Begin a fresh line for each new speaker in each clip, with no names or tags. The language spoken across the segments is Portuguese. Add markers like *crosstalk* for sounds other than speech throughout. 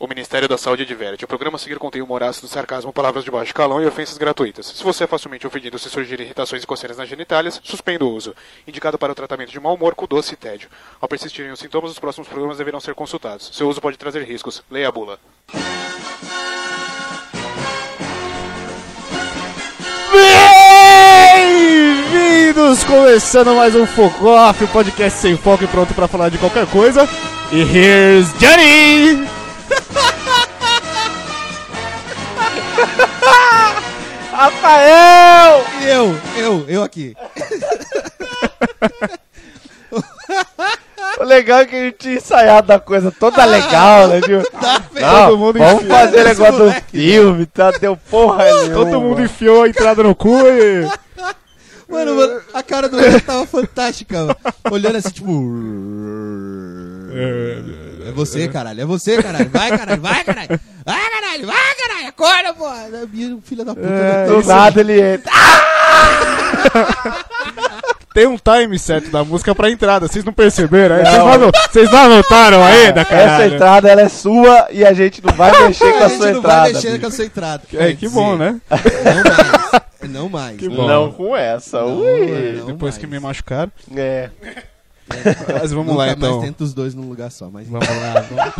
O Ministério da Saúde adverte. O programa a seguir contém humor ácido, sarcasmo, palavras de baixo calão e ofensas gratuitas. Se você é facilmente ofendido se surgirem irritações e coceiras nas genitálias, suspenda o uso. Indicado para o tratamento de mau humor com doce e tédio. Ao persistirem os sintomas, os próximos programas deverão ser consultados. Seu uso pode trazer riscos. Leia a bula.
Bem-vindos! Começando mais um Focoff, o podcast sem foco e pronto pra falar de qualquer coisa. E here's Johnny!
*laughs* Rafael!
Eu, eu, eu aqui.
O legal é que a gente tinha ensaiado a coisa
Ah.
toda legal, né, viu?
Tá, velho.
Não,
Todo mundo
vamos
enfiado
fazer
nesse
negócio do
moleque,
filme, tá? Deu porra nenhuma.
Todo mundo enfiou a entrada no cu e.
Mano, mano, a cara do Léo tava fantástica, mano. Olhando assim, tipo.
*laughs*
É você, caralho. É você, caralho. Vai, caralho. Vai, caralho. Vai, caralho. Vai, caralho. Acorda, pô. É, minha Filha da puta.
É,
né?
Do nada ele entra. Ah,
Tem um time set da música pra entrada, vocês não perceberam? aí? Vocês não, vocês não anotaram
*laughs*
ainda,
É, Essa
cara?
entrada ela é sua e a gente não vai mexer com
*laughs* A
a
gente
sua
não vai
entrada.
mexer
bicho.
com a sua entrada.
É, que bom, né?
Não mais. Não mais.
Que bom.
Não com essa.
Não,
Ui.
não
Depois que me
mais.
machucaram.
É.
Mas vamos
Nunca
lá
mais
então.
tenta os dois num lugar só. Mas...
Vamos lá, vamos.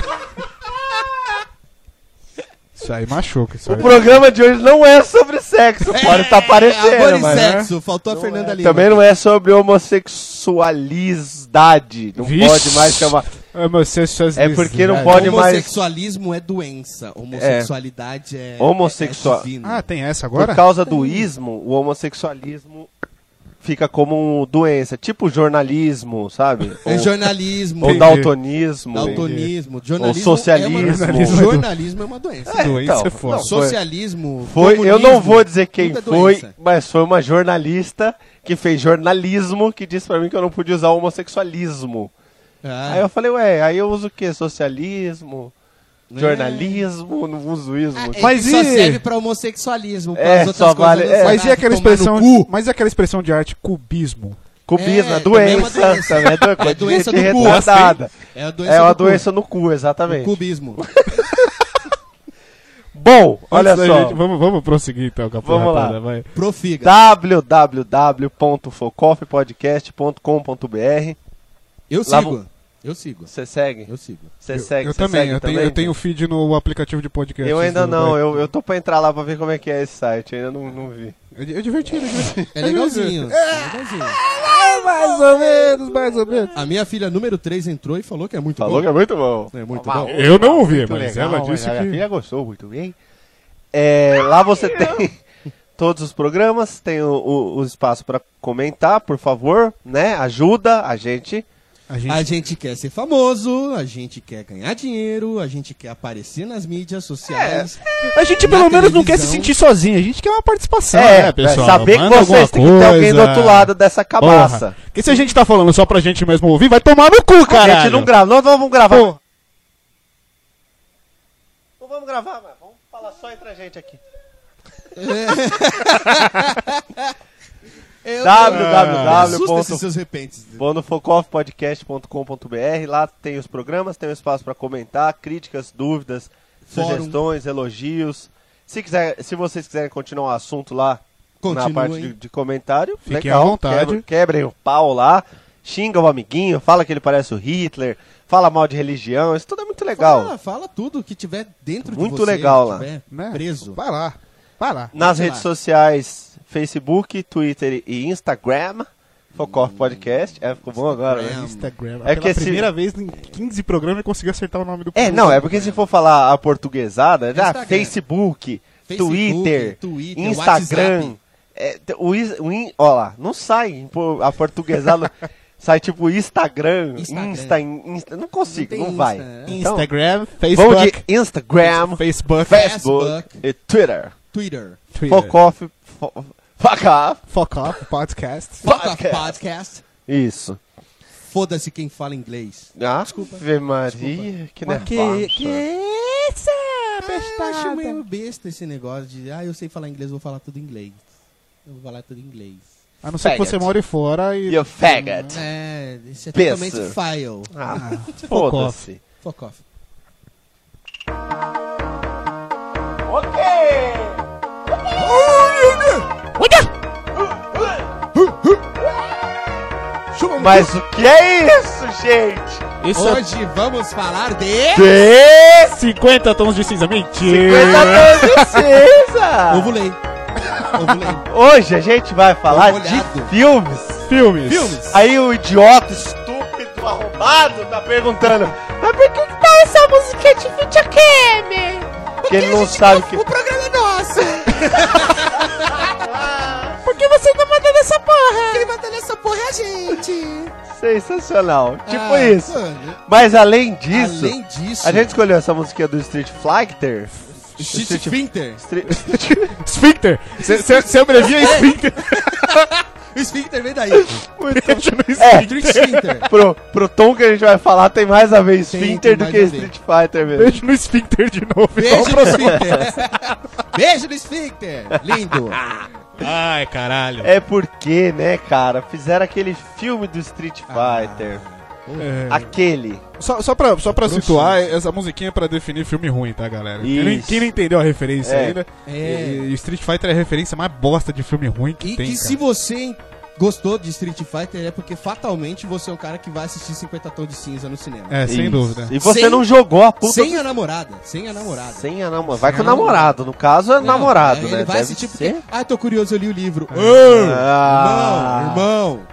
Isso aí machuca, isso
O
aí.
programa de hoje não é sobre sexo, pode estar
É,
tá
Amor
parecendo,
e
mas. né?
sexo. Faltou a Fernanda Lima.
Também não é sobre homossexualidade. Não
Vixe.
pode mais chamar.
É, mas se- se- se-
É porque não
se-
pode mais.
Homossexualismo é doença. Homossexualidade é.
Homossexual-
É divino.
Ah, tem essa agora?
Por causa do ismo, o homossexualismo fica como doença. Tipo jornalismo, sabe?
é
Ou-
jornalismo. É
Ou
Entendi.
daltonismo.
Daltonismo, jornalismo.
Ou
É
socialismo.
*laughs* uma...
Jornalismo.
Jornalismo é uma doença.
Doença
então,
é foda.
não, foi-
Socialismo.
Foi, eu
comunismo,
não vou dizer quem
tudo é
foi,
doença.
mas foi uma jornalista que fez jornalismo que disse pra mim que eu não podia usar homossexualismo.
Ah,
Aí eu falei, ué, aí eu uso o quê? Socialismo?
É.
Jornalismo? Não uso ismo.
Ah, é
Mas
que só
e-
serve pra homossexualismo. Pra
É,
as outras
só
coisas
vale-
não
é.
serve.
Mas e aquela
Tomar no
expressão,
cu.
mas e aquela expressão de arte cubismo?
Cubismo,
É,
é
também é uma
doença.
doença.
Também é doença. coisa de
doença
gente
do cu.
retardada.
É a doença
É uma
do cu.
doença no cu, exatamente. *laughs*
Cubismo.
Bom, olha
Antes da
só.
gente- vamos, vamos prosseguir então com a
Vamos lá.
porratada, vai.
Profiga.
Tá, www.focoffpodcast.com.br
Eu
Lá
sigo.
vou-
Eu sigo.
Você segue?
Eu sigo.
Você segue?
eu
você
também,
segue
eu tenho, eu tenho feed no aplicativo de podcast.
Eu ainda
do-
não, eu, eu tô pra entrar lá pra ver como é que é esse site, ainda não, não vi.
É é divertido, é divertido.
É legalzinho. É legalzinho.
*laughs* mais ou menos, mais ou menos.
A minha filha número 3 entrou e falou que é muito
Falou que
bom.
é muito bom.
É muito
Uau.
bom.
Eu não ouvi,
Muito
mas
legal,
ela disse
a minha
que...
filha gostou muito bem. É, lá você tem *laughs* todos os programas, tem o, o- o espaço pra comentar, por favor, né? Ajuda a gente.
A
A
gente...
gente quer ser famoso, a gente quer ganhar dinheiro, a gente quer aparecer nas mídias sociais.
É.
A gente
Na
pelo menos não quer se
televisão-
sentir sozinho, a gente quer uma participação, né, pessoal?
É, saber que
Manda alguma
vocês têm que ter alguém do
coisa.
outro lado dessa cabaça.
Porra. Porque se a gente tá falando só pra gente mesmo ouvir, vai tomar no cu,
A
caralho.
gente não grava, nós vamos gravar.
Pô,
Não vamos gravar, mas vamos falar só entre a gente aqui.
Eu-
Ah,
Assusta esses
www.
seus repentes.
Bonofocoffpodcast.com.br Lá tem os programas, tem um espaço para comentar, críticas, dúvidas,
Fórum.
sugestões, elogios. Se, quiser, se vocês quiserem continuar o assunto lá
Continuem.
na parte de, de comentário,
Fiquem
legal,
à vontade.
quebra- Quebrem o pau lá, xinga o amiguinho, fala que ele parece o Hitler, fala mal de religião, isso tudo é muito legal.
Fala, fala tudo que tiver dentro de
Muito
você.
legal
que
lá.
tiver
né?
Preso.
Vai lá, vai lá.
Nas
Sei
redes
lá.
sociais, Facebook, Twitter e Instagram. Focoff Podcast. É, ficou bom agora, né?
Instagram.
Instagram.
É
Pela
que esse-
primeira vez em 15 programas eu consegui acertar o nome do
É, não, é porque se for falar a portuguesada, já
Instagram.
Facebook,
Facebook,
Twitter,
Twitter,
Instagram.
WhatsApp.
É, t- o, is- o in- ó lá, não sai em por-
*laughs*
a portuguesada. sai tipo Instagram,
Instagram.
Insta, in- Insta. Não consigo,
tem
não,
Insta,
vai.
né?
Então,
Instagram,
vamos
Facebook,
de Instagram,
Facebook,
Facebook,
Facebook.
e Twitter.
Twitter.
Twitter,
Focoff. Fo, Focoff.
Fuck Off Podcast.
Foda
Podcast.
podcast.
Isso.
Foda-se quem fala inglês.
Ah,
Desculpa.
Ave Maria, que
Mas
nervosa.
isso?
Ah, eu acho meio besta esse negócio de, ah, eu sei falar inglês, vou falar tudo em inglês. Eu vou falar tudo em inglês.
A não ser que você
Faggot.
mora fora e...
You faggot.
É, isso é
Pensa.
Ah, totalmente file.
Ah,
Focoff.
foda-se.
Fuck off. né?
Mas o que é isso, gente?
Isso é
Hoje vamos falar de.
De
50 tons de cinza. Mentira.
50 tons de cinza!
Ovulei. Ovulei.
Hoje a gente vai falar
Ovo
de
molhado.
filmes.
Filmes.
Filmes.
Aí o idiota estúpido, arrombado, tá perguntando: Mas por que, que tá essa musiquinha de videogame? Porque ele não sabe que.
O programa é nosso.
*laughs* Por que você tá mandando essa porra?
Quem manda nessa porra é a gente.
Sensacional. Tipo
Ah,
isso.
mano,
Mas além disso,
Além disso.
a gente escolheu essa musiquinha do Street Fighter.
Street
tipo-
Sphincter.
Street...
*laughs* Esfíncter. Você abrevia esfíncter.
O Sphincter vem daí.
Deixa no
É.
esfíncter.
Street
*laughs*
Sphincter.
pro, pro tom que a gente vai falar, tem mais a ver
tem
Sphinter do
mais
que
a ver.
Street Fighter mesmo.
Deixa no esfíncter de novo.
Beijo no Sphincter. Beijo no Sphincter. Lindo.
Ah,
Ai, caralho.
É porque, né, cara, fizeram aquele filme do Street Fighter. Aquele.
É. Só, só pra, só pra
Trouxe.
situar, essa musiquinha é pra definir filme ruim, tá, galera? Quem não,
Isso.
quem não entendeu a referência
É.
ainda,
É.
e- e Street Fighter é a referência mais bosta de filme ruim que
E
tem,
que
cara.
se você hein, gostou de Street Fighter é porque fatalmente você é um cara que vai assistir 50 tons de cinza no cinema.
É, sem
Isso.
dúvida.
E você
Sem-
não jogou a puta.
Sem a namorada. Sem a namorada.
Sem a namorada. Vai
Sem
com o
a namorada.
namorado. No caso, é
Não,
namorado,
aí
né?
Ele vai
Deve
assistir porque.
ser.
Ah, tô curioso, eu li o livro.
Ah.
Ô, irmão, irmão.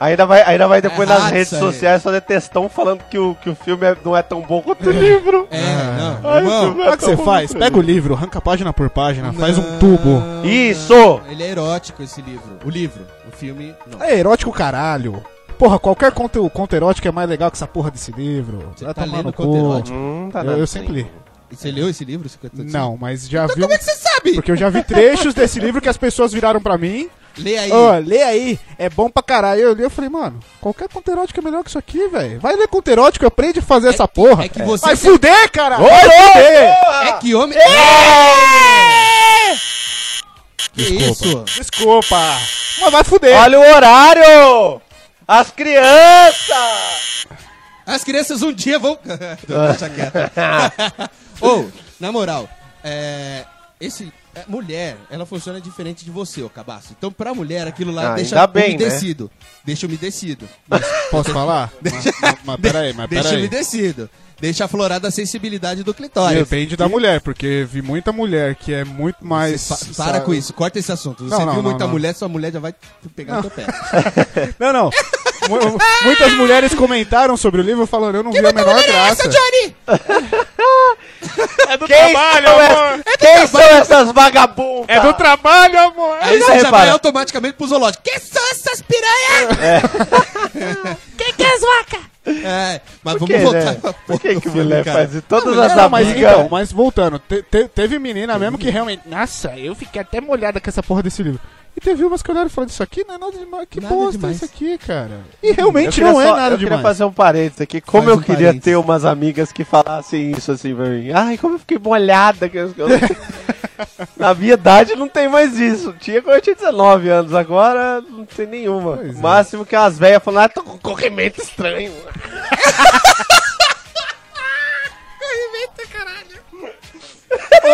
Ainda vai, ainda vai depois nas
errado
redes
isso aí.
sociais fazer textão falando que o, que o filme é- não é tão bom quanto o livro.
É,
Ah.
não, irmão.
Ai,
Sabe o que você
tá bom,
faz?
Fred.
Pega o livro, arranca página por página, faz um
Não,
tubo.
não.
Isso!
Ele é erótico esse livro. O livro. O filme, não.
É erótico, caralho. Porra, qualquer conto, conto erótico é mais legal que essa porra desse livro.
Você
Vai
tá
tomar
lendo
no
conto
cu.
erótico?
Hum, tá
Eu,
nada,
eu
sim.
sempre li.
E Você leu esse livro, 50 tons de cinza?
Não, mas já vi.
Como é que você sabe?
Porque eu já vi trechos desse livro que as pessoas viraram pra mim.
Lê aí.
Ó, lê aí, é bom pra caralho. Eu li, eu falei, mano, qualquer conto erótico é melhor que isso aqui, velho. Vai ler conto erótico, aprende a fazer essa porra.
é que você-
Vai fuder, cara!
Ô, louco!
É que homem. É Que isso?
Desculpa! Mas vai fuder!
Olha o horário! As crianças!
As crianças um dia vão. *laughs* Deixa
*laughs*
quieto. Ou, na moral, é, esse. é, Mulher, ela funciona diferente de você, ô cabaço. Então, pra mulher, aquilo lá
Ah,
deixa
ainda bem, né?
umedecido. Deixa umedecido.
Posso
*laughs*
falar? mas, mas, mas peraí, mas
deixa
peraí.
umedecido. Deixa aflorada a sensibilidade do clitóris.
Depende da mulher, porque vi muita mulher que é muito mais.
Pa- para
sabe-
com isso, corta esse assunto. Você
Não, não,
viu
não,
muita
não.
mulher, sua mulher já vai te pegar no teu pé.
Não, *laughs* não. Mu- Muitas mulheres comentaram sobre o livro falando, eu não vi a menor graça.
Johnny!
É do
Quem são, essa- quem são essas vagabundas?
É do trabalho, amor!
Aí
Aí
você já
repara.
vai automaticamente pro zoológico. Que são essas piranhas? *laughs*
Quem que é as vacas?
É, mas
Ah,
Por
vamos
que,
voltar.
né?
pra
Por
porra
que,
do
que
filme,
mulher
cara.
faz isso? Todas
Não,
as
não, mas,
amigas.
então, mas voltando, te- te- teve menina mesmo que realmente. Nossa, eu fiquei até molhada com essa porra desse livro. E teve umas que olharam e falaram: Isso aqui não é nada demais. Que
Nada
bosta
demais.
isso aqui, cara. E
Eu
realmente
queria
não é
só-
nada
eu queria
demais.
fazer um parênteses aqui. Como
Faz
eu
um
queria
parênteses.
ter umas amigas que falassem isso assim pra mim. Ai, como eu fiquei molhada. Que eu- que eu- *laughs* Na minha idade não tem mais isso. Tinha quando eu tinha 19 anos, agora não tem nenhuma.
Pois é.
O máximo que as velhas falando, ah, tô com corrimento estranho.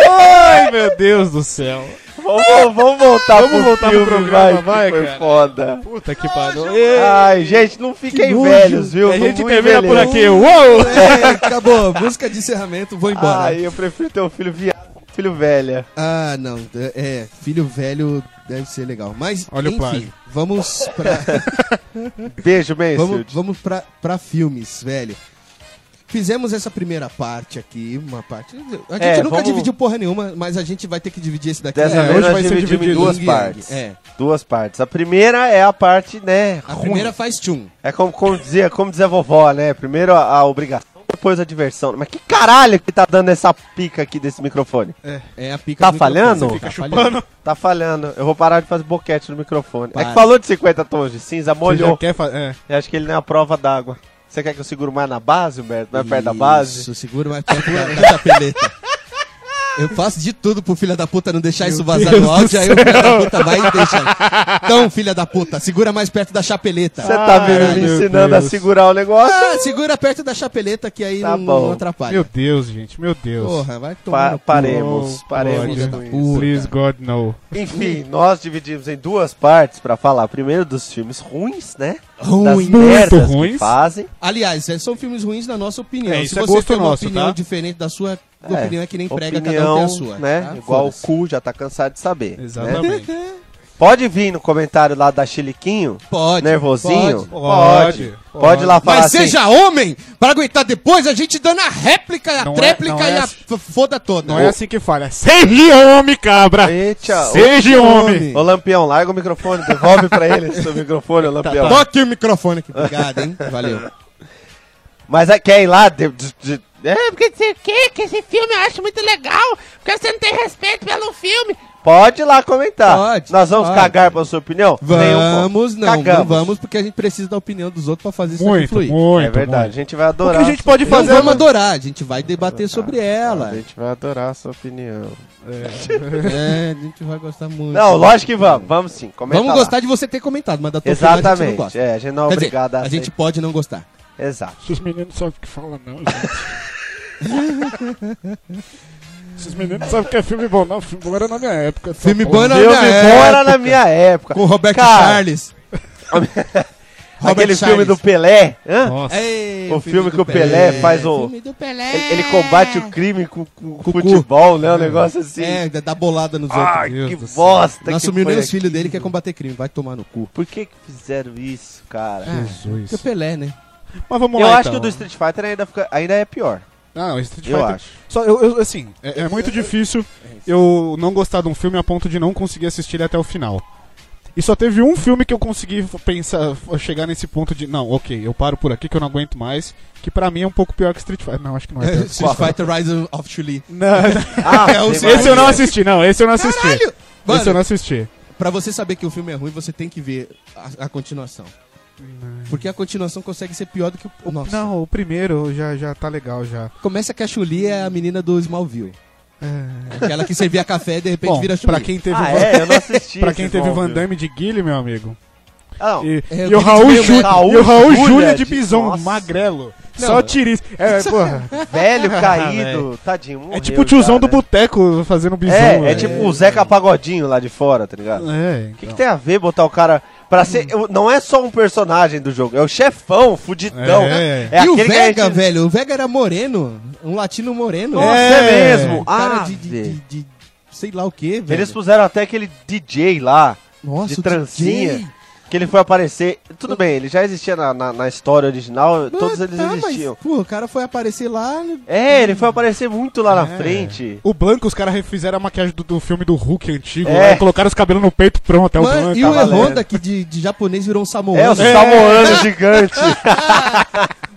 Ai, um meu Deus do céu.
Vamos, vamos voltar
Vamos
pro
voltar pro
filme,
programa,
que
vai,
foi
cara.
foda.
Puta que pariu.
Ai, gente, não fiquem
nojo.
velhos, viu?
a
Não
gente
muito
termina por
envelheçam.
aqui. Uou!
É, acabou. Busca de encerramento, vou embora.
Ai, eu prefiro ter um filho viado, que um filho velha.
Ah, não. É, é, filho velho deve ser legal. Mas,
Olha o
enfim,
plágio.
vamos pra,
Beijo,
vamos,
Mansfield.
vamos pra, pra filmes, velho. Fizemos essa primeira parte aqui, uma parte. A gente
É,
nunca
vamos-
dividiu porra nenhuma, mas a gente vai ter que dividir esse daqui.
Dessa
É,
vez
hoje
nós
vai ser
dividimos em
dividido.
duas
Yang,
partes.
é.
Duas partes. A primeira é a parte, né?
A
ruim.
primeira faz tchum.
É como, como, dizia, como dizia a vovó, né? Primeiro a, a obrigação, depois a diversão. Mas que caralho que tá dando essa pica aqui desse microfone?
É, a pica
Tá
do microfone.
falhando?
Você
Fica
falhando.
Tá falhando. Eu vou parar de fazer boquete no microfone. É
Para.
que falou de 50 tons de cinza,
Você já
molhou.
quer fa- é.
Eu acho que ele não é a prova d'água. Você quer que eu seguro mais na base, Humberto? Mais Tá perto da
Isso,
base?
segura mais perto da, da chapeleta. Eu faço de tudo pro filho da puta não deixar isso vazar no áudio, aí o filho da puta vai e deixa. Então, filha da puta, segura mais perto da chapeleta.
Você tá vendo
Ai,
me
meu
ensinando
Deus.
a segurar o negócio?
Ah, segura perto da chapeleta que aí
Tá
não,
bom.
não atrapalha.
Meu Deus, gente, meu Deus.
Porra, vai tomar.
Pa
no cu.
paremos,
Oh,
paremos
Filha da
com isso.
puta.
Please, God, no.
Enfim, nós dividimos em duas partes pra falar. Primeiro dos filmes ruins, né?
Ruim.
das merdas que
ruins.
fazem.
Aliás, é, são filmes ruins na nossa opinião.
É,
Se
isso é
você
gosto
tem uma
nosso,
opinião
tá?
diferente da sua, a
É,
opinião é que nem prega, cada um
Opinião,
tem a sua.
né?
tá?
Igual o
Foda-se.
cu já tá cansado de saber. né?
Exatamente.
Pode vir no comentário lá da Chiliquinho,
Pode.
nervosinho.
Pode,
pode.
Pode,
pode.
Pode ir lá falar
Mas
assim.
seja homem para aguentar depois a gente dando a réplica, a
Não é-
tréplica
não é
e a
assim-
f- foda toda.
Não é assim que fala. Seja homem, cabra!
Eita,
Seja homem!
assim, Ô Lampião, larga o microfone, devolve pra ele esse microfone, ô
Tá,
Lampião.
Toque o microfone aqui. Obrigado,
*laughs*
hein? Valeu.
um Mas é, quer ir lá? De, de- de- é, porque
Não sei o que, que esse filme eu acho muito legal, porque você não tem respeito pelo filme.
pode ir lá comentar.
Pode,
Nós vamos
pode.
cagar pra sua opinião? Nenhum ponto.
Vamos, não, não
Cagamos.
vamos, porque a gente precisa da opinião dos outros pra fazer isso aqui
Muito,
fluir.
muito.
É verdade, a gente vai
muito. O
adorar.
que a gente pode
Não
fazer é
vamos adorar, a gente vai debater
Tá,
sobre ela.
A gente vai adorar a sua opinião.
É, a gente vai gostar muito.
Não, lógico que vamos. Vamos sim, comenta
Vamos
lá.
gostar de você ter comentado, mas da tua opinião a gente não
Exatamente.
gosta.
É, a gente não é
Quer dizer,
obrigado
a gente
aceitar.
pode não
*laughs*
gostar.
Exato.
Esses meninos não sabem o que falam, não, gente. Esses meninos não sabem o que é filme bom, não. Filme bom era na minha época. Tá essa
Filme
porra.
bom na
Filme
minha
bom era
época.
na minha época.
Com o Roberto
Cara,
Charles.
*laughs* Aquele
Robert
filme
Charles.
do Pelé. hã?
É.
Nossa.
Ei,
O filme que o Pelé faz o-
Filme do Pelé.
Ele, ele combate o crime com, com,
Com o
futebol, né? Um negócio assim.
É. É, dá dá bolada nos
Ai,
Deus
que
do céu.
bosta
outros. Nós
que
sumiu
foi
nem os
aquilo.
filhos dele que é combater crime. Vai tomar no cu.
Por que que fizeram isso, cara?
Jesus.
Porque o Pelé,
*laughs*
né?
Mas É. vamos
Eu
lá,
acho que
então.
o do Street Fighter ainda, fica- ainda é pior,
Não, Street
eu
Fighter *laughs*
acho.
Só, eu, eu, assim, é, é muito difícil eu não gostar de um filme a ponto de não conseguir assistir ele até o final. E só teve um filme que eu consegui f- pensar, f- chegar nesse ponto de, não, ok, eu paro por aqui que eu não aguento mais, que pra mim é um pouco pior que Street Fighter. Não, acho que não é. pior que Street
*laughs* Street Fighter Rise of Chun-Li.
Fighter.
Ah,
É, o
tem
Não, esse eu não
mais.
assisti, não, esse eu não assisti.
é
esse eu não
Mano,
assisti.
pra você saber que o filme é ruim, você tem que ver a, a continuação.
Hum,
Porque a continuação consegue ser pior do que o. o- Nossa.
Não, o primeiro já, já tá legal já.
Começa que a Chun-Li é a menina do Smallville.
É.
Aquela que servia café e de repente
Bom,
vira Chun-Li.
pra quem teve,
Ah,
Van-
é, eu não assisti.
*laughs* pra quem
esse
teve
bom,
Van
viu?
Damme de Guile, meu amigo.
Ah, não.
E,
É,
e
eu
o
vi
Raul,
de meio
Ju...
metro.
e o Raul
Júlia
Júlia de
de-
Bison,
Nossa.
magrelo.
Não.
Só tiriz. É, porra.
Velho
*laughs*
caído, tadinho.
Ah, É
morreu
tipo o tiozão
já,
do
né?
boteco fazendo bison.
É, é
velho.
tipo o Zeca Pagodinho lá de fora, tá ligado?
É,
O que, que
então.
tem a ver botar o cara pra ser. eu- Não é só um personagem do jogo, é o chefão, o fudidão. né?
É.
e o
aquele que a
Vega,
gente-
velho? O Vega era moreno. Um latino moreno.
Nossa,
É.
é, mesmo.
Um cara
Ah,
de, de-
velho.
de- de- Sei lá o que, velho.
Eles puseram até aquele DJ lá,
Nossa,
de
o
trancinha.
DJ.
que ele foi aparecer. Tudo bem, ele já existia na, na, na história original, todos
Ah,
eles
tá, mas,
existiam.
pô, o cara foi aparecer lá. né? no-
É, ele foi aparecer muito lá na
É.
frente.
O Blanco, os caras refizeram a maquiagem do, do filme do Hulk antigo
É.
lá e colocaram os cabelos no peito, pronto, é o
Mano,
Blanco.
e o
valendo.
Honda, que de, de japonês virou um samuano.
É, o samoano *laughs* gigante.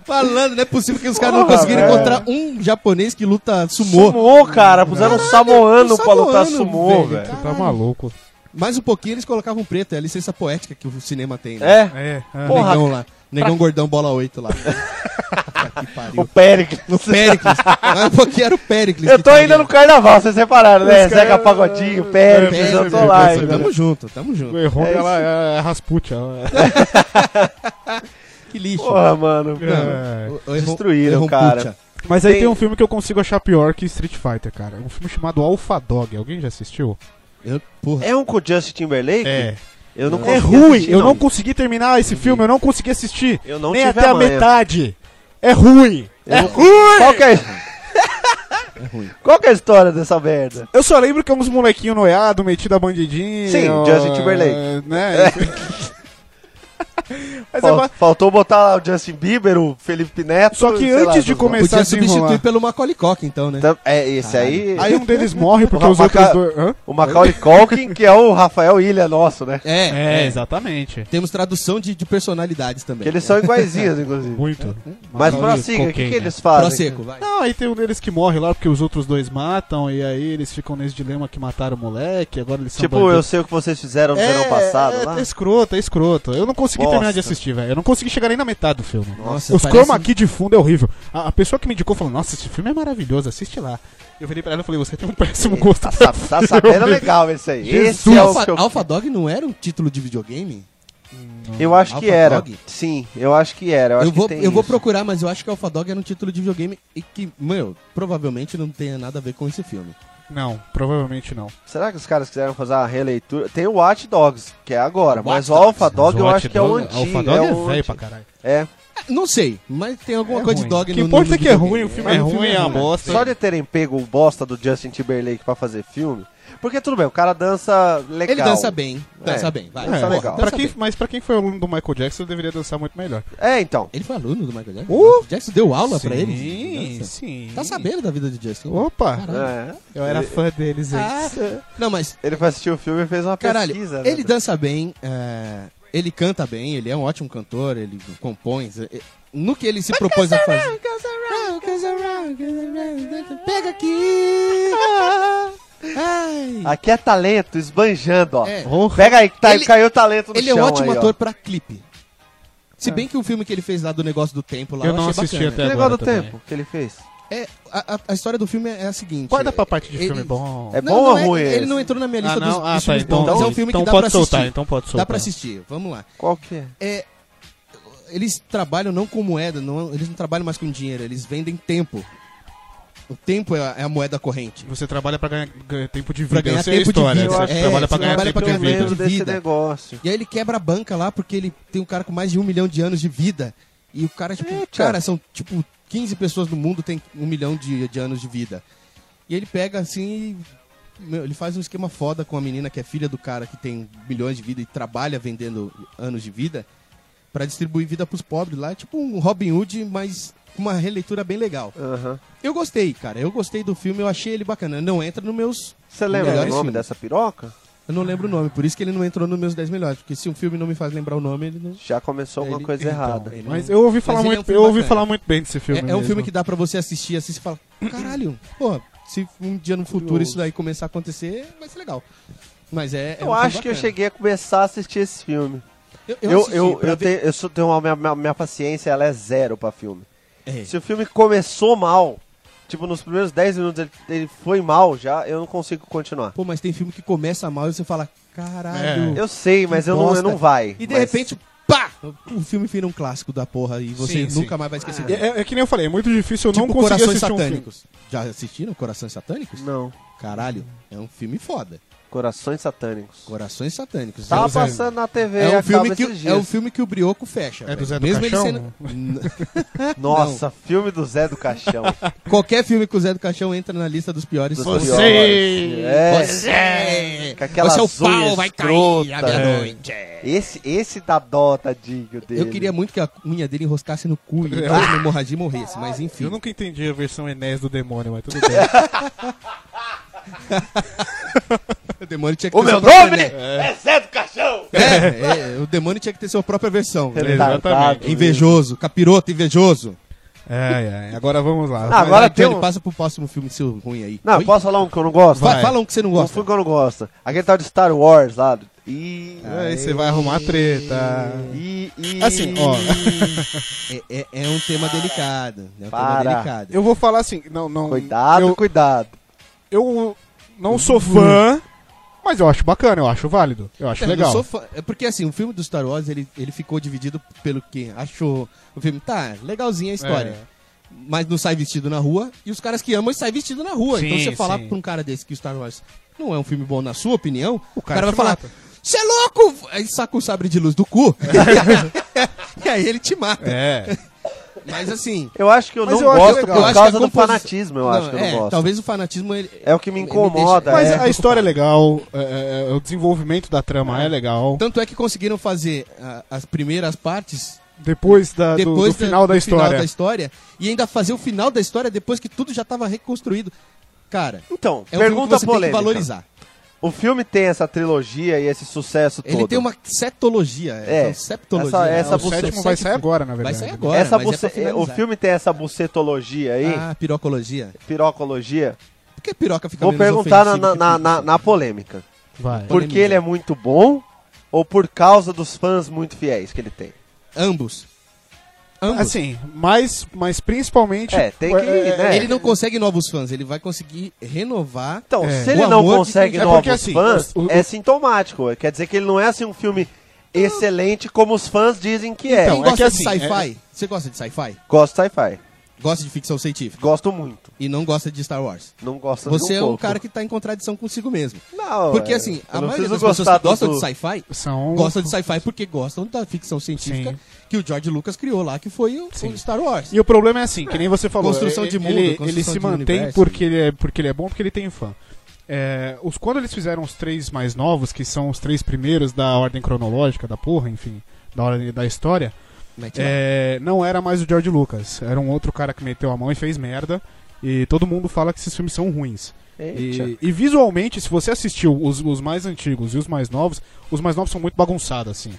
Falando, não é possível que os caras não
Porra,
conseguiram
velho.
encontrar um japonês que luta sumô.
Sumô, cara. Puseram um samoano
um
pra lutar
samoano,
sumô,
velho.
velho.
Você tá maluco.
Mais um pouquinho eles colocavam preto, é a licença poética que o cinema tem. Né?
É,
É, ah,
Porra,
Negão lá. Negão gordão, bola 8
*laughs*
lá. Puta que
o
pariu.
Péricles.
O Péricles. Mais um pouquinho era o Péricles.
Eu
que
tô
tava
ainda
ali.
no carnaval, vocês repararam, né?
Os
Zeca
caras-
Pagodinho,
É,
Péricles, eu tô lá
Péricles,
ainda.
Tamo junto, tamo junto.
o Erron,
É isso.
ela é, é
*laughs*
Rasputia. ela é-
Que lixo.
Porra, mano.
É.
O- o Erron-
Destruíram,
Erron
cara.
Pucha.
Mas aí
Tem-
tem... um filme que eu consigo achar pior que Street Fighter, cara. Um filme chamado Alpha Dog. Alguém já assistiu?
Eu- porra.
É um com o Justin Timberlake? Eu não
É
consegui
ruim.
assistir,
eu não consegui terminar esse filme, eu não consegui assistir.
Eu não
Nem
tive
até a,
manha.
metade. É ruim.
Eu-
ruim!
Qual que é... Qual que é a história dessa merda?
Eu só lembro que é uns molequinhos noiados, metido a bandidinho.
Sim, Justin Timberlake.
é, Né? *laughs* Mas é
Fal-
ba-
Faltou botar lá o Justin Bieber, o Felipe Neto.
Só que
sei lá,
antes de
dos-
começar a
Podia substituir
desenrolar,
pelo Macaulay Culkin, então, né?
Tam- É, esse aí.
aí um deles morre porque
O
os outros
Maca-
dois... Hã?
O Macaulay Culkin, que é o Rafael Ilha nosso, né?
É, é.
exatamente.
Temos tradução de, de personalidades também. É.
Que eles são iguaizinhos, inclusive.
Muito.
Mas
Macaulay
prossiga, o que,
Culkin,
que
né?
eles fazem?
Prosecco, vai.
Não, aí tem um deles que morre lá porque os outros dois matam, e aí eles ficam nesse dilema que mataram o moleque, agora eles são
Tipo,
bandidos.
eu sei o que vocês fizeram no verão passado
é,
lá.
É escroto, é escroto. Eu não consegui
Bosta,
terminar de
bosta.
assistir, velho. Eu não consegui chegar nem na metade do filme.
Nossa,
Os
parece-
chroma
um
aqui de fundo é horrível. A, a pessoa que me indicou falou: Nossa, esse filme é maravilhoso, assiste lá. Eu virei pra ela e falei: Você tem um péssimo gosto.
Tá, sa- tá sabendo legal esse aí. Esse é o
Alpha,
que eu,
Alpha Dog não era um título de videogame?
eu acho que
Alpha
era.
Dog?
Sim, eu acho que era. Eu,
Eu,
acho
vou,
que tem
eu vou
isso.
procurar, mas eu acho que Alpha Dog era um título de videogame e que, meu, provavelmente não tenha nada a ver com esse filme.
Não, provavelmente não.
Será que os caras quiseram fazer uma releitura? Tem o Watch Dogs, que é agora, mas o
Watch
Alpha Dog eu
Mas
acho que é o
Watch Dogs-
antigo.
Alpha Dog é,
o
velho
antigo.
pra caralho.
É.
Ah, Não sei, mas tem alguma coisa de
ruim.
dog
O que
no
importa
no
é que é
videogame. um
ruim, o filme é,
o
ruim, é uma bosta.
né? Só de terem pego o bosta do Justin Timberlake pra fazer filme. Porque tudo bem, o cara dança legal.
Ele dança bem, dança
É.
bem, vai.
Dança
porra,
legal.
Pra
dança
quem,
bem.
mas pra quem foi aluno do Michael Jackson, deveria dançar muito melhor.
É, então.
Ele foi aluno do Michael Jackson?
Uh!
Michael Jackson deu aula pra ele? de
Sim,
dança?
sim.
Tá sabendo da vida do Justin?
Opa,
Caralho.
É.
eu era fã deles, hein?
Ah, não, mas,
Ele foi assistir o filme e fez uma
caralho,
pesquisa. né?
ele dança bem, é, ele canta bem, ele é um ótimo cantor, ele compõe. é, No que ele se propôs a fazer. Pega
*laughs*
aqui! Ai.
Aqui é talento, esbanjando, ó.
É.
Oh,
Pega aí, que tá,
Ele-
caiu talento no
Ele é um
chão
ótimo
aí, ó. É.
ator pra clipe. Se bem que o filme que ele fez lá do negócio do tempo lá,
Eu
eu,
não
achei
assisti
Que
bacana.
até
negócio do
agora também.
tempo que ele fez?
É, a, a- a história do filme é a seguinte.
Guarda pra parte de
ele-
filme bom.
É bom ou ruim
Ele
esse?
não entrou na minha lista dos, dos
tá,
filmes bons, mas é um filme
então
que dá
pode
pra
soltar,
assistir.
então pode soltar.
Dá pra assistir, vamos lá.
Qual que é?
É, eles trabalham não com moeda, não, eles não trabalham mais com dinheiro, eles vendem tempo. O tempo é a, é a moeda corrente.
Você trabalha pra ganhar, ganhar tempo de vida.
Pra ganhar
eu sei a
tempo de
história.
vida.
Você
Eu acho
trabalha
que é,
pra
você
ganhar
trabalha
tempo
pra
de
eu
ganhar
vida.
lembro
vida.
desse
Vida.
negócio.
E aí ele quebra a banca lá porque ele tem um cara com mais de um milhão de anos de vida. E o cara, tipo,
Eita.
cara, são tipo 15 pessoas no mundo tem um milhão de, de anos de vida. E ele pega assim e. meu, ele faz um esquema foda com a menina que é filha do cara que tem milhões de vida e trabalha vendendo anos de vida pra distribuir vida pros pobres lá. É tipo um Robin Hood, mas com uma releitura bem legal.
Aham.
Eu gostei, cara. Eu gostei do filme, eu achei ele bacana. Não entra nos meus.
Você lembra o
melhores
nome
filmes.
dessa piroca?
Eu não lembro o nome, por isso que ele não entrou nos meus 10 melhores. Porque se um filme não me faz lembrar o nome, ele não.
Já começou alguma
Ele-
coisa
então,
errada.
ele
Mas
não-
eu ouvi falar
ele é um
muito,
filme
eu ouvi
bacana.
falar muito bem desse filme.
É, é um filme
mesmo.
que dá pra você assistir, assim, você fala, caralho, pô, se um dia no futuro isso daí começar a acontecer, vai ser legal. Mas é. é um
Eu
filme
acho que eu
bacana.
cheguei a começar a assistir esse filme.
Eu, eu,
Eu,
assisti
eu,
pra
eu,
ver-
tenho, eu sou, tenho uma, minha, minha- minha paciência, ela é zero pra filme.
É.
Se o filme começou mal, tipo, nos primeiros 10 minutos ele, ele foi mal já, eu não consigo continuar.
Pô, mas tem filme que começa mal e você fala, caralho.
Eu sei, mas eu não, eu não
bosta.
vai.
E de
É. mas-
repente, pá! O filme vira um clássico da porra e você
Sim, sim.
nunca mais vai esquecer.
É, é- é que nem eu falei, é muito difícil eu
tipo
não conseguir
Corações
assistir um filme.
Satânicos. Já assistiram Corações Satânicos?
Não.
Caralho, é um filme foda.
Corações satânicos.
Corações Satânicos.
Tava
Eu-
passando na TV
É um,
acaba
filme que,
esses
é um
dias.
filme que o Brioco fecha.
É do
velho.
Zé do
ele
Caixão?
sendo-
Nossa, filme do Zé
*laughs*
do Caixão.
Qualquer filme com o Zé do Caixão entra na lista dos piores. é
Dos
filmes.
piores. É,
Zé!
com aquelas
o
unhas
pau vai cair à
escrotas.
meia-noite.
Esse, esse dá dó, tadinho dele.
Eu queria muito que a unha dele enroscasse no cu e
É.
depois uma hemorragia e morresse, mas enfim.
Eu nunca entendi a versão Enés do demônio, mas tudo bem.
*laughs* O demônio tinha que
O
ter
meu
sua própria-
nome é Zé do Caixão!
É, é, o demônio tinha que ter sua própria versão. né?
tá,
Exatamente.
Invejoso, capiroto invejoso. É.
ai, ai. Agora vamos lá.
Ah, agora
Mas,
tem
Johnny,
um-
passa pro próximo filme seu ruim aí.
Não,
Oi?
posso falar um que eu não gosto?
Fa- Fala um que você não
Um
gosta.
filme que eu não gosto. Aquele tal de Star Wars lá. E...
É,
Aí você vai arrumar treta.
E,
Assim, ó.
É, é- é um tema delicado. É um
Ah. Para.
tema delicado.
Eu vou falar assim, não, não.
*laughs* Cuidado,
eu-
cuidado.
eu não
Uhum.
sou fã, mas eu acho bacana, eu acho válido, eu acho
É, eu
legal.
sou fã- é porque assim, o filme do Star Wars ele, ele ficou dividido pelo que achou o filme, tá, legalzinha a história.
É.
Mas não sai vestido na rua, e os caras que amam saem vestido na rua.
Sim,
então você falar
sim.
pra um cara desse que o Star Wars não é um filme bom na sua opinião, o
cara
cara, vai
te
falar:
mata.
Você é louco! Aí saca o sabre de luz
*laughs*
do cu. e aí ele te mata. *laughs*
É.
Mas assim.
Eu acho que eu
Mas
não
eu acho
gosto
legal.
eu
por
acho
causa
que a
do
composi-
fanatismo, eu acho que eu
é,
não gosto.
Talvez o fanatismo ele,
É o que me incomoda,
deixa-
Mas
é.
a história é legal, é, é, é, o desenvolvimento da trama é, legal.
Tanto é que conseguiram fazer ah, as primeiras partes
Depois, da, do-
depois
do, final da
do
história.
final da história e ainda fazer o final da história depois que tudo já estava reconstruído. Cara,
Então,
é um filme que
pergunta
você tem que
polêmica.
valorizar.
O filme tem essa trilogia e esse sucesso todo.
Ele tem uma setologia,
É,
é, septologia.
essa-
né?
essa
o
buce-
sétimo vai sair agora, né? na
Vai
verdade.
sair agora,
essa
mas é
buce-
pra
o
finalizar.
filme é tem essa bucetologia aí,
Ah, pirocologia.
pirocologia.
Por que piroca fica
Vou
menos
perguntar na,
ofensiva
na, na,
que-
na polêmica.
Vai.
Por-
Porque ele é muito bom ou por causa dos fãs muito fiéis que ele tem?
Tipo, Ambos. Ambos.
Assim, mas, mas principalmente.
É, tem que, né?
Ele não consegue novos fãs, ele vai conseguir renovar.
Então,
É.
se ele
O
não
amor de
consegue
quem- é
novos
porque, assim,
fãs,
o- o-
é sintomático. Quer dizer que ele não é assim um filme excelente como os fãs dizem que é.
Quem
é
gosta
que assim,
de sci-fi? Você gosta de sci-fi?
Gosto de sci-fi.
Gosta de ficção científica
Gosto muito.
e não gosta de Star Wars.
Não gosto
Você
nem um
é um
pouco.
cara que tá em contradição consigo mesmo.
Não,
porque
é,
assim,
eu
a
não
maioria
preciso
das pessoas
gostar
que gostam
do-
de sci-fi
São.
gostam de sci-fi porque gostam da ficção científica
Sim.
que o George Lucas criou lá, que foi o, o Star Wars.
E o problema é assim, que nem você falou. é,
Construção de
ele-
mundo,
ele,
construção
ele se
de
mantém
universo. né?
porque ele, é, porque ele é bom, porque ele tem fã. É, os, quando eles fizeram os três mais novos, que são os três primeiros da ordem cronológica, da porra, enfim, da ordem da história,
Mete lá.
é, não era mais o George Lucas. Era um outro cara que meteu a mão e fez merda. E todo mundo fala que esses filmes são ruins.
Eita.
E, e visualmente, se você assistiu os, os mais antigos e os mais novos, os mais novos são muito bagunçados, assim,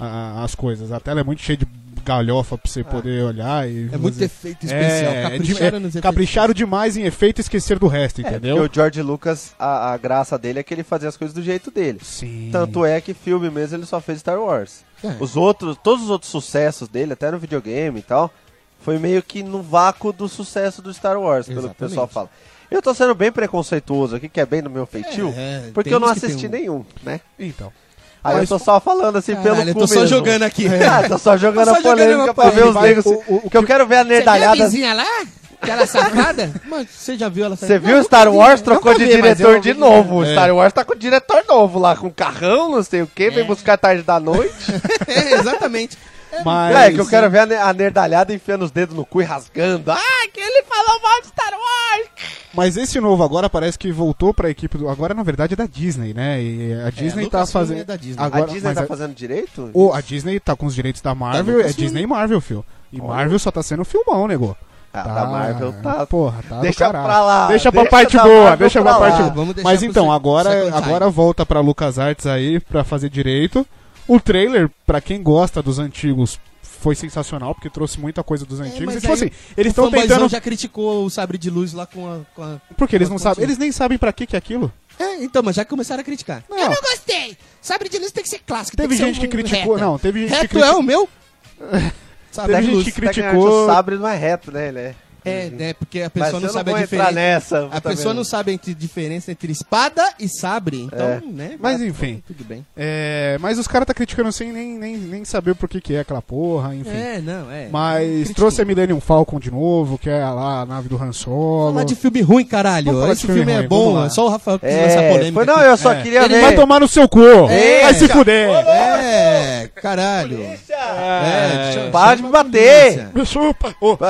a- a- as coisas. A tela é muito cheia de galhofa pra você poder olhar. E
É muito
fazer-
efeito especial.
é,
capricharam
de-
nos
é,
efeitos.
capricharam demais em efeito e esquecer do resto,
É,
entendeu?
porque o George Lucas, a, a graça dele é que ele fazia as coisas do jeito dele.
Sim.
Tanto é que filme mesmo ele só fez Star Wars.
É.
Os outros, todos os outros sucessos dele, até no videogame e tal, foi meio que no vácuo do sucesso do Star Wars, pelo que o
Exatamente.
pessoal fala. Eu tô sendo bem preconceituoso aqui, que é bem do meu feitio,
É, é,
porque
tem
eu não
uns que tem
assisti
um-
nenhum, né?
Então.
Aí
Mas-
eu tô só falando assim pelo
Caralho, eu
cu
tô só
mesmo. *laughs*
jogando aqui. *laughs* é.
Ah, tô só jogando
Tô só
a polêmica
jogando a
pra ver os
Vai,
negros.
o- o- o
Porque eu quero ver a
Você viu a
nerdalhada.
vizinha lá? Aquela safada?
Mas você já viu ela
Você
sair?
viu Star Wars? Trocou
nunca
de
vi, mas eu não
diretor
vi
de
nada.
novo. O Star Wars tá com diretor novo lá, com carrão, não sei o que, vem buscar tarde da noite.
*laughs* É, exatamente.
Mas,
É, que eu quero ver a ne- a nerdalhada enfiando os dedos no cu e rasgando. Ah,
que ele falou mal de Star Wars!
mas esse novo agora parece que voltou pra equipe do. Agora, na verdade, é da Disney, né? E a Disney
a
tá
Lucasfilm
fazendo.
é da Disney.
Agora,
a Disney
mas é
tá
a-
fazendo direito?
o- a Disney tá com os direitos da Marvel, é
Lucasfilm.
Disney e Marvel, filho. E Marvel só tá sendo filmão, nego.
Ah, da Marvel tá-
Porra, tá do
Deixa
caralho.
pra lá,
Deixa pra
deixa
parte
da
boa,
Marvel
deixa pra
pra lá.
parte boa.
Vamos deixar
Mas
pro
então,
se-
agora,
second time.
agora volta pra LucasArts aí pra fazer direito. O trailer, pra quem gosta dos antigos, foi sensacional, porque trouxe muita coisa dos antigos.
É, mas
e, tipo
aí
assim, eles
O
estão
fanboyzão
tentando.
já criticou o Sabre de Luz lá com a... com a-
Porque eles não
Mas
sabem.
continua.
Eles nem sabem pra que que é aquilo.
É, então, mas já começaram a criticar.
Eu
Não.
não gostei! Sabre de luz tem que ser clássico,
Teve
tem ser
gente que
um
criticou.
reta.
Não, teve gente que
Reto
criticou.
é o *laughs* meu? Sabre
Teve
de
gente
luz.
que
O
criticou.
sabre não é reto, né? Ele é.
É, né? Porque a
Mas
pessoa não
eu
sabe
vou
a
entrar
diferença.
nessa.
A
também
pessoa não sabe a diferença entre espada e sabre, então,
É.
né?
Mas enfim.
Tudo bem.
É, mas os caras tá criticando sem nem, nem, nem saber por que que é aquela porra, enfim.
É, não, é.
Mas
Criticou.
trouxe a Millennium Falcon de novo, que é lá a nave do Han Solo.
Falar de filme ruim, caralho.
Vamos falar
Esse
de
filme,
filme
é
ruim,
bom,
vamos lá.
é só o Rafael que lança a
É,
polêmica.
foi, não,
aqui.
eu só queria
Ele
ver.
vai tomar no seu cu!
É,
vai se fuder!
É, caralho. É,
Para de me bater!
Me chupa! Ô. *laughs*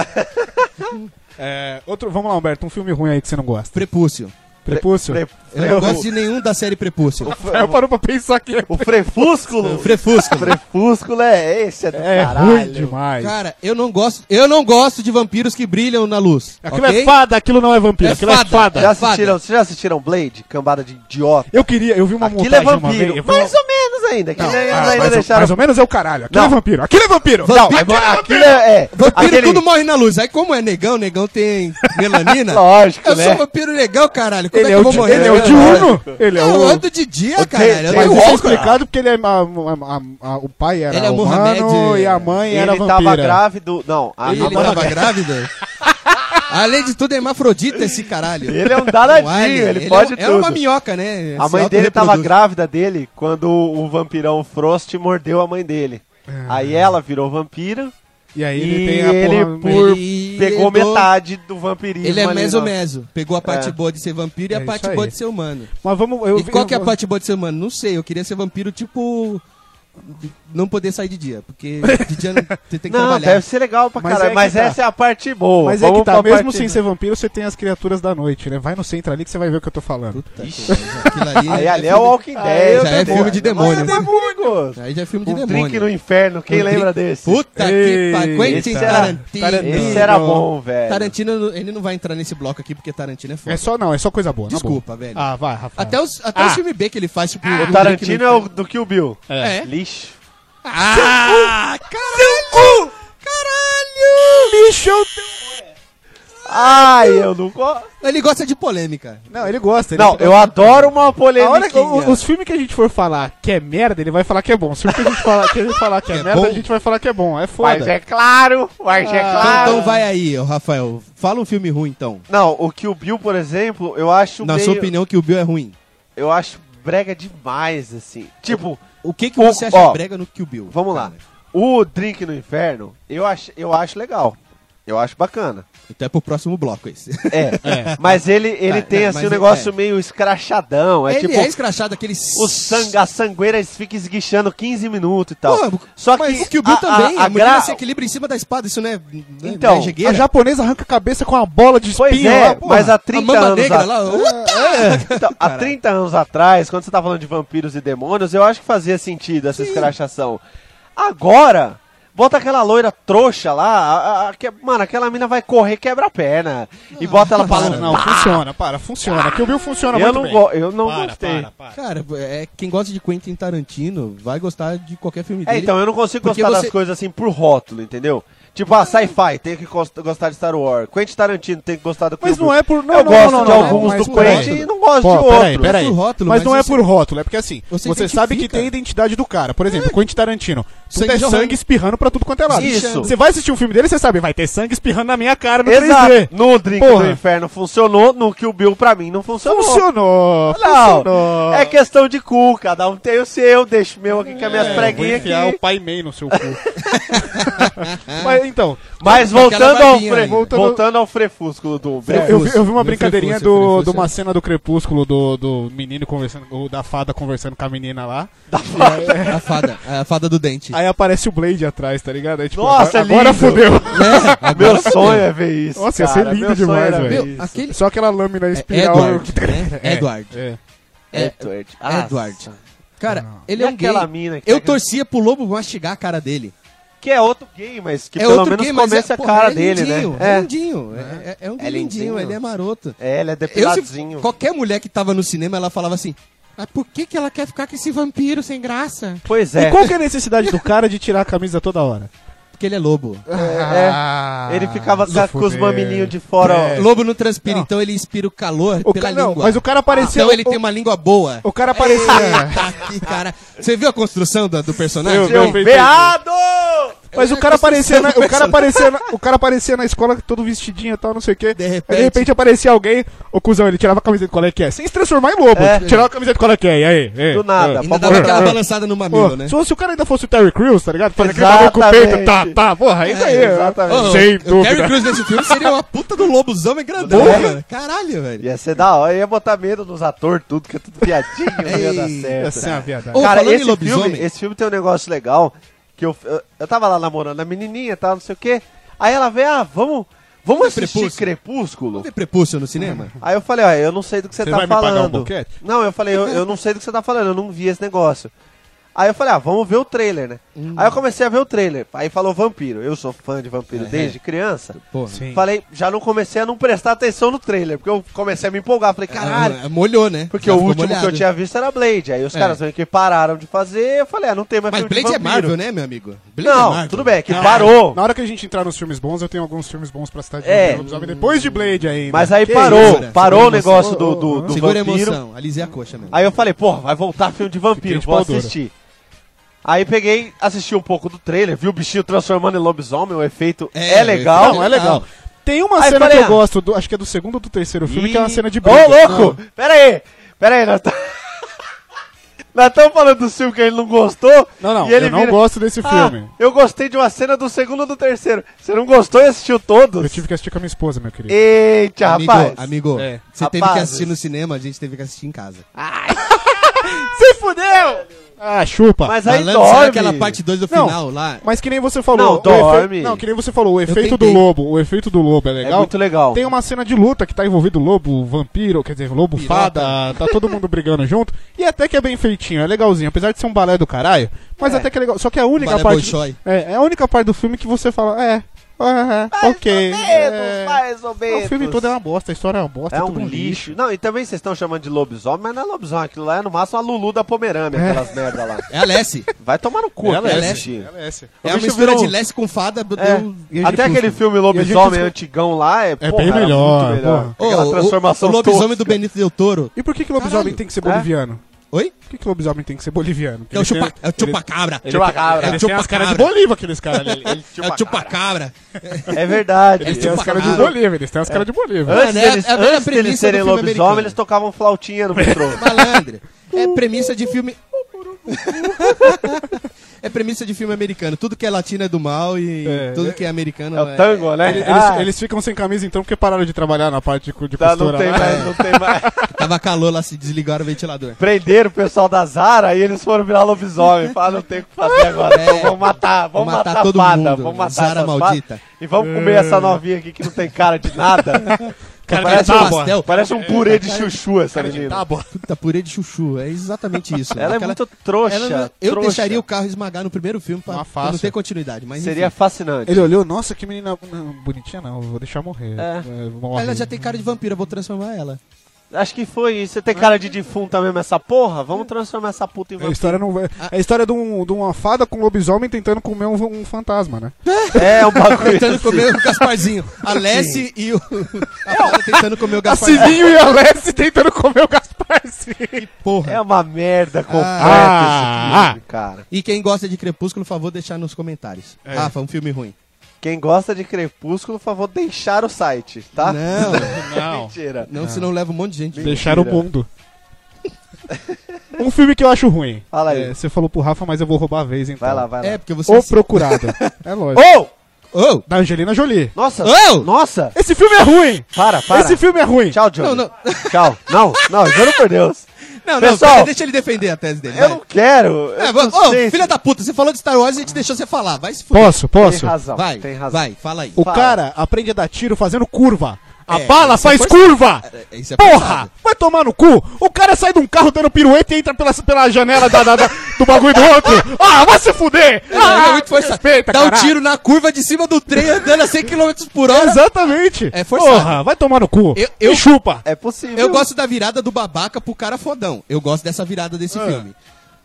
É, outro, vamos lá, Humberto, um filme ruim aí que você não gosta.
Prepúcio.
Prepúcio? É,
Pre-
Eu não gosto de nenhum da série Prepúcio.
Aí eu paro pra pensar que é,
O Frefúsculo!
Frefusco.
Frefúsculo é esse, é do
é
caralho.
ruim demais.
Cara, eu não gosto, eu não gosto de vampiros que brilham na luz.
Aquilo
ok?
é fada, aquilo não é vampiro,
É
aquilo é
fada.
fada.
Já
É
assistiram, vocês já assistiram Blade? Cambada de idiota.
Eu queria, eu vi uma
Aquilo é
montagem uma vez.
vampiro.
eu vi
Mais
uma-
ou menos ainda. Aquilo
Não,
eles
ah,
ainda
mais, ou,
deixaram.
mais ou menos é o caralho. Aquilo
Não.
é vampiro, aquilo é vampiro.
Não, é, bom- aquilo é. é
Vampiro
aquele-
tudo morre na luz. Aí como é negão, negão tem melanina.
*laughs* Lógico,
eu
né?
sou vampiro negão, caralho. Como
Ele
é
é o
que eu vou
di-
morrer?
ele é o
né?
diurno. Ele é
Eu
o.
ando de dia,
Eu
caralho. Eu
tenho-
Mas
tenho
isso é
roupa.
explicado porque ele é, a- a- a- o pai era
Ele é
humano
Mohamed.
e a mãe era
Ele
vampira.
tava grávido. Ah, Não, a
né, Ele
namorada-
tava grávida? Além de tudo, é hermafrodita esse caralho.
Ele é um
Um
danadinho,
alien,
ele, pode
é, um-
tudo.
É uma minhoca, né?
a
Se
mãe dele tava
autorreproduz.
grávida dele quando o vampirão Frost mordeu a mãe dele.
Ah.
Aí ela virou vampira
E aí
e
ele tem a
ele,
porra-
por-
Ele
pegou
herdou-
metade do vampirismo.
Ele é
ali,
meso
não.
meso. Pegou a parte
É.
boa de ser vampiro e
É
a parte
isso aí.
boa de ser humano.
Mas vamos. Eu,
e qual que é a
eu-
parte boa de ser humano? Não sei, eu queria ser vampiro, tipo. Não poder sair de dia, porque de dia não- você tem que
Não,
trabalhar.
deve ser legal pra
Mas é
caralho.
que
Mas
tá.
essa é a parte boa.
Mas é que
Vamos
tá,
pra
mesmo
parte-
sem ser vampiro, você tem as criaturas da noite, né? Vai no centro ali que você vai ver o que eu tô falando.
Puta coisa, aquilo ali.
Aí
é
ali é
filme-
o Walking Dead.
já
meu
é
Deus.
filme de demônio.
Mas é demônio.
Aí já é filme de
Um drink
demônio.
no inferno, quem
Um
lembra
drink-
desse?
Puta que pariu. Quentin
Esse era-
Tarantino.
Tarantino.
Esse era bom, velho.
Tarantino, ele não vai entrar nesse bloco aqui porque Tarantino é foda.
tá
É só não, é só coisa boa. na
Desculpa,
boa.
velho.
Ah, vai, Rafael.
Até, os, até
Ah.
o filme B que ele faz, tipo.
O Tarantino é o do Kill Bill.
É.
Lixo.
Ah, caralho! Caralho!
Lixo!
Ai, eu não gosto.
É, Ele gosta de polêmica.
Não, ele gosta. Ele
Não, eu adoro uma
A hora que,
polêmica.
o- os filmes que a gente for falar que é merda, ele vai falar que é bom. Se o filme que a gente falar que, ele falar
*laughs*
que é,
Que é
merda,
bom?
a gente vai falar que é bom. É foda.
Mas é claro, mas é
Então,
claro.
então vai aí, ô Rafael. Fala um filme ruim, então.
Não, o Kill Bill, por exemplo, eu acho
Na
meio-
sua opinião, que o Bill é ruim.
Eu acho brega demais, assim. Tipo,
O que, que
O-
você acha
ó,
brega no Kill Bill?
vamos lá.
cara?
O Drink no Inferno, eu acho, eu acho legal. Eu acho bacana.
Então é pro próximo bloco esse.
É. Mas ele, ele
É,
tem,
é,
assim,
mas
um
é-
negócio
é.
meio escrachadão. É
ele
tipo,
é escrachado, aquele...
o sangue, a sangueira fica esguichando 15 minutos e tal.
Pô,
Então, Só
mas
que
o Kill Bill
a- a-
também, a,
a
mulher
gra-
se equilibra em cima da espada, isso não é... não é-
Então,
não é
A
jegueira.
japonesa arranca a cabeça com uma bola de espinho
Pois é,
lá, porra.
*laughs* mas há
A
30
mamba
anos
negra
a- *laughs*
lá... uta!
É.
Então, há 30 anos atrás, quando você tá falando de vampiros e demônios, eu acho que fazia sentido essa escrachação. Agora, bota aquela loira trouxa lá, a- a- que- mano, aquela mina vai correr quebra a perna. e bota ela pra
Para, não,
lutar.
funciona, para, funciona. Que o Bill funciona
eu,
muito
não
bem.
go- eu não
Para,
gostei.
para, para.
Cara, é, quem gosta de Quentin Tarantino vai gostar de qualquer filme
É,
dele.
então, eu não consigo
Porque
gostar
você-
das coisas assim por rótulo, entendeu? Tipo, ah, sci-fi, tem que cos- gostar de Star Wars. Quentin Tarantino tem que gostar do
Mas
Kubrick.
não é por- não,
Eu
não,
gosto
não,
de
não,
alguns
não,
do
mas
Quentin
peraí.
e não gosto
Pô,
de outros.
peraí, peraí.
Não é por rótulo,
mas,
mas
não é
você-
por rótulo, é porque assim, você,
Você
sabe que
identifica. É.
tem a identidade do cara. Por exemplo, Quentin Tarantino, tudo
Sangue
é
jorrando.
sangue espirrando pra tudo quanto é lado.
Isso.
Você vai assistir um filme dele, você sabe, vai ter sangue espirrando na minha cara no
Exato.
3D.
No Drink
Porra.
do Inferno funcionou, no Kill Bill pra mim não funcionou.
Funcionou, funcionou.
Não, é questão de cu, cada um tem o seu, deixo o meu aqui com as
É,
É,
minhas preguinhas aqui.
o pai meio no
*laughs*
seu cu. Mas então,
Mas
Aquela
voltando ao,
babinha
fre-
ainda.
voltando... ao frefúsculo do
eu,
Breno.
eu vi, eu vi uma
Meu
brincadeirinha
Frefúcio,
do,
Frefúcio,
de uma
é.
cena do Crepúsculo do, do menino conversando, ou da fada conversando com a menina lá.
é.
A fada, a fada do dente.
Aí aparece o Blade atrás, tá ligado? Aí, tipo,
Nossa,
agora, agora
lindo.
fudeu.
É, agora
Meu sonho é ver isso.
Nossa, ia ser
cara,
lindo
meu sonho
demais,
era
velho.
ver
Meu,
isso.
aquele...
Só aquela lâmina
É
espiral.
Edward, né? Edward.
*laughs* É.
É,
Edward. Ah,
é Edward. Cara, ele é
E
um gay.
aquela mina que
Eu
fica-
torcia pro lobo mastigar a cara dele.
Que é outro gay, mas que
é
pelo
outro
menos
gay, mas
comece
é-
a
porra,
cara
é
dele,
lindinho, É
né?
lindinho, é, é- é um
É
gay lindinho,
lindinho.
ele é maroto.
É, é ele é
Eu, se-
depiladinho.
qualquer mulher que tava no cinema, ela falava assim, mas por que que ela quer ficar com esse vampiro sem graça?
Pois é.
E qual que é a necessidade do cara de tirar a camisa toda hora? Ah,
Porque ele é lobo. Ah.
É, ele ficava
se
com os
fuder.
mamininhos de fora,
É.
ó.
Lobo não transpira,
Não.
então ele inspira o calor
O
pela
ca- não,
língua.
mas o
Ah.
cara aparecia.
Então ele
o,
tem uma língua boa.
o cara aparecia.
É.
*laughs* Eita, que cara. Você viu a construção do, do personagem?
Eu,
Seu
Perfeito.
veado!
Mas o
É
cara
a construção
aparecia, na,
do
o cara
né?
aparecia, na, o cara aparecia na escola todo vestidinho e tal, não sei o quê.
De
Aí,
repente-
de repente aparecia alguém, o cuzão, ele tirava a camiseta qual é que é, sem se transformar em lobo. Tirava a camiseta qual é que é, e aí? e aí?
Do nada,
É.
Ainda
Por
dava
favor.
aquela balançada no
Pô,
mamilo, né?
se, fosse- se o cara ainda fosse o Terry Crews, tá ligado? Fazendo aquele bagulho
Exatamente. É,
com o peito, tá, tá, porra, isso aí.
exatamente.
Ô,
Sem
o Terry
dúvida.
Crews nesse filme seria uma puta do lobuzão e grandão,
Porra.
cara. Caralho, velho.
Ia ser da hora, ia botar medo nos atores, tudo, que é tudo piadinho, não ia
*laughs* Ei,
dar
assim,
certo. né?
Essa é uma viadagem.
Ô,
Cara,
falando em
esse
lobisomem-
filme, esse filme tem um negócio legal, que eu, eu, eu tava lá namorando a menininha, tá, não sei o quê, aí ela veio, ah, vamos, vamos assistir Crepúsculo?
Vê Prepúcio no cinema?
Aí eu falei, ó, eu não sei do que você
Você
tá
vai me pagar um
falando.
boquete?
não, eu falei, eu, eu não sei do que você tá falando, eu não vi esse negócio. Aí eu falei, ah, vamos ver o trailer, né?
Hum.
Aí eu comecei a ver o trailer. Aí falou vampiro. Eu sou fã de vampiro
É.
desde criança.
Porra.
Sim.
Falei, já não comecei a não prestar atenção no trailer, porque eu comecei a me empolgar. Falei, caralho,
Ah, molhou, né?
porque
Já
o
ficou
último que eu
molhado.
tinha visto era Blade. Aí os
É.
caras meio que pararam de fazer. Eu falei, ah, não tem mais
Mas
filme de
Blade é
vampiro.
Marvel, né, meu amigo? Blade é
Não,
Marvel.
tudo bem, que
Não,
parou.
Na hora que a gente entrar nos filmes bons, eu tenho alguns filmes bons pra citar de
É.
Vampiro Lobisomem depois de Blade ainda.
Mas aí
Que né?
parou.
isso, cara?
parou o
Segura a emoção.
negócio do, do, do
Segura a
vampiro.
emoção, alisei a coxa mesmo.
Aí eu falei, porra, vai voltar filme de vampiro,
Fiquei de
vou
pau duro.
assistir. Aí peguei, assisti um pouco do trailer, vi o bichinho transformando em lobisomem, o efeito é,
É,
legal.
o
Não, é legal. Tem uma
Ah. Aí
cena
falei,
que eu
ah.
gosto, do- acho que é do segundo ou do terceiro filme, que é uma cena de
Ô, louco! Pera aí! Pera aí, nós tá... *laughs* Nós estamos falando do filme que ele não gostou.
Não, não,
e ele
eu não
vira,
gosto desse
"Ah,
filme.
Eu gostei de uma cena do segundo e do terceiro. Você não gostou e assistiu todos?
Eu tive que assistir com a minha esposa, meu querido.
Eita,
Amigo,
rapaz!
amigo,
É.
você teve que
Rapazes.
assistir no cinema, a gente teve que assistir em casa.
Se fudeu!
Ah, chupa.
Mas Tá aí
Malandro, sabe
dorme.
aquela parte 2 do
Não.
final lá?
Mas que nem você falou.
Não,
o efe-
dorme.
Não, que nem você falou, o efeito do
tentei.
lobo. O efeito do lobo é legal.
É muito legal.
Tem uma cena de luta que tá envolvido lobo, vampiro, quer dizer, lobo,
Pirata.
fada, tá todo mundo brigando junto. E até que é bem feitinho, é legalzinho. Apesar de ser um balé do caralho, mas até que é legal. Só que é a única
Balé
parte.
Bolshoi.
É, é a única parte do filme que você fala, é. Ah,
Mais
ok.
ou menos,
É...
mais ou
Ah,
menos.
O filme todo é uma bosta, a história é uma bosta,
É
tudo
um lixo. Não, e também vocês estão chamando de lobisomem, mas não é lobisomem. Aquilo lá é no máximo a Lulu da Pomerânia, aquelas merda lá.
É a Lessie.
*laughs* Vai tomar no cu,
Ela
aquele
é,
bichinho.
Ela é essa.
O
É a
bicho
mistura
virou- um-
de Lessie com fada. um deu-
É,
e a
Até
Crepúsculo.
aquele filme
E
Lobisomem
a gente-
antigão lá é, porra,
bem
era
melhor,
muito
porra.
Ô,
Aquela
o-
transformação
O lobisomem do
tosca.
Benito Del Toro.
E por que, que o lobisomem
Caralho.
tem que ser boliviano?
Oi?
Por que, que o lobisomem tem que ser boliviano?
É o,
Ele tem-
chupa, é o chupacabra.
Ele- Chupacabra.
É
Ele
o
tem as caras de
chupacabra.
Bolívia, aqueles caras
*laughs*
ali. Ele
É o chupacabra.
É verdade.
Ele
tem
tinha
as caras de
Chupacabra.
Bolívia, eles têm as caras de Bolívia.
Antes
Mano, é-
deles,
é a mesma
antes deles
premissa
serem
do filme
lobisomem,
americano.
eles tocavam
*laughs*
flautinha no metrô.
Malandre. É premissa de filme. *laughs* é premissa de filme americano. Tudo que é latino é do mal e
É,
tudo
é-
que é americano
É o tango, né?
Eles,
Ah,
eles ficam sem camisa então porque pararam de trabalhar na parte de, de
tá,
costura
não tem
lá.
mais, não tem mais.
*laughs* Tava calor lá, se desligaram o ventilador.
Prenderam o pessoal da Zara e eles foram virar
*laughs*
lobisomem. Falaram, não tem o que fazer agora.
É.
Então vamos matar, vamos
Vamos
matar,
matar
a
todo
fada,
mundo.
vamos matar
Zara
essas
maldita.
fadas E vamos comer essa novinha aqui que não tem cara de nada.
É. *laughs* Cara de
parece,
tábua.
pastel.
um, parece um purê de chuchu essa menina.
Tábua.
Puta, purê de chuchu. É exatamente isso. né?
*laughs* Ela é
Aquela-
muito trouxa.
Ela- é- eu
trouxa.
deixaria o carro esmagar no primeiro filme pra,
Uma
pra não
fácil.
ter continuidade. Mas
Seria
enfim.
fascinante.
Ele olhou, nossa, que menina não, bonitinha não, vou deixar morrer.
É.
morre.
Ela já tem cara de vampira, vou transformar
*laughs*
ela.
Acho que foi isso. Você tem cara de defunta mesmo essa porra? Vamos transformar essa puta em
A
vampiro.
história não vai.
Ah.
É a história de, um, de uma fada com um lobisomem tentando comer um, um fantasma, né?
É, é um
*laughs*
bagulho.
Tentando comer o Gasparzinho. A Lessie e o. *laughs*
É,
A Paula tentando
*laughs*
comer o
Assim-
Gasparzinho.
Cizinho e a Lessie tentando comer o Gasparzinho.
Porra.
É uma merda completa
Ah,
esse filme, cara.
E quem gosta de Crepúsculo, por favor, deixar nos comentários. Ah, foi um filme ruim.
Quem gosta de Crepúsculo, por favor, deixar o site, tá? *laughs* é
Não,
Não.
Mentira.
não, senão leva um monte de gente.
Deixar o mundo. um filme que eu acho ruim.
Fala aí.
É, você falou pro Rafa, mas eu vou roubar a vez então.
Vai lá, vai lá.
É, porque você.
O
*laughs*
Procurado. é lógico.
Oh!
Oh!
Da Angelina Jolie.
Nossa!
Oh!
Nossa!
Esse filme é ruim!
Para, para.
Esse filme é ruim!
Tchau, Johnny.
Não, não.
Tchau. Não, não, juro por Deus.
Não, não,
Pessoal,
pera, deixa ele defender a tese dele. vai.
Eu não quero.
É,
eu
va-
não
ô,
sei se-
filha da puta, você falou de Star Wars e a gente deixou você falar. Vai se fuder.
Posso,
Tem
posso?
razão,
Vai,
tem razão.
vai, fala aí.
O
Fala.
cara aprende a dar tiro fazendo curva. A
É,
bala
isso
faz
é força-
curva!
É, isso é
Porra!
forçado.
Vai tomar no cu! O cara sai de um carro dando pirueta e entra pela, pela janela da, da- da- do bagulho do
*laughs*
outro! Ah, vai se fuder!
É,
Ah,
é muito forçado.
respeita,
Dá um
caralho.
tiro na curva de cima do trem andando a 100 km por hora.
Exatamente!
É forçado.
Porra, vai tomar no cu!
Eu- eu-
Me chupa!
É possível.
Eu gosto da virada do babaca pro cara fodão. Eu gosto dessa virada desse filme.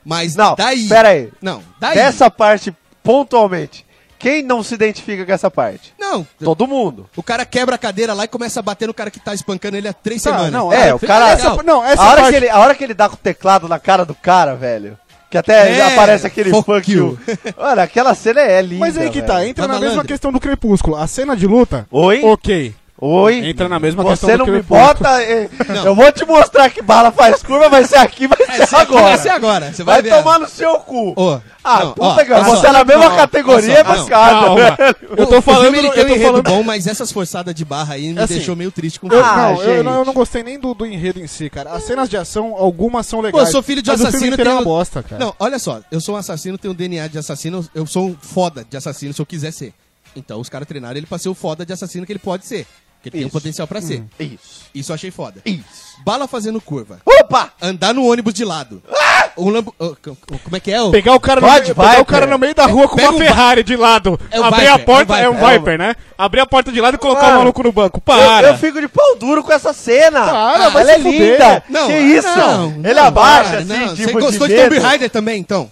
Mas
Ah. Não,
daí.
pera aí.
Não, daí.
dessa parte pontualmente. Quem não se identifica com essa parte?
Não.
Todo mundo.
O cara quebra a cadeira lá e começa a bater no cara que tá espancando ele há três
Tá,
semanas.
não,
É,
ah,
o cara-
Legal.
essa- não, essa
a, hora
parte-
que ele, a hora que ele dá com o teclado na cara do cara, velho. Que até
É,
aparece aquele
fuck
fuck you.
you.
Olha, aquela cena é linda.
Mas aí que tá,
velho.
entra
Vai,
na mesma
malandro.
questão do Crepúsculo. A cena de luta,
Oi?
ok.
Oi?
Entra na mesma questão
Você
do
não me
Crepúsculo.
bota. eh, Eu vou te mostrar que bala faz curva, vai ser aqui, vai ser
Essa aqui
é agora.
É, Vai ser agora. Você vai,
Vai,
ver.
tomar no seu cu.
Ô,
ah,
não,
puta
ó,
que eu
olha
Você
só.
é na mesma
Não,
categoria, é
olha só,
mascada,
*laughs* Calma.
velho.
Eu tô falando,
ele
eu
tem um
tô
enredo
falando.
bom, mas essas forçadas de barra aí me
Assim,
deixou meio triste com o
Eu,
filme.
Ah,
não, eu, não, eu
gente.
não gostei nem do, do enredo em si, cara. As cenas de ação, algumas são
Pô,
legais.
eu sou filho de
mas O
assassino,
filme inteiro é uma
tenho-
bosta, cara.
Não, olha só, eu sou um assassino, tenho DNA de assassino, eu sou um foda de assassino se eu quiser ser. Então os caras treinaram ele pra ser o foda de assassino que ele pode ser. Que ele tem o
Isso.
potencial pra ser.
*laughs* Isso.
Isso eu achei foda.
Isso.
Bala fazendo curva.
Opa! Ah,
Andar no ônibus de lado. Um lambo... oh, co- co- Como é que é? O...
Pegar o cara,
Vai,
no, meio,
Viper.
pegar o cara no meio da rua com
Pega
uma
um
Ferrari de lado.
É o
abrir
Viper,
a porta,
é
é
o
um
Viper.
Viper, né? Abrir a porta de lado e colocar
Mano,
o maluco no banco. Para!
Eu, eu fico de pau duro com essa cena.
Para, vai
Ela
se
é
fuder.
linda.
Não, ah,
que isso?
não,
Ele
não,
abaixa,
para,
assim,
não.
tipo
Você gostou de,
medo.
Tomb Raider também, então?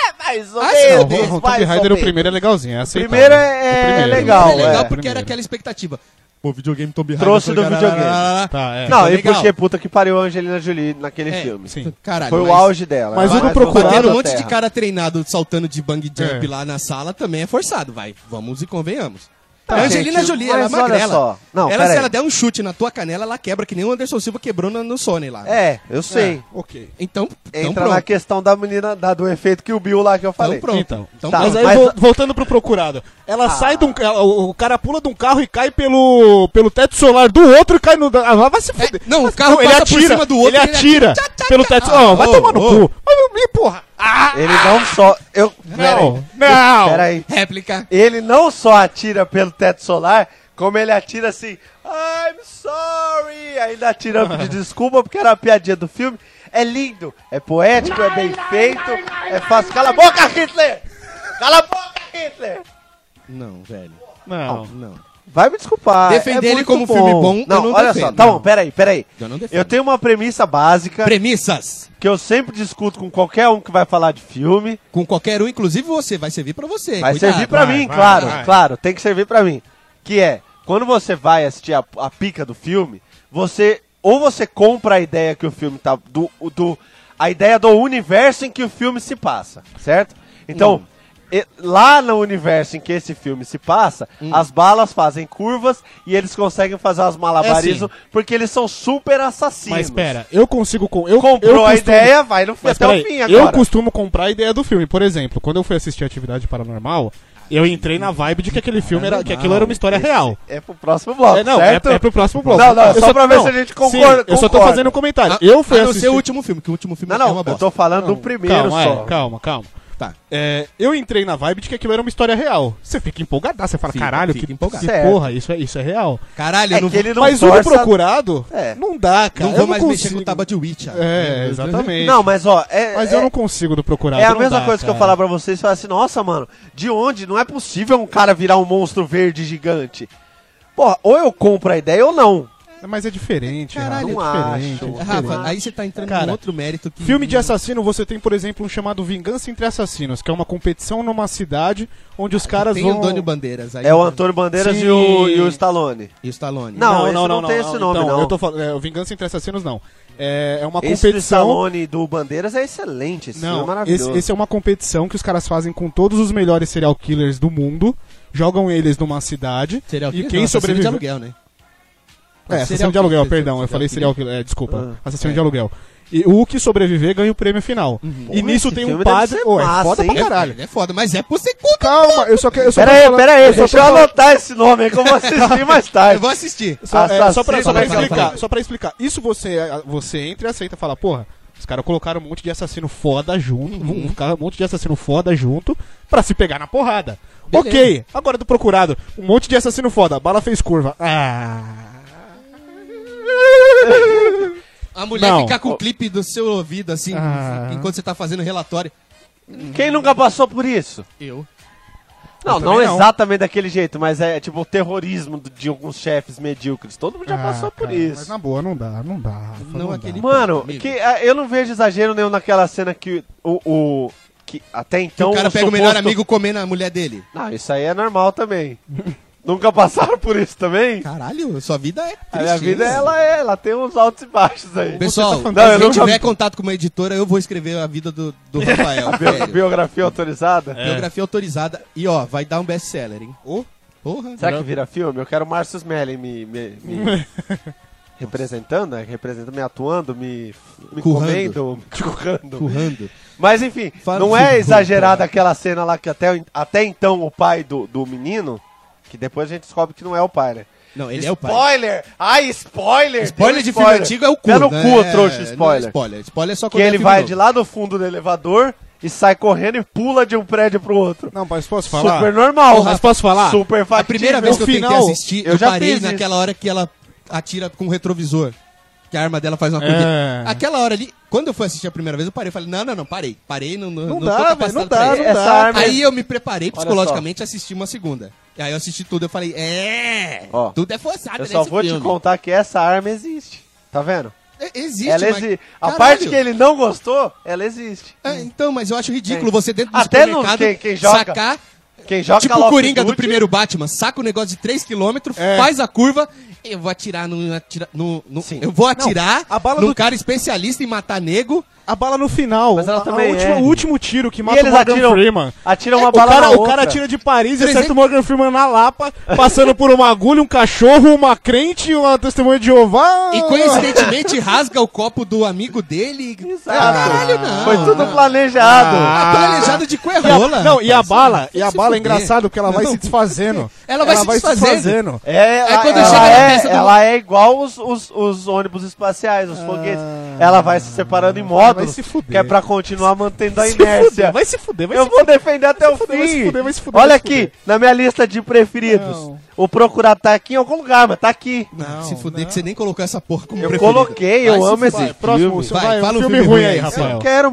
É mais ou
Não,
Ah, meu
menos.
o Ro- Ro-
mais
Tomb
ou
Raider, o
menos.
primeiro é legalzinho, é aceitável.
Primeiro é-
O primeiro,
é legal,
é
o
legal
é.
porque era
primeiro.
aquela expectativa. Pô, videogame Tomb Raider.
Trouxe do
caralho,
videogame.
lá, lá, lá.
Tá, é.
Não,
Foi
e
legal.
puxei puta que pariu a Angelina Jolie naquele
É,
filme.
Sim.
Caralho,
Foi o
mas-
auge dela.
Mas
Ela
o do
mais
Procurado-
bateu
Batendo
na
um monte de
terra.
cara treinado saltando de bang jump
É.
lá na sala também é forçado, vai. Vamos e convenhamos.
Tá,
a Angelina
gente,
Jolie, ela é
mas olha
magrela.
só. Não,
ela,
pera
se
aí.
ela der um chute na tua canela, ela quebra, que nem o Anderson Silva quebrou no, no Sony lá.
É, eu sei.
Ok.
Então, então
Entra
pronto.
na questão da menina, da- do efeito que o Bill lá que eu
Então
falei.
pronto.
Então,
então
tá,
mas
pronto.
aí,
mas- Ah.
vol- voltando pro procurado. Ela sai de um. ela- o o cara pula de um carro e cai pelo, pelo teto solar do outro e cai no. da- Ah, vai
É,
se fuder.
não, o
Mas-
carro
ele
passa
atira,
por cima do outro
Ele
e ele
atira
atira, tchá, tchá,
pelo
tchá.
teto solar. Ah, vai
Ô,
tomar no
ô.
cu. Mas, me porra. Ah,
Ele não só. Eu.
não,
Peraí.
não.
Peraí.
Réplica.
Ele não só atira pelo teto solar, como ele atira assim. I'm sorry!
*laughs*
Ainda atira de desculpa porque era uma piadinha do filme. É lindo, é poético, é bem feito, é fácil. Cala a boca, Hitler! Cala a boca, Hitler!
Não, velho.
Não.
Não.
Vai me desculpar.
Defender
é
ele
muito
como filme bom, eu
Não,
não
olha
defendo.
só. Tá bom, peraí, peraí.
Eu não defendo.
Eu tenho uma premissa básica
Premissas!
que eu sempre discuto com qualquer um que vai falar de filme.
Com qualquer um, inclusive você, vai servir pra você.
Vai
cuidado.
servir pra
vai,
mim,
vai,
claro,
vai.
claro, tem que servir pra mim. Que é, quando você vai assistir a, a pica do filme, você ou você compra a ideia que o filme tá do, o- do a ideia do universo em que o filme se passa, certo? Então,
Hum.
e- lá no universo em que esse filme se passa,
Hum.
as balas fazem curvas e eles conseguem fazer as malabarismo porque eles são super assassinos.
É assim. Mas pera, eu consigo. Com, eu,
comprou
eu
a
costumo-
ideia, vai no,
Mas
até
peraí,
o fim
eu
agora.
costumo comprar a ideia do filme. Por exemplo, quando eu fui assistir Atividade Paranormal, eu entrei na vibe de que aquele filme era. que aquilo era uma história real.
É pro próximo bloco,
É, não, é,
certo?
é pro próximo bloco.
Não, não, é
Eu
só pra ver se a gente concorda-
sim, eu só tô
concorda.
fazendo um comentário.
Ah,
eu fui
a não
assistir.
ser o último filme, que o último filme
Não,
é
não,
uma
eu
bosta.
tô falando do primeiro
calma,
só.
é, calma, calma.
Tá.
É, eu entrei na vibe de que aquilo era uma história real. Você fica empolgadaço, você fala,
Fica,
caralho,
fica
que,
empolgado.
que
Certo.
porra, isso é, isso é real.
Caralho,
É
eu não
que
vou,
ele não
Mas o
torça...
procurado,
É.
não dá, cara.
não
eu
vou mais
consigo.
mexer com o Taba de Witcher.
É, exatamente.
Não, mas ó, é,
Mas
é,
eu não consigo do procurado.
é a
não
mesma
dá,
coisa que eu
cara.
falar pra vocês, falar assim, nossa, mano, de onde? Não é possível um cara virar um monstro verde gigante. Porra, ou eu compro a ideia ou não.
Mas é diferente,
Caralho,
Rafa,
não
é diferente.
acho.
é diferente.
Rafa, aí você tá entrando
Cara,
num outro mérito que.
Filme de assassino, você tem, por exemplo, um chamado Vingança entre Assassinos, que é uma competição numa cidade onde os caras
Tem
vão.
Antônio Bandeiras aí.
É o Antônio Bandeiras
Sim.
e o, e o Stallone.
E o Stallone.
Não. esse não tem esse nome,
então,
não.
Eu tô falando, é, o Vingança entre Assassinos não. É, é uma
Esse do
competição.
Stallone e do Bandeiras é excelente, esse filme é
Não,
maravilhoso.
esse, esse é uma competição que os caras fazem com todos os melhores serial killers do mundo, jogam eles numa cidade
Serial
e
killer
quem
não, assassino de
sobrevive
aluguel, né?
É, assassino
Serial
de aluguel,
killer,
perdão. Eu
serial
falei
killer.
serial killer, é, desculpa.
Ah.
assassino de aluguel. E o que sobreviver ganha o prêmio final.
Uhum.
E
Pô,
nisso
esse
tem um
filme deve
padre.
ser
Ô, é
massa,
foda pra
hein?
caralho.
Ele é foda, mas é por
*laughs*
segundo.
Calma, eu só quero. Eu só
Pera
quero
aí,
falar-
pera aí,
eu só
deixa eu
quero falar-
anotar esse nome aí que eu vou
*laughs*
assistir mais
Eu
tarde.
vou assistir.
Só, é, só pra,
Assassino,
só pra
fala, fala,
explicar,
fala.
só pra explicar. Isso você, a- você entra e aceita e fala, porra, os caras colocaram um monte de assassino foda junto,
Uhum.
um, cara- um monte de assassino foda junto pra se pegar na porrada.
Beleza.
Ok, agora do procurado, um monte de assassino foda, bala fez curva. Ah.
A mulher
Não.
ficar com o clipe do seu ouvido, assim,
Ah.
enquanto você tá fazendo relatório.
Quem nunca passou por isso?
Eu.
Não, não,
também não.
exatamente daquele jeito, mas é tipo o terrorismo de alguns chefes medíocres. Todo mundo já passou
Ah,
por
cara,
isso.
Mas na boa, não dá, não dá. Rafa,
Não
não dá.
aquele-
Mano,
Amigo.
que, ah, eu não vejo exagero nenhum naquela cena que o. o que até então.
o cara pega o
suposto-
melhor amigo comendo a mulher dele.
Não, isso aí é normal também. *laughs* Nunca passaram por isso também?
Caralho, sua vida é triste.
A minha vida,
hein?
ela é, ela tem uns altos e baixos aí.
Pessoal,
Você tá
fantasiando.
se
Não,
eu
eu nunca-
tiver contato com uma editora, eu vou escrever a vida do, do Rafael.
Bio-
velho.
*laughs* biografia autorizada?
Biografia autorizada. E ó, vai dar um best-seller, hein? Ô, porra.
Será que vira filme? Eu quero o Márcio Smelling me. me,
*laughs*
me representando, né? Representando, me atuando, me. me
Currando.
comendo,
*laughs*
me currando.
Currando.
Mas enfim,
Fala
não
do
é
filme,
exagerada
cara.
aquela cena lá que até, até então o pai do, do menino, que depois a gente descobre que não é o pai, né?
Não, ele é o pai.
Spoiler! Ai, um spoiler!
Spoiler
Deu
de filme antigo é o cu.
É no
né?
cu, trouxa,
não é
spoiler.
spoiler. Spoiler é só
que
quando é
ele
filme
vai
novo.
de lá do fundo do elevador e sai correndo e pula de um prédio pro outro.
Não, mas posso falar?
Super normal.
Ô, Rafa, posso falar?
Super
A
fatídico.
primeira vez que eu
final,
tentei assistir, eu,
eu já
parei
fiz isso.
naquela hora que ela atira com o retrovisor. Que a arma dela faz uma
É.
corrida. Aquela hora ali, quando eu fui assistir a primeira vez, eu parei. Falei, não, não, não, parei. Parei, não, não,
Não
tô
dá, velho,
capacitado
não dá,
pra isso.
não
Essa
dá.
arma
Aí eu me preparei
só.
psicologicamente e assisti uma segunda. E aí eu assisti tudo, eu falei, é,
Ó,
tudo é forçado
Eu só vou te contar que essa arma existe. Tá vendo?
É, existe,
ela
mas-
exi... A
Caralho.
parte que ele não gostou, ela existe.
É, então, mas eu acho ridículo
Tem.
você dentro do
Até no-
supermercado
quem- quem joga-
sacar,
Quem joga
tipo
Call
o
of
Coringa do
Duty-
primeiro Batman, saca o negócio de 3km,
É.
faz a curva, eu vou atirar no... atira- no, no-
Sim.
eu vou atirar
a bala
num
do-
cara especialista em matar nego.
A bala no final.
Mas ela
a- a
também
última-
é.
O último tiro que
E
mata o
eles
Morgan
atiram,
Freeman.
atiram É uma
o
bala
cara,
na
O cara
outra.
atira de Paris e
300
acerta o Morgan Freeman na Lapa, passando por uma agulha, um cachorro, uma crente, uma testemunha de Jeová.
E coincidentemente rasga o copo do amigo dele.
Exato.
Ah, Caralho, não.
Foi tudo planejado.
Ah.
Planejado de
E a-
coerrola.
não, e a
rapaz.
bala,
Vai
e a
se
bala é
fuder.
engraçado porque ela vai
Não.
se desfazendo.
*laughs* Ela vai se desfazendo.
É, ela,
quando
ela
chega na
é,
peça do-
ela é igual os, os, os ônibus espaciais, os foguetes. Ela vai se separando em
Vai
módulos,
se fuder.
que é pra continuar mantendo a
Se fuder,
inércia.
vai se fuder, vai
Eu
se
vou defender até o
fuder, vai se
fim.
fuder, vai se fuder,
Olha
vai se
aqui,
fuder.
na minha lista de preferidos.
Não.
O procurar tá aqui em algum lugar, mas tá aqui.
Não,
Não,
se fuder
não.
que você nem colocou essa porra como
Eu
preferido.
coloquei, eu
Vai se
amo
fuder.
esse
Ah, Próximo,
filme.
vai, vai,
Vai,
um
fala um
filme,
filme
ruim
ruim
aí,
aí,
Rafael.
Quero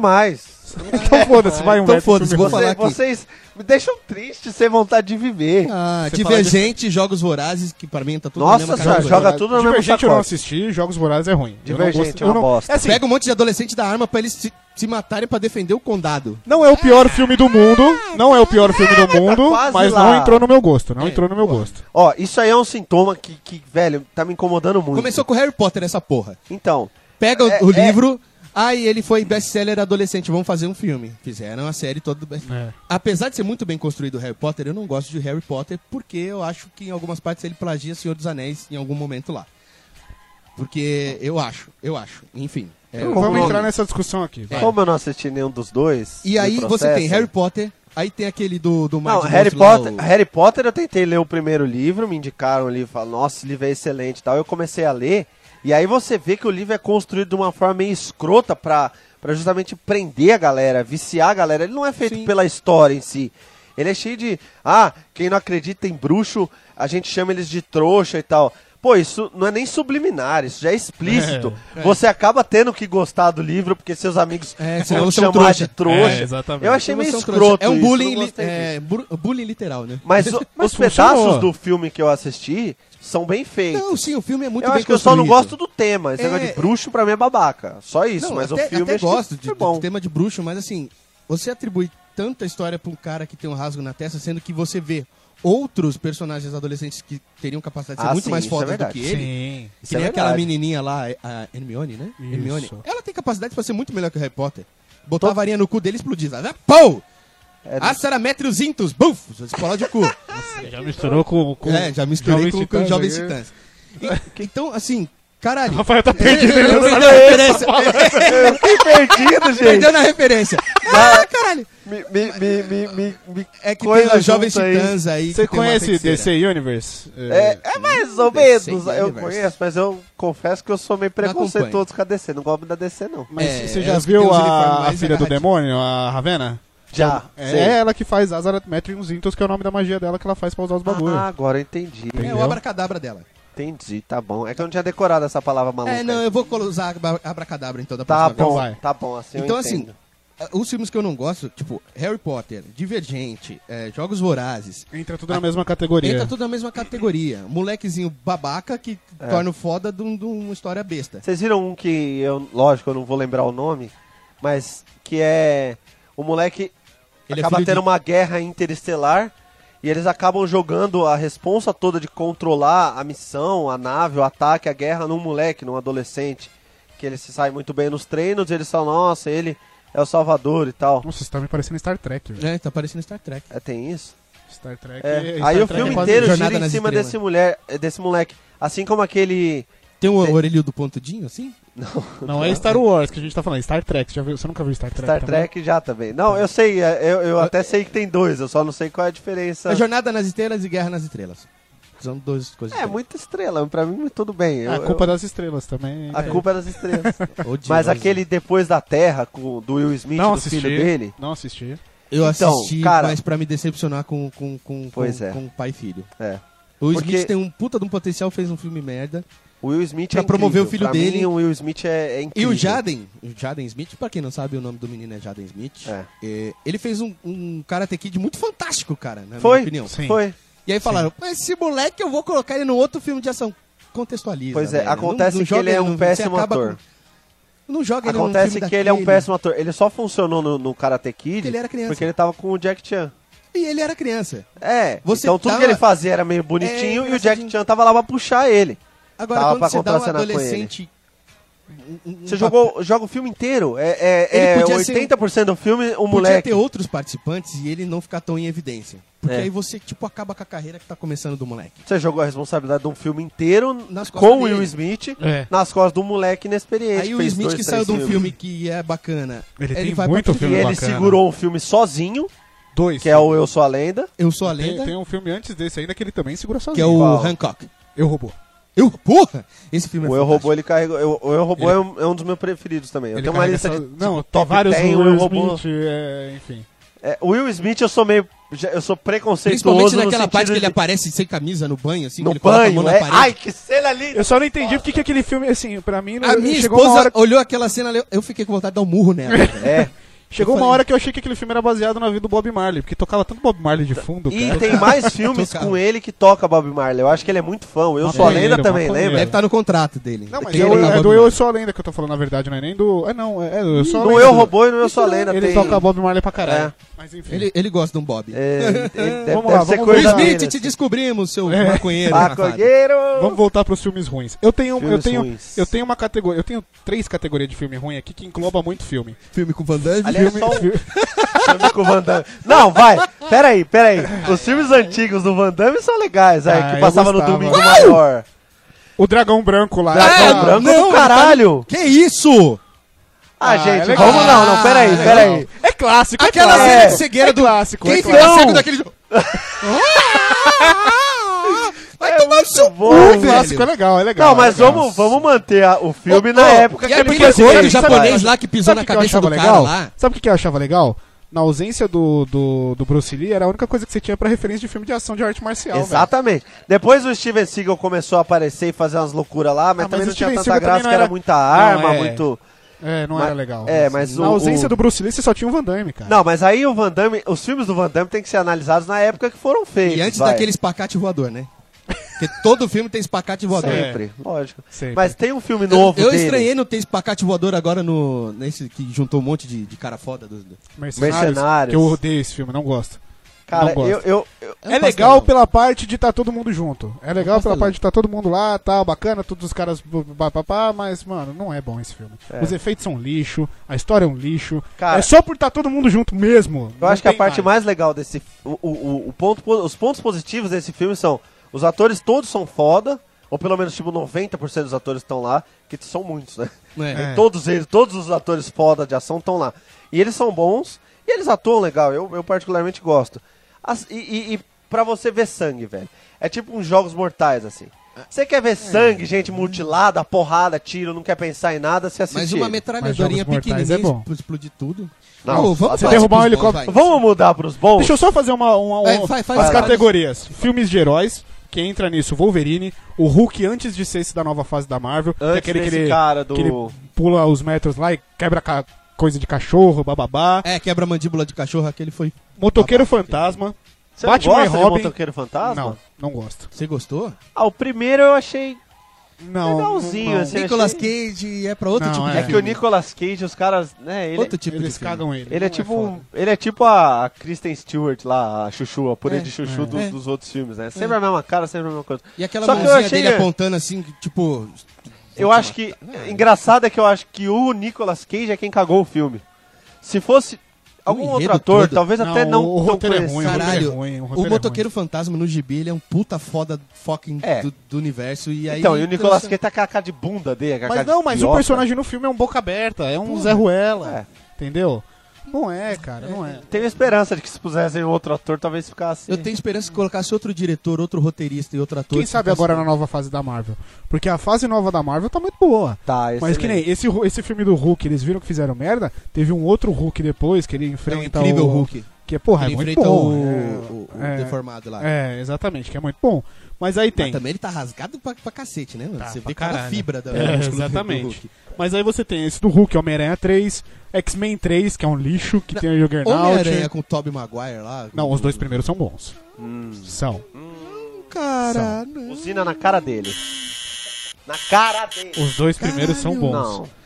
*laughs*
mais.
Então foda-se, vai um
Então
merda,
foda-se,
filme
vou
ruim.
falar
Você-
aqui.
vocês, Me deixam triste, sem vontade de viver.
Ah,
Você
Divergente, Jogos Vorazes, que pra mim tá tudo na
Nossa
mesma
senhora,
categoria.
joga tudo na mesma
Divergente eu não
sacola.
assisti, Jogos Vorazes é ruim. Eu não
Divergente
gosto-
é uma
eu não-
bosta.
É assim,
Pega um monte de adolescente da arma pra eles se, se matarem pra defender o condado.
não é o pior filme do mundo, não é o pior filme
*laughs*
do mundo,
Tá quase
mas
lá. É,
não entrou no meu gosto, não entrou no meu gosto.
Ó, isso aí é um sintoma que, que, velho, tá me incomodando muito.
Começou com Harry Potter essa porra.
Então,
Pega o-
É,
o
é.
livro, aí ele foi best-seller adolescente, vamos fazer um filme. Fizeram a série toda do best
É.
Apesar de ser muito bem construído o Harry Potter, eu não gosto de Harry Potter porque eu acho que em algumas partes ele plagia Senhor dos Anéis em algum momento lá. Porque eu acho, eu acho. Enfim. é,
Não
eu-
vamos
concordo.
entrar nessa discussão aqui. vai.
como eu não assisti nenhum dos dois.
E
me
aí você
processa.
tem Harry Potter, aí tem aquele do, do
Não,
Martin
Harry
Monstro lá,
Potter,
o-
Harry Potter eu tentei ler o primeiro livro, me indicaram o livro, falaram, nossa, esse livro é excelente e tal. Eu comecei a ler, e aí você vê que o livro é construído de uma forma meio escrota pra, pra justamente prender a galera, viciar a galera. Ele não é feito pela história em si. Ele é cheio de. Ah, quem não acredita em bruxo, a gente chama eles de trouxa e tal. Pô, isso não é nem subliminar, isso já
*laughs*
é explícito. Você acaba tendo que gostar do livro porque seus amigos
É, senão
vão te
você é um
chamar
trouxa.
de trouxa.
É, exatamente.
Eu achei meio
Informação trouxa.
escroto.
É um
isso,
bullying,
não
li-
gostei disso.
é, bur- bullying literal, né? *laughs*
Mas, o- os
funcionou.
pedaços do filme que eu assisti são bem feitos.
Não, sim, o filme é muito
eu
bem
acho que eu só não
construído.
gosto do tema.
É.
Esse negócio de bruxo pra mim é babaca. Só isso,
Não,
mas
até,
o filme
até
acho que
gosto de,
foi
do
bom. *laughs*
tema de bruxo, mas assim, você atribui tanta história pra um cara que tem um rasgo na testa, sendo que você vê outros personagens adolescentes que teriam capacidade de ser
Ah,
muito
sim,
mais
isso é
fodas do
verdade.
que ele.
Sim.
Isso
Que nem
é
aquela
verdade.
menininha lá, a Hermione, né?
Isso.
Hermione. Ela tem capacidade pra ser muito melhor que o Harry Potter. Botar a varinha no cu dele e explodir. sabe? Ah, Pou!
É,
Ah, Sarametrios Intus! Buf! Explode o cu.
Já misturou com, com
é, já misturei com, com
Titãs
Jovens
aí.
Titãs. É, E- então, assim, caralho.
Rafael tá perdido.
Perdeu
né?
na referência.
Eu fiquei
*laughs*
perdido, gente.
Perdeu na *laughs* referência. Ah, caralho.
Me, me, me, me, me, me
É que
coisa
tem os Jovens
junta aí.
Titãs aí. que
Você
tem uma
conhece
feiticeira.
DC Universe?
É, é mais ou
DC
menos.
Universe.
Eu conheço, mas eu confesso que eu sou meio preconceituoso com a DC. Não gosto muito da DC, não.
Mas
É,
você
é
já
os que tem
viu
os uniformes
a, a
mais
filha do
agarradinhos.
demônio, a Ravena?
Já.
É
sei. Ah,
ela que faz Azarat Metrium Zintos, que é o nome da magia dela que ela faz pra usar os bagulho.
Ah, agora eu entendi.
É
Entendeu?
o abracadabra dela.
Entendi, tá bom. É que eu não tinha decorado essa palavra maluca.
É, não, eu vou colo- usar abra- abracadabra então da
Tá
próxima vez.
Então
bom,
vai.
tá bom, assim eu
Então, assim,
entendo.
ah, os filmes que eu não gosto, tipo Harry Potter, Divergente, eh, Jogos Vorazes,
Entra tudo na mesma categoria.
Ah, entra tudo na mesma categoria. Molequezinho babaca que
É.
torna o foda de um- de uma história besta.
Vocês viram um que eu, lógico, eu não vou lembrar o nome, mas que é o moleque
Ele é
acaba
filho
tendo
de-
uma guerra interestelar e eles acabam jogando a responsa toda de controlar a missão, a nave, o ataque, a guerra num moleque, num adolescente, que ele se sai muito bem nos treinos, e eles falam, nossa, ele é o salvador e tal.
Nossa, você tá me parecendo Star Trek, velho.
É, tá parecendo Star Trek.
É, tem isso?
Star Trek.
É.
Star
Aí o
Trek é
filme
quase-
inteiro
Jornada
gira em
nas
cima
Estrelas.
desse mulher, desse moleque, assim como aquele
Tem o orelho do pontudinho, assim?
Não é Star Wars que a gente tá falando, é Star Trek. Você, já viu- você nunca viu Star Trek?
Star
também?
Trek já também. Não, eu sei, é, eu, eu até sei que tem dois, eu só não sei qual é a
Tá.
diferença.
É Jornada nas Estrelas e Guerra nas Estrelas. São duas coisas.
É, muita estrela, pra mim tudo bem. Eu-
É a culpa
eu-
das estrelas também.
a culpa é das
*laughs*
estrelas.
diferentes.
Mas aquele Depois da Terra, com, do Will Smith,
Não
do
assisti.
filho dele,
Não assisti.
Eu
Então,
assisti,
cara-
mas pra me decepcionar com, com, com,
Pois
com,
é.
com pai e filho.
é.
O Will
Porque-
Smith tem um puta de um potencial, fez um filme merda.
O Will Smith
Pra
é incrível.
promover o filho
Pra mim,
dele.
o Will Smith é, é
E
incrível.
o Jaden, o Jaden Smith, pra quem não sabe, o nome do menino é Jaden Smith.
É.
É, ele fez um, um Karate Kid muito fantástico, cara, na
Foi?
minha opinião.
Sim.
Foi.
E aí falaram, mas esse moleque eu vou colocar ele no outro filme de ação. Contextualiza.
Pois é,
velho.
acontece que
joga
ele é um
no- você
péssimo
acaba
ator.
com- não joga ele num
Acontece que
filme
ele é um
daquele.
péssimo ator. Ele só funcionou no, no Karate Kid
Porque ele era criança.
porque ele tava com o Jack Chan.
E ele era criança.
É,
Você
então tudo
tava-
que ele fazia era meio bonitinho
É,
e o Jack
engraçadinho.
Chan tava lá pra puxar ele.
Agora,
Tava pra
quando você dá um
contracenar com ele.
adolescente... um- um- um papel-
Você jogou, joga o filme inteiro. É,
Ele
é, é
podia ser-
80% do filme o
Podia
moleque.
ter outros participantes e ele não ficar tão em evidência. Porque
É.
aí você, tipo, acaba com a carreira que tá começando do moleque.
Você jogou a responsabilidade de um filme inteiro
Nas costas
com o Will
dele.
Smith
É.
nas costas do moleque inexperiente.
Aí o
Fez
Smith
dois,
que saiu
três
de um
filmes.
filme que é bacana.
Ele tem
vai
muito
pra-
filme
E ele
bacana.
segurou um filme sozinho,
Dois.
que é o Eu Sou a Lenda.
Eu sou a
Tem, um
lenda,
tem um filme antes desse ainda que ele também segura sozinho.
que é o
Qual?
Hancock.
Eu roubou.
Eu, porra! Esse filme é
O Eu
fantástico.
Robô ele carregou. Eu- O Eu Robô é um, é um dos meus preferidos também. Eu tenho uma lista de
Não,
tipo,
tem vários
10,
Will
Eu Robô.
Smith, é, enfim.
É, o Will Smith eu sou meio. já- Eu sou preconceituoso.
Principalmente
no
naquela parte
sentido
que ele
de-
aparece sem camisa no banho, assim, que
No
ele coloca a mão
banho,
na
é.
parede.
Ai, que cena ali!
Eu só não entendi porque que aquele filme, assim, pra mim...
a minha
chegou uma
esposa
hora-
*laughs*
olhou aquela cena, eu fiquei com vontade de dar um murro nela.
É.
Chegou
Eu
uma
falei-
hora que eu achei que aquele filme era baseado na vida do Bob Marley, porque tocava tanto Bob Marley de fundo,
E
cara.
tem
*laughs*
mais filmes
Tocava.
com ele que toca Bob Marley. Eu acho que ele é muito fã. Eu Sou a
Maconheiro,
Lenda também,
maconheiro.
lembra?
Deve estar no contrato dele.
Não, mas
Tem
eu,
ele na
é do
Bob
Eu
Marley.
Sou a Lenda que eu tô falando, na verdade, não é nem do. É não, é, é do Eu Sou a
No
Lenda.
Eu Robô e no Eu Sou a Lenda
Ele
tem...
toca Bob Marley pra caralho.
É.
Mas enfim.
Ele, ele gosta de um Bob.
É, ele- ele deve,
Vamos
deve
lá,
ser
vamos
Will
coisa
Smith,
dele, Ah,
te
assim.
descobrimos, seu
É.
maconheiro. safado.
Maconheiro!
Vamos voltar pros filmes ruins. Eu tenho, eu
Filmes
tenho,
ruins.
eu tenho uma categoria, eu tenho três categorias de filme ruim aqui que engloba muito filme.
Filme com Van Damme.
Aliás,
filme,
só um
fi-
filme com o Van Damme. Não, vai! Peraí, peraí. Os filmes antigos do Van Damme são legais, aí,
Ah, eu
que passava no
gostava.
Domingo Maior.
o Dragão Branco lá.
Dragão
Ah,
Branco
É, não, tá-
do caralho!
Que isso?
Ah,
Ah, é
gente,
legal.
vamos não, não, peraí,
Ah,
peraí.
É clássico.
Aquela
é
cena de
clássico.
cegueira
é
do.
clássico.
Quem
é
fica
clássico.
cego daquele
*laughs*
jogo? Vai
É
tomar no
muito
seu
bom,
cu,
É clássico é
velho.
legal, é legal.
Não,
é
mas
legal.
vamos, vamos manter a- o filme
Ô,
na
ô,
época
E aquele
fez,
gordo
cara.
japonês lá que é pisou
Sabe
na
o que eu
cabeça do
achava
cara
legal?
lá?
Sabe o que eu achava legal? Na ausência do, do, do Bruce Lee, era a única coisa que você tinha pra referência de filme de ação de arte marcial. velho.
Exatamente. Depois o Steven Seagal começou a aparecer e fazer umas loucuras lá, mas
Ah, mas
também
o
não tinha
Steven
tanta
Seagal também
graça,
não
que era
era-
muita arma,
Não, é.
muito...
É, não
Mas-
era legal.
é, mas
Na
o-
ausência
o-
do Bruce Lee, você só tinha o Van Damme, cara.
Não, mas aí o Van Damme, os filmes do Van Damme tem que ser analisados na época que foram feitos.
E antes
vai.
daquele espacate voador, né? Porque todo filme tem espacate voador.
Sempre, lógico.
Sempre.
Mas tem um filme
né? Eu-
novo
eu
dele.
estranhei não ter espacate voador agora no. nesse que juntou um monte de, de cara foda. Do, do-
Mercenários.
Que eu odeio esse filme, não gosto.
Cara,
não gosto.
eu, eu, eu-
É um
É legal
pastelão.
pela parte de tá todo mundo junto. É
um
legal pela
pastelão.
parte de tá todo mundo lá, tá bacana, todos os caras papapá, mas, mano, não é bom esse filme.
É.
Os efeitos são lixo, a história é um lixo.
Cara-
é só por tá todo mundo junto mesmo.
eu
Não
acho que a
tem
parte mais legal desse. O, o, o ponto, os pontos positivos desse filme são: os atores todos são foda, ou pelo menos tipo 90% dos atores estão lá, que são muitos, né?
É.
né?
*laughs* Todos eles, todos os atores foda de ação estão lá. E eles são bons e eles atuam legal. Eu, eu particularmente gosto. As- e, e, e pra você ver sangue, velho. É tipo uns jogos mortais, assim. Você quer
É.
ver sangue, gente mutilada, porrada, tiro, não quer pensar em nada, você assiste.
Mas uma
ele.
metralhadorinha
Mas Jogos Mortais
pequenininha
é bom.
expl- explodir tudo.
Não,
Ô,
você
falar
derrubar
sobre
um
os bons,
helicóptero.
vai.
Vamos mudar pros bons?
Deixa eu só fazer uma, uma, uma
É, faz- faz-
as
faz.
categorias. Filmes de heróis, que entra nisso, Wolverine, o Hulk antes de ser esse da nova fase da Marvel, que é
Antes
aquele que
desse
ele,
cara do-
que ele pula os metros lá e quebra ca- coisa de cachorro, bababá.
É, quebra a mandíbula de cachorro, aquele foi.
Motoqueiro
Babá,
Fantasma.
Você
Batman
não
e
gosta de
Robin.
Motoqueiro Fantasma?
Não, não gosto.
Você gostou?
Ah, o primeiro eu achei.
Não.
Legalzinho,
não.
assim. Você
Nicolas
achei-
Cage é pra outro
Não,
tipo de
É,
É.
que o
filme.
Nicolas Cage, os caras, né, ele,
Outro tipo
Eles
de filme.
cagam ele.
ele é
Não
tipo,
foda.
um- ele é tipo a, a Kristen Stewart lá, a Chuchu, a purê
É,
de Chuchu
é.
do-
É.
dos outros filmes, né? Sempre a mesma cara, sempre a mesma coisa.
E aquela
Só que eu
mãozinha
achei-
dele
é-
apontando assim, que, tipo.
Eu acho que. Engraçado é que eu acho que o Nicolas Cage é quem cagou o filme. Se fosse algum
enredo
outro ator,
todo.
talvez até não.
o
tão
roteiro é
conhecido.
ruim,
Caralho,
o roteiro é ruim.
O motoqueiro fantasma no gibi, ele é um puta foda fucking
É.
do, do universo. E aí
Então, e o Nicolas
trouxe-
Cage tá com a cara de bunda dele, com a cara
Mas
de
não, mas o
idiota.
personagem no filme é um boca aberta, é um
Porra.
Zé Ruela.
É.
Entendeu? Não é, cara, não é.
Tenho esperança de que se pusessem outro ator, talvez ficasse.
Eu tenho esperança que colocasse outro diretor, outro roteirista e outro ator.
Quem sabe agora na nova fase da Marvel? Porque a fase nova da Marvel tá muito boa.
Tá,
Mas
excelente.
que nem esse, Hu- esse filme do Hulk, eles viram que fizeram merda, teve um outro Hulk depois que ele
É um
enfrenta
incrível
o
Hulk.
Que é, porra,
ele
é muito
enfrenta
bom.
o,
é,
o- o
é.
deformado lá.
É, exatamente, que é muito bom. Mas aí
Mas
tem.
também ele tá rasgado pra, pra cacete, né, mano?
Tá,
Você
pra
vê cada
caralho.
fibra da
É,
do músculo do-
exatamente.
do Hulk.
Mas aí você tem esse do Hulk, Homem-Aranha 3, X-Men 3, que é um lixo, que tem o Juggernaut.
Homem-Aranha com o Tobey Maguire lá.
Não,
com-
os dois primeiros são bons.
Hum.
São.
Cara, não.
Usina na cara dele. Na cara dele.
Os dois primeiros são bons.
Caralho.
Não.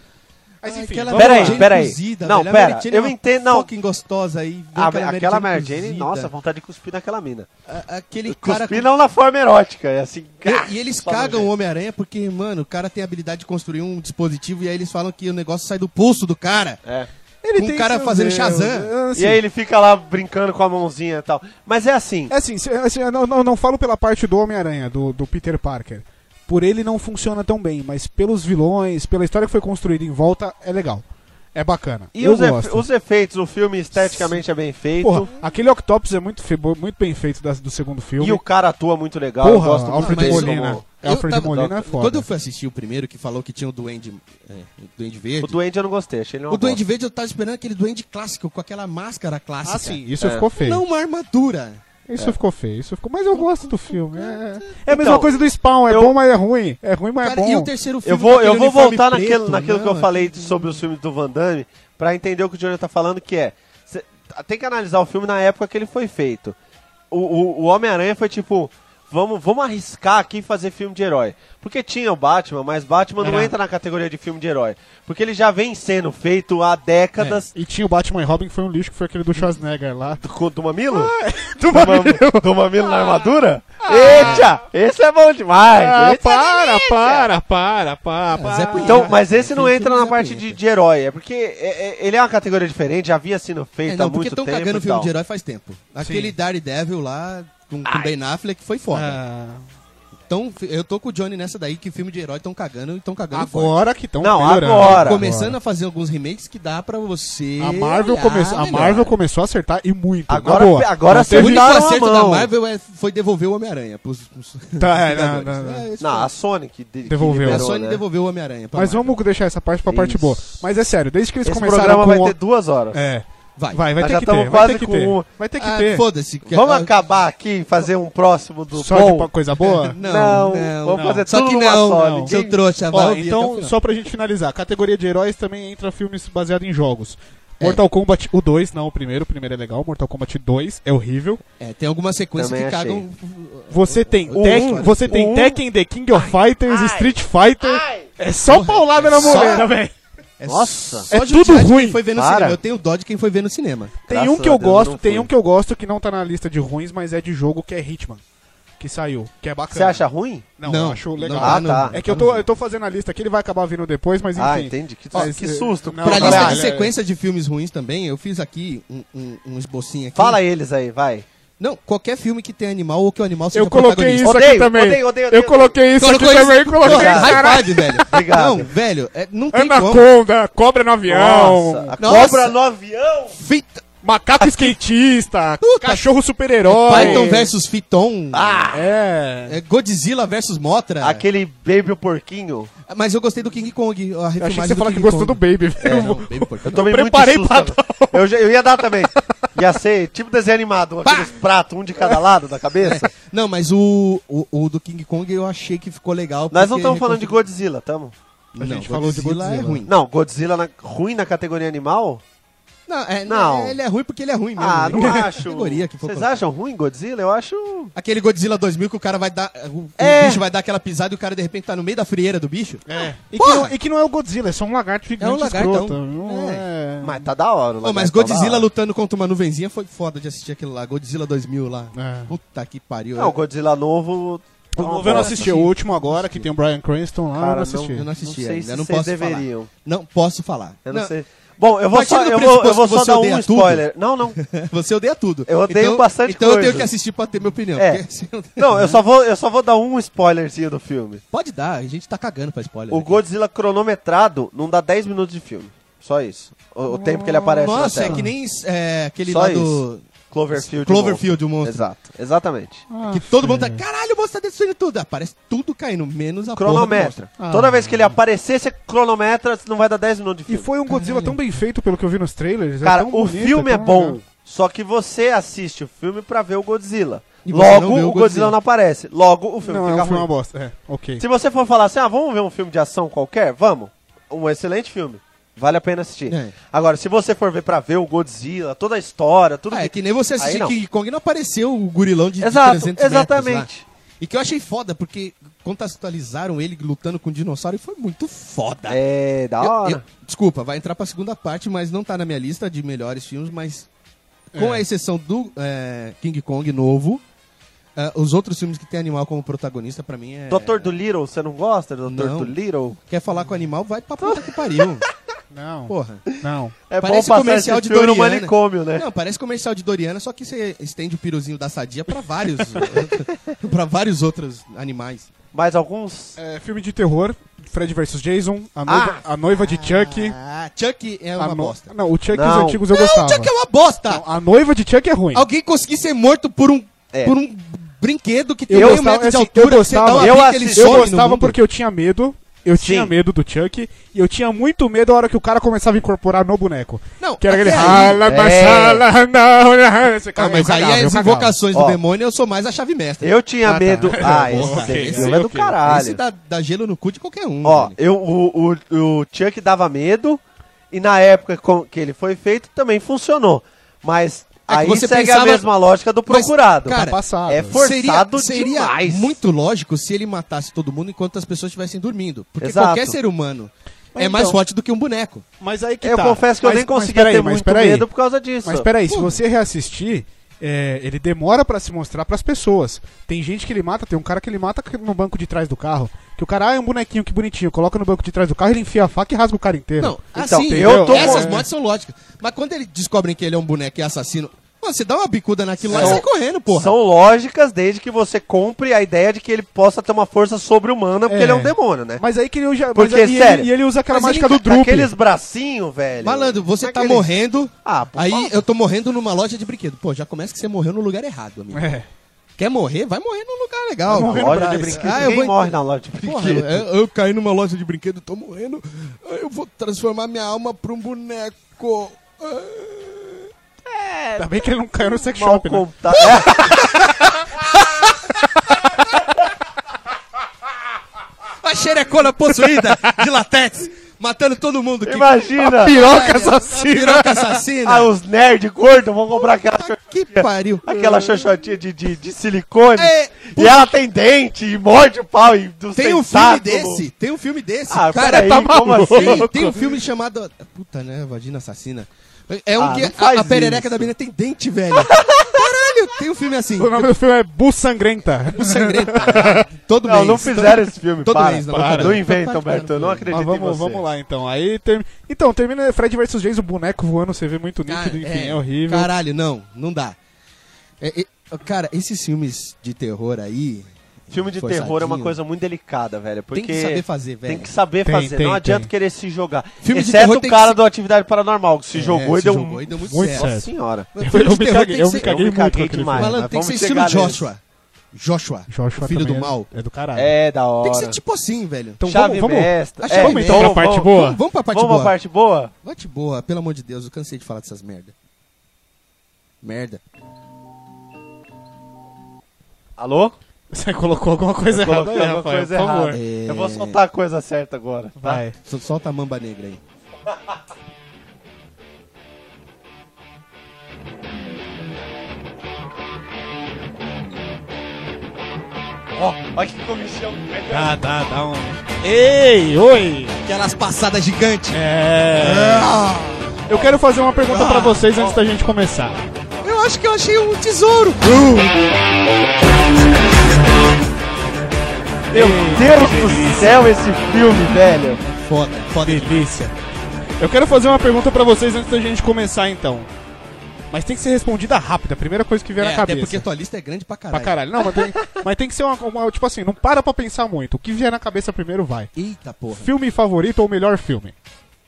Mas enfim,
Aquela
vamos
Pera
Mary
aí,
lá.
Jane
pera aí.
cozida,
Não,
velho. A Mary
pera,
Jane
eu
é uma
entendo, não.
fucking gostosa aí. vem
A- Ah, aquela Mary Jane,
cozida.
nossa, vontade de cuspir naquela mina.
A- Aquele cara
Cuspir não na forma erótica, é assim.
*laughs* E, e eles
só
cagam o
nojento.
Homem-Aranha porque, mano, o cara tem a habilidade de construir um dispositivo e aí eles falam que o negócio sai do pulso do cara.
É.
Ele
com
tem
o cara
seus
fazendo
erros.
Shazam.
Assim,
E aí ele fica lá brincando com a mãozinha e tal. Mas é assim.
É assim, se- assim, eu não, não, não falo pela parte do Homem-Aranha, do, do Peter Parker. Por ele não funciona tão bem, mas pelos vilões, pela história que foi construída em volta, é legal. É bacana.
E
Eu
os, efe-
gosto.
os efeitos, o filme esteticamente é bem feito.
Porra, aquele Octopus é muito, fe- muito bem feito da- do segundo filme.
E o cara atua muito legal. eu
Porra,
gosto muito
Alfred
dele como-
Molina.
Eu
Alfred
tava-
Molina é foda.
Quando eu fui assistir o primeiro, que falou que tinha o Duende, é, o Duende Verde,
O
o Duende,
Duende eu não gostei, achei ele uma bosta.
Verde eu tava esperando aquele Duende clássico, com aquela máscara clássica.
Ah, sim, isso
É.
ficou feio.
Não uma armadura.
Isso ficou feio, isso ficou. Mas eu gosto do filme. É, é a
Então,
mesma coisa do Spawn, é
eu-
bom, mas é ruim. É ruim, mas
Cara,
é bom.
e o terceiro filme
Eu vou,
com
eu
aquele
vou
tá uniforme
voltar
preto,
naquele, naquilo que eu
não, né?
falei de- sobre os filmes do Van Damme, pra entender o que o Johnny tá falando, que é. cê- tem que analisar o filme na época que ele foi feito. O, o- o Homem-Aranha foi tipo. Vamos, vamos arriscar aqui e fazer filme de herói. Porque tinha o Batman, mas Batman não
Era.
entra na categoria de filme de herói. Porque ele já vem sendo feito há décadas
E tinha o Batman e Robin, que foi um lixo, que foi aquele do Schwarzenegger lá.
do, co- do mamilo?
Do
mamilo, *laughs* do mamilo na armadura? Eita! Esse é bom demais!
Ah,
esse é
para, para, para, para,
Mas é por-
né?
Então, mas esse não
Definitivamente
entra na
é
parte de,
punheta.
de herói, é porque é- é- ele é uma categoria diferente, já havia sido feito
É, não,
há
porque
tá muito
estão
tempo.
cagando
e
filme
tal.
de herói faz tempo. Aquele Daredevil lá com, com Ben Affleck foi foda.
Ah,
Então, fi- eu tô com o Johnny nessa daí que filme de herói estão cagando e estão cagando forte.
agora que estão
Não, agora.
Começando a fazer alguns remakes que dá pra você.
A Marvel,
olhar
come... a
melhor.
Marvel começou a acertar e muito. na
Agora-
boa.
agora
Não
sim.
O
teve-
único
Acertaram a
acerto da
mão.
Marvel é- foi devolver o Homem-Aranha pros. pros
Tá, é, tá
jogadores.
não, não, não.
É, esse
Não,
foi.
a Sony que de- que
Devolveu.
É, a
liberou,
Sony
né?
devolveu o Homem-Aranha. pra
Mas
Marvel.
vamos deixar essa parte pra parte
Isso.
boa. Mas é sério, desde que eles
Esse
começaram
programa vai
com o-
ter duas horas.
É.
Vai.
Vai, vai
Nós
ter
já
que
tamo
ter. Vai ter
quase
que
com
ter.
um.
Vai ter que
Ah,
ter.
Foda-se. que-
Vamos
ah,
acabar aqui e fazer um próximo do
Só de
bom?
pa- coisa boa?
*laughs* Não,
Não,
não,
vamos
não.
fazer
Só
tudo
que
numa
não,
só,
não.
ninguém-
Seu trouxa, vai
Ó,
ouvir até o
então,
final.
só pra gente finalizar, a categoria de heróis também entra filmes baseados em jogos.
É.
Mortal Kombat, o 2, não o primeiro, o primeiro é legal. Mortal Kombat 2 é horrível.
É, tem algumas sequências
Também
que
achei.
cagam.
Você tem,
O
Tek-
um,
você tem
o um-
Tekken, The King of Fighters, Street Fighter. É só paulada na
só-
mulher, velho.
É
Nossa.
só
É
de
tudo
odiar de
ruim.
Quem foi ver no
Para.
cinema. Eu tenho dó de quem foi ver no cinema.
Tem
Graças
um que
a
eu
Deus, eu
gosto,
não
tem
fui.
um que eu gosto que não tá na lista de ruins, mas é de jogo que é Hitman. Que saiu, que é bacana.
Você acha ruim?
Não,
Não,
eu acho legal.
não tá
Ah,
no-
tá.
É que eu tô, eu tô fazendo a lista aqui, ele vai acabar vindo depois, mas enfim.
Ah, entendi. Que,
Mas,
que
eh,
susto.
não,
pra
não,
lista
não, é,
de
é.
não.
sequência de filmes ruins também, eu fiz aqui um, um, um esbocinho aqui.
Fala eles aí, vai.
Não, qualquer filme que tem animal ou que o animal seja
Eu coloquei isso
protagonista.
Odeio,
aqui também.
odeio, odeio,
eu
odeio.
coloquei isso aqui também, coloquei
Não,
isso.
Obrigado.
high five, velho.
Obrigado.
Não, velho, é, não tem como.
Anaconda, cobra no avião,
Nossa, a
Nossa.
cobra no avião.
Fita,
macaco skatista,
Puta.
cachorro super-herói.
Python versus Fiton.
Ah,
É.
é, Godzilla versus Motra.
aquele baby o porquinho.
Mas eu gostei do King Kong. A
Eu achei
refilmagem
que você
do
falar que
King
gostou do
Kong.
Baby.
É,
viu?
não, bem
Eu
importante.
tomei
preparei
muito
pra
susto. também. Eu, já- eu ia dar também. Ia ser tipo desenho animado, aqueles pratos, um de cada lado da cabeça.
Não, mas o, o, o do King Kong eu achei que ficou legal.
Nós não
porque
estamos falando de
reconstru-
Godzilla, tamo?
Não,
A gente falou de
é
Godzilla.
ruim.
Não, Godzilla na- ruim na categoria animal?
Não, é,
Não.
é- ele é ruim porque ele é ruim mesmo.
ah,
Ele
não
é uma
acho.
Categoria que for
Vocês
colocar.
acham ruim Godzilla? Eu acho.
Aquele Godzilla 2000 que o cara vai dar. O,
É.
o bicho vai dar aquela pisada e o cara de repente tá no meio da frieira do bicho.
É. E, que
Porra!
não, e que não é o Godzilla, é só um lagarto gigante
É um lagartão.
escroto. Não é.
Mas tá da hora. o
Ô, mas
lagarto, tá
Godzilla
da hora.
lutando contra uma nuvenzinha foi foda de assistir aquilo lá. Godzilla 2000 lá.
É.
Puta que pariu.
Não, o Godzilla novo.
O
tá uma
novo eu não
bosta.
assisti, o último agora, que tem o Brian Cranston lá, eu não
Cara,
assisti.
eu não
Não
assisti
sei
ainda.
se
não
vocês
posso
deveriam.
falar. Não posso falar.
Eu não, sei. Bom, eu vou
Partindo
só,
do
eu vou, eu
pressuposto
vou
que
só
você
dar um
odeia tudo.
spoiler. Não, não.
*laughs* Você odeia tudo.
Eu odeio
então,
bastante
Então eu
coisa.
tenho que assistir pra ter minha opinião.
É.
porque se eu-
Não, eu só vou, eu só vou dar um spoilerzinho do filme.
Pode dar, a gente tá cagando pra spoiler.
O
aqui.
Godzilla cronometrado não dá 10 minutos de filme. Só isso. O, o tempo que ele aparece na
Nossa, é
tela.
que nem é, aquele
Só
lá
isso.
do.
Cloverfield.
Cloverfield,
o
o monstro.
Exato, exatamente.
Que todo mundo tá. Caralho, o monstro tá destruindo tudo. Aparece tudo caindo, menos a porra do monstro. Ah.
Cronometra. Toda vez que ele aparecer, você cronometra, não vai dar 10 minutos de
E
filme.
foi um Godzilla tão bem feito, pelo que eu vi nos trailers. é
Cara,
tão
o
bonito,
filme é
tão
bom,
legal.
só que você assiste o filme pra ver o Godzilla.
E você não
Logo,
vê
o
o
Godzilla.
Godzilla.
não aparece. Logo, o filme
Não, é
fica
um filme uma
ruim.
bosta. É, ok.
Se você for falar assim, ah, vamos ver um filme de ação qualquer, vamos. Um excelente filme. Vale a pena assistir.
É.
Agora, se você for ver pra ver o Godzilla, toda a história, tudo
Ah, é que nem você
Aí
assistir
não.
King Kong e não apareceu o gorilão de de
Exato,
300 metros
exatamente.
lá. E que eu achei foda, porque contextualizaram ele lutando com o dinossauro e foi muito foda.
É, da
Eu-
hora.
eu- desculpa, vai entrar pra segunda parte, mas não tá na minha lista de melhores filmes, mas com a exceção do é, King Kong novo, é, os outros filmes que tem animal como protagonista, pra mim é...
Doutor do Little, você não gosta do Doutor
Não.
do Little?
Quer falar com animal, vai pra puta que
*laughs*
pariu.
Não,
Porra.
não.
É
Parece
bom passar
comercial
esse
de
filme no
Doriana.
manicômio, né?
Não, parece comercial de Doriana, só que você estende o piruzinho da sadia pra vários *laughs* para vários outros animais.
Mas alguns...
É, filme de terror, Fred vs. Jason, a noiva, a noiva de Chuck.
Ah, Chuck é
a
uma
no-
bosta.
Não, o Chuck
Não.
os antigos eu
Não,
gostava.
Chuck é uma bosta.
Não, a noiva de Chuck é ruim.
Alguém conseguir ser morto por um
É.
por um brinquedo que tem
Eu
meio
gostava-
metro de
assim,
altura,
eu
que você dá
gostava-
uma
eu
bica,
assisti-
ele
Eu
some no
gostava
mundo.
porque eu tinha medo. Eu tinha
Sim.
medo do Chuck e eu tinha muito medo a hora que o cara começava a incorporar no boneco.
Não,
Que era aquele.
até aí-
Rala, basala, não, não", esse
Ah,
cara-
mas
eu
aí
cagava, eu
as
cagava.
invocações do
Ó.
demônio eu sou mais a chave mestra.
Eu tinha
Ah, tá.
*laughs*
medo... Ah, esse,
Porra,
esse
esse tá
filme é
é
do
ok.
caralho.
Esse dá, dá gelo no cu de qualquer um.
Ó,
velho.
eu, o, o, o Chuck dava medo E na época com- que ele foi feito, também funcionou. Mas
É que
aí
você
segue
pensava-
a mesma lógica do
Mas,
procurado.
cara,
Tá passado.
é forçado demais.
muito lógico se ele matasse todo mundo enquanto as pessoas estivessem dormindo. Porque
Exato.
qualquer ser humano é
Mas
mais
então-
forte do que um boneco.
Mas aí que
eu
tá.
confesso que eu
Mas-
nem
mas
conseguia
peraí,
ter
mas
muito
peraí.
medo por causa disso.
Mas peraí, se
Pô.
você reassistir, é, ele demora pra se mostrar pras pessoas. Tem gente que ele mata, tem um cara que ele mata no banco de trás do carro. Que o cara, ah, é um bonequinho, que bonitinho. Coloca no banco de trás do carro, ele enfia a faca e rasga o cara inteiro. É.
Não,
Então,
assim,
eu tô
essas
com-
mortes são lógicas. Mas quando eles descobrem que ele é um boneco e assassino, mano, você dá uma bicuda naquilo lá e
São-
sai correndo, porra.
São lógicas desde que você compre a ideia de que ele possa ter uma força sobre-humana, porque
É.
ele é um demônio, né?
Mas aí que ele usa.
Porque,
mas, aí- e
sério,
ele, e ele usa aquela
mas ele
mágica do
enca-
Drup.
Aqueles bracinhos, velho.
Malandro, você
Como é
tá
que ele-
morrendo.
Ah, por
aí
favor.
eu tô morrendo numa loja de brinquedo. Pô, já começa que você morreu no lugar errado, amigo.
É.
Quer morrer? Vai morrer num lugar legal.
Vai
cara.
morrer no
Loja de
Braz.
brinquedo.
Ah, eu
Ninguém
vou-
morre na loja de
Porra,
brinquedo.
é
eu, eu caí numa loja de brinquedo, tô morrendo. Ah, Eu vou transformar minha alma pra um boneco. Ah.
Ainda bem que ele não caiu no sex
Mal
shop, né?
contado.
A xerecona possuída de latex, matando todo mundo. Que
*laughs* Imagina!
Piroca
a
assassina.
piroca assassina.
Ah, os nerds gordos vão comprar aquela,
Puta
cho-
que pariu.
aquela xoxotinha de, de, de silicone.
Hum. É,
e ela tem dente, e morde o pau, e do
Tem um filme
tentáculo.
desse, tem um filme desse.
Ah,
cara,
peraí,
tá
como
maluco. Tem,
assim?
tem um filme chamado. Puta, né? Vagina Assassina. É um
Ah,
que
não
a,
faz
a perereca
isso.
da mina tem dente, velho. Caralho, tem um filme
*laughs*
*laughs*
assim.
O nome do filme é Bu Sangrenta.
O sangrento. Todo
Não,
mês.
não fizeram
todo...
esse filme,
todo
para.
mês, não,
para.
para.
Não
Para,
inventam,
para,
Berto, eu não
para.
Mas
acredito em
vamos,
você.
vamos lá então. Aí termi- Então, termina Fred vs Jason, o boneco voando, você vê muito nítido, enfim, é, horrível.
Caralho, não, não dá. É, é, cara, esses filmes de terror aí.
Filme de
forçadinho,
terror é uma coisa muito delicada, velho. Porque
que saber fazer, velho.
Tem que saber
Tem,
fazer.
tem,
não adianta
tem.
querer se jogar.
Filme de
Exceto
terror
o
tem
cara
que se-
do Atividade Paranormal, que se jogou
É,
e deu
se
um.
jogou e deu muito,
muito
certo.
certo.
Nossa senhora.
Filme
Eu me
de terror
caguei-
tem que
eu me
ser-
caguei
eu me
muito com
caguei
aquele
demais.
filme.
Malandro, tem que
Vamos
ser estilo
chegar neles.
Joshua. Joshua.
Joshua
o filho do
também é-
mal.
É do caralho.
É, da hora.
Tem que ser tipo assim, velho.
Então vamos,
Chave
vamos,
besta.
Acho que vamos então
pra parte boa.
Vamos, vamos pra parte
vamos
boa.
pra parte boa?
Parte boa, pelo amor de Deus, eu cansei de falar dessas merda. Merda.
Alô?
*laughs* Você colocou alguma coisa
Eu
errada
coloquei
aí,
alguma
Rafael, por
coisa errada.
favor.
É.
Eu vou soltar a coisa certa agora. tá?
Vai.
Sol- Solta a mamba negra aí.
Ó, olha que comichão.
Dá, dá, dá um. Ei, oi!
Aquelas passadas gigantes.
É.
É.
Ah,
Eu quero fazer uma pergunta pra vocês antes da gente começar.
Eu acho que eu achei um tesouro.
Uh, Meu Deus do céu, esse filme, velho.
Foda, foda.
Delícia. Eu quero fazer uma pergunta pra vocês antes da gente começar então. Mas tem que ser respondida rápida, a primeira coisa que vier
É,
na
até
cabeça.
porque tua lista é grande pra caralho.
Pra caralho. Não, mas tem, mas tem que ser uma, uma- Tipo assim, não para pra pensar muito. O que vier na cabeça primeiro vai.
Eita porra.
Filme favorito ou melhor filme?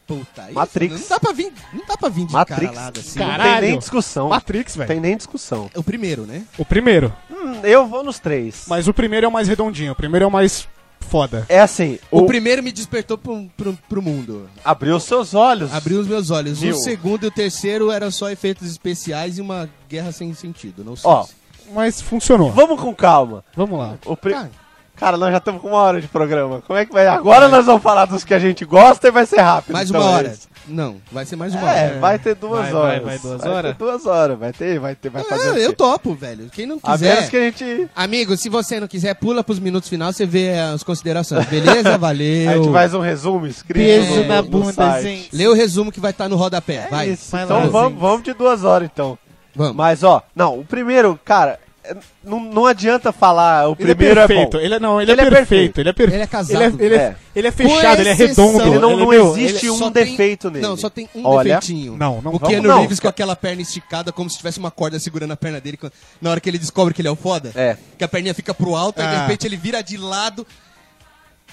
Puta. isso
Matrix.
Não dá pra vir, não dá pra vir de
Matrix.
caralada assim.
Cara-
Não
Caralho.
tem nem discussão.
Matrix,
Não
velho.
tem nem discussão.
É o primeiro, né?
O primeiro.
Hum, eu vou nos três.
Mas o primeiro é o mais redondinho. O primeiro é o mais foda.
É assim,
O,
o-
primeiro me despertou pro, pro, pro mundo.
abriu seus olhos.
Abriu os meus olhos.
Meu.
O segundo e o terceiro eram só efeitos especiais e uma guerra sem sentido. Não sei.
Ó,
se-
Mas funcionou.
vamos com calma.
Vamos lá.
O pri-
Cara.
Cara, nós já estamos com uma hora de programa. Como é que vai? Agora nós vamos falar dos que a gente gosta e vai ser rápido.
mais
então,
uma
é
hora.
isso.
Não, vai ser mais uma
É,
hora.
vai ter duas
Vai, vai,
horas.
vai duas
Vai
horas?
ter duas horas. Vai ter, vai ter, vai fazer. o
Ah,
quê?
eu topo, velho. Quem não
A
quiser.
menos que a gente.
Amigo, se você não quiser, pula pros minutos finais, você vê eh, as considerações.
*laughs*
Beleza? Valeu.
A gente faz um resumo escrito.
Peso
no-
é
na
no
bunda,
site.
gente.
Lê o resumo que vai estar no rodapé.
É
vai.
isso.
vai
então
lá,
vamos,
gente.
vamos de duas horas, então.
Vamos.
Mas, ó, não, o primeiro, cara, é, não, não adianta falar o primeiro
ele é
é,
perfeito.
bom.
ele é, não, ele,
Ele
é,
é
perfeito.
perfeito.
Ele é perfeito.
Ele é casado.
Ele é, ele é-
É.
ele é fechado, ele é
exceção.
redondo.
Ele não, não
meu,
existe
Ele
um
só tem-
defeito nele.
Não, só tem um
Olha,
defeitinho.
Não, não
O
vamos-
Keanu
não.
Reeves com aquela perna esticada, como se tivesse uma corda segurando a perna dele. quando- Na hora que ele descobre que ele é o foda.
É.
Que a perninha fica pro alto, e de
Ah.
repente ele vira de lado.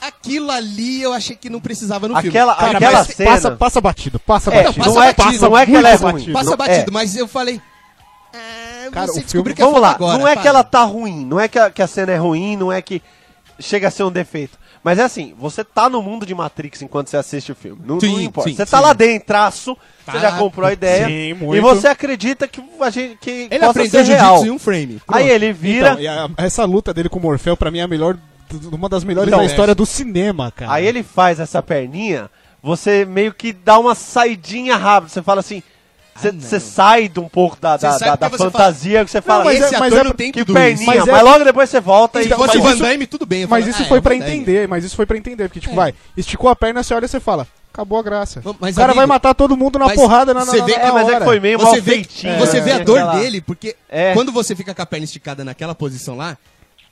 Aquilo ali eu achei que não precisava no
Aquela-
filme.
Cara,
aquela
mas
cena-
Passa, passa batido, passa
É,
batido.
não,
não, é,
passa
que- não é que
muito
ela é
batido.
ruim.
Passa
não-
batido,
é.
mas eu falei. Ah,
Cara,
você
o filme-
descobriu que é
Vamos
foda
lá,
agora,
não é que
para.
ela tá ruim, não é que a, que a cena é ruim, não é que chega a ser um defeito. Mas é assim, você tá no mundo de Matrix enquanto você assiste o filme. Não, não
Sim,
importa.
sim,
você tá
sim.
lá dentro, traço, você
Tá
já
lá,
comprou a ideia.
sim,
e
muito.
você acredita que a gente que
Ele
possa
aprendeu
ser real.
jiu-jitsu em um frame. Pronto.
Aí ele vira.
Então, e a- essa luta dele com o Morfeu, pra mim, é a melhor. Uma das melhores
Então,
Ah.
da história do cinema, cara.
Aí ele faz essa perninha, você meio que dá uma saidinha rápida. Você fala assim.
Ah, não.
Você sai de um pouco da, da,
Você sai
da-
porque
da
você
fantasia que você fala.
mas
é-
esse
mas
ator
é
não
porque-
tem
que
tudo isso.
perninha,
Mas
mas,
é-
logo depois você volta
Se
e.
fosse
mas
Então, Van
Tipo assim, isso-
Damme, tudo bem. eu
Mas
falava,
isso
"Ah,
foi
é o
pra
Van Damme".
entender, mas isso foi pra entender. Porque, tipo,
É.
vai, esticou a perna, você olha e você fala, acabou a graça.
Bom, mas,
o cara vai
amigo,
matar todo mundo na
mas
porrada na, na,
você
na,
vê-
É, mas é
hora.
que foi meio mal
Você vê,
feitinho.
você
né?
vê a
Sei
dor
lá.
dele, porque
É.
quando você fica com a perna esticada naquela posição lá,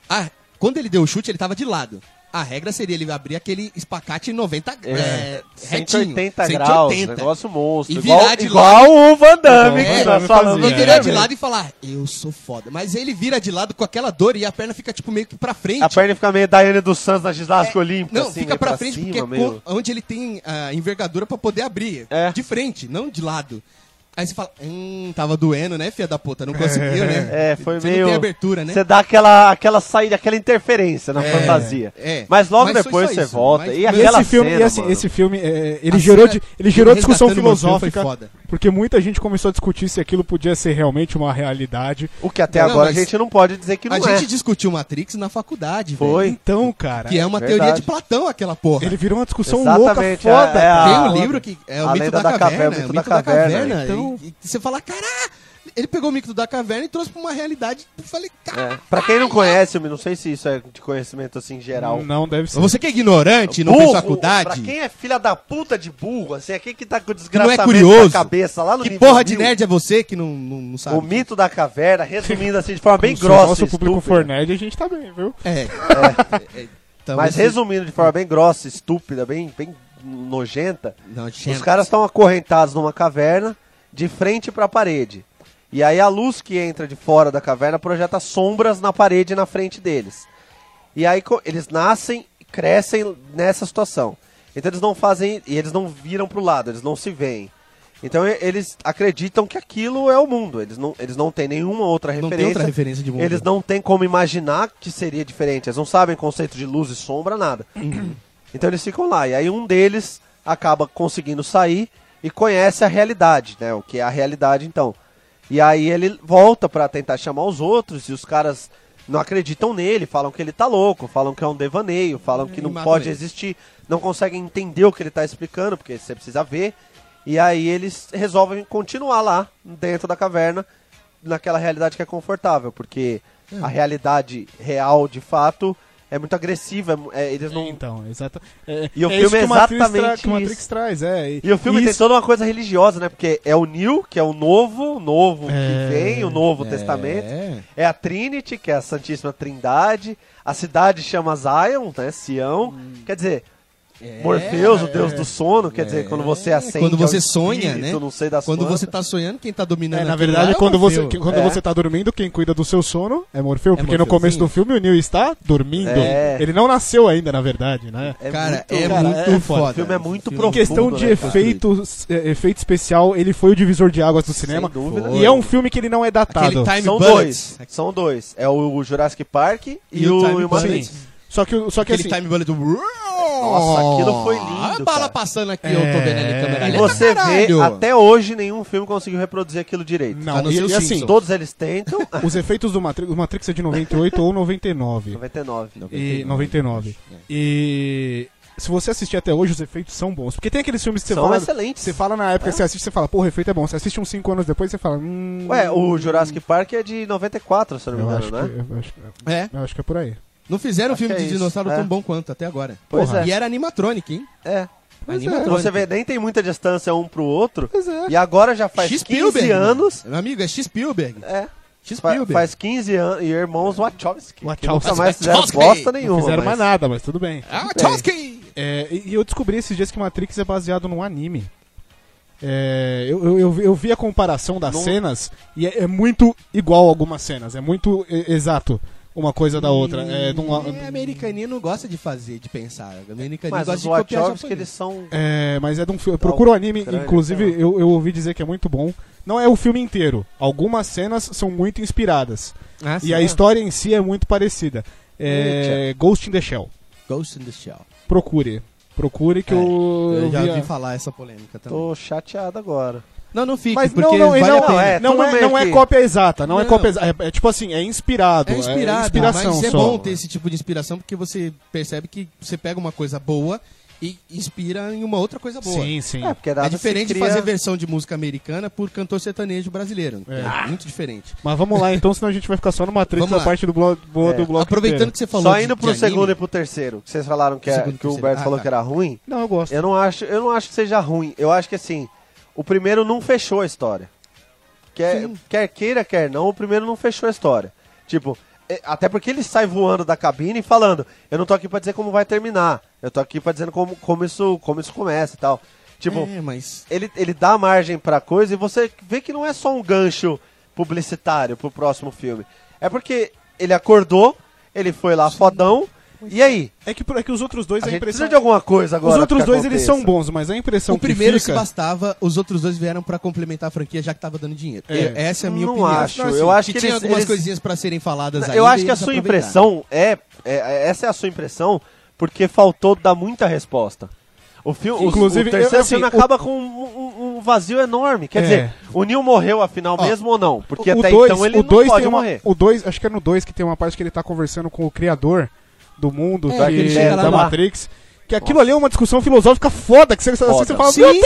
ah, quando ele deu o chute, ele tava de lado. A regra seria ele abrir aquele espacate 90 é.
É,
retinho.
180 graus, um negócio monstro.
E
igual
virar de
igual o Van Damme
É,
que nós
eu
falamos.
E
fazia.
aqui,
virar
né,
de
velho?
lado e falar, eu sou foda. Mas ele vira de lado com aquela dor e a perna fica, tipo, meio que pra frente.
A perna fica meio Daiane dos Santos na ginástica olímpica.
É, Não,
assim,
fica
meio
pra, frente
cima,
porque é
meio-
com- onde ele tem a envergadura pra poder abrir.
É.
De frente, não de lado. Aí você fala, hum, tava doendo, né, filha da puta? Não conseguiu, né?
*laughs* É, foi
você
meio.
não tem abertura, né?
Você dá aquela, aquela saída, aquela interferência na fantasia.
é.
Mas logo
Mas foi
depois
só
você
isso,
volta.
mas-
E
E
E
aquela
esse filme,
cena,
e assim,
mano.
esse filme é, ele
A
gerou,
cena-
di- ele gerou
ele
discussão
resgatando o Morfeu foi
filosófica,
foda.
porque muita gente começou a discutir se aquilo podia ser realmente uma realidade.
O que até
Não,
agora
mas-
a gente não pode dizer que não
a
é.
gente discutiu Matrix na faculdade,
Foi.
velho.
Então, cara,
Que é uma
Verdade.
teoria de Platão, aquela porra.
ele virou uma discussão
Exatamente,
louca, foda.
é, é a-
cara.
Tem um
foda.
livro que é o
A
mito
Lenda
da,
da
caverna,
Caverna,
o
Mito
mito
da
da caverna.
Caverna,
então-
e- e você fala, caralho, ele pegou o mito da caverna e trouxe pra uma realidade. Eu falei,
É.
caralho.
Pra quem não conhece, eu não sei se isso é de conhecimento assim geral.
Não deve ser.
Você que é ignorante, não
Burro,
fez faculdade,
Pra quem é filha da puta de burro, assim, é quem que tá com o desgraçamento
curioso.
na cabeça lá no
que
nível
porra de
mil.
nerd é você que não, não, não sabe?
O mito da caverna, resumindo assim, de forma bem
Se
grossa.
o nosso público
estúpida.
for nerd, a gente tá bem, viu?
É. é, é,
Mas
talvez-
resumindo de forma bem grossa, estúpida, bem, bem nojenta,
Não, gente,
os caras estão acorrentados numa caverna de frente pra parede. E aí a luz que entra de fora da caverna projeta sombras na parede na frente deles. E aí co- eles nascem e crescem nessa situação. Então eles não fazem e eles não viram pro lado, eles não se veem. Então e- eles acreditam que aquilo é o mundo. Eles não, eles não têm nenhuma outra
Não tem
referência.
outra referência de mundo.
Eles não têm como imaginar que seria diferente. Eles não sabem conceito de luz e sombra, nada.
Uhum.
Então eles ficam lá. E aí um deles acaba conseguindo sair e conhece a realidade, né? O que é a realidade então. E aí ele volta pra tentar chamar os outros e os caras não acreditam nele, falam que ele tá louco, falam que é um devaneio, falam que
E
não
matam
pode
ele.
existir, não conseguem entender o que ele tá explicando, porque você precisa ver. E aí eles resolvem continuar lá dentro da caverna, naquela realidade que é confortável, porque a realidade real de fato é muito agressiva, é mu- é, eles não
Então, exata. é-
E o
é
filme
isso que
é
o Matrix, tra-
exatamente
que o Matrix
isso.
traz, é.
E o filme tem
isso,
toda uma coisa religiosa, né? Porque é o New, que é o novo, o novo que vem, o Novo Testamento.
É.
É a Trinity, que é a Santíssima Trindade. A cidade chama Zion, né? Sião.
Hum.
Quer dizer, Morpheus, o deus do sono. Quer dizer, quando você acende.
É. Quando você
ao
sonha,
espírito,
né?
Não sei das
Quando
quantas.
você tá sonhando, quem tá dominando
É, na
aquilo
verdade,
lá é o
quando, você,
Morfeu.
que- quando
É.
você tá dormindo, quem cuida do seu sono é Morfeu,
É
porque no
Morfeuzinho.
começo do filme o Neil está dormindo.
É.
Ele não nasceu ainda, na verdade, né?
É
cara,
muito-
é
cara,
muito
é-
foda.
O filme é muito
Em
Em
profundo.
questão de
né, cara?
efeitos, é, efeito especial, ele foi o divisor de águas do cinema.
dúvida.
E é um filme que ele não é
Aquele
datado.
Time
São
Bullets.
dois. São dois. É o Jurassic Park e,
E o
o,
Time
e o Matrix.
Bullets.
Só que, o- só que
Aquele
assim,
Time Bullet do... Nossa,
Nossa, aquilo foi lindo,
A bala
cara.
passando aqui, eu tô vendo ali a câmera
É.
E
lenta,
você vê,
caralho.
até hoje, nenhum filme conseguiu reproduzir aquilo direito.
A
não,
não
e,
ser os
e assim,
Simpsons.
Todos eles tentam. Ah,
os efeitos do Matrix, o Matrix é de 98 ou 99.
99.
E 99. E se você assistir até hoje, os efeitos são bons. Porque tem aqueles filmes que você
São
fala.
excelentes.
Você fala na
É?
época, você assiste, você fala, porra, o efeito é bom. Você assiste uns 5 anos depois, você fala, hum.
Ué, o Jurassic Park é de 94, se eu não me
eu acho,
engano, né?
que, eu, acho, que-
É,
eu acho que é por aí.
não fizeram um
Acho
filme
que é
de
isso,
dinossauro
é.
tão bom quanto até agora.
Pois
E era animatronic, hein?
é. é.
animatronic.
Você vê, nem tem muita distância um pro outro.
Pois é.
E agora já faz 15
mano.
anos.
Meu amigo, é X-Spielberg.
É. fa-
X-Spielberg.
faz 15 anos. E irmãos Wachowski. Que
Wachowski.
nunca mais fizeram
Wachowski.
bosta
Não
nenhuma.
fizeram
mas-
mais nada, mas tudo bem.
Ah, Chomsky!
É, e e eu descobri esses dias que Matrix é baseado num anime. É, eu, eu- eu, vi- eu vi a comparação das cenas e é, é muito igual algumas cenas. É muito e- exato uma coisa da outra. É, de uma-
É, americaninho não gosta de fazer, de pensar. Americaninho
Mas
gosta
os
de copiar
Wachowski,
japonês.
eles são...
É, mas é de um filme. Procura o anime,
grande,
inclusive
sei lá.
eu, eu ouvi dizer que é muito bom. Não é o filme inteiro. Algumas cenas são muito inspiradas.
Ah,
e
sim.
a história em si é muito parecida. É, Ghost in the Shell.
Ghost in the Shell.
Procure. Procure que
É,
eu.
Eu,
eu
já
vi a-
ouvi falar essa polêmica também.
Tô chateado agora.
Não, não fique,
Mas
porque
não, não, e
vale
não,
a pena.
é, não,
tudo
é,
bem
não é
aqui.
cópia exata, não, é
Não.
cópia exata. É, é tipo assim, é inspirado.
É inspirado,
inspiração
mas é
só.
bom ter esse tipo de inspiração porque você percebe que você pega uma coisa boa e inspira em uma outra coisa boa.
Sim, sim.
É, porque
É
nada se
diferente
cria-
fazer versão de música americana por cantor sertanejo brasileiro. É, muito diferente.
Mas vamos lá então, senão a gente vai ficar só numa treta
Vamos
da
lá. É,
parte do blo- boa do bloco.
Aproveitando
inteiro.
que você falou
Só
de-
indo
de
pro
anime,
segundo e pro terceiro, que vocês falaram que, é-
Segundo e
que o
terceiro.
Humberto
Ah,
falou
tá.
que era ruim.
Não, eu gosto.
Eu não acho, eu não acho que seja ruim. Eu acho que assim, o primeiro não fechou a história. Quer, quer queira, quer não, o primeiro não fechou a história. Tipo, é- até porque ele sai voando da cabine e falando, eu não tô aqui pra dizer como vai terminar. Eu tô aqui pra dizer como, como, isso, como isso começa e tal. Tipo,
É, mas
ele, ele dá margem pra coisa e você vê que não é só um gancho publicitário pro próximo filme. É porque ele acordou, ele foi lá fodão, e aí?
É que, por- é que os outros dois
A
a,
gente
impressão.
precisa de alguma coisa agora.
os outros
que
dois eles
aconteça.
são bons, mas a impressão
o primeiro
Então, que
se
fica...
bastava, os outros dois vieram pra complementar a franquia já que tava dando dinheiro.
É.
Eu- Essa é a minha
Não
opinião.
acho. Eu acho que
tinha
eles-
algumas
eles-
coisinhas pra serem faladas ainda.
Eu acho
e
que a
eles
sua
aproveitaram.
impressão é, é- Essa é a sua impressão, porque faltou dar muita resposta. O, filme,
Inclusive,
o terceiro
eu- assim,
filme
o-
acaba com um, um- um vazio enorme. Quer
É.
dizer, o Neil morreu afinal
Ó,
mesmo ou não? Porque
o
até
dois,
então ele
o
não
dois
pode
tem uma,
morrer.
O 2, acho que é no 2 que tem uma parte que ele tá conversando com o criador do mundo
É,
que-
que ele chega lá
da
no ar.
Matrix. Que aquilo ali é uma discussão filosófica foda, que você, você
Foda.
fala, meu
Sim,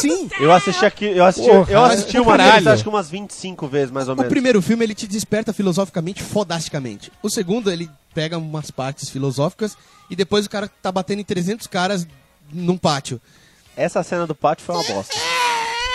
sim.
Eu assisti aqui, eu assisti,
Porra,
eu assisti
mas-
uma vez,
caralho.
acho que umas 25 vezes, mais ou
O
menos.
primeiro filme ele te desperta filosoficamente fodasticamente. O segundo ele pega umas partes filosóficas e depois o cara tá batendo em 300 caras num pátio.
Essa cena do pátio foi uma bosta.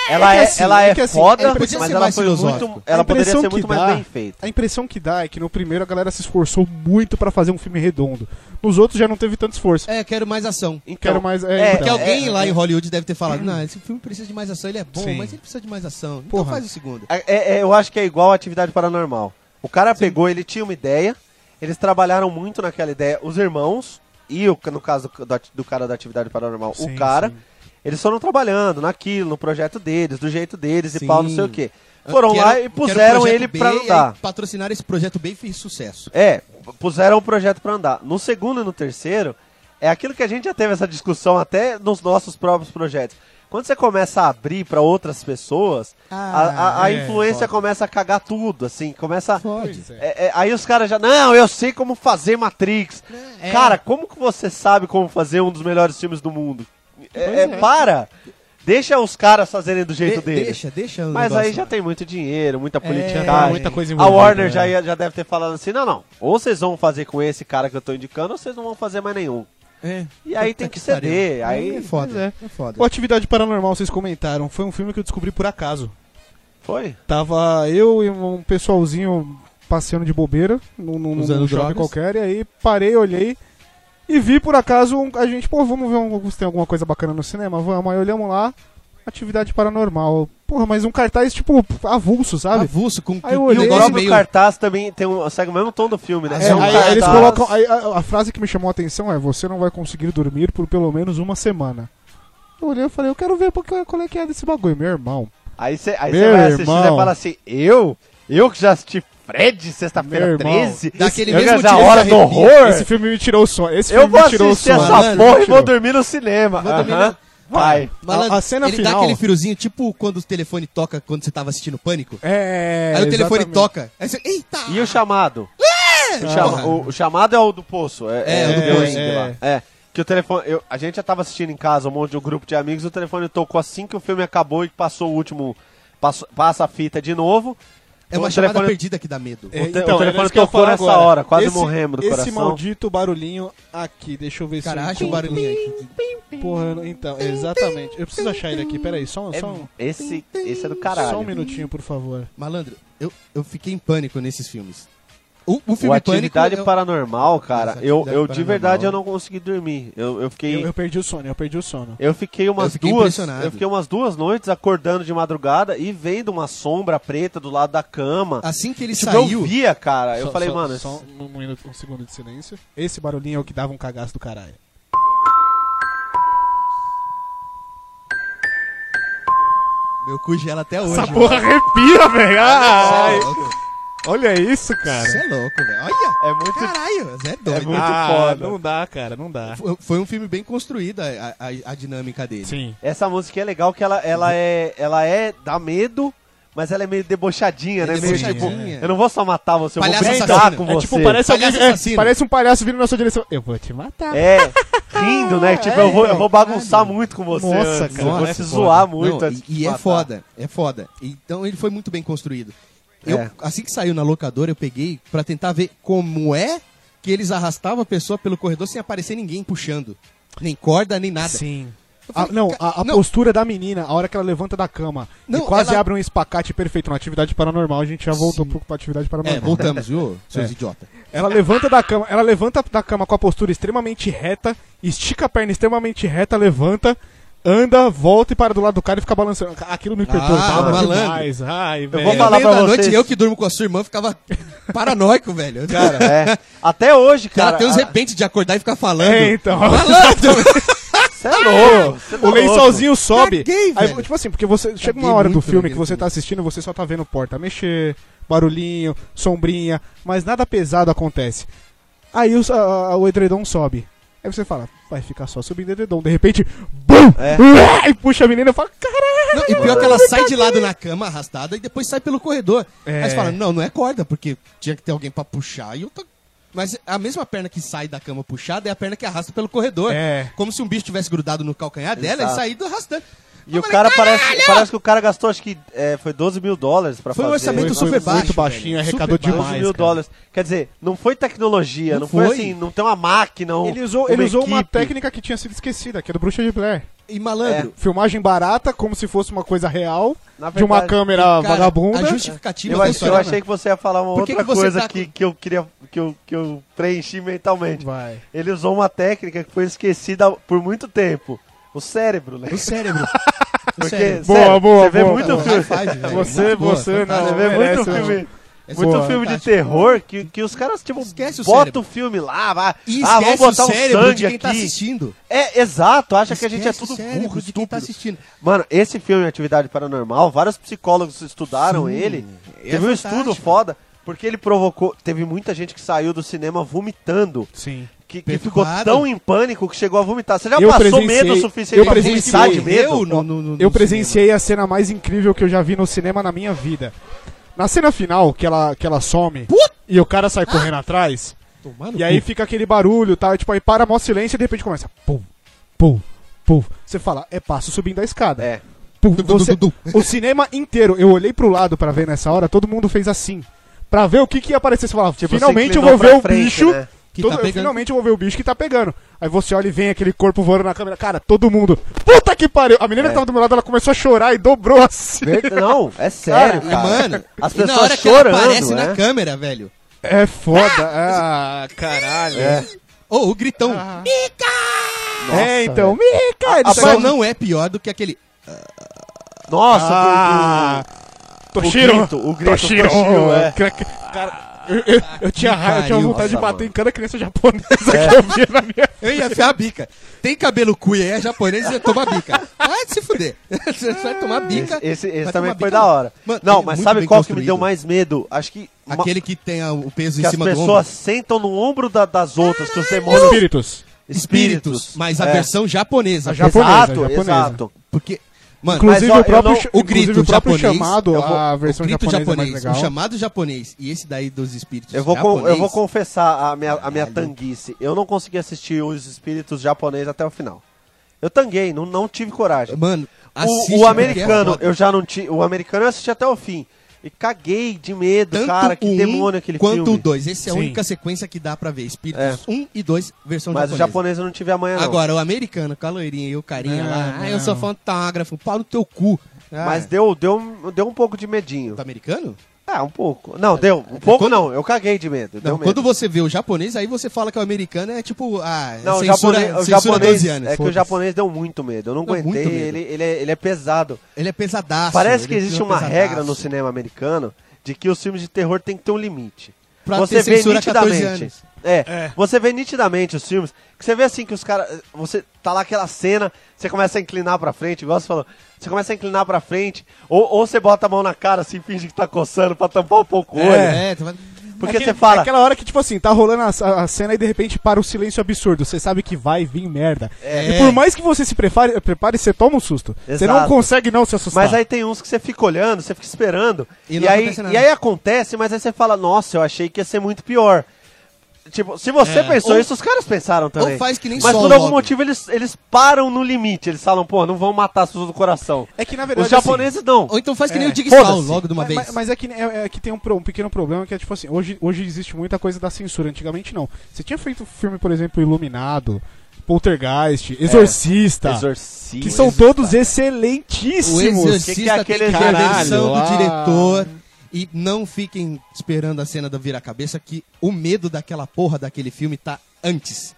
Ela é,
assim,
ela é,
é que assim,
foda,
ele podia
mas
ser
ela
mais
foi
filosófico.
muito,
A
ela poderia
impressão
ser
que
muito mais
dá-
bem feita.
A impressão que dá é que no primeiro a galera se esforçou muito pra fazer um filme redondo. Nos outros já não teve tanto esforço.
É, quero mais ação.
Então,
Quero mais- é,
é,
então.
Porque alguém
é,
lá em Hollywood deve ter falado, não, esse filme precisa de mais ação, ele é bom,
Sim.
mas ele precisa de mais ação. Então
Porra.
faz o segundo.
É, é, eu acho que é igual a atividade paranormal. O cara pegou, ele tinha uma ideia, eles trabalharam muito naquela ideia, os irmãos e, o, no caso do, ati- do cara da atividade paranormal,
Sim,
o cara,
sim.
eles foram trabalhando naquilo, no projeto deles, do jeito deles e
Sim.
pau, não sei o quê. Foram
Eu quero-
lá e
eu quero
puseram
projeto
ele
B,
pra
e
andar.
aí Patrocinaram esse projeto bem e fez sucesso.
É, puseram o projeto pra andar. No segundo e no terceiro, é aquilo que a gente já teve essa discussão até nos nossos próprios projetos. Quando você começa a abrir pra outras pessoas, a, a- a
é,
influência começa a cagar tudo, assim, começa.
Ah, Pode.
É, é, aí os caras já, não, eu sei como fazer Matrix.
É.
Cara, como que você sabe como fazer um dos melhores filmes do mundo? É, é, Para! Deixa os caras fazerem do jeito
De-
deles.
Deixa, deixa.
um
o
Mas
negócio
aí
lá.
já tem muito dinheiro, muita
já
política.
tem
É, muita coisa
A
envolvida,
Warner
né?
já, ia- já deve ter falado assim: não, não. Ou vocês vão fazer com esse cara que eu tô indicando, ou vocês não vão fazer mais nenhum.
É.
E aí
Puta
tem que ceder,
pariu.
aí-
É foda. É.
O
foda.
Atividade Paranormal, vocês comentaram, foi um filme que eu descobri por acaso.
Foi?
Tava eu e um pessoalzinho passeando de bobeira num, num, num
Usando
shopping
drogas.
qualquer, e aí parei, olhei e vi por acaso um- a gente, pô, vamos ver um, se tem alguma coisa bacana no cinema, vamos. Aí olhamos lá, atividade paranormal. Porra, mas um cartaz tipo avulso, sabe?
Avulso com
Aí eu
com-
olhei-
e
O
um
próprio
negócio meio-
cartaz também tem um, segue o mesmo tom do filme, né?
É,
É,
Tem um
aí
cartaz-
eles colocam. aí a, a frase que me chamou a atenção é: Você não vai conseguir dormir por pelo menos uma semana. Eu olhei e falei: Eu quero ver porque, qual é que é desse bagulho, meu irmão.
Aí você aí
Meu
você vai assistir e
irmão.
fala assim: eu? Eu que já assisti Fred
Meu
sexta-feira
irmão.
13?
Daquele
eu
mesmo
vejo a
dia
hora
que
do
arrepia.
horror?
Esse filme me tirou o sono. Esse
Eu
filme
vou
me tirou o
assistir
sono.
essa
Malandro,
porra e
tirou.
vou dormir no cinema.
Vou dormir
Aham. Vai.
Malandro,
A- a cena
ele
final-
dá aquele friozinho, tipo quando o telefone toca quando você tava assistindo Pânico.
É.
aí o telefone
exatamente.
toca. Aí você, eita! É
E o chamado? O, chama- o- o chamado é o do poço. É,
É,
é o do
é,
Deus,
é.
lá. É. Que o telefone. eu- a gente já tava assistindo em casa um monte de um grupo de amigos, o telefone tocou assim que o filme acabou e passou o último. passo- passa a fita de novo.
É uma
o
chamada
telefone-
perdida que dá medo.
É,
O te- o
então,
telefone
era isso que eu ia
tocou
falar
nessa
agora.
hora, quase
Esse-
morremos do
Esse
coração.
maldito barulhinho aqui, deixa eu ver se. eu
Cara, acha o
encontro.
barulhinho aqui.
Porra, então, exatamente. Eu preciso achar ele aqui, peraí, só,
É,
só, um,
esse, esse é do
só um
caralho.
minutinho, por favor.
Malandro, eu, eu fiquei em pânico nesses filmes. O, o
O
filme
Atividade
Pânico... eu-
Paranormal, cara,
Nossa,
eu,
Atividade
eu de verdade eu
Paranormal.
não consegui dormir. Eu, eu fiquei.
Eu, eu perdi o sono, eu perdi o sono.
Eu fiquei umas
Eu fiquei
duas.
impressionado.
Eu fiquei umas duas noites acordando de madrugada e vendo uma sombra preta do lado da cama.
Assim que ele
Tipo,
saiu...
eu via, cara. Eu
Só-
falei,
só-
mano.
Só
esse-
um, minuto, um segundo de silêncio. Esse barulhinho é o que dava um cagaço do caralho.
Meu cu gela até hoje. mano.
arrepia, velho!
Cê é
Ai,
louco,
Olha isso,
Você é louco, velho. Olha!
É muito.
Caralho, Zé é doido.
É muito foda.
Ah, Não dá, cara, não dá.
Foi- Foi um filme bem construído a, a- a dinâmica dele.
Sim.
Essa música é legal que ela, ela é. Ela é. dá medo, mas ela é meio debochadinha,
É
né? Meio tipo.
debochadinha.
Eu não vou só matar você, eu vou
Palhaço
brincar
assassino.
com
É
você.
tipo, parece,
Palhaço
alguém, é,
assassino.
parece um palhaço vindo na sua direção. Eu vou te matar.
É. rindo, né? Tipo, eu, vou, eu vou bagunçar muito com você.
Nossa,
antes,
cara,
Eu vou
é
te
foda.
zoar Tá muito. assim,
Não,
tipo, ah, antes
e-
de
e
te
é
matar.
foda, é foda. Então ele foi muito bem construído. Eu,
É.
Assim que saiu na locadora, eu peguei pra tentar ver como é que eles arrastavam a pessoa pelo corredor sem aparecer ninguém puxando. Nem corda, nem nada.
Sim.
Eu falei,
não,
"Ca-
a, a
não."
postura da menina, a hora que ela levanta da cama e
Não,
quase
ela-
abre um espacate perfeito na atividade paranormal, a gente já voltou
Sim.
pro pra atividade paranormal.
É, voltamos, viu, seus
É.
idiota.
Ela levanta da cama, ela levanta da cama com a postura extremamente reta, estica a perna extremamente reta, levanta, anda, volta e para do lado do cara e fica balançando. Aquilo me perturbava
Ah, malandro.
demais. Ai, velho.
vou
É,
falar
no meio
pra
da
vocês-
noite, eu que durmo com a sua irmã ficava *laughs* paranoico, velho. Cara,
Cara, é. Até hoje, cara. ah,
ela tem uns
a-
repente de acordar e ficar falando.
É, então.
Malandro!
Você é louco. você é
O
louco.
lençolzinho sobe.
tá Caguei,
aí,
velho.
tipo assim, porque você chega uma
Caguei
hora do
muito
filme que
naquele
você
filme.
tá assistindo, você só tá vendo porta mexer, barulhinho, sombrinha, mas nada pesado acontece. Aí o, a- a- o edredom sobe. Aí você fala, vai ficar só subindo o edredom. De repente, BUM!
É.
Ué, E puxa a menina e fala, caralho!
Não, e pior que ela sai de lado na cama arrastada e depois sai pelo corredor.
É.
Aí você fala, não, não é corda, porque tinha que ter alguém pra puxar e eu tô... Mas a mesma perna que sai da cama puxada é a perna que arrasta pelo corredor.
É.
Como se um bicho tivesse grudado no calcanhar dela
Exato.
e saído arrastando.
E o cara parece, parece que o cara gastou, acho que é, foi 12 mil dólares pra
Foi um
fazer.
orçamento
isso.
super
muito
baixo,
baixinho,
velho.
arrecadou
Super baixo.
demais.
12 mil
cara.
dólares. Quer dizer, não foi tecnologia, não,
Não
foi
foi.
assim, não tem uma máquina. Um,
Ele usou, ele usou uma
equipe.
técnica que tinha sido esquecida, que é do Bruxa de Blair.
E malandro,
Filmagem barata, como se fosse uma coisa real,
Na
de uma
verdade,
câmera
cara,
vagabunda.
a justificativa
É. Eu,
da
achei, eu
história...
achei que você ia falar uma
Por que
outra
que você
coisa
tá
que,
com-
que eu queria. Que eu, que eu preenchi mentalmente.
Vai.
Ele usou uma técnica que foi esquecida por muito tempo. O cérebro, né?
é O
*laughs*
cérebro. O
Porque,
cérebro.
Boa,
sério,
boa,
você vê
boa.
muito
Não, tá
filme.
high five, velho.
Você-
Muito boa,
você não-
fantástica.
Você vê muito
merece,
filme.
Essa
Muito
boa,
filme de
fantástica.
terror que, que os caras, tipo,
Esquece o
bota
cérebro.
o filme lá, vai.
E
ah, vamos
esquece o
botar um
cérebro
sangue
de quem
aqui.
tá assistindo.
É, exato, acha que a gente é
Esquece o
tudo
cérebro
burro,
de quem tá
estúpido.
assistindo.
Mano, esse filme Atividade Paranormal, vários psicólogos estudaram
Sim,
ele.
é
teve um
fantástico.
estudo foda, porque ele provocou. Teve muita gente que saiu do cinema vomitando.
Sim.
Que, que ficou
Perturbado.
tão em pânico que chegou a vomitar. Você já
Eu
passou
presenciei-
medo o suficiente
eu
pra
presenciei-
vomitar de medo?
Eu no- no- no-
Eu
no cinema.
presenciei a cena mais incrível que eu já vi no cinema na minha vida. Na cena final, que ela, que ela some
Puta!
e o cara sai correndo atrás,
Tomar Ah! Tá no
e aí
cu.
fica aquele barulho, tá? Tipo, aí para mó silêncio e de repente começa. Pum, pum, pum. Você fala, é passo subindo a escada.
É.
Pum,
Du, du,
você-
du, du.
O cinema inteiro, eu olhei pro lado pra ver nessa hora, todo mundo fez assim. Pra ver o que, que ia aparecer. Você falava,
Tipo,
finalmente
você
eu vou
inclinou
ver o
pra frente,
bicho.
né?
Que
Todo-
tá
eu
pegando.
Finalmente eu vou ver o bicho que tá pegando. Aí você olha e vem aquele corpo voando na câmera. Cara, todo mundo. Puta que pariu! A
É.
menina que tava do meu lado, ela começou a chorar e dobrou assim.
Ver- Não, é sério, cara.
E, mano,
As
e na
pessoas
hora que
chorando,
ela aparece
né?
na câmera, velho.
É foda. Ah, caralho. Ah. É,
Ou o gritão.
então. Ih, cara,
Só
isso um aí-
não é pior do que aquele.
Nossa, um-
Ah,
o
Toshiro.
grito, o grito,
Toshiro.
Toshiro, é.
Cara, cara, eu, eu, eu tinha raiva, eu tinha
pariu,
vontado de
nossa,
bater em cada criança japonesa
É.
que eu via na minha
Eu ia afiar é a bica. Tem cabelo cuia, é japonês e ia tomar bica. Vai se fuder. *laughs* Você vai tomar bica.
Esse, esse- esse
vai
também
tomar
foi
bica.
da hora.
Mano,
não,
ele é
mas
muito
sabe
bem
qual que me
construído.
deu mais medo? Acho que uma-
Aquele que tem a- o peso
que
em
as
cima do
pessoas
ombro.
sentam no ombro da- das outras, que os demônios...
Espíritos.
Espíritos. Mas a
É.
versão japonesa.
A japo- japonesa,
Exato,
japonesa.
exato.
Porque. Mano,
Inclusive,
Mas, ó,
o próprio,
eu não-
cha-
o
inclusive
grito
o próprio
japonês,
chamado,
eu vou-
a versão
o grito
japonesa é mais
japonês,
legal.
o chamado japonês e esse daí dos espíritos
Eu vou, con- eu
japonês,
vou confessar a minha, a minha
É Caralho.
tanguice. Eu não consegui assistir os espíritos japoneses até o final. Eu tanguei, não, não tive coragem.
Mano, assiste,
O, o
porque é
americano,
foda.
eu já não tive. O americano eu assisti até o fim. E caguei de medo,
Tanto
cara. Que
o um
demônio aquele
quanto
filme. É.
o 2. Essa é a
Sim.
única sequência que dá pra ver. Espíritos 1 e 2, versão
Mas o
japonesa.
japonês eu não tive amanhã, não.
Agora, o americano, com a loirinha e o carinha
Não,
lá. Ah, eu
não.
sou fotógrafo, pau no teu cu. Ah,
Mas deu, deu, deu um pouco de medinho.
Do americano?
Ah, um pouco. Não, deu. Um pouco
Tá. É, quando-
não. Eu caguei de medo. deu
Não,
medo.
Então, quando você vê o japonês, aí você fala que o americano é tipo. Ah,
Não, o
censura,
japonês,
censura
o japonês-
12 anos.
é que o
Foda-se.
japonês deu muito medo. Eu não
Deu muito
aguentei.
medo.
Ele, ele, é, ele é pesado.
Ele é pesadaço.
Parece que
ele é
existe
filme
uma
pesadaço.
regra no cinema americano de que os filmes de terror tem que ter um limite.
Pra
você
ter
vê
censura a 14
nitidamente.
anos.
É, você vê nitidamente os filmes, que você vê assim que os caras, você tá lá aquela cena, você começa a inclinar pra frente, igual você falou, você começa a inclinar pra frente, ou, ou você bota a mão na cara assim, finge que tá coçando pra tampar um pouco o olho.
É, tu vai-
Porque
Aquele-
você fala,
Aquela hora que, tipo assim, tá rolando a, a cena e de repente para o silêncio absurdo. Você sabe que vai vir merda.
É.
E por mais que você se prepare, prepare você toma um susto. Você
Exato.
não consegue não se assustar.
Mas aí tem uns que você fica olhando, você fica esperando.
E
E,
não
aí,
acontece nada.
e aí acontece, mas aí você fala, nossa, eu achei que ia ser muito pior. Tipo, se você
É.
pensou
Ou-
isso, os caras pensaram também.
faz que nem
Mas
Sol
por algum
logo.
motivo eles, eles param no limite. Eles falam, pô, não vão matar as pessoas do coração.
É que na verdade.
Os japoneses não.
Ou então faz que nem
É.
o Jigsaw
Foda-se.
logo de uma
mas,
vez.
mas- mas é que, é, é que tem um, pro- um pequeno problema que é tipo assim, hoje, hoje existe muita coisa da censura, antigamente não. Você tinha feito filme, por exemplo, Iluminado, Poltergeist, Exorcista,
É. Exorcista.
que são todos excelentíssimos.
O exorcista
Que que é aquele
tem que ter a
caralho Ah.
versão
lá?
do diretor. E não fiquem esperando a cena da vira-cabeça, que o medo daquela porra daquele filme tá antes.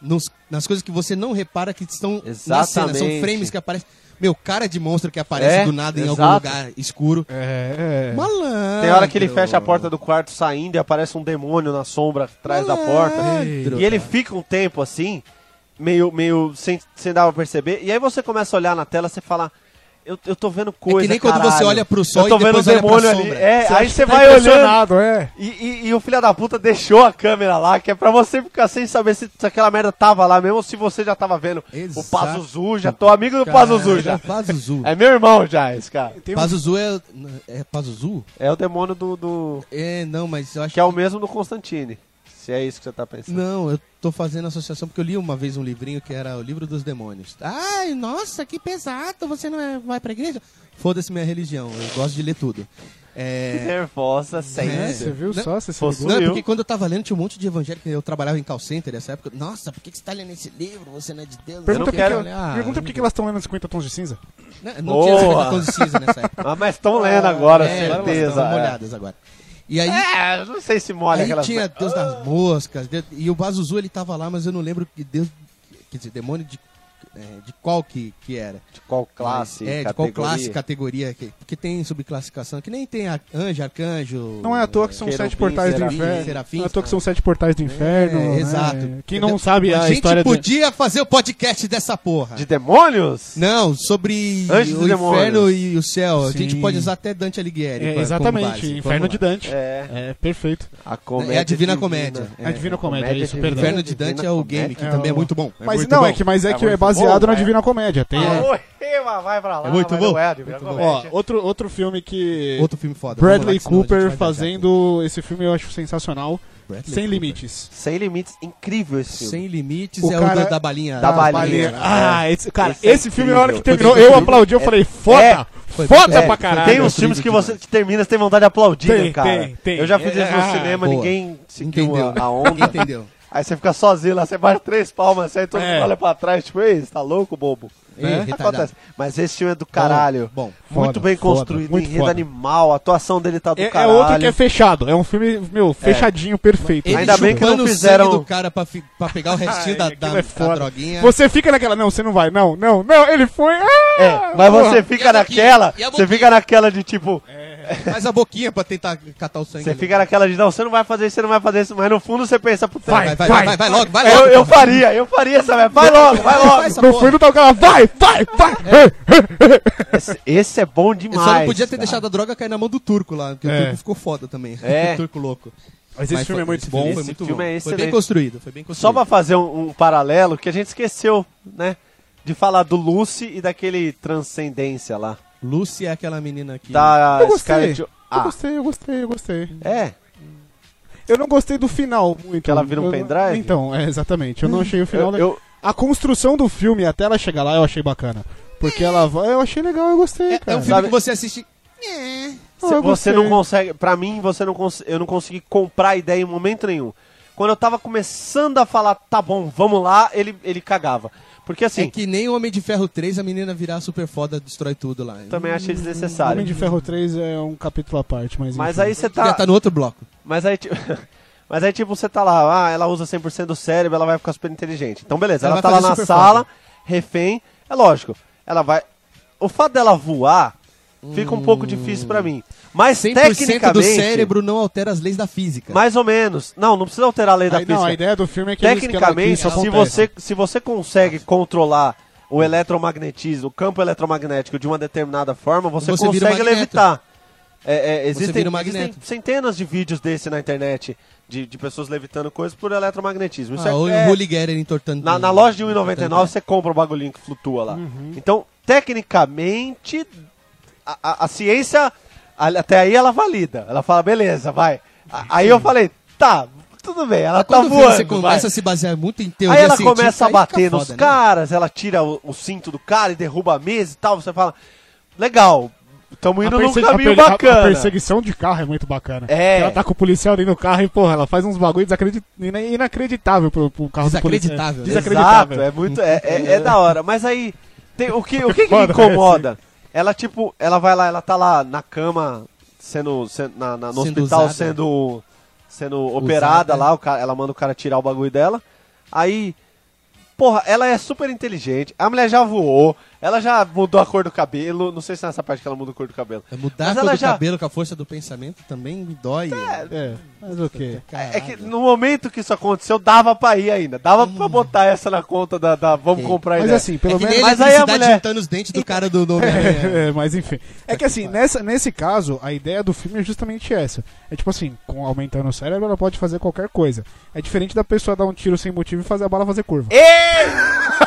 Nos- nas coisas que você não repara que estão na cena. São
Exatamente.
frames que aparecem. Meu, cara de monstro que aparece
É,
do nada em algum
exato.
lugar escuro.
É, é.
Malandro.
Tem hora que ele fecha a porta do quarto saindo e aparece um demônio na sombra atrás da porta.
Malandro,
E ele
cara.
fica um tempo assim, meio, meio sem, sem dar pra perceber. E aí você começa a olhar na tela e fala. Eu, eu tô vendo coisa.
É nem quando
caralho.
você olha pro sol
Eu tô
e depois olha
vendo o
pra
demônio ali.
sombra.
É, aí
acha
você
que tá
vai olhando.
impressionado, é.
E, e- e o filho da puta deixou a câmera lá, que é pra você ficar sem saber se, se aquela merda tava lá mesmo, ou se você já tava vendo o
Exato.
Pazuzu, já tô amigo do Pazuzu já.
Pazuzu.
É meu irmão já, esse cara.
Tem um-
Pazuzu é. É Pazuzu?
É o demônio do, do-
É, não, mas eu acho
que é o mesmo do Constantine, se é isso que você tá pensando.
Não, eu tô fazendo associação porque eu li uma vez um livrinho que era o livro dos demônios. Ai, nossa, que pesado, você não é- vai pra igreja? Foda-se minha religião, eu gosto de ler tudo.
*laughs*
É...
Nervosa sempre.
É, você viu
Não-
só? Você se
Possu-
ligou?
Não, é
eu.
porque quando eu tava lendo tinha um monte de evangelho, que eu trabalhava em call center nessa época. Nossa, por que, que você tá lendo esse livro? Você não é de Deus?
Pergunta,
não
por,
quero-
que,
Ah,
pergunta por que que elas estão lendo 50 tons de cinza.
Não, não tinha essa
Boa.
coisa de cinza nessa
*laughs*
época.
Ah, mas estão lendo agora,
É, agora elas
certeza.
dão
é.
molhadas agora. E aí,
É, eu não sei se molha
Aí
aquelas...
tinha Deus das Moscas, Deus- e o Bazuzu ele tava lá, mas eu não lembro que Deus, quer dizer, demônio de, é, de qual que, que era.
De qual classe,
Mas, É, de qual classe, categoria. Que, porque tem subclassificação, que nem tem a- anjo, arcanjo...
Não é à toa que são
Querubim,
sete portais
serafim,
do inferno.
serafim, tá.
não é à toa que são sete portais do inferno. né?
É, exato.
Quem
Entendeu?
não sabe a,
a gente
história do.
podia fazer o podcast dessa porra.
De demônios?
Não, sobre
Anjos e
o inferno
demônios.
e o céu. A gente
Sim.
pode usar até Dante Alighieri.
É,
pra-
exatamente,
como base.
Inferno
Vamos
de
lá.
Dante.
É.
É, perfeito.
A
É a Divina Comédia.
É a Divina Comédia, é isso, perdão.
Inferno de Dante é o game que
É
também é
o-
muito bom.
mas
muito
não,
bom.
é que, mas é,
É
que é
muito
baseado
bom,
na
é.
Divina Comédia. Tem.
Ah, oi, mas vai pra lá.
É muito
mas
bom.
Não é a Divina
Muito bom.
Ó,
Comédia.
outro, outro filme que.
Outro filme foda. vamos
Bradley
lá, que senão a
Cooper
gente vai viajar aqui.
fazendo esse filme eu acho sensacional.
Bradley
Sem
Cooper.
limites.
Sem limites, incrível esse filme.
Sem limites
O
é
cara-
o da, da balinha.
Da
Ah,
balinha.
Ah, esse, cara, esse,
Esse é
filme na hora que
incrível.
terminou,
Foi bem
eu
incrível.
aplaudi, eu falei, foda!
Foi bem
foda
incrível.
pra
Foi
caralho!
É, Tem
um
uns
Construído
filmes que
demais.
você que termina, você tem vontade de aplaudir,
Tem,
né, cara.
tem, tem.
Eu já fiz isso
Ah,
no cinema,
boa.
ninguém seguiu
Entendeu?
a onda.
Entendeu?
Aí você fica sozinho lá, você bate três palmas, você aí todo
É.
mundo olha pra trás, tipo, ei, você tá louco, bobo?
Né?
Acontece. Mas esse filme é do caralho.
Bom, bom.
Foda,
muito bem
foda,
construído,
muito
enredo
foda.
animal, a atuação dele tá do
É, é
caralho.
outro que é fechado. É um filme, meu, fechadinho, perfeito.
Ele
Ainda bem que não
chupando o
fizeram-
sangue do cara pra, fi- pra pegar o restinho da,
Aquilo
da,
é
da
foda.
droguinha.
Você fica naquela, não, você não vai, não, não, não, ele foi. ah!
É, mas você
E
fica
a boquinha?
naquela,
E a
você fica naquela de tipo,
É,
Faz a boquinha pra tentar catar o sangue.
você
ali.
fica naquela de não, você não vai fazer isso, você não vai fazer isso, mas no fundo você pensa, puta,
Vai, vai, vai, vai, vai, logo, vai logo.
eu, eu faria, eu faria essa merda, vai logo, vai
Vai
logo.
essa
No
porra.
fundo tá o cara, vai, vai, vai!
Esse, esse é bom
Eu
demais.
só não podia ter
cara.
deixado a droga cair na mão do turco lá, porque
É.
o turco ficou foda também. *laughs*
É.
o turco louco.
Mas esse
Mas
filme
foi-
é muito
esse
bom.
Filme foi
Esse
muito bom.
filme
foi
é
bem
excelente.
construído, foi bem
Só
construído.
pra fazer um, um paralelo que a gente esqueceu, né? De falar do Lucy e daquele Transcendência lá.
Lucy é aquela menina que...
Da
Eu gostei.
Scarlett-
Eu
Ah,
gostei, eu gostei, eu gostei.
é.
Eu não gostei do final muito.
ela vira um
Eu-
pendrive?
Então, é, exatamente. Eu não achei o final
Eu,
legal.
eu,
A construção do filme até ela chegar lá eu achei bacana. Porque ela vai. Eu achei legal, eu gostei,
É, é
cara.
um filme
Sabe-
que você assiste... É.
Ah,
Cê-
eu
você
gostei.
não consegue. Pra mim, você não cons- eu não consegui comprar a ideia em momento nenhum. Quando eu tava começando a falar, tá bom, vamos lá, ele, ele cagava. Porque assim,
É que nem o Homem de Ferro 3, a menina virar super foda, destrói tudo lá.
eu também achei desnecessário.
Homem de Ferro 3 é né? um capítulo à parte, mas.
Mas
enfim.
aí
Já
você tá.
tá no outro bloco.
Mas aí, ti- *laughs* mas aí, tipo, você tá lá, ah, ela usa 100% do cérebro, ela vai ficar super inteligente. Então, beleza, ela,
Ela
tá
vai
lá
fazer
na
super
sala, refém, é lógico, ela vai... O fato dela voar fica um pouco difícil pra mim. Mas,
100%
tecnicamente,
do cérebro não altera as leis da física.
mais ou menos. Não, não precisa alterar a lei da
Aí, não, a
física.
ideia do filme é que eles- que ela- que
Tecnicamente,
isso
se,
acontece.
você, se você consegue controlar o eletromagnetismo, o campo eletromagnético de uma determinada forma, você,
Você vira o
consegue
Magneto.
levitar. É, é, existem,
vira o
existem
Magneto.
centenas de vídeos desse na internet de, de pessoas levitando coisas por eletromagnetismo. Isso
Ah, ou
é, é-
o Holy Getter entortando.
na, na loja de
Tá
1,99 você compra o bagulhinho que flutua lá.
Uhum.
Então, tecnicamente, a, a- a ciência a- até aí ela valida. Ela fala, beleza, vai. A- aí eu falei, tá, tudo bem, ela tá
Quando o filme
voando.
você
vai.
começa a se basear muito em teoria
Aí ela
científica,
começa a
aí fica
bater
foda,
nos
né?
caras, ela tira o, o cinto do cara e derruba a mesa e tal. Você fala, legal, estamos indo num
persegui-
caminho
perse- a-
bacana.
a perseguição de carro é muito bacana.
É.
Ela tá com o policial ali no carro e, porra, ela faz uns bagulho desacredit... ina- inacreditável pro, pro carro do policial.
Desacreditável, né?
Desacreditável.
Exato, é muito, é, é- é da hora. Mas aí, tem- o que, o que, que me
Foda,
incomoda? Ela, tipo, ela vai lá, ela tá lá na cama, sendo, sendo- na, na- no
Sendo
hospital,
usada.
sendo, sendo operada lá, o cara, ela manda o cara tirar o bagulho dela. Aí, porra, ela é super inteligente, a mulher já voou, ela já mudou a cor do cabelo, não sei se é nessa parte que ela muda a cor do cabelo.
É Mudar
Mas
a cor
ela
do
já-
cabelo com a força do pensamento também me dói.
É, mas ok.
É que no momento que isso aconteceu, dava pra ir ainda. Dava pra botar essa na conta da. da- vamos
Sim.
comprar
Hum. Mas
ideia.
assim, pelo menos.
Mas
Mas
aí a
aí
mulher-
juntando os dentes do cara do do
*laughs*
Homem-Aranha.
É, *laughs* mas enfim. É que assim, nessa, nesse caso, a ideia do filme é justamente essa. É tipo assim, com aumentando o cérebro, ela pode fazer qualquer coisa. É diferente da pessoa dar um tiro sem motivo e fazer a bala fazer curva.
Ei!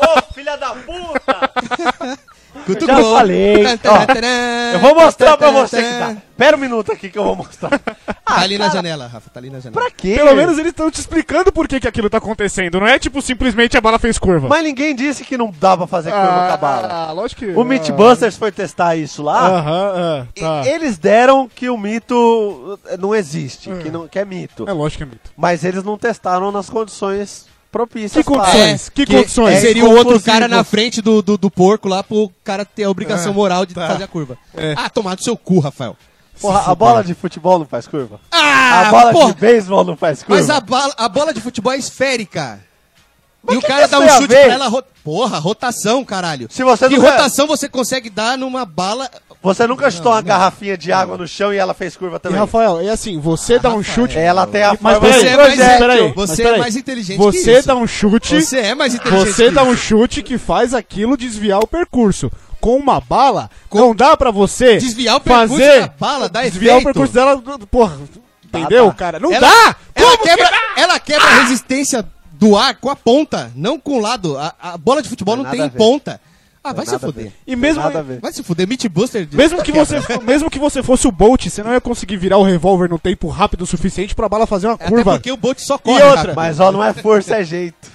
Ô, filha da puta! Já
Cutucou.
falei.
Tan,
Ó,
tan, tan,
Eu vou mostrar pra
tan, tan,
você que
tan.
É.
dá. Pera um minuto aqui que eu
*laughs*
vou mostrar.
Tá ali na janela, Rafa, tá ali na janela.
Pra quê?
Pelo menos eles estão te explicando por que, que aquilo tá acontecendo. Não é tipo simplesmente a bala fez curva.
Mas ninguém disse que não dá pra fazer curva com a bala.
ah, lógico que.
O Mythbusters foi testar isso lá.
Aham, ah,
e
tá.
Eles deram que o mito eh, não existe, que, não, que é mito.
Hum. É lógico que é mito.
Mas eles não testaram nas condições propícias.
Que
para-
condições? que
é
condições?
Seria o outro
Exclusivo.
cara na frente do, do, do porco lá pro cara ter a
Ah,
obrigação moral de
tá.
fazer a curva.
É.
Ah, tomar do seu cu, Rafael.
Porra, a bola de futebol não faz curva?
Ah,
a bola
porra,
de beisebol não faz curva?
Mas a bola, a bola de futebol é esférica.
Mas
e o
que
cara
que
dá
isso tem a
um chute
ver?
pra ela. ro- Porra, rotação, caralho.
Se você
que
não quer-
rotação você consegue dar numa bala.
Você nunca chutou uma garrafinha de água no chão e ela fez curva
E
também?
Rafael, é assim, você dá um chute.
Ela tem a
Mas
forma
peraí,
de
Você é mais,
projeto.
projeto. Peraí, mas
você é
peraí.
mais inteligente que
Você
isso.
dá um chute.
Você é mais inteligente
Você
que
dá um
isso.
chute que faz aquilo desviar o percurso. Com uma bala, não dá pra você
Desviar o percurso
fazer,
da bala, dá
desviar o
efeito.
percurso dela, do- do- porra, entendeu,
dá.
cara? Não
Ela-
dá!
Ela
Como
quebra,
que dá? Ah!
ela quebra a resistência do ar com a ponta, não com o lado. A, a bola de futebol não,
Tem nada a
tem
ver.
ponta. Ah, vai
Nada
se
a
fuder.
ver.
E mesmo,
Nada a ver.
Vai se fuder, Meat Buster. de-
mesmo que você, mesmo que você fosse o Bolt, você não ia conseguir virar o revólver no tempo rápido o suficiente pra bala fazer uma
É, Até
curva.
porque o Bolt só
E
corre.
outra,
Rafa.
Mas ó, não é força, é jeito.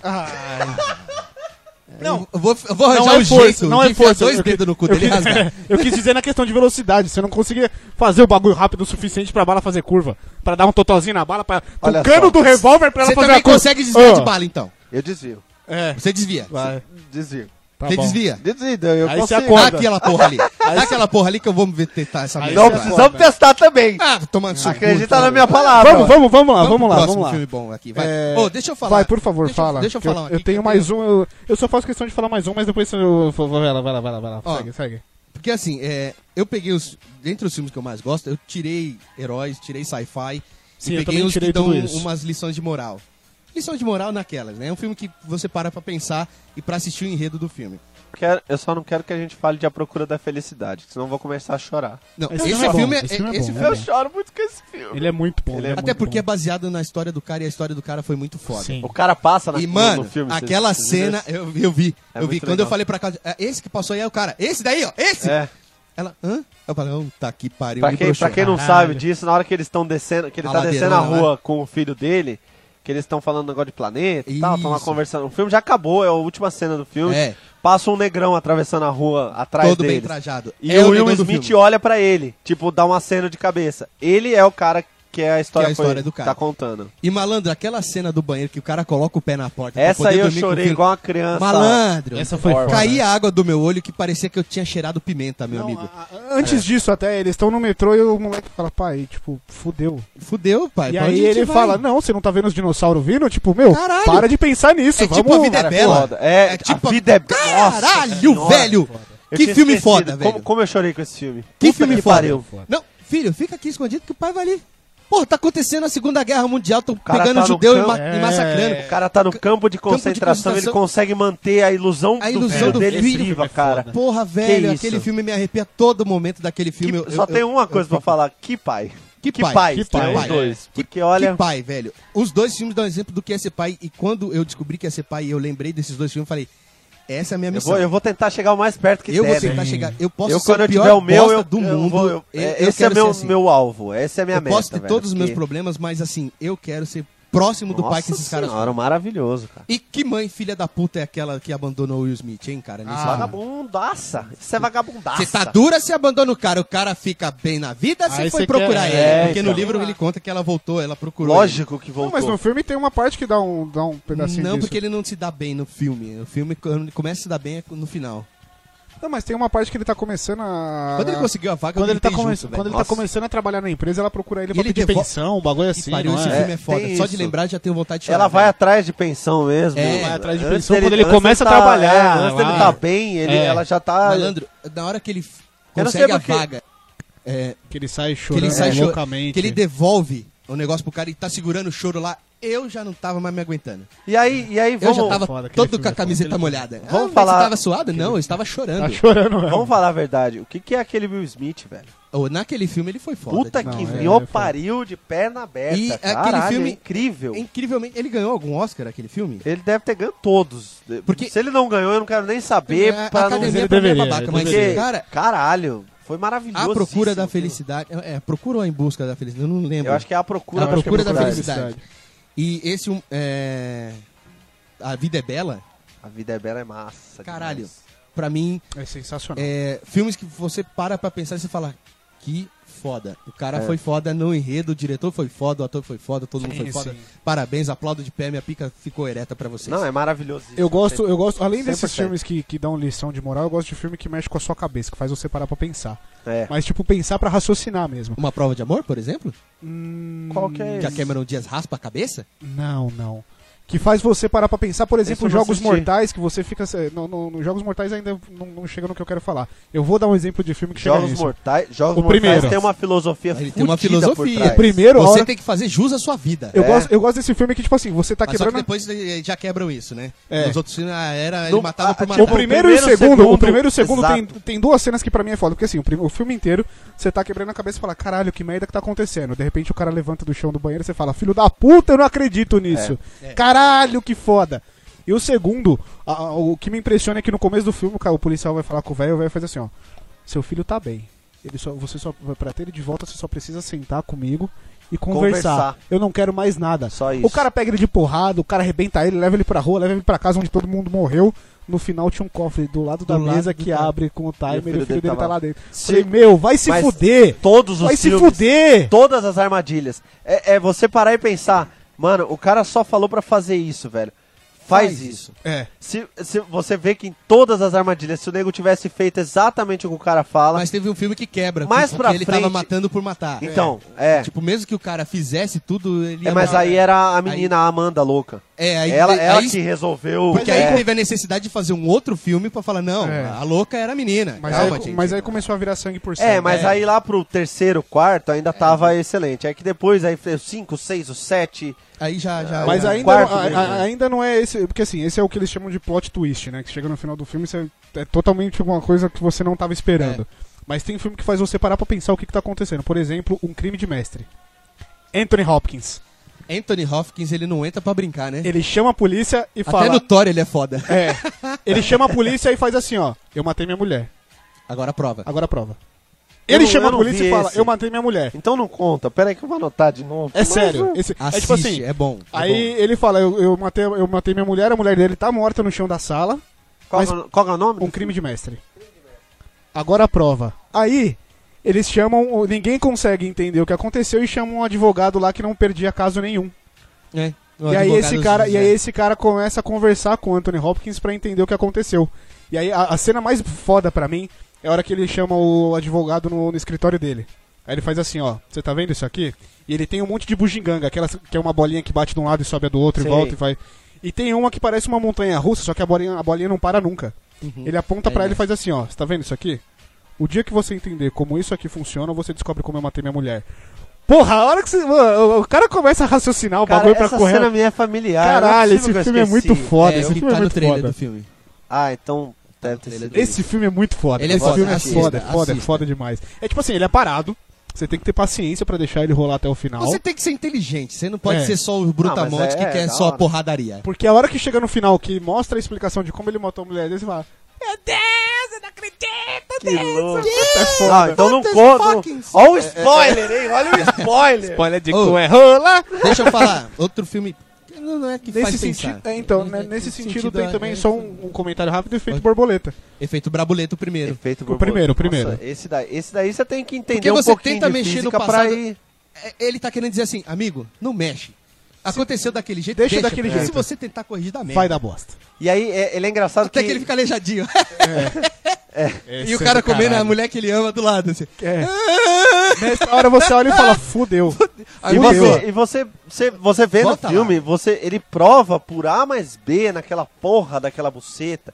Não, eu vou, eu vou
Não
arranjar
é
um
força,
jeito
não
de
é
enfiar
força.
dois
Eu que-
dedos no cu
Eu
dele e
quis,
rasgar.
*laughs* eu quis dizer na questão de velocidade, você não conseguia fazer o bagulho rápido o suficiente pra bala fazer curva. Pra dar um totozinho na bala, pra, com
Olha
o cano
só.
do revólver pra ela
Você
fazer
também
a curva.
consegue desviar
Ah,
de bala, então.
Eu desvio.
É,
Você desvia.
Desvio.
tá
você
bom.
desvia.
Desvio, eu
Aí você
consigo.
acorda.
Dá aquela porra
*laughs*
ali. Dá aquela porra ali que eu vou me tentar essa merda.
Não
vai.
precisamos testar também.
Ah, tomando seu cu,
Acredita
cara.
na minha palavra.
Vamos, vamos, vamos lá,
Vamos pro
vamos lá,
próximo
vamos lá.
filme bom aqui, vai.
É,
Ô, deixa eu falar.
Vai, por favor,
Deixa eu-
fala.
Deixa eu
que
falar um aqui
Eu
que
tenho mais um, eu, eu só faço questão de falar mais um, mas depois eu. Vai lá, vai lá, vai lá, vai lá.
Ó.
Segue, segue.
Porque assim, é, eu peguei os. Dentre os filmes que eu mais gosto, eu tirei heróis, tirei sci-fi.
Sim,
e
eu
peguei
também
os
tirei
que dão
tudo isso.
umas lições de moral. Lição de moral naquelas, né? É um filme que você para pra pensar e pra assistir o enredo do filme.
Quero- eu só não quero que a gente fale de A Procura da Felicidade, que senão eu vou começar a chorar.
Não,
Esse
esse,
filme é bom,
filme é.
esse filme é
esse
bom, né?
filme-
Eu choro muito com esse filme.
Ele é muito bom.
Ele
Ele
é
é
Até
muito
porque é
bom.
baseado na história do cara e a história do cara foi muito foda. É
Sim.
O cara passa na,
E, mano,
no filme. vocês-
aquela
vocês viram
cena, eu, eu vi.
É
eu vi.
muito
Quando
legal.
eu falei pra casa, "É esse que passou aí é o cara. Esse daí, ó.
isso?
Esse.
É.
Ela, hã? Eu falei, não, tá que pariu.
Pra
me
quem,
broxou."
pra quem não
Caralho.
sabe disso, na hora que eles estão descendo, que ele
A
tá descendo a
ladeirona
rua com o filho dele, que eles estão falando um negócio de planeta e tal, estão lá
Isso.
conversando. O filme já acabou, é a última cena do filme.
É.
Passa um negrão atravessando a rua atrás
Todo bem
deles.
trajado.
E
É
o
negão
Will
do
Smith
filme.
olha pra ele, tipo, dá um aceno de cabeça. Ele é o cara que é a história,
Que é a história
foi-
do cara.
tá contando.
E malandro, aquela cena do banheiro que o cara coloca o pé na porta. pra
Essa
poder
aí eu
dormir com o
chorei
filho.
igual uma criança.
Malandro.
Essa foi foda.
Caía água do meu olho que parecia que eu tinha cheirado pimenta, meu
Não,
amigo.
a- a- antes
É.
disso, até, eles estão no metrô e o moleque fala, pai, tipo, fudeu.
Fudeu, pai.
Então, e
pra
aí
onde a gente
ele
vai?
fala, não, você não tá vendo os dinossauros vindo? Tipo, meu,
Caralho.
para de pensar nisso,
É
vamos...
tipo a vida é bela.
foda. É, a vida é- Nossa
Caralho,
Senhora.
velho.
Eu
Que
tinha
filme
esquecido.
foda,
como,
velho.
Como eu chorei com esse filme.
Que
Puta
filme
que
foda.
pariu.
Não, filho, fica aqui escondido que o pai vai ali. Pô, tá acontecendo a Segunda Guerra Mundial, tão
cara
pegando
tá no
judeu e,
campo.
ma- e massacrando.
O cara tá no campo de
É. Campo de
concentração, ele
concentração.
consegue manter a ilusão,
A ilusão
do filho
do
dele
filho.
viva, cara.
Porra, velho,
isso?
aquele filme me arrepia todo momento daquele
Que-
filme. Eu-
só
eu-
tem uma
eu-
coisa pra falar, que pai.
Que
que
pai,
pai,
que
que pai,
pai,
os
é.
dois.
Que-
Porque olha,
Que pai, velho. Os dois filmes dão exemplo do que é ser pai. E quando eu descobri que ia ser pai e eu lembrei desses dois filmes, eu falei: essa é a minha
eu
missão.
vou, eu vou tentar chegar o mais perto que
Eu vou
der, né?
tentar chegar. Eu posso
eu,
ser
quando
o
eu
pior
tiver o meu,
bosta
eu,
do
eu
mundo.
vou- eu-
eu- eu
esse
quero
é
ser
meu,
assim.
meu alvo, essa é a minha
Eu
meta,
posso ter
velho,
todos os meus
porque-
problemas, mas assim, eu quero ser próximo do
Nossa
pai que esses caras
senhora, maravilhoso, cara.
E que mãe filha da puta é aquela que abandonou o Will Smith, hein, cara? Nesse
Ah.
momento.
Vagabundaça. Isso é vagabundaça.
Ah. Você tá dura se abandona o cara, o cara fica bem na vida, você
Aí
foi
você
procurar
quer-
ele.
É,
porque
então.
no livro ele conta que ela voltou, ela procurou.
Lógico tá que
Não,
voltou.
mas no filme tem uma parte que dá um, dá um
ele.
pedacinho
Não,
disso.
porque ele não se dá bem no filme. O filme, quando ele começa a se dar bem, é no final.
Não, mas tem uma parte que ele tá começando
Ah.
a...
Quando ele conseguiu a vaga,
Quando ele, tá,
tem
come-
junto, velho.
quando ele tá
Nossa.
começando a trabalhar na empresa, ela procura ele
E
pra
ele
pedir
devo-
pensão, um bagulho
Que
assim,
pariu,
não
esse
é?
filme é
É,
foda.
tem
Só
isso.
de lembrar já tenho vontade de chorar.
Ela vai
velho.
atrás de pensão mesmo.
né? É, vai
atrás de
Antes
pensão
dele-
quando ele
antes
começa a
tá-
trabalhar,
é, antes dele
lá.
tá bem, ele,
É.
ela já tá.
Malandro, na hora que ele f-
Eu não sei
consegue a
porque-
vaga, é,
Que ele sai
que
chorando
ele sai chorando,
loucamente.
que ele devolve o negócio pro cara e tá segurando o choro lá, eu já não tava mais me aguentando.
E aí, e aí
Eu
vamos,
já tava
Foda, aquele
todo
filme
com
é
a
foda,
camiseta molhada. Ah,
Vamos
mas
falar-
Você tava suado? Não, eu estava
Tá
chorando.
chorando, velho.
vamos falar a verdade. O que, que é aquele Will Smith, velho?
Ô, naquele filme ele foi foda.
Puta
demais.
que
Não, é,
me
é
pariu de perna aberta.
E aquele
Caralho, é
filme-
incrível.
Incrivelmente, ele ganhou algum Oscar aquele filme?
Ele deve ter ganho todos.
Porque-
Se ele não ganhou, eu não quero nem saber.
a
pra não-
academia
Ele
pra mim é
deveria,
babaca,
ele
mas
deveria.
cara,
Caralho, foi maravilhoso.
a procura da felicidade, é, é, procura ou em busca da felicidade, eu não lembro.
Eu acho que é a procura,
A
eu acho que
Procura da
é
Felicidade. E esse um, é, a vida é bela,
A vida é bela, é massa.
caralho.
demais.
Pra mim,
É sensacional.
é, filmes que você para pra pensar e você fala, que foda. O cara
É.
foi foda no enredo, o diretor foi foda, o ator foi foda, todo mundo
Sim,
foi foda.
sim.
Parabéns, aplaudo de pé, minha pica ficou ereta pra vocês.
Não, é maravilhoso. isso.
Eu gosto, eu gosto, além
100%.
desses filmes que, que dão lição de moral, eu gosto de filme que mexe com a sua cabeça, que faz você parar pra pensar.
É.
Mas, tipo, pensar pra raciocinar mesmo.
Uma prova de amor, por exemplo?
Hum,
Qual que é
Que a
esse?
Cameron Diaz raspa a cabeça?
Não, não. Que faz você parar pra pensar, por exemplo,
eu não
Jogos
assisti.
Mortais, que você fica. se- No, no- no Jogos Mortais ainda não, não chega no que eu quero falar. Eu vou dar um exemplo de filme que chega
Jogos
nisso.
Mortais, Jogos
O
Mortais
primeiro.
tem uma filosofia
Ele tem uma
fudida por
filosofia.
trás.
O primeiro, a
você
hora-
tem que fazer jus à sua vida.
eu,
É.
gosto, eu gosto desse filme que, tipo assim, você tá
Mas só que
quebrando.
depois eh, já quebram isso, né?
É.
Nos outros filmes ah, era ele
No-
matava por
ah,
matar.
O primeiro, e o segundo, o primeiro e o segundo tem,
exato.
tem duas cenas que pra mim é foda, porque assim, o, prim- o filme inteiro, você tá quebrando a cabeça e fala, caralho, que merda que tá acontecendo. De repente o cara levanta do chão do banheiro e você fala, filho da puta, eu não acredito nisso. Caralho, que foda. E o segundo, a- a- o que me impressiona é que no começo do filme, cara, o policial vai falar com o velho, o velho faz assim, ó, seu filho tá bem. Ele só, você só, pra ter ele de volta, você só precisa sentar comigo e conversar.
Conversar.
Eu não quero mais nada.
Só isso.
O cara pega ele de porrada, o cara arrebenta ele, leva ele pra rua, leva ele pra casa onde todo mundo morreu. No final tinha um cofre do lado da
Do lado
mesa
do
que
cara.
abre com o timer e o filho, dele, tá lá dentro.
Se-
Falei, meu, vai se
Mas
fuder!
Todos os
Vai se
filmes,
fuder!
*laughs* todas as armadilhas. É, é você parar e pensar, mano, o cara só falou pra fazer isso, velho. Faz,
Faz
isso.
É.
Se, se você vê que em todas as armadilhas, se o nego tivesse feito exatamente o que o cara fala,
Mas teve um filme que quebra.
Mais
que,
pra
que ele tava
frente-
matando por matar.
então, é.
Tipo, mesmo que o cara fizesse tudo, ele
É,
ia
mas
matar.
aí era a menina, a Amanda louca.
É, aí,
ela
aí-
ela
aí-
que resolveu.
Porque
é,
aí teve a necessidade de fazer um outro filme pra falar, não,
É.
a louca era a menina.
Mas,
Calma,
aí,
gente.
mas aí começou a virar sangue por sangue.
É, mas
É.
aí lá pro terceiro, quarto ainda tava excelente. É que depois aí foi o 5, 6, o 7.
Aí já... já
Mas
já-
ainda,
é um quarto
não- a-
mesmo,
a-
né?
ainda não é esse. Porque assim, esse é o que eles chamam de plot twist, né? Que chega no final do filme você é totalmente uma coisa que você não tava
É.
esperando. Mas tem filme que faz você parar pra pensar o que, que tá acontecendo. Por exemplo, um crime de mestre. Anthony Hopkins.
Anthony Hopkins, ele não entra pra brincar, né?
Ele chama a polícia e
Até
fala.
no Thor ele é foda.
É. Ele chama a polícia e faz assim, ó. Eu matei minha mulher.
Agora prova.
Agora prova.
Eu
Ele
não-
chama
eu
a
não
polícia
vi
e fala,
esse.
eu matei minha mulher.
Então não conta. Pera aí que eu vou anotar de novo. uh,
É sério. Esse, é tipo assim.
é bom. é
Aí ele fala, eu, eu matei, eu matei minha mulher, a mulher dele tá morta no chão da sala.
Qual,
Mas-
que é o- qual que é o nome?
Um crime de mestre. Agora a prova. Aí, eles chamam. Ninguém consegue entender o que aconteceu e chamam um advogado lá que não perdia caso nenhum.
bom. É. O
Um
E aí,
advogado
esse cara, e aí
José.
esse cara começa a conversar com o Anthony Hopkins pra entender o que aconteceu. E aí a, a cena mais foda pra mim é a hora que ele chama o advogado no, no escritório dele. Aí ele faz assim, ó, você tá vendo isso aqui? E ele tem um monte de bugiganga, aquelas que é uma bolinha que bate de um lado e sobe a do outro
Sei.
e volta e vai. E tem uma que parece uma montanha russa, só que a bolinha, a bolinha não para nunca.
Uhum.
Ele aponta
É.
pra ele e faz assim, ó, você tá vendo isso aqui? O dia que você entender como isso aqui funciona, você descobre como eu matei minha mulher. Porra, a hora que você. mano, o cara começa a raciocinar o
Cara,
bagulho pra
essa
correr.
cena minha é familiar. não
Caralho,
possível
esse
que eu
filme é
esqueci.
muito foda.
É,
esse
o que
filme é
tá no
muito
trailer
foda.
do filme.
Ah, então deve ter sido.
Esse filme é muito foda.
Ele é
esse
foda,
filme é
assista,
foda, é foda, é
assista.
foda demais. É tipo assim, ele é parado. Você tem que ter paciência pra deixar ele rolar até o final.
Você tem que ser inteligente, você não pode
É.
ser só o Brutamonte
Ah, mas é-
que
é,
quer
da
só
hora.
porradaria.
Porque a hora que chega no final que mostra a explicação de como ele matou a mulher dele, você fala.
Meu Deus, eu não acredito!
Que louco. É,
É
Ah,
foda.
então não
What the
conta.
fucking-
Olha o spoiler, hein? Olha o spoiler.
Olha de
Oh.
cu é rola.
Deixa
*laughs*
eu falar. Outro filme. que Não não é que
Nesse
faz
sentido,
pensar.
é, então,
Mas
né,
é que
nesse
esse
sentido,
sentido
tem
é-
também
é-
só um, um comentário rápido efeito
Oi.
borboleta.
Efeito Brabuleto primeiro.
Efeito
O primeiro, o primeiro.
Nossa, esse, daí, esse daí você tem que entender
Porque
um
você
pouquinho
tenta
de
mexer no
física pra
passado-
ir...
É, Ele tá querendo dizer assim, amigo, não mexe. Aconteceu daquele jeito,
Deixa daquele
porque
jeito.
Se você tentar corrigir, dá merda.
Vai dar bosta.
E aí, é, ele é engraçado
Até que...
que...
ele fica aleijadinho. *laughs* e o cara
é
comendo a mulher que ele ama do lado. Assim.
É.
*laughs*
Nessa hora você olha e fala, fudeu.
Aí
E
Fudeu.
você, e você, você, você vê
Volta
no
lá.
filme, você, ele prova por A mais B naquela porra daquela buceta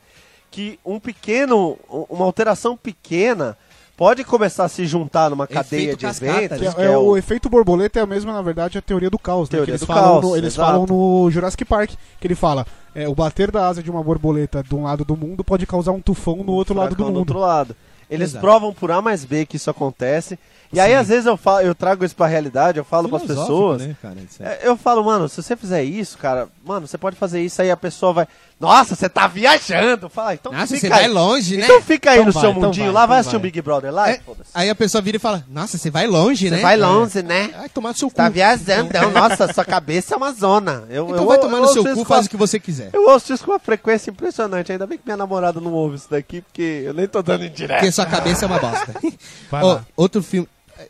que um pequeno, um- uma alteração pequena pode começar a se juntar numa
Efeito
cadeia de
cascata,
Que
eventos.
é, é o... efeito borboleta é a mesma, na verdade, a teoria do caos, né?
Teoria
Que eles
do
falam,
caos,
no, eles
exato.
falam no Jurassic Park, que ele fala, é, o bater da asa de uma borboleta de um lado do mundo pode causar um tufão no outro lado do
Furacão
mundo.
tá outro lado. Eles
Exato.
provam por A mais B que isso acontece. E aí, às vezes, eu, falo, eu trago isso pra realidade, eu falo pras
Filosófico,
pessoas.
Né, cara, Isso é-
É, Eu falo, mano, se você fizer isso, cara, mano, você pode fazer isso, aí a pessoa vai. Nossa, você tá viajando! Fala, então
Nossa,
fica
você
aí.
vai longe, né?
Então fica aí
Então
no
vai,
seu
então
mundinho,
vai,
lá
então
vai assistir o
vai.
Big Brother lá,
É,
e foda-se.
aí a pessoa vira e fala, nossa, você vai longe,
Você
né?
vai longe, né?
Ai, tomar no seu cu.
Tá viajando, então, nossa, sua cabeça é uma zona. Eu,
Então
eu,
vai tomar
eu
no seu
ouço
cu,
isso com a-
faz o que você quiser.
Eu ouço isso com uma frequência impressionante, ainda bem que minha namorada não ouve isso daqui, porque eu nem tô dando indireta.
Porque sua cabeça é uma
*laughs*
bosta.
Vai
Ó,
lá.
outro filme... É,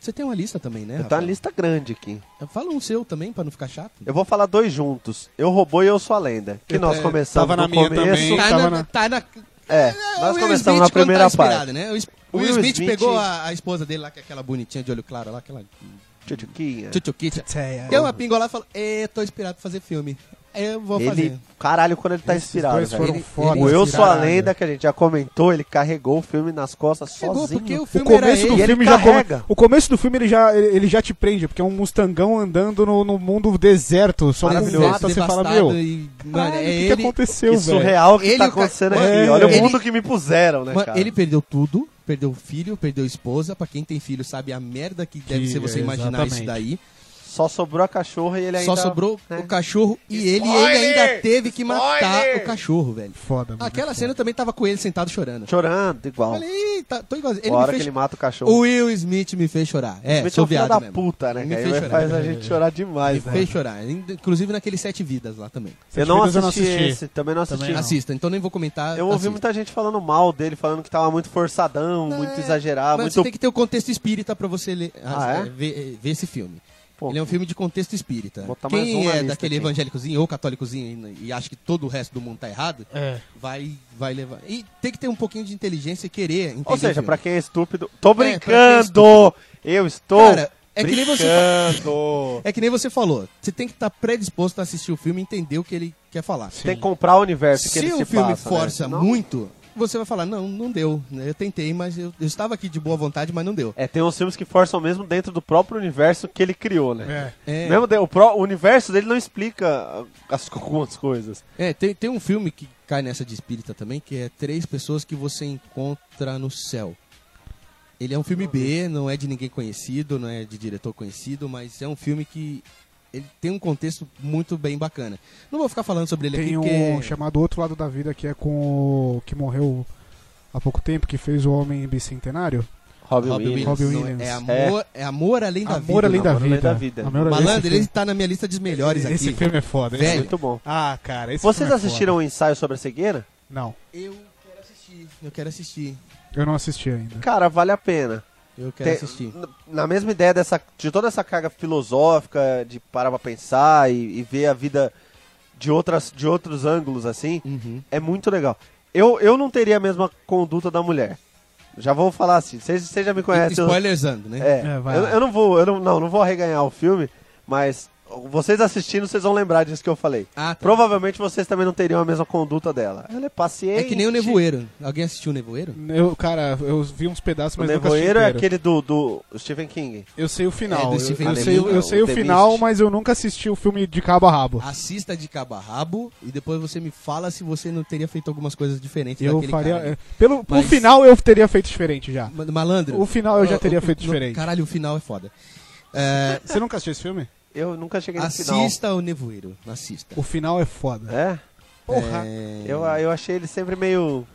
Você tem uma lista também, né?
Eu tenho Tá uma
Rafael?
lista grande aqui.
Fala um seu também, pra não ficar chato.
Eu vou falar dois juntos. Eu roubou e eu sou a lenda. Que nós começamos
tava na
no
minha
começo.
também.
Tá
Tava
na,
na-
tá na-
É,
É, o
nós
Will
começamos
Smith
na
quando
primeira
tá
parte.
inspirado, Né? O Is- o
Will
Will Smith,
Smith-
pegou a, a esposa dele lá, que é aquela bonitinha de olho claro lá, aquela
Tchutchuquinha.
tchutchuquicha. Deu uma pingola e falou, "É, tô inspirado pra fazer filme. Eu vou
Ele,
fazer.
caralho, quando ele tá
Esses
inspirado,
dois
velho.
foram
Ele-
foda.
O Eu Sou a
Caralho.
Lenda, que a gente já comentou, ele carregou o filme nas costas
Pegou,
sozinho.
porque o
O
filme era
começo
ele.
do
E ele
filme já come-
carrega.
O começo do filme ele já, ele, ele já te prende, porque é um mustangão andando no, no mundo deserto, só com
Maravilhoso,
mata, você fala,
um devastado
meu,
e, mano,
caralho,
é
o que, que
ele,
aconteceu,
Que
velho?
surreal que
Ele
tá
e o ca-
acontecendo
Mano,
aqui. Olha
ele-
o mundo que me puseram, né,
mano,
cara?
ele perdeu tudo, perdeu filho, perdeu esposa, pra quem tem filho sabe a merda que, deve ser você imaginar isso
exatamente.
daí.
Só sobrou a cachorra e ele ainda...
Só sobrou
né?
o cachorro e ele, ele ainda teve que matar o cachorro, velho.
Foda, mano.
Aquela cena eu também tava com ele sentado chorando.
Chorando, igual.
Falei, "Eita, tô igual. Ele
A hora
me
que ele
fez...
mata o cachorro.
O Will Smith me fez chorar. É,
Smith é
sou
o filho
viado
da
mesmo.
puta, né,
Me
cara?
fez
Ele
chorar.
faz a gente chorar demais,
Me
né?
fez chorar. Inclusive naquele Sete Vidas lá também.
Eu não
Vidas eu
assisti,
não assisti.
esse, também não assisti.
Também não.
Assista, então nem vou comentar.
Eu
Assim.
ouvi
assista.
muita gente falando mal dele, falando que tava muito forçadão,
Não,
muito
é,
exagerado,
Mas
muito...
você tem que ter o contexto espírita pra você ler,
Ah,
ah,
é?
ver, ver esse filme.
Pô,
Ele é um filme de contexto espírita.
botar mais um
Quem
na
é
lista
daquele
aqui.
evangélicozinho ou católicozinho e e acha que todo o resto do mundo tá errado,
É.
vai, vai levar. E tem que ter um pouquinho de inteligência e querer entender.
Ou seja,
o filme.
pra quem é estúpido... Tô
pra quem é
brincando! Eu estou
Cara, é que nem você
*laughs*
brincando!
É que nem você falou, você tem que estar predisposto a assistir o filme e entender o que ele quer falar.
Tem que comprar o universo que
Se
ele
o
se
filme
passa, né?
força
Senão-
muito, você vai falar, não, não deu. né? Eu tentei, mas eu, eu estava aqui de boa vontade, mas não deu.
É, tem uns filmes que forçam mesmo dentro do próprio universo que ele criou, né?
É,
Mesmo de- o, pró- o universo dele não explica as, algumas coisas.
é, tem, tem um filme que cai nessa de espírita também, que é Três Pessoas que Você Encontra no Céu. Ele é um filme B, não é de ninguém conhecido, não é de diretor conhecido, mas é um filme que ele tem um contexto muito bem bacana. Não vou ficar falando sobre ele
Tem
aqui, é
um
porque...
chamado Outro Lado da Vida, que é com o que morreu há pouco tempo, que fez o Homem Bicentenário.
Robin,
Robin
Williams.
Williams.
Não,
Williams.
É, amor, é. amor além da
Amor
vida.
Além da
Amor Além
Vida.
da Vida.
Amor-
Malandro,
esse
ele tá na minha lista dos melhores
Esse
aqui.
filme é foda.
Velho.
Esse-
Muito bom.
Ah, cara, esse
Vocês
filme é
assistiram
foda.
o ensaio sobre a cegueira?
Não,
Eu quero assistir. Eu quero assistir.
eu não assisti ainda.
Cara, vale a pena.
Eu quero
Tem-
assistir.
n- Na mesma ideia dessa, de toda essa carga filosófica, de parar pra pensar e, e ver a vida de, outras, de outros ângulos, assim,
Uhum.
é muito legal. Eu, eu não teria a mesma conduta da mulher. Já vou falar assim, vocês vocês já me conhecem. eu-
Spoilersando, né?
É,
É, vai
eu,
lá.
eu não vou, eu não, não, não vou arreganhar o filme, mas vocês assistindo, vocês vão lembrar disso que eu falei.
Ah, tá.
Provavelmente vocês também não teriam a mesma conduta dela. Ela é
É
paciente.
que nem o Nevoeiro. Alguém assistiu o Nevoeiro?
Eu, cara, eu vi uns pedaços,
O
mas nunca assisti
Nevoeiro é
inteiro.
aquele do, do Stephen King.
Eu sei o
É, do
final. eu-
Stephen
eu,
King.
sei, o- eu
O
sei o
The
final,
Mist.
mas eu nunca assisti o filme de cabo a rabo.
Ah, Assista de cabo a rabo e depois você me fala se você não teria feito algumas coisas diferentes
eu
daquele
faria.
cara.
é, Pelo
Mas-
o final eu teria feito diferente já.
Ma- Malandro.
O final eu já
o-
teria
o-
feito
no-
diferente.
Caralho, o final é foda. É,
Você nunca assistiu esse filme?
Eu nunca cheguei no final.
assista o Nevoeiro. Assista.
O final é foda.
É?
Porra.
É,
Eu, eu achei ele sempre meio.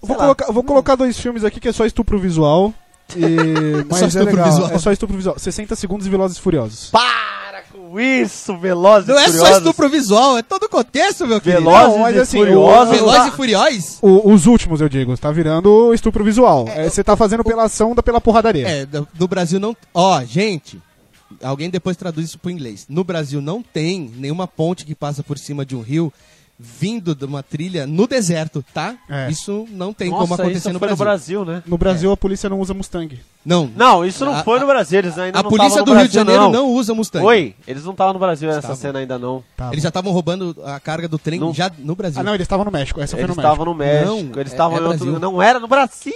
Vou
lá.
colocar, vou colocar dois filmes aqui que é só estupro visual. E...
*laughs*
Mas é
estupro
legal.
visual.
É só estupro visual. 60 segundos e Velozes e Furiosos.
Para com isso, Velozes
Não
e
é
Furiosos.
só estupro visual, é todo o contexto, meu querido.
Velozes
Não, mas
e
assim,
Furiosos.
Velozes e Furiosos?
O- os últimos, eu digo. Tá virando estupro visual. É, Você tá fazendo pela ação da pela porradaria.
É, no no Brasil não. Ó, gente, alguém depois traduz isso pro inglês. No Brasil não tem nenhuma ponte que passa por cima de um rio vindo de uma trilha no deserto, tá?
É.
Isso não tem
Nossa,
como acontecer
isso
no
foi
Brasil.
no Brasil, né?
No Brasil, a polícia não usa Mustang.
Não.
Não, isso não
A-
foi no Brasil, eles ainda
A
não
polícia
tavam
do
no
Rio de
Brasil,
Janeiro não, usa Mustang.
Oi, eles não estavam no Brasil nessa
Estavam.
cena ainda não.
Tá
Eles
bom.
já estavam roubando a carga do trem
Não.
já no Brasil.
Ah, não, eles estavam no México. Essa
Eles
foi no México.
estavam no México,
Não,
eles
é-
estavam
é
em
Brasil.
outro... Não era no Brasil!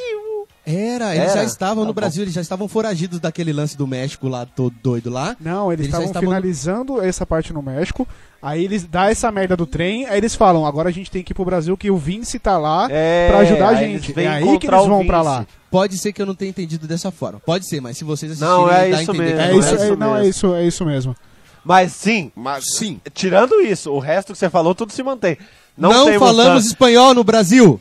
Era, eles já
Era?
estavam
Tá
no
bom.
Brasil, eles já estavam foragidos daquele lance do México lá, todo doido lá.
Não, eles
Eles já
estavam
estavam no-
finalizando essa parte no México. Aí eles dá essa merda do trem, aí eles falam, agora a gente tem que ir pro Brasil que o Vince tá lá
É,
pra ajudar a
aí eles
gente.
vêm
É aí que
encontrar
eles
o
vão pra
Vince.
lá.
Pode ser que eu não tenha entendido dessa forma. Pode ser, mas se vocês assistirem,
Não, é
dá
isso
a entender.
mesmo,
que
É
É
isso,
isso
é- não, é
mesmo.
isso, é isso mesmo.
Mas sim,
Mas
Sim.
tirando isso, o resto que você falou, tudo se mantém. Não,
Não,
tem
falamos
Mustang.
espanhol no Brasil.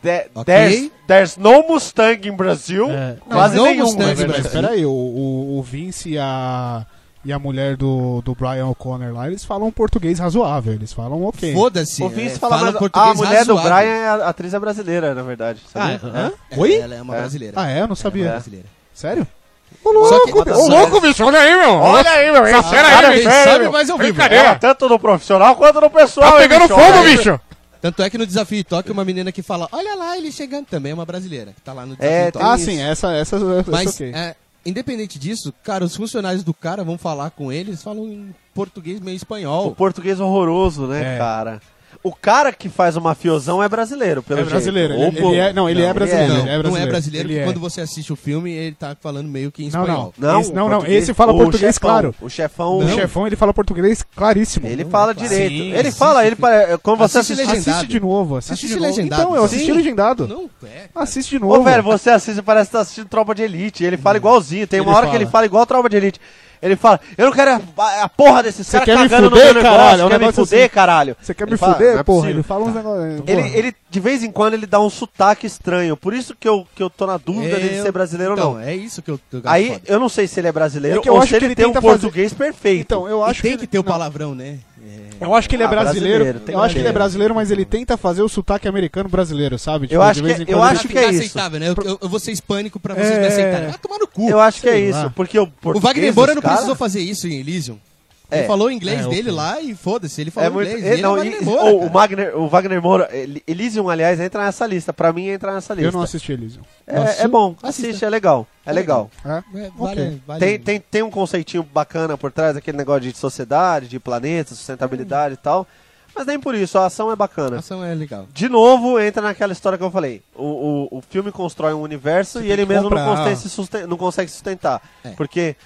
De-
Ok.
there's, there's no Mustang em Brasil,
É.
quase
Não,
nenhum. né?
Mustang
na
em
é verdade.
Brasil.
Mas peraí, o, o, o Vince e a, e a mulher do, do Brian O'Connor lá, eles falam um português razoável, eles falam ok.
Foda-se.
O Vince
é,
fala, mais-
português
A mulher do
razoável.
Brian, é a atriz é brasileira, na verdade. sabia?
Ah,
É.
é.
Oi?
Ela é uma brasileira.
Ah, é? Eu não
Ela é
sabia.
brasileira.
Sério?
Só que-
Ô,
só-
bicho, olha aí, meu. Olha aí, meu. hein? Sério
Cara,
bicho.
quem sabe mais ao vivo.
É.
Brincadeira.
Tanto no profissional quanto no pessoal.
Tá
hein,
pegando
bicho?
fogo,
Olha aí.
bicho.
Tanto é que no Desafio em Tóquio, uma menina que fala, olha lá, ele chegando, também é uma brasileira, que tá lá no Desafio
É,
em Tóquio.
Ah,
isso.
sim, essa, essa, essa
Mas,
ok.
é, independente disso, cara, os funcionários do cara vão falar com ele, eles falam em português meio
O
espanhol.
português horroroso, né,
É.
cara? O cara que faz o mafiosão é brasileiro, pelo
É
jeito.
brasileiro,
Ou
ele,
por-
ele é, não, ele
Não,
é brasileiro,
não,
ele é brasileiro.
não é brasileiro,
ele
porque
é.
quando você assiste o filme, ele tá falando meio que em
Não,
espanhol.
não.
Não,
Esse- não, não,
português-
esse fala
o
português,
chefão,
claro.
O chefão,
O chefão, ele fala português claríssimo.
ele fala
é claro.
direito.
Sim,
ele
assiste,
fala, ele
filho.
para quando você
Assiste
assiste,
é Legendado.
Assiste de novo, assiste,
Assiste
de novo.
legendado.
Então, eu assisti
Sim.
legendado.
Não, é.
Assiste de
Ô,
novo.
velho, você assiste, parece que tá assistindo Tropa de Elite. Ele fala igualzinho. Tem uma
Hum. Ele
hora que
fala.
ele fala igual Tropa de Elite. Ele fala, eu não quero a, a porra desses
Você
caras
quer me
cagando
fuder,
no meu negócio,
caralho? É um
quer me
negócio
fuder,
assim.
caralho.
Você quer
Ele
me
fala,
fuder,
"Não é
porra?
possível."
Ele fala uns negócios.
Ele, é ele, de vez em quando, ele dá um sotaque estranho. Por isso que eu, que eu tô na dúvida dele
Eu-
ser brasileiro
então,
ou não.
é isso que eu... que eu acho
Aí,
foda.
eu não sei se ele é brasileiro
É que eu
ou
acho
se
que
ele,
ele
tem um
tenta fazer-
português perfeito.
Então, eu
E
acho
tem
que
que ter o palavrão, né? É.
Eu acho que ele é
Ah,
brasileiro.
brasileiro, tem
eu acho que ele é brasileiro,
brasileiro.
mas ele tenta fazer o sotaque americano brasileiro, sabe? Tipo,
Eu acho que- eu
ele-
acho
Pra
que é
ficar
isso.
aceitável, né? Eu, eu, eu vou ser hispânico pra vocês
É.
me aceitarem. Vai tomar no cu.
eu acho que é
sei
isso.
lá.
Porque o
O
português
Wagner Moura
dos
não
cara-
precisou fazer isso em Elysium.
É.
Ele falou o inglês
É, ok.
dele lá e foda-se, ele falou
É muito,
inglês.
é,
ele é o
não,
Wagner
e-
Moura,
o, o
cara.
Wagner, o Wagner Moura, ele- Elysium, aliás, entra nessa lista. Pra mim, entra nessa lista.
Eu não assisti Elysium.
É, é bom, assiste, é legal.
Tá
É legal.
É?
É, vale-
Ok.
vale-
Tem, tem, tem um conceitinho bacana por trás, aquele negócio de sociedade, de planeta, sustentabilidade e tal. Mas nem por isso, a ação é
A
bacana.
ação é legal.
De novo, entra naquela história que eu falei. O, o, o filme constrói um universo e ele
que
mesmo não
comprar.
consegue, se susten- não consegue sustentar.
É.
Porque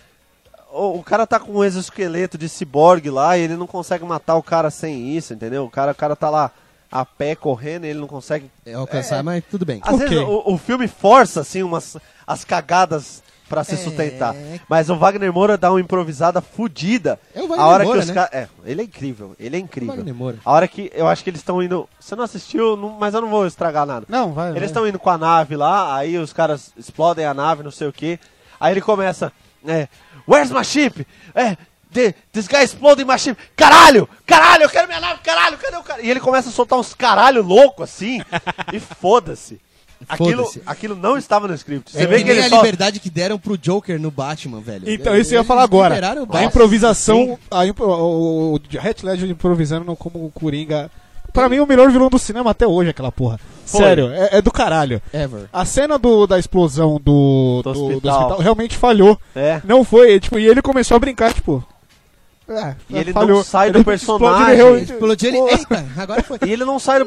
o, o cara tá com um exoesqueleto de ciborgue lá e ele não consegue matar o cara sem isso, entendeu? O cara, o cara tá lá a pé correndo e ele não consegue.
É alcançar, mas tudo bem.
Às
Ok.
vezes o, o filme força, assim, umas as cagadas pra
É.
se sustentar. Mas o Wagner Moura dá uma improvisada fudida.
É o Wagner
a hora
Moura,
que os
né?
caras. É, ele é incrível, ele é incrível.
Wagner Moura.
A hora que eu acho que eles estão indo. Você não assistiu, não- mas eu não vou estragar nada.
Não, vai.
Eles
vai.
estão indo com a nave lá, aí os caras explodem a nave, não sei o que. Aí ele começa, é, Where's my ship? É, the, this guy exploding my ship. Caralho, caralho, eu quero minha nave, caralho, cadê o cara? E ele começa a soltar uns caralho
*laughs*
louco assim, e foda-se. Aquilo,
Foda-se.
aquilo não estava no script. Você
é
vê
que
que,
nem
ele
a
só...
liberdade que deram pro Joker no Batman, velho.
Então, isso eu ia falar agora.
liberaram o
A
Batman.
improvisação. A, impro- o o Heath Ledger improvisando no- como o Coringa. Pra mim, o melhor vilão do cinema até hoje, aquela porra. Sério, é- é do caralho.
Ever.
A cena do, da explosão do, do,
Do
do hospital.
hospital.
realmente falhou.
É.
Não foi, tipo, e ele começou a brincar, tipo. É,
E ele não
falhou.
sai do
explode,
personagem.
real-
Explodiu ele. Eita, agora foi.
E ele não sai do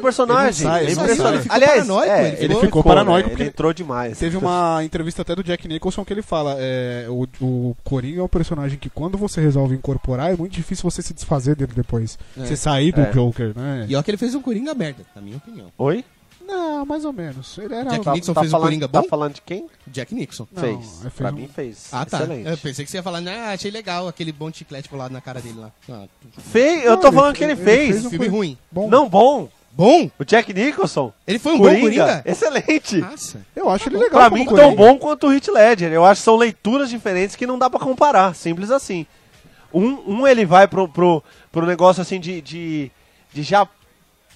Ele
personagem.
não sai,
é
ele não
impressionante.
sai. Ele
ficou
Aliás,
paranoico,
é,
ele
ele,
ficou-
ficou,
ficou paranoico
né?
porque-
Ele entrou demais.
Teve uma entrevista até do Jack Nicholson que ele fala: é, o, o Coringa é um personagem que quando você resolve incorporar, é muito difícil você se desfazer dele depois.
É.
Você sair do
É.
Joker, né?
E ó que ele fez um Coringa merda, na minha opinião.
Oi?
Não, mais ou menos. Ele era.
Jack
Tá-
Nixon fez um
falando,
Coringa
tá
bom?
falando de quem?
Jack Nixon.
Não,
fez.
é,
pra
um-
mim fez.
Ah, tá. Eu
Excelente.
pensei que você ia falar, ah, achei legal aquele bom de chiclete colado na cara dele lá. Ah,
Feio, eu
Não,
tô
ele
falando
fe-
que ele
ele
fez.
fez um-
filme ruim.
Bom,
Não, bom.
Bom?
O Jack Nicholson?
Ele foi um bom Coringa? Ah, tá
Excelente.
Nossa.
Eu acho ele legal.
pra
como
mim,
Coringa.
tão bom quanto o Heath Ledger. Eu acho que são leituras diferentes que não dá pra comparar. Simples assim. Um, um ele vai pro, pro, pro negócio assim de. de, de já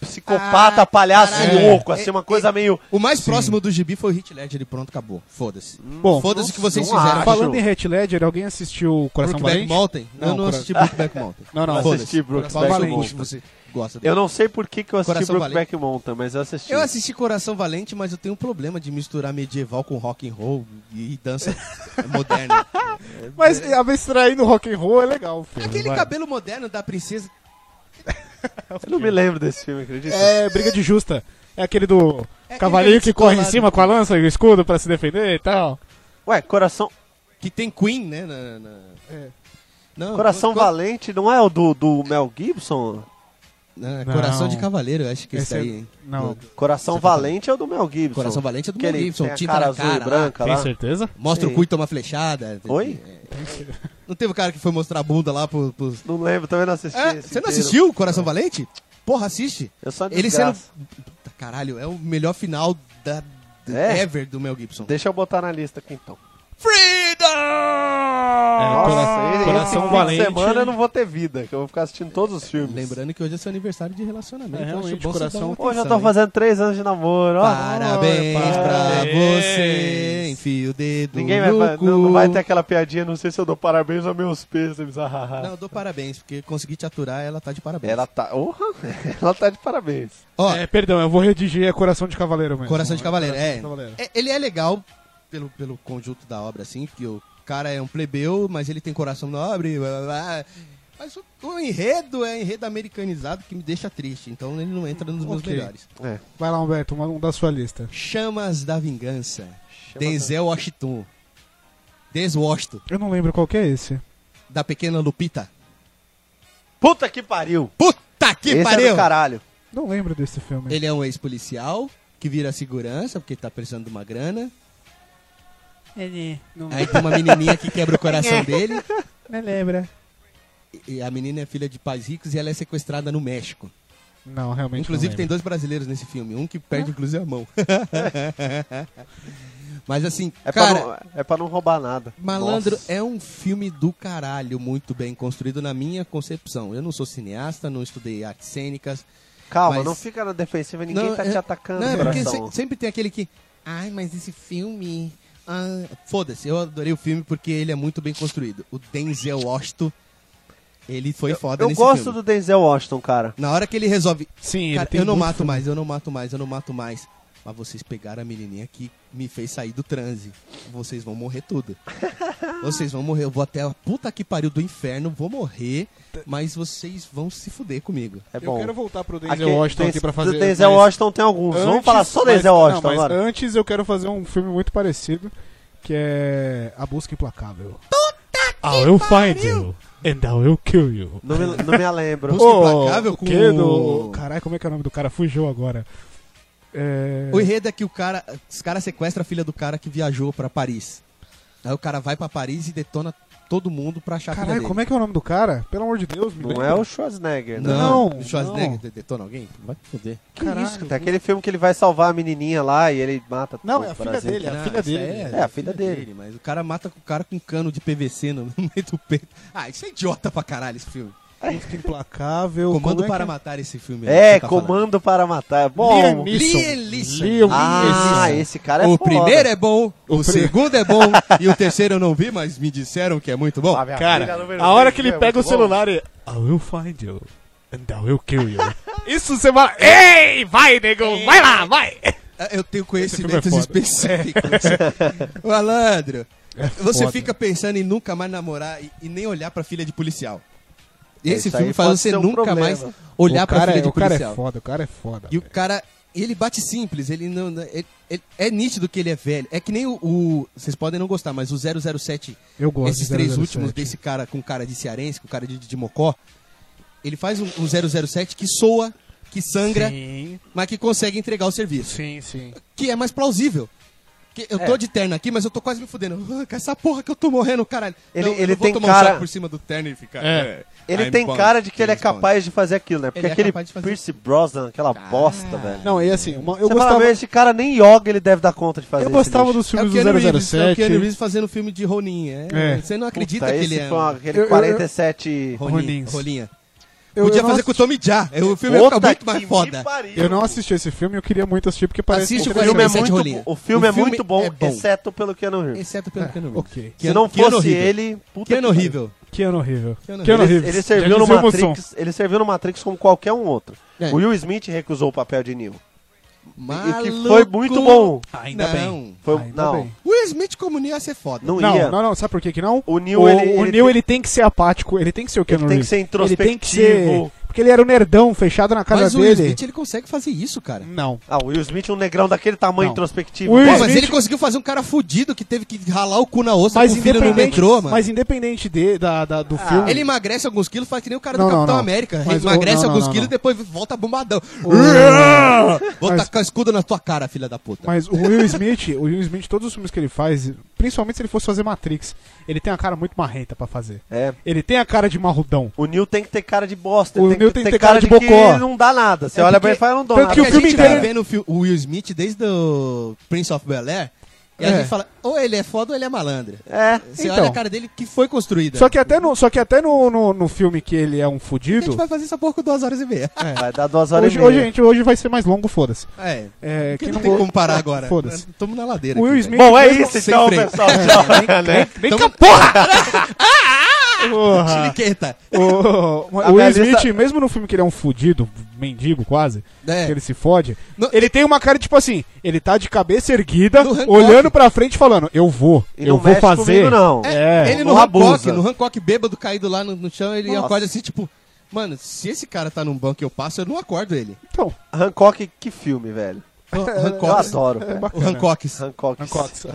psicopata,
Ah,
palhaço
caralho.
louco,
É,
assim, uma
é,
coisa
é.
meio.
O mais próximo do gibi foi o Hit Ledger e pronto, acabou. Foda-se.
Bom,
Foda-se o que vocês
não
fizeram.
acho.
Falando em Heath Ledger, alguém assistiu o Coração
Brookback
Valente?
Mountain?
Não,
eu não
cora-
assisti Brookback Mountain.
*laughs* Não, não,
Assisti
foda-se.
Foda-se.
Brookback
Coração Valente,
Mountain.
Você gosta dele.
Eu não sei por que, que eu assisti
Coração
Brookback Mountain, mas eu assisti.
Eu assisti Coração Valente, mas eu tenho um problema de misturar medieval com rock and roll e dança moderna.
Mas abstraindo rock and roll é legal. filho,
Aquele
vai.
cabelo moderno da princesa.
Eu não me lembro desse filme, acredita?
É briga de justa. É aquele do
aquele
cavalinho
que
que
é
corre em
descolado.
cima com a lança e o escudo pra se defender e tal.
Ué, Coração,
Que tem Queen, né? na- na-
É.
Não,
Coração
co-
Valente não é o do, do Mel Gibson?
Não, é
Não.
Coração de Cavaleiro, eu acho que esse,
Esse é-
aí, hein?
Não,
Coração
Você tá
Valente é o do Mel Gibson.
Coração Valente é do
Que
Mel
ele
Gibson,
tem a
tinta
cara
na
azul
cara
e
lá.
branca
tem
lá.
certeza?
Mostra
Sim.
o cu e toma flechada.
Oi?
É. Não teve o cara que foi mostrar a bunda lá pro- pros.
Não lembro, também não assisti.
É,
esse
você não
inteiro.
assistiu Coração Valente? Porra, assiste.
Eu só
Ele
desgraça.
sendo. Puta, Caralho, é o melhor final da. da-
É?
Ever do Mel Gibson.
Deixa eu botar na lista aqui então.
É, Cora-
esse
Coração
fim de
Valente.
semana eu não vou ter vida, que eu vou ficar assistindo todos os filmes.
Lembrando que hoje é seu aniversário de relacionamento.
É,
eu acho
realmente,
bom você
coração-
dar uma
Hoje eu
atenção,
tô
hein?
fazendo três anos de namoro. ó.
Parabéns, pra
parabéns.
você. Enfia o dedo
Ninguém vai,
no
vai-
cu.
não, não vai ter aquela piadinha, não sei se eu dou parabéns aos meus pêsames. ah, ah, ah.
Não, eu dou parabéns, porque consegui te aturar, ela tá de parabéns.
Ela tá. Porra, *laughs* ela tá de parabéns.
Ó,
É, perdão, eu vou redigir é Coração de Cavaleiro mesmo.
Coração de Cavaleiro,
Coração
é.
de Cavaleiro.
É, Ele é legal pelo, pelo conjunto da obra, assim, porque o cara é um plebeu, mas ele tem coração nobre. blá, blá, blá. Mas o, o enredo é enredo americanizado que me deixa triste, então ele não entra nos meus
Ok.
melhores.
É.
Vai lá, Humberto, manda um da sua lista.
Chamas da Vingança, Denzel Washington, Deswashington,
Eu não lembro qual que é esse.
da pequena Lupita.
Puta que pariu!
Puta que
Esse é
pariu!
do caralho.
Não lembro desse filme.
ele é um ex-policial que vira segurança porque tá precisando de uma grana.
Ele não
Aí tem uma menininha que quebra
*laughs*
o coração dele.
Não lembra.
E a menina é filha de pais ricos e ela é sequestrada no México.
Não, realmente
Inclusive
não
tem
lembro.
dois brasileiros nesse filme, um que perde inclusive a mão. *laughs* Mas assim,
É,
cara,
pra não, é pra não roubar nada.
Malandro
Nossa.
é um filme do caralho, muito bem construído na minha concepção. Eu não sou cineasta, não estudei artes cênicas.
Calma,
mas-
não fica na defensiva, ninguém
Não,
tá
é-
te atacando,
não, é porque
coração.
se- sempre tem aquele que, ai, mas esse filme, ah, foda-se. Eu adorei o filme porque ele é muito bem construído. O Denzel Washington, ele foi foda
Eu
nesse
gosto
filme.
do Denzel Washington, cara.
Na hora que ele resolve,
Sim, ele
Cara,
tem
eu não
muito
mato
filme.
mais, eu não mato mais, eu não mato mais. Mas vocês pegaram a menininha que me fez sair do transe. Vocês vão
*laughs*
morrer tudo. vocês vão morrer. Eu vou até a puta que pariu do inferno, vou morrer,
Tá.
mas vocês vão se fuder comigo.
É
Eu
bom.
quero voltar pro Denzel
Aqui-
Washington
Denz-
aqui pra fazer...
Do Denzel
mas
Washington tem alguns. Vamos
antes-
falar só
mas-
Denzel Washington
não, mas
agora.
antes eu quero fazer um filme muito parecido, que é A Busca Implacável. I will find you, and I will kill you.
Não me, não me lembro.
Busca Implacável
o
com
quê?
o-
Do... Caralho, como é que é o nome do cara? Fugiu agora. É...
O enredo é que o cara, os caras sequestram a filha do cara que viajou pra Paris. Aí o cara vai pra Paris e detona todo mundo pra achar a
Caralho,
filha
como é que é o nome do cara? Pelo amor de Deus, me
Não
lembra.
é o Schwarzenegger, né?
Não,
Não,
o Schwarzenegger
não.
de- detona alguém? Vai te fuder.
Que
Caralho.
isso? Tem aquele filme que ele vai salvar a menininha lá e ele mata
Não,
todo
é a
o
filha
Brasil.
dele, é a
Não,
filha
Ah, isso
dele.
aí
É, a filha dele.
Mas o cara mata o cara com um cano de PVC no *laughs* meio do peito. Ah, isso é idiota pra caralho esse filme.
Busca Implacável.
Comando
como é
para
que...
matar esse filme. aí que
É,
você tá
Comando para Matar. É
Liam
Bom.
Neeson.
Liam Neeson.
Liam
Ah,
Neeson.
esse cara é
falando. O
foda.
primeiro é bom, o,
O pri-
segundo
*laughs*
é bom e o terceiro eu não vi, mas me disseram que é muito
Ah,
bom.
minha filha número
Cara, a hora
três
que ele
é
pega o
muito bom.
celular e. I will find you. And I will kill you. *laughs* Isso você fala. Ei, vai, nego! Vai lá, vai!
Ah, Eu tenho
Esse
conhecimentos
filme é foda. É
específicos.
*laughs*
Malandro, você
foda.
fica pensando em nunca mais namorar e, e nem olhar pra filha de policial. Esse
Isso aí
filme faz
pode
você
ser um
nunca
problema.
mais olhar
o
pra
cara,
filha
é,
de
o cara
policial.
é foda, o cara é foda.
E o
velho.
cara, ele bate simples, ele não. não- ele- ele- é nítido que ele é velho. É que nem o. o- vocês podem não gostar, mas o 007,
Eu gosto
esses
de
três
007.
últimos desse cara com cara de cearense, com cara de, de mocó, ele faz um, um 007 que soa, que sangra,
Sim,
mas que consegue entregar o serviço.
sim, sim.
Que é mais plausível. Que eu tô de terno aqui, mas eu tô quase me fudendo. Ah, Com essa porra que eu tô morrendo, caralho.
Ele-
Não, eu
ele
vou
tem
tomar um
cara-
soco por cima do terno e ficar.
É.
Ele
I'm
tem
Bond,
cara de que ele é
James Bond.
capaz de fazer aquilo, né? Porque
Ele é
aquele
capaz de fazer
Pierce Brosnan, aquela bosta, velho.
Não, e assim, uma- eu
Você fala,
gostava,
meu, esse cara nem yoga ele deve dar conta de fazer
eu
esse
gostava
lixo."
dos
É o
filmes
Keanu
do
Reeves, é o
007.
Keanu Reeves fazendo filme de Ronin. É.
É.
Você não acredita
Puta,
que
esse
ele é.
foi
um
uma- aquele
Eu- eu-
47...
Ronin.
Ronins.
Rolinha.
Eu-
Podia
eu não
fazer com o Tommy Jah. é, O filme ia
Puta
ficar muito
que
mais
me
foda.
pariu.
Eu não assisti esse filme, eu queria muito assistir porque parece um
Assiste
que
o filme é muito-
Muito
Rolinha.
bom. O filme é
O filme
muito bom,
é bom.
exceto pelo Keanu Reeves.
Exceto pelo Keanu Reeves.
É, Ok.
Se não
Keanu
fosse
Reeves.
ele, puta
Keanu horrível.
Que ano horrível.
Keanu
Que ano
Ele,
horrível.
ele serviu
Já
no
dizia o Mussum.
Matrix, ele serviu no Matrix como qualquer um outro.
É.
O Will Smith recusou o papel de Neo.
Maluco.
E que foi muito bom.
Ainda bem.
Foi, um-
Ainda
não,
bem.
Will Smith como Neo ia ser foda.
Ah, não,
Não,
ia.
não, não, sabe por que que não?
O Neil,
o,
ele-
o Neil,
ele tem-
ele tem que ser apático, ele tem que ser o Keanu
tem que
Reeves.
ser
Ele tem que ser...
introspectivo.
Porque ele era um nerdão, fechado na casa
Mas o Will
dele.
Smith ele consegue fazer isso, cara.
Não.
Ah, o Will Smith é um negrão daquele tamanho
Não.
introspectivo.
Will
Pô,
Smith-
mas ele conseguiu fazer um cara fudido que teve que ralar o cu na ossa
Mas
com o filho no
independente,
metrô, mano.
mas independente de, da, da-
Ah,
do filme...
Ele emagrece alguns quilos, faz que nem o cara
Não,
do
não,
Capitão
não.
América.
Mas o-
emagrece
não, não,
alguns
não,
quilos
não.
e depois volta bombadão. *laughs* Vou
Mas-
tacar escudo na tua cara, filha da puta.
Mas o Will Smith, o Will Smith, todos os filmes que ele faz, principalmente se ele fosse fazer Matrix, ele tem a cara muito marrenta pra fazer.
É.
Ele tem a cara de marrudão.
O Neil tem que ter cara de bosta.
O
ele tem
Neil
que ter, cara de,
bocó.
que não dá nada. Você
É porque-
olha pra ele e fala, eu não dou
tanto
nada.
que o
Porque
filme
a gente
inteiro-
vai vendo o fi- o Will Smith desde o Prince of Bel-Air e
É.
a gente fala, ou ele é foda ou ele é malandro.
É.
Você
Então.
olha a cara dele que foi construída.
Só que até no, só que até no, no, no filme que ele é um
a gente
fudido.
vai fazer essa porra com duas horas e meia.
É.
Vai dar duas horas
Hoje,
e meia.
hoje, gente, hoje vai ser mais longo, foda-se.
*laughs* É.
É,
Porque
quem
não
não
tem
go-
como parar agora.
Foda-se.
Estamos na ladeira.
O Will
aqui,
Smith.
Bom, é
mesmo- assim,
isso
sem
então,
*laughs*
freio.
pessoal. Tchau. né?
Vem cá, porra!
*laughs* velho.
Porra.
Chiliqueta.
O,
A
o
minha
Will
lista-
Smith, mesmo no filme que ele é um fudido, mendigo quase,
É.
que ele se fode,
No-
ele tem uma cara tipo assim, ele tá de cabeça erguida,
No Hancock.
olhando pra frente e falando, eu vou,
E
eu
não
vou
mexe
fazer.
comigo, não.
É.
Ele
não
no Hancock,
abusa.
no Hancock bêbado caído lá no, no chão, ele
Nossa.
acorda assim, tipo, mano, se esse cara tá num banco e eu passo, eu não acordo ele.
Então,
Hancock, que filme, velho.
O
*laughs* Eu
Hancock.
adoro, velho.
O Hancock.
Hancock.
É Hancock.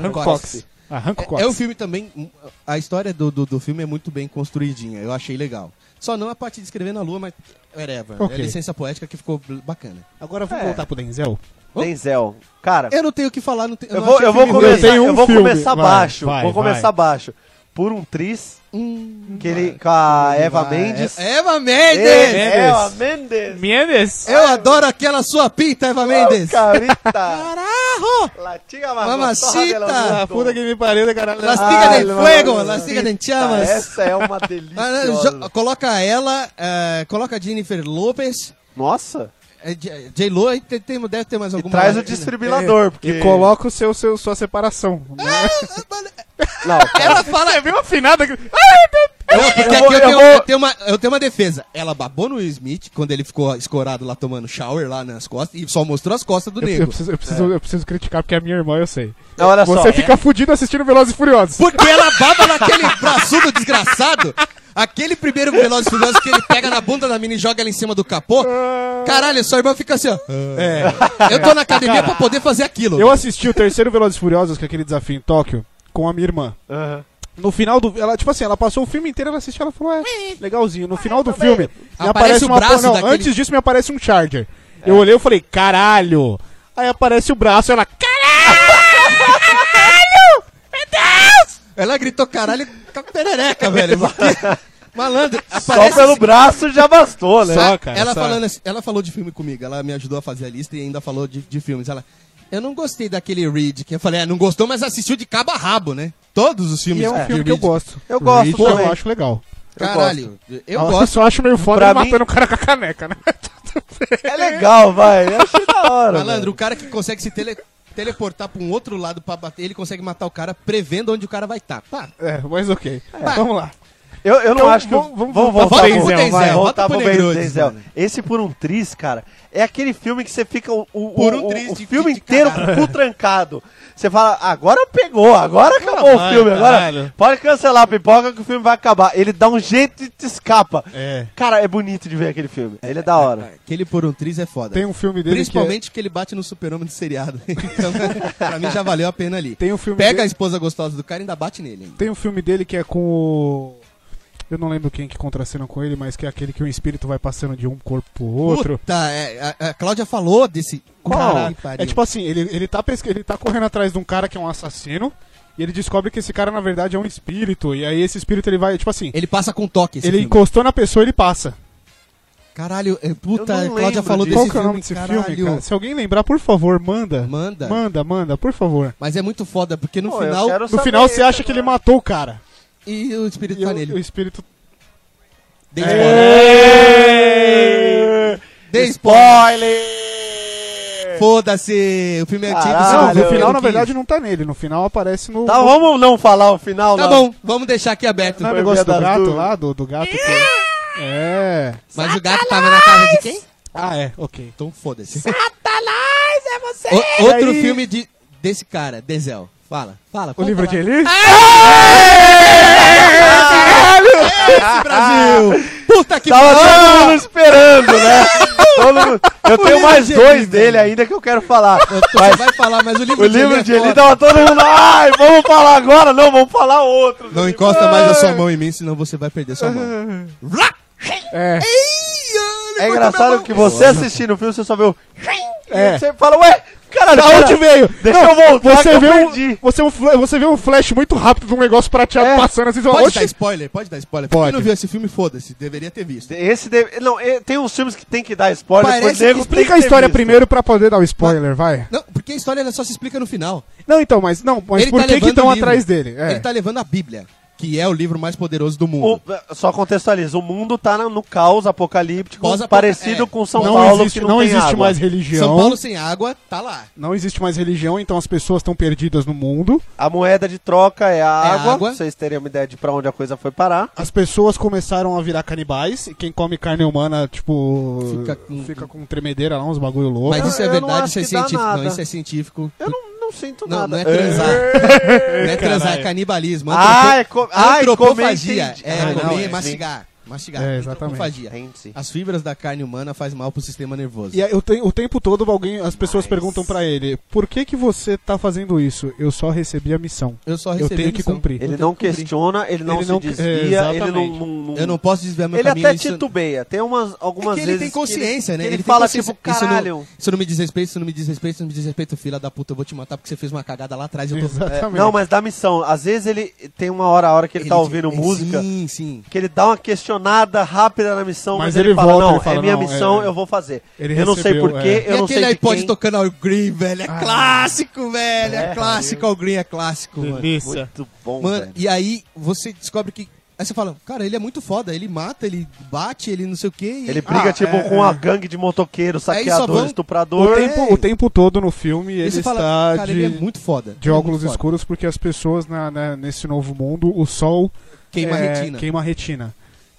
Hancock.
Ah, Hancock.
É, é um filme também. um, A história do, do, do filme é muito bem construidinha, eu achei legal. Só não a parte de escrever na lua, mas. Whatever.
Ok.
É licença poética que ficou bl- bacana.
Agora vamos
É.
voltar pro Denzel.
Denzel. Cara,
Eu não tenho o que falar, não tenho.
É. eu vou, eu vou
Tem
começar,
um
eu vou
filme.
começar
Vai,
baixo.
vai,
vou
vai.
começar baixo. Por um tris,
Hum,
que ele, com a Eva Mendes.
Ah, é? Eva Mendes!
Mendes.
Eva Mendes.
É Mendes!
Eu adoro aquela sua pinta, Eva Mendes!
Carita.
Carajo!
Latiga
Mamacita.
É,
Ah, puta que me pariu, caralho.
Las tigas de
mano.
fuego, las tigas de chamas.
Essa
*laughs*
é uma
Ah, não,
delícia.
jo- coloca ela, eh, coloca a Jennifer Lopez,
Nossa.
eh, J- J-Lo, e tem, tem- deve ter mais
E
alguma.
traz o
né?
desfibrilador, porque...
É. E coloca o seu, seu, sua separação.
Não,
Ah, Ela fala.
Você viu afinada que.
Não, porque
Eu vou-
aqui eu
eu
tenho,
vou-
eu tenho uma, eu tenho uma defesa. Ela babou no Will Smith quando ele ficou escorado lá tomando shower lá nas costas e só mostrou as costas do
Eu,
nego.
preciso, eu, preciso, eu preciso criticar porque é minha irmã, eu sei.
não, olha só.
Você fica fudido assistindo Velozes e Furiosos.
Porque ela baba naquele braçudo desgraçado. Aquele primeiro Velozes e Furiosos que ele pega na bunda da mina e joga ela em cima do capô. Caralho, sua irmã fica assim, ó. É. Eu tô na academia pra poder fazer aquilo.
Eu assisti o terceiro Velozes e Furiosos, que é aquele desafio em Tóquio, com a minha irmã.
Aham.
No final do. Ela, tipo assim, ela passou o filme inteiro, ela assistiu, ela falou, é, legalzinho. No final do filme, me
Aparece
aparece
o
uma porra.
braço
Não,
daquele-
antes disso me aparece um Charger. Eu olhei e falei, caralho! Aí aparece o braço, ela.
Ela gritou caralho tá com a perereca, velho. Malandro,
Só
aparece
pelo braço já bastou, né?
Só, cara,
ela,
só.
falando assim- ela falou de filme comigo, ela me ajudou a fazer a lista e ainda falou de, de filmes. Ela, eu não gostei daquele Reed, que eu falei, ah, não gostou, mas assistiu de cabo a rabo, né? Todos os
E
filmes
é um
de
filme
Reed.
que eu gosto.
Eu gosto
Pô,
também.
eu É acho legal.
Eu
Caralho, eu,
Eu
gosto.
só acho meio foda
Pra
ele
mim-
matando o cara com a caneca, né?
É legal, vai. Eu achei da hora.
Malandro, o cara que consegue se tele- teleportar pra um outro lado pra bater, ele consegue matar o cara prevendo onde o cara vai estar. Tá.
É, mas ok. Vamos lá.
velho. Eu, eu não
Então,
acho que.
vamos- vamos voltar
voltar
pro
pro
Denzel, vai.
Volta
Voltar pro
pro Negruzzi,
Denzel.
mano.
Esse Por um Tris, cara, é aquele filme que você fica o, o,
Por um
o- o-
Tris
o
de-
filme
de
inteiro com o
caralho.
cu trancado. Você fala, agora pegou, agora acabou
vai,
o filme, agora
caralho.
pode cancelar a pipoca que o filme vai acabar. Ele dá um jeito e te escapa.
É.
Cara, é bonito de ver aquele filme. Ele é da hora.
Aquele por um triz é foda.
Tem um filme dele
Principalmente porque ele bate no super-homem do seriado. *laughs* Então, pra mim já valeu a pena ali.
Tem um filme
Pega
dele-
a esposa gostosa do cara e ainda bate nele.
que é, tem um filme dele que é com o Eu não lembro quem que contracena com ele, mas que é aquele que o espírito vai passando de um corpo pro outro.
Puta, é, a, a Cláudia falou desse. Caralho, pariu.
É tipo assim, ele, ele, tá pesca... ele tá correndo atrás de um cara que é um assassino, e ele descobre que esse cara, na verdade, é um espírito. E aí esse espírito ele vai, tipo assim,
Ele passa com toque esse
ele
filme.
encostou na pessoa e ele passa.
Caralho, é, puta,
Eu
a
não
Cláudia
lembro
falou
disso.
desse
Qual que é o
filme,
nome desse
caralho.
filme, cara? Se alguém lembrar, por favor, manda.
Manda.
Manda, manda, por favor.
Mas é muito foda, porque no
Pô, eu né?
final...
quero
No
saber
final você
isso
acha que ele é
agora.
matou o cara.
E o espírito
E É.
tá
o, o
nele.
espírito.
Dei spoiler. Dei spoiler.
Spoiler!
Foda-se. O filme é antigo.
Caralho.
você
Não,
não viu
no
o
final, na
que-
verdade, não tá nele. No final aparece no.
Tá,
no-
vamos não falar o final,
Tá
não.
bom, vamos deixar aqui aberto.
Não é o
Foi
negócio do
Via das
gato
Dúvidas.
lá, do, do gato que. É.
Mas o gato tava na casa de quem?
Ah, é, ok.
Então foda-se.
Satanás, é você!
O- outro
aí-
filme de, desse cara, Denzel. Fala, fala.
O
pode
livro de
falar.
Eli?
Esse Brasil! Ah, Puta que
Tava
pariu!
Ah!
todo mundo esperando,
*laughs*
né? Todo mundo- Eu tenho
livro
mais
de
dois
Eli,
dele
velho.
ainda que eu quero falar.
Tu
Mas
vai falar, mas o livro
o
de
livro de
é
Eli
foda.
tava todo mundo. Ai, vamos falar agora? Não, vamos falar outro.
Não encosta mais a sua mão em mim, senão você vai perder sua mão.
É.
É engraçado que você assistindo o filme, você só vê o. *laughs*
É.
E Você fala, ué, caralho,
Da onde
pera-
veio?
Deixa
Não,
eu voltar
você
que eu
vê um,
perdi.
você, um fla- você vê um flash muito rápido de um negócio prateado
É.
passando assim, você fala,
Pode
"Oxe,
dar spoiler, pode dar spoiler.
Pode.
Quem não viu esse filme, foda-se. Deveria ter visto.
Esse deve... Não, eh, tem uns filmes que tem que dar spoiler,
Parece
depois
que
nego tem que
Explica a
ter
história
visto.
primeiro pra poder dar o spoiler, vai.
Não, porque a história ela só se explica no final.
Não, então, mas não, mas por que que
tá levando
estão
o livro.
atrás dele? É.
Ele tá levando a Bíblia, que é o livro mais poderoso do mundo.
O- só contextualiza, o mundo tá na- no caos apocalíptico,
Pós-apoca-
parecido
é.
com São
Não
Paulo,
existe,
que não,
não
tem
existe
água.
mais religião.
São Paulo sem água, tá lá.
Não existe mais religião, então as pessoas estão perdidas no mundo.
A moeda de troca é a água,
água.
pra vocês terem uma ideia de pra onde a coisa foi parar.
As pessoas começaram a virar canibais. E quem come carne humana, tipo. Fica
Fica
com,
com-
tremedeira lá, uns bagulho louco.
Mas isso é
eu não
verdade,
acho
isso é
que dá
científico. Não,
nada.
isso é científico.
Eu não, não sinto
Não,
nada.
não é *laughs* transar. não é transar, é canibalismo. antropo-
Ah, é co- ah, é comer,
antropofagia.
entendi.
É,
Ah, não,
comer,
é,
mastigar. Mastigar.
É, exatamente.
antropofagia.
Entendi.
As fibras da carne humana fazem mal pro sistema nervoso.
E aí, o, te- o tempo todo alguém, as pessoas perguntam pra ele: por que que você tá fazendo isso? Eu só recebi a missão.
Eu só
Eu
recebi
tenho
a
que
missão.
cumprir.
Eu
Ele
tenho
não
que cumprir.
questiona, ele não
Ele
se
não- é,
desvia, ele não,
exatamente.
não- não-
Eu não posso desviar meu
Ele
caminho.
até
isso-
titubeia, tem umas, algumas
é que ele
vezes.
tem
que
consciência,
ele-
né?
que
tem
Ele, fala
consciência.
tipo, caralho.
Isso não, isso não me diz respeito, isso não me diz respeito, isso não me diz respeito, filha da puta, eu vou te matar porque você fez uma cagada lá atrás. Eu tô...
*laughs* Exatamente.
Não, mas dá missão. Às vezes ele tem uma hora a hora que ele, tá ouvindo
é,
música
Sim, sim.
que ele dá uma questionada rápida na missão,
Mas
mas,
ele
ele, fala,
volta,
não,
ele fala,
é minha
não,
missão,
é.
eu vou fazer.
Ele
eu não sei
recebeu,
porquê,
é.
eu
e
não sei
aquele
de
iPod
quem.
tocando All Green, velho.
Ah.
É clássico, velho. É, clássico, All Green é clássico, mano.
Delícia.
Muito bom,
Mano,
velho.
e aí você descobre que. Aí você fala, cara, ele é muito foda, ele mata, ele bate, ele não sei o quê. e-
Ele briga,
Ah,
tipo,
é,
com
é.
a gangue de motoqueiros,
Aí só
saqueador,
vão-
O
estuprador.
tempo, o tempo todo no filme
Aí
ele
é você
está
fala, cara,
de,
ele é muito foda.
de
ele é
óculos
muito foda.
escuros porque as pessoas na- na- nesse novo mundo, o sol é,
Queima a retina.
queima a retina.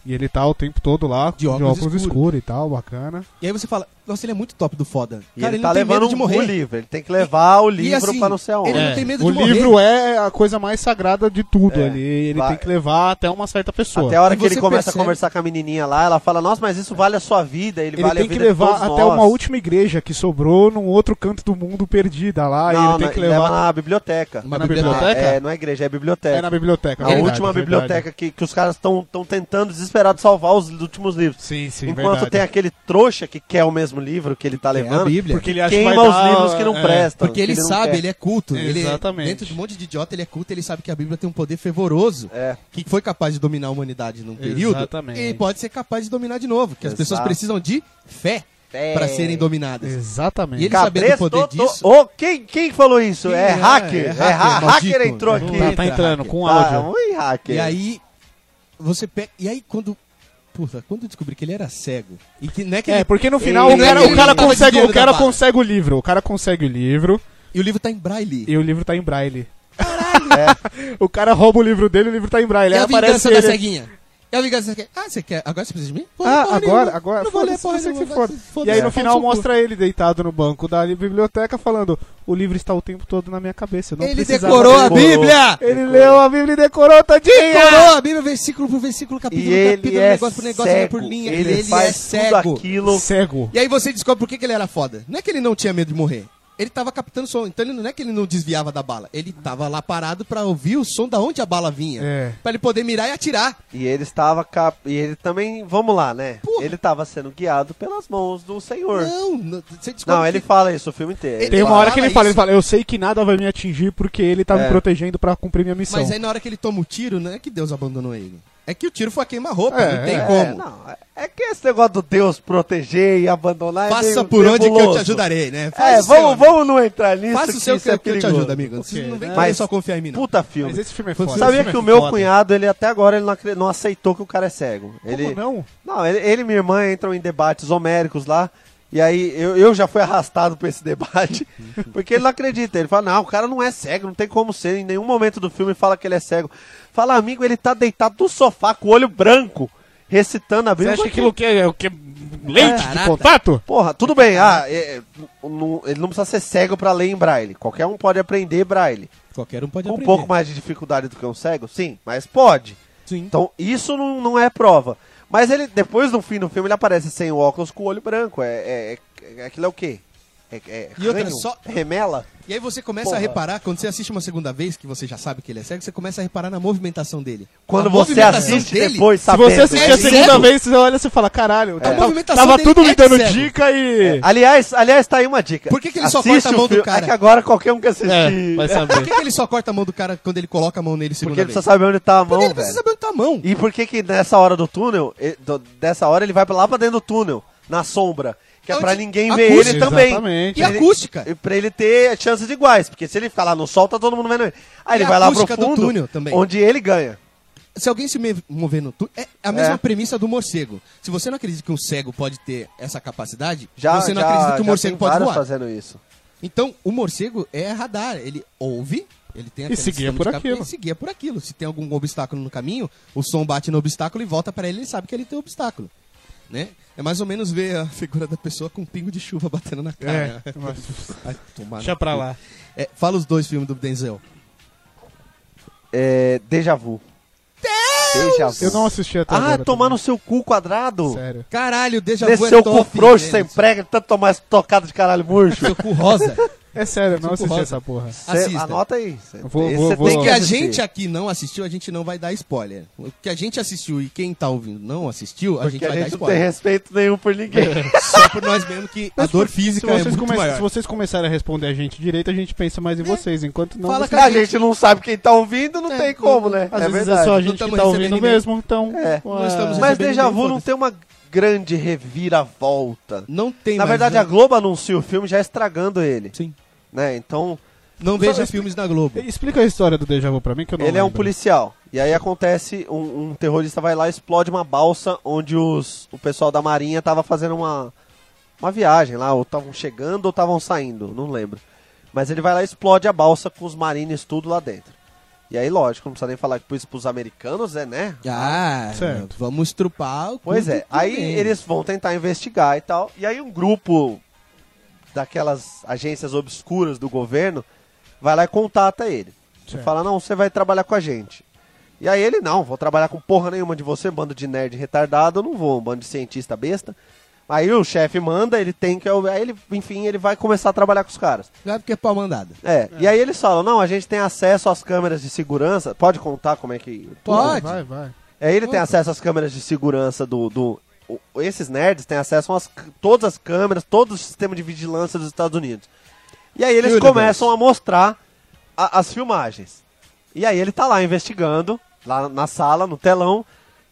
E ele tá o tempo todo lá de óculos,
óculos
escuro.
escuro.
e tal, bacana.
E aí você fala, nossa, ele é muito top do foda.
E
cara,
ele tá
não tem
levando
medo de
um
morrer.
o livro, ele tem que levar o livro
assim,
pra não sei aonde.
ele não tem medo
o
de morrer.
livro é a coisa mais sagrada de tudo
É.
ali. Ele
Vai.
tem que levar até uma certa pessoa.
Até a hora
E
que ele
você
começa
percebe-
a conversar com a menininha lá, ela fala, nossa, mas isso vale a sua vida, ele,
Ele
vale
tem
a
que
vida
levar
de todos
até
nós.
uma última igreja que sobrou num outro canto do mundo perdida lá. e Ah,
não,
ele tem
na-
que
ele leva
levar
na biblioteca.
Uma
na
biblioteca.
biblioteca?
É, não é igreja, é biblioteca.
É na biblioteca.
A
verdade, é
última
verdade.
biblioteca que, que os caras estão tentando desesperado salvar os últimos livros.
Sim, sim,
Enquanto
verdade.
tem aquele trouxa que quer o mesmo livro que ele tá
Quer É, a
levando,
Bíblia.
Porque ele acha que
queima
vai
os
dar-
livros que não
é.
prestam.
Porque ele,
que não
sabe,
quer.
ele é culto. Ele,
Exatamente.
Dentro de um monte de idiota, ele é culto, ele sabe que a Bíblia tem um poder fervoroso.
É.
Que foi capaz de dominar a humanidade num período.
Exatamente.
E pode ser capaz de dominar de novo. Que as
Exato.
pessoas precisam de fé,
Fé.
pra serem dominadas.
Exatamente. Tá,
E ele- sabendo o
Cabresto,
poder
tô,
disso-
Ô, quem, quem falou isso?
Quem
é,
é?
hacker.
É
É,
hacker,
ha-
maldito.
hacker entrou
Não
aqui.
tá, tá
Entra,
entrando
hacker.
com áudio.
Ah, oi, hacker.
é?
E aí, tá você pega. E aí, quando. Puta, quando eu descobri que ele era cego. E que não é que
É,
ele-
porque no final o
Ele-
cara, o
ele
cara
tava
consegue, o
desviando
cara
da bala.
consegue o livro, o cara consegue o livro
E o livro tá em braille.
e o livro tá em braille. Caralho! *laughs* o cara rouba o livro dele, o livro tá em
E
braille. Aí
a
aparece
vingança
ele.
da ceguinha. E a vingança da ceguinha. Ah, você quer? Agora você precisa de mim? Pô,
Ah,
porra
agora,
nenhuma.
agora,
Não vou ler
foda-se,
porra
você que
nenhuma,
foda.
vai se foder.
E aí
Pau
no final
seu cu.
mostra ele deitado no banco da biblioteca falando: "O livro está o tempo todo na minha cabeça, eu não
Ele
precisava
decorou a
ler."
Decorou.
Bíblia!
Ele é- leu a Bíblia e decorou tadinha.
Decorou a Bíblia, versículo por versículo, capítulo
E
por
ele
capítulo,
é
tá um negócio por negócio, linha por
cego.
linha.
Ele, faz
é cego.
tudo aquilo.
Cego.
E aí você descobre por que, que ele era foda. Não é que ele não tinha medo de morrer. Ele tava captando som, então ele não é que ele não desviava da bala, ele tava lá parado pra ouvir o som da onde a bala vinha,
É.
Pra ele poder mirar e atirar.
E ele estava cap... e ele também, vamos lá, né?
Porra.
Ele estava sendo guiado pelas mãos do Senhor. Não,
Não, não, você descobre
ele
que-
fala isso o filme inteiro.
Ele-
Tem uma hora
fala
que ele fala, ele
isso.
fala, eu sei que nada vai me atingir porque ele tá me protegendo pra cumprir minha missão.
mas aí na hora que ele toma o tiro, não é que Deus abandonou ele. É que o tiro foi a queima-roupa,
É,
não tem
É,
como.
não, é- é que esse negócio do Deus proteger e abandonar é
Faça
meio
por onde que eu te
nebuloso.
ajudarei, né?
É,
Faz o seu,
vamos,
amigo.
vamos não entrar nisso.
Faça o seu
isso
que,
é
eu- que eu te
perigoso.
ajudo, amigo. Você não vem
né?
querer
Mas-
só confiar em mim, não.
Puta filme.
Mas esse filme é
Foi-
foda.
Sabia
esse filme
que
é
o meu
foda.
cunhado, ele até agora ele não, acre- não aceitou que o cara é cego. ele
Como não?
Não, ele, ele e minha irmã entram em debates homéricos lá. E aí eu, eu já fui *laughs* arrastado pra
*laughs*
esse debate. porque ele não acredita. Ele fala, não, o cara não é cego, não tem como ser. Em nenhum momento do filme fala que ele é cego. Fala, amigo, ele tá deitado no sofá com o olho branco, recitando a
Você
Bíblia.
acha que aquilo que é, o que é leite de
Barata.
contato?
Porra, tudo bem. Ah, é- é, não- ele não precisa ser cego pra ler em braille. Qualquer um pode aprender braille.
Qualquer um pode
Com um
aprender.
pouco mais de dificuldade do que um cego, sim, mas pode.
Sim.
Então, isso não, não é prova. Mas ele, depois no fim do filme, ele aparece sem o óculos com o olho branco. É, é, é- aquilo é o quê? É, é
E outra,
ranho?
só-
Remela?
E aí você começa
Porra.
a reparar, quando você assiste uma segunda vez, que você já sabe que ele é cego, você começa a reparar na movimentação dele.
Quando
a
você
movimentação
assiste
dele,
depois,
Se
sabendo...
você assistir
é
a segunda
cego.
vez, você olha e você fala, caralho,
A
tava,
movimentação
tava
dele
tudo
é
me
de
dando
cego.
dica e...
Aliás, aliás, tá aí uma dica.
Por que que ele só
Assiste
corta a
o
mão do
filme-
cara? É,
É que agora qualquer um que assistir...
vai
Por
saber.
que, que ele só corta a mão do cara quando ele coloca a mão nele segunda
Porque ele
vez?
precisa saber onde tá a mão,
Porque ele
velho.
precisa saber onde tá a mão.
E por que que nessa hora do túnel, e- do- dessa hora ele vai pra lá pra dentro do túnel, na sombra? Que é
Onde-
pra ninguém ver
Então, acústica.
ele também.
Exatamente.
E
Pra ele-
acústica.
e Pra ele ter chances iguais, porque se ele ficar lá no sol, tá todo mundo vendo ele. Aí
E
ele
a
vai lá pro
acústica do
fundo,
túnel também.
onde ele ganha.
Se alguém se me- mover no túnel, é a mesma
É.
premissa do morcego. Se você não acredita que um cego pode ter essa capacidade,
Já,
você não
já,
acredita que o
já
morcego
tem
pode
vários
voar.
fazendo isso.
Então, o morcego é radar. Ele ouve, ele tem aquele
seguia
sistema
por
de cap-
aquilo.
Ele seguia por aquilo. Se tem algum obstáculo no caminho, o som bate no obstáculo e volta pra ele, ele sabe que ele tem um obstáculo. Né? É mais ou menos ver a *laughs* figura da pessoa com um pingo de chuva batendo na cara.
É, mas-
*laughs* Ai, tomar no
deixa
cu.
pra lá.
É, fala os dois filmes do Denzel.
É, déjà vu. Déjà vu.
Eu não assisti até agora.
Ah, tomar no
também.
seu cu quadrado.
Sério.
Caralho, Deja Vu
Nesse
é
seu cu
top,
frouxo,
né?
sem prega, de tanto tomar esse tocado de caralho murcho.
*laughs* Seu cu rosa.
É sério, eu não
Suco
assisti
rosa.
essa porra.
*laughs* Cê-
Assista.
anota aí. Cê-
Vou-
esse
vou-
cê
vou-
O que a
assistir.
gente aqui não assistiu, a gente não vai dar spoiler. O que a gente assistiu e quem tá ouvindo não assistiu, a
Porque
gente vai
a
dar
gente não tem
spoiler.
respeito nenhum por ninguém.
É. *laughs* Só por nós mesmo que a dor física
se
é
vocês,
muito
come-
maior.
se vocês começarem a responder a gente direito, a gente pensa mais em
É.
vocês. Enquanto não,
Fala
vocês-
com a
a
gente.
gente não sabe quem tá ouvindo, não
É,
tem como, né?
às
é
vezes
verdade.
é só a
Não
gente que
tamo
tá
recebendo
ouvindo
ninguém.
mesmo, então...
É.
ué,
Não estamos
Mas
recebendo
Deja
ninguém,
Vu não
foda-se.
tem uma grande reviravolta.
Não tem
Na
mais,
verdade,
né?
a Globo anuncia o filme já estragando ele,
Sim.
né? Então,
Não veja filmes na Globo.
Explica a história do Deja Vu pra mim, que eu não
ele é um
lembro. né?
policial. E aí acontece, um, um terrorista vai lá e explode uma balsa onde os, o pessoal da marinha tava fazendo uma, uma viagem lá. Ou estavam chegando ou estavam saindo, não lembro. Mas ele vai lá e explode a balsa com os marines tudo lá dentro. E aí, lógico, não precisa nem falar que isso pros americanos, é, né?
Ah,
Certo.
vamos trupar o cu
Pois
do
é, aí
Flamengo.
eles vão tentar investigar e tal. E aí um grupo daquelas agências obscuras do governo vai lá e contata ele. Você
Certo.
fala, não, você vai trabalhar com a gente. E aí ele, não, vou trabalhar com porra nenhuma de você, bando de nerd retardado, eu não vou, um bando de cientista besta. Aí o chefe manda, ele tem que. Aí ele, enfim, ele vai começar a trabalhar com os caras.
Claro que é pau mandada.
É, e aí eles falam, não, a gente tem acesso às câmeras de segurança. Pode contar como é que.
Pode.
Vai, vai.
É, ele tem acesso às câmeras de segurança do. do o- esses nerds têm acesso a todas as câmeras, todo o sistema de vigilância dos Estados Unidos. E aí eles
Universe.
começam a mostrar a- as filmagens. E aí ele tá lá investigando, lá na sala, no telão.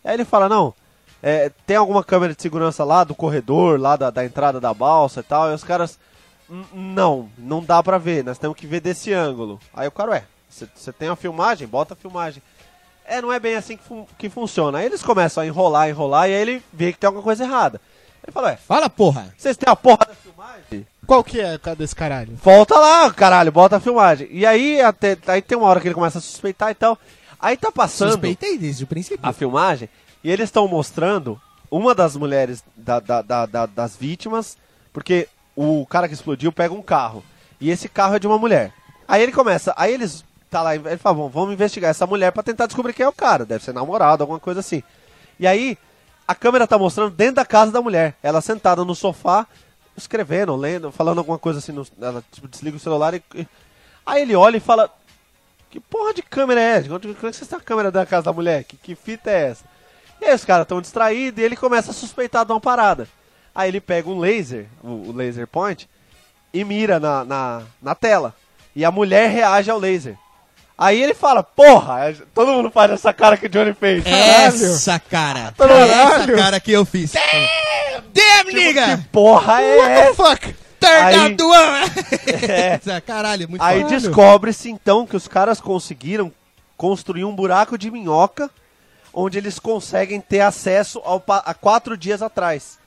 Aí ele fala, não, é, tem alguma câmera de segurança lá do corredor, lá da, da entrada da balsa e tal. E os caras, "N- não, não dá pra ver, nós temos que ver desse ângulo. Aí o cara, ué, você tem a filmagem? Bota a filmagem. É, não é bem assim que, fun- que funciona. Aí eles começam a enrolar, enrolar, e aí ele vê que tem alguma coisa errada. Ele fala, ué,
Fala, porra.
vocês têm a porra da filmagem?
Qual que é a desse caralho?
Volta lá, caralho, bota a filmagem. E aí, até, aí tem uma hora que ele começa a suspeitar e tal. Aí tá passando
Suspeitei desde o princípio.
a filmagem e eles estão mostrando uma das mulheres da- da- da- da- das vítimas, porque o cara que explodiu pega um carro. E esse carro é de uma mulher. Aí ele começa, aí eles tá lá, ele fala, "Bom, vamos investigar essa mulher pra tentar descobrir quem é o cara, deve ser namorado, alguma coisa assim. E aí a câmera tá mostrando dentro da casa da mulher, ela sentada no sofá, escrevendo, lendo, falando alguma coisa assim. no- ela tipo, desliga o celular e. e- Aí ele olha e fala: Que porra de câmera é essa? Onde, como é que você está a câmera da casa da mulher? Que, que fita é essa? E aí os caras estão distraídos e ele começa a suspeitar de uma parada. Aí ele pega um laser, o, o laser point, e mira na, na, na tela. E a mulher reage ao laser. Aí ele fala, porra, é, todo mundo faz essa cara que o Johnny fez.
É,
*laughs* Tipo,
Essa cara. Essa cara que eu fiz. Tipo, Damn,
Que
nigga!
porra é essa?
Fuck! Turn
Aí-
down the one! *laughs* Essa- Caralho, muito
Aí
foda.
descobre-se então que os caras conseguiram construir um buraco de minhoca onde eles conseguem ter acesso ao pa- a quatro dias atrás.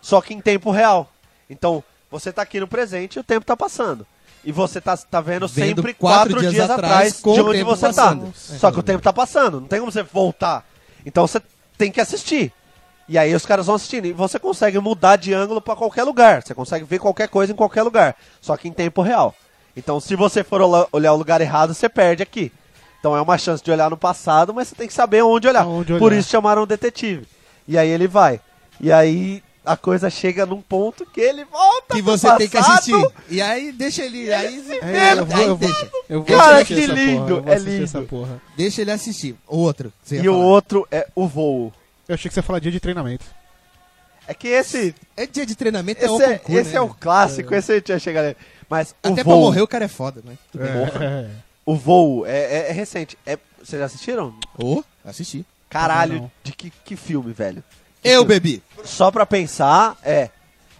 Só que em tempo real. Então, você tá aqui no presente e o tempo tá passando. E você tá, tá vendo, sempre quatro, dias, atrás
com
de
o
onde
tempo
você
passando.
tá. Só que o tempo tá passando, não tem como você voltar. Então você tem que assistir. E aí os caras vão assistindo. E você consegue mudar de ângulo pra qualquer lugar. Você consegue ver qualquer coisa em qualquer lugar. Só que em tempo real. Então se você for olha- olhar o lugar errado, você perde aqui. Então é uma chance de olhar no passado, mas você tem que saber onde olhar.
Aonde
Por
olhar.
isso chamaram o detetive. E aí ele vai. E aí a coisa chega num ponto que ele volta
Que
pro
você tem que
passado.
assistir. E aí deixa ele. Aí, tá
É, eu vou-
aí
eu vou-
deixa.
Eu vou
Cara,
assistir
que
essa
lindo,
porra, eu vou
é
assistir
lindo.
essa porra.
Deixa ele assistir. O outro. que você ia
E o
falar.
outro é o voo.
Eu achei que você falar dia de treinamento.
É que esse,
É dia de treinamento, é o
esse, é,
concurso.
esse é o clássico, esse eu tinha chegado ali. Mas o
Até pra
voo,
morrer o cara é foda, né?
É.
o voo é, é- é recente. É, vocês já assistiram?
Ô, assisti.
Não,
Caralho,
não.
de que, que filme, velho?
Eu bebi.
Só pra pensar, é.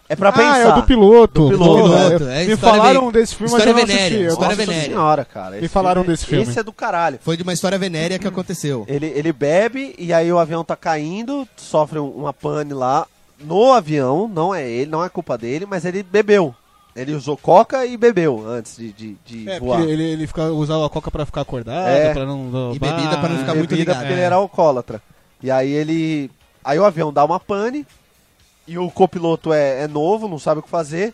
É pra
ah,
pensar.
é o do piloto.
Do piloto.
Piloto, é
Eu- me
história
falaram
ve-
desse filme, mas
história
eu não
venérea,
assisti. Eu-
história-
Nossa
Para Venéria.
senhora, cara.
é Me
esse
falaram
filme-
desse filme.
Esse é do caralho.
Foi de uma história venérea que aconteceu.
Ele, ele bebe e aí o avião tá caindo, sofre um- uma pane lá no avião, não é ele, não é culpa dele, mas ele bebeu. Ele usou coca e bebeu antes de, de, de
É,
voar.
porque ele, ele fica, usava a coca pra ficar acordado,
É.
pra não... Ah.
E bebida pra não ficar muito
Ah, bebida
ligado.
porque ele era alcoólatra. E aí ele. Aí o avião dá uma pane. E o copiloto é, é novo, não sabe o que fazer.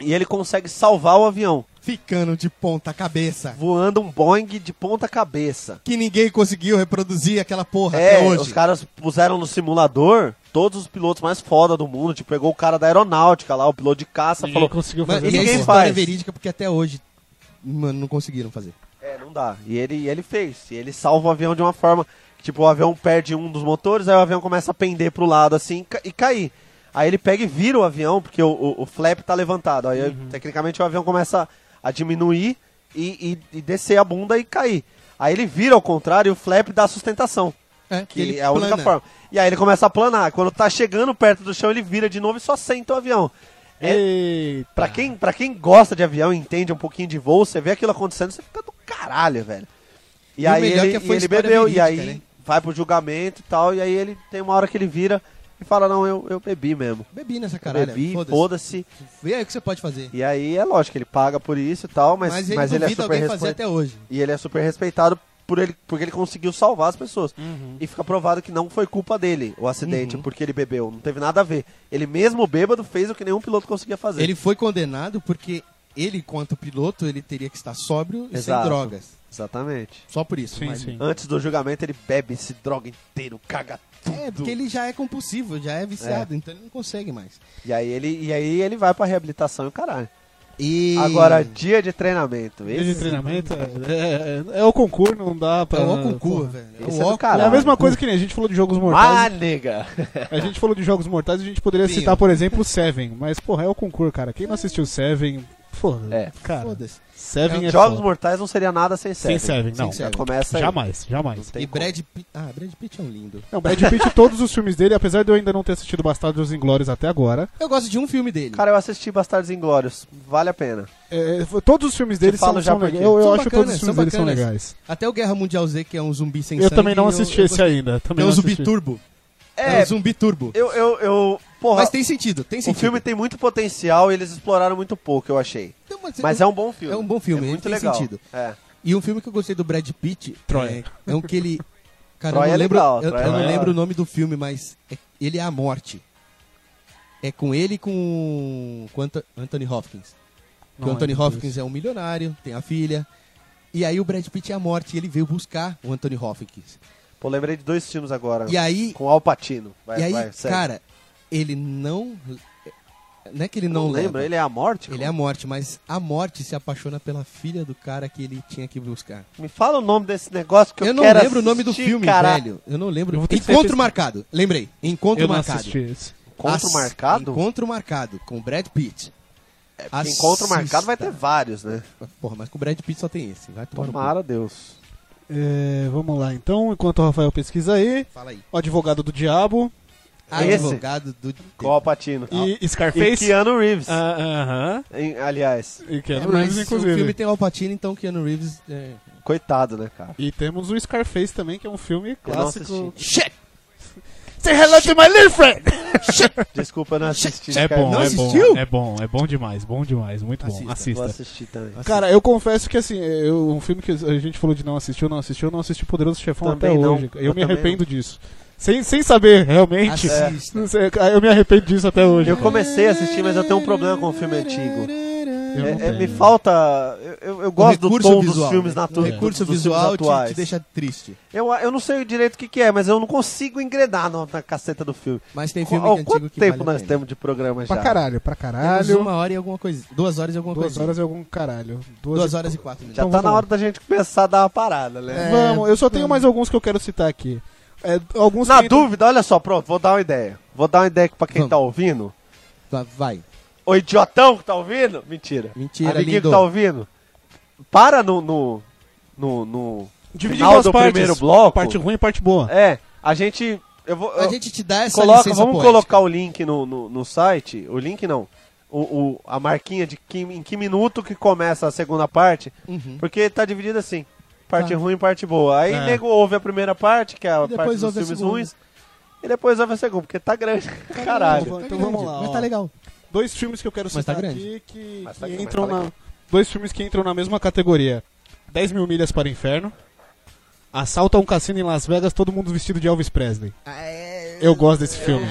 E ele consegue salvar o avião.
Ficando de ponta cabeça.
Voando um Boeing de ponta cabeça.
Que ninguém conseguiu reproduzir aquela porra
É,
até
os
hoje.
caras puseram no simulador todos os pilotos mais foda do mundo. Tipo, pegou o cara da aeronáutica lá, o piloto de caça,
Ninguém
falou.
conseguiu
Mas
fazer
e
ninguém
essa
essa porra.
faz.
história é verídica porque até hoje, mano, não conseguiram fazer.
É, não dá. E ele, e ele fez. E ele salva o avião de uma forma. que, Tipo, o avião perde um dos motores, aí o avião começa a pender pro lado assim ca- e cair. Aí ele pega e vira o avião, porque o, o, o flap tá levantado. Aí, tecnicamente, o avião começa a diminuir e, e- e descer a bunda e cair. Aí ele vira ao contrário e o flap dá sustentação.
É,
Que é a única forma. E aí ele começa a planar. Quando tá chegando perto do chão, ele vira de novo e só senta o avião. É,
Eita.
Pra quem, pra quem gosta de avião e entende um pouquinho de voo, você vê aquilo acontecendo, você fica do caralho, velho. E,
E o
aí
melhor é
ele,
que foi
e ele
história
bebeu, e
verídica,
aí
né?
vai pro julgamento e tal, e aí ele tem uma hora que ele vira e fala, não, eu, eu bebi mesmo.
Bebi nessa
Eu
caralho.
bebi,
foda-se.
foda-se.
Vê aí o que você pode fazer.
e aí é lógico, ele paga por isso e tal, mas,
Mas,
mas,
ele
ele, é
duvida
super
alguém fazer
respeitado.
até hoje.
E ele é super respeitado por ele, porque ele conseguiu salvar as pessoas.
Uhum.
E fica provado que não foi culpa dele o acidente, porque ele bebeu. Não teve nada a ver. Ele mesmo bêbado fez o que nenhum piloto conseguia fazer.
Ele foi condenado porque ele, quanto piloto, ele teria que estar sóbrio e sem
Exato.
drogas.
Exatamente.
Só por isso.
Sim,
mas-
sim.
Antes do julgamento, ele bebe, se droga inteiro, caga tudo.
É, porque ele já é compulsivo, já é viciado, então ele não consegue mais.
E aí ele, e aí ele vai pra reabilitação e o caralho.
E...
Agora, dia de treinamento.
Dia de
Esse,
treinamento é, é- é o concurso, não dá pra...
É o óculos, cu, velho. É o
esse é do
óculos.
É
caralho.
a mesma coisa que nem a gente falou de Jogos
Ah,
Mortais.
nega!
A gente falou de Jogos Mortais e a gente poderia
Pinho.
citar, por exemplo, o Seven. Mas, porra, é o concurso, cara. Quem não assistiu Seven... Porra,
É.
cara.
Foda-se.
Seven é,
Jogos
foda.
Mortais não seria nada sem
Sem
Seven.
Seven, não.
Sem Seven.
Já começa aí.
Jamais, jamais.
Tem
E
como.
Brad Pitt... Ah, Brad Pitt é um lindo.
Não, Brad Pitt, todos os filmes dele, apesar de eu ainda não ter assistido Bastardos Inglórios até agora,
Eu gosto de um filme dele.
Cara, eu assisti Bastardos Inglórios. Vale a pena.
é, f- todos os filmes dele
falo
são,
já
são
por
legais.
quê.
Eu, eu
São
acho que todos os
bacanas,
filmes
são
dele são
bacanas.
legais.
Até o Guerra Mundial Z, que é um zumbi sem
Eu
sangue.
também não assisti
eu
esse
gostei.
ainda. Também
Tem um
não
zumbi
assisti.
turbo.
É,
um zumbi turbo.
eu, eu, eu. Porra,
Mas tem sentido, tem
o
sentido.
filme tem muito potencial e eles exploraram muito pouco, eu achei.
Então,
Mas é um bom filme.
É um bom filme,
muito
tem
legal.
sentido.
É.
E um filme que eu gostei do Brad Pitt...
Troia.
É, é um que ele...
*laughs*
Cara,
Troia
eu
é
não lembro,
legal,
eu,
Troia é
eu não
legal.
lembro o nome do filme, mas é- ele é a morte. É com ele e com, com Anto- Anthony Hopkins. Que o
Não
Anthony
lembro
Hopkins é um milionário, tem a filha. E aí o Brad Pitt é a morte e ele veio buscar o Anthony Hopkins.
Pô, lembrei de dois filmes agora.
E aí,
Com Al Pacino. Vai,
e aí
vai, segue.
cara, ele não. Não é que ele não,
Não, lembra,
leva.
ele é a morte?
Ele é a morte, mas a morte se apaixona pela filha do cara que ele tinha que buscar.
Me fala o nome desse negócio que eu,
eu não
quero
lembro o nome do
assistir,
filme,
cara.
velho. Eu não lembro.
Eu vou ter que
Encontro
ser-
Marcado. Lembrei. Encontro
Eu não
Marcado.
assisti esse.
Encontro
Ass-
marcado? É,
Encontro Marcado, com Brad Pitt.
Porque Encontro marcado vai ter
Assista.
vários, né?
Porra, mas com Brad Pitt só tem esse. Vai tomar no cu.
Tomara Deus.
É, vamos lá, então, enquanto o Rafael pesquisa aí,
Fala aí.
o advogado do diabo
É Esse?
Advogado do...
Qual o Patino?
Ah.
e
E
Scarface.
Keanu Reeves.
Ah, Aham.
Em- aliás,
E
É,
Keanu
mas
Reeves,
o filme
inclusive.
tem o Alpatino, então Keanu Reeves... É...
coitado, né, cara?
E temos o Scarface também, que é um filme
Eu não
clássico.
assisti.
Shit!
Say hello to my little friend! *laughs*
Desculpa, eu não assisti. né,
É
cara.
bom,
Não
é
assistiu?
bom, é bom, é bom demais, bom demais, muito bom.
é Assista.
Assista.
Vou assistir também.
Cara, eu confesso que assim, eu, um filme que a gente falou de não assistir, eu não assisti, eu não assisti Poderoso Chefão
Também
até
não.
hoje. Eu,
Eu
me
também
arrependo disso. Sem, sem saber realmente.
Assista.
Não sei, cara, *laughs* Eu me arrependo disso até hoje.
Eu comecei a É. assistir, mas eu tenho um problema com o filme antigo.
Eu não
É- é- me
tenho.
falta. eu- Eu, eu gosto do
recurso
tom dos
visual,
filmes
né?
O
O
naturais.
recurso
dos filmes
visual te,
atuais.
te deixa triste.
Eu, eu não sei direito o que, que é, mas eu não consigo engrenar na, na caceta do filme.
Mas tem
Qu-
filme
ó,
antigo
quanto
que
tempo
vale a
nós
pena.
temos de programa já?
Pra caralho, pra
Temos
caralho.
uma hora e alguma coisa. Duas horas e alguma
Duas
coisa.
horas e algum caralho.
Duas horas e quatro né? minutos.
Já
Então
tá
vamos
na
lá.
hora da gente começar a dar uma parada, né?
É,
Vamos, eu só tenho mais alguns que eu quero citar aqui. É, alguns
Na
que-
dúvida, olha só, pronto, vou dar uma ideia. Vou dar uma ideia aqui pra quem
Vamos.
tá ouvindo.
Va- Tá, Vai.
O idiotão que tá ouvindo? Mentira.
Mentira,
Amiguinho
lindo.
que tá ouvindo? Para no. no, no, no-
Dividir em
final
duas
do
partes.
primeiro bloco.
Parte ruim e parte boa.
É, a gente. Eu vou,
Ah. A
eu-
gente te dá essa
Coloca,
licença
vamos
poética. Tá
colocar o link no, no, no site. O link não. O, o- a marquinha de que, em que minuto que começa a segunda parte.
Uhum.
Porque tá dividido assim. Parte
Tá.
ruim e parte boa. Aí
É.
nego ouve a primeira parte, que é a
E depois
parte dos
ouve a
filmes
segunda.
ruins. E depois ouve a segunda, porque tá grande. *laughs* Caralho.
Então vamos lá,
Mas
ó.
tá legal.
Dois filmes que eu quero
Mas tá
citar
grande.
aqui que,
Mas tá
que
grande,
entram
mas tá
na. Dois filmes que entram na mesma categoria: 10 mil milhas para o inferno. Assalta um cassino em Las Vegas, todo mundo vestido de Elvis Presley. Eu gosto desse filme.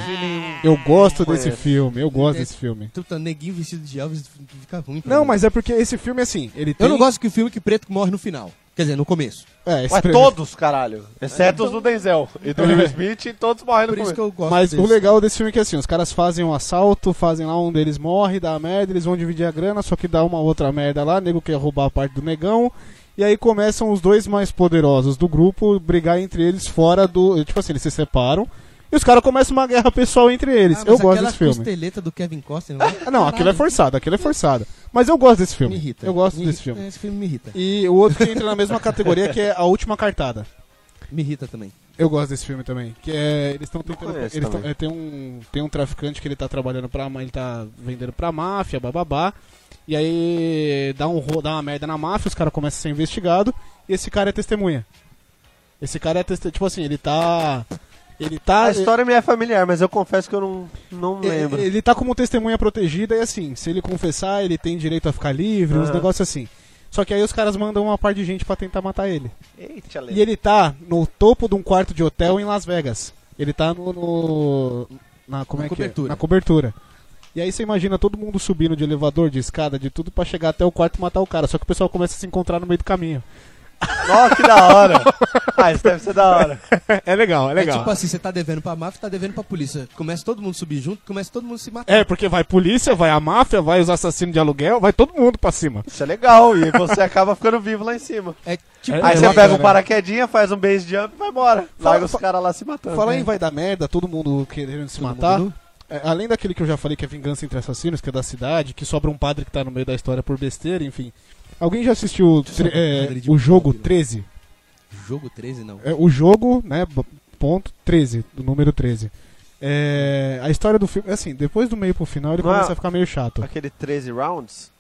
Eu gosto desse filme, eu gosto desse filme.
Tu tá neguinho vestido de Elvis, fica ruim. pra
Não,
mim.
mas é porque esse filme, assim, ele tem.
Eu não gosto que o filme que preto morre no final. Quer dizer, no começo.
É, esse
Mas
pre-
todos, caralho. Exceto os do Denzel e do Will Smith, e todos morrendo
Então- Por
com
isso que eu gosto
Mas
desse.
o legal desse filme é que assim, os caras fazem um assalto, fazem lá um deles morre, dá merda, eles vão dividir a grana, só que dá uma outra merda lá, o nego quer roubar a parte do negão. E aí começam os dois mais poderosos do grupo brigar entre eles fora do. Tipo assim, eles se separam. E os caras começam uma guerra pessoal entre
Ah,
eles.
mas
eu gosto
aquela
desse filme.
costeleta do Kevin Costner. Não,
Ah, Não, aquilo é forçado, aquilo é forçado. Mas eu gosto desse filme.
Me irrita.
Eu gosto
Me
desse
irrita.
filme.
Esse filme me irrita.
E o outro que entra na mesma categoria que é A Última Cartada.
Me irrita também.
Eu gosto desse filme também. Que é. Eles estão tentando.
conheço
Eles tão,
também.
é, tem, um, tem um traficante que ele tá trabalhando pra. ma- Ele tá vendendo pra máfia, bababá. E aí dá, um, ro- dá uma merda na máfia, os caras começam a ser investigados. E esse cara é testemunha. Esse cara é testemunha. Tipo assim, ele tá. Ele tá.
A história me é familiar, mas eu confesso que eu não, não
ele-
lembro.
Ele, tá como testemunha protegida e assim, se ele confessar, ele tem direito a ficar livre, uns
Aham.
negócios assim. Só que aí os caras mandam uma par de gente pra tentar matar ele.
Eita,
E ele tá no topo de um quarto de hotel em Las Vegas. Ele tá no. no- na, como
Na
é que é?
cobertura.
Na cobertura. E aí você imagina todo mundo subindo de elevador, de escada, de tudo, pra chegar até o quarto e matar o cara. Só que o pessoal começa a se encontrar no meio do caminho.
Nossa, que da
*laughs*
hora. ah, isso deve ser da hora.
*laughs* É legal, é
É tipo assim, você tá devendo pra máfia, tá devendo pra polícia. Começa todo mundo subir junto, começa todo mundo se matar.
É, porque vai polícia, vai a máfia, vai os assassinos de aluguel, vai todo mundo pra cima.
Isso é legal, e você acaba ficando vivo lá em cima.
É tipo...
É,
Aí
é
você
bacana.
pega um paraquedinha, faz um base jump e vai embora.
Fala-
Larga os
fa-
caras lá se matando. É.
Falar em vai dar merda, todo mundo querendo se
Tá Todo mundo
matar.
nu.
É, além daquele que eu já falei que é Vingança entre Assassinos, que é da cidade, que sobra um padre que tá no meio da história por besteira, enfim. Alguém já assistiu o tre- é,
padre de
o
um
jogo
pobre, né?
13?
Jogo 13, não.
É, o jogo, né, b- ponto 13, do número 13. É, a história do filme, assim, depois do meio pro final ele
Não é-
começa a ficar meio chato.
Aquele 13 rounds?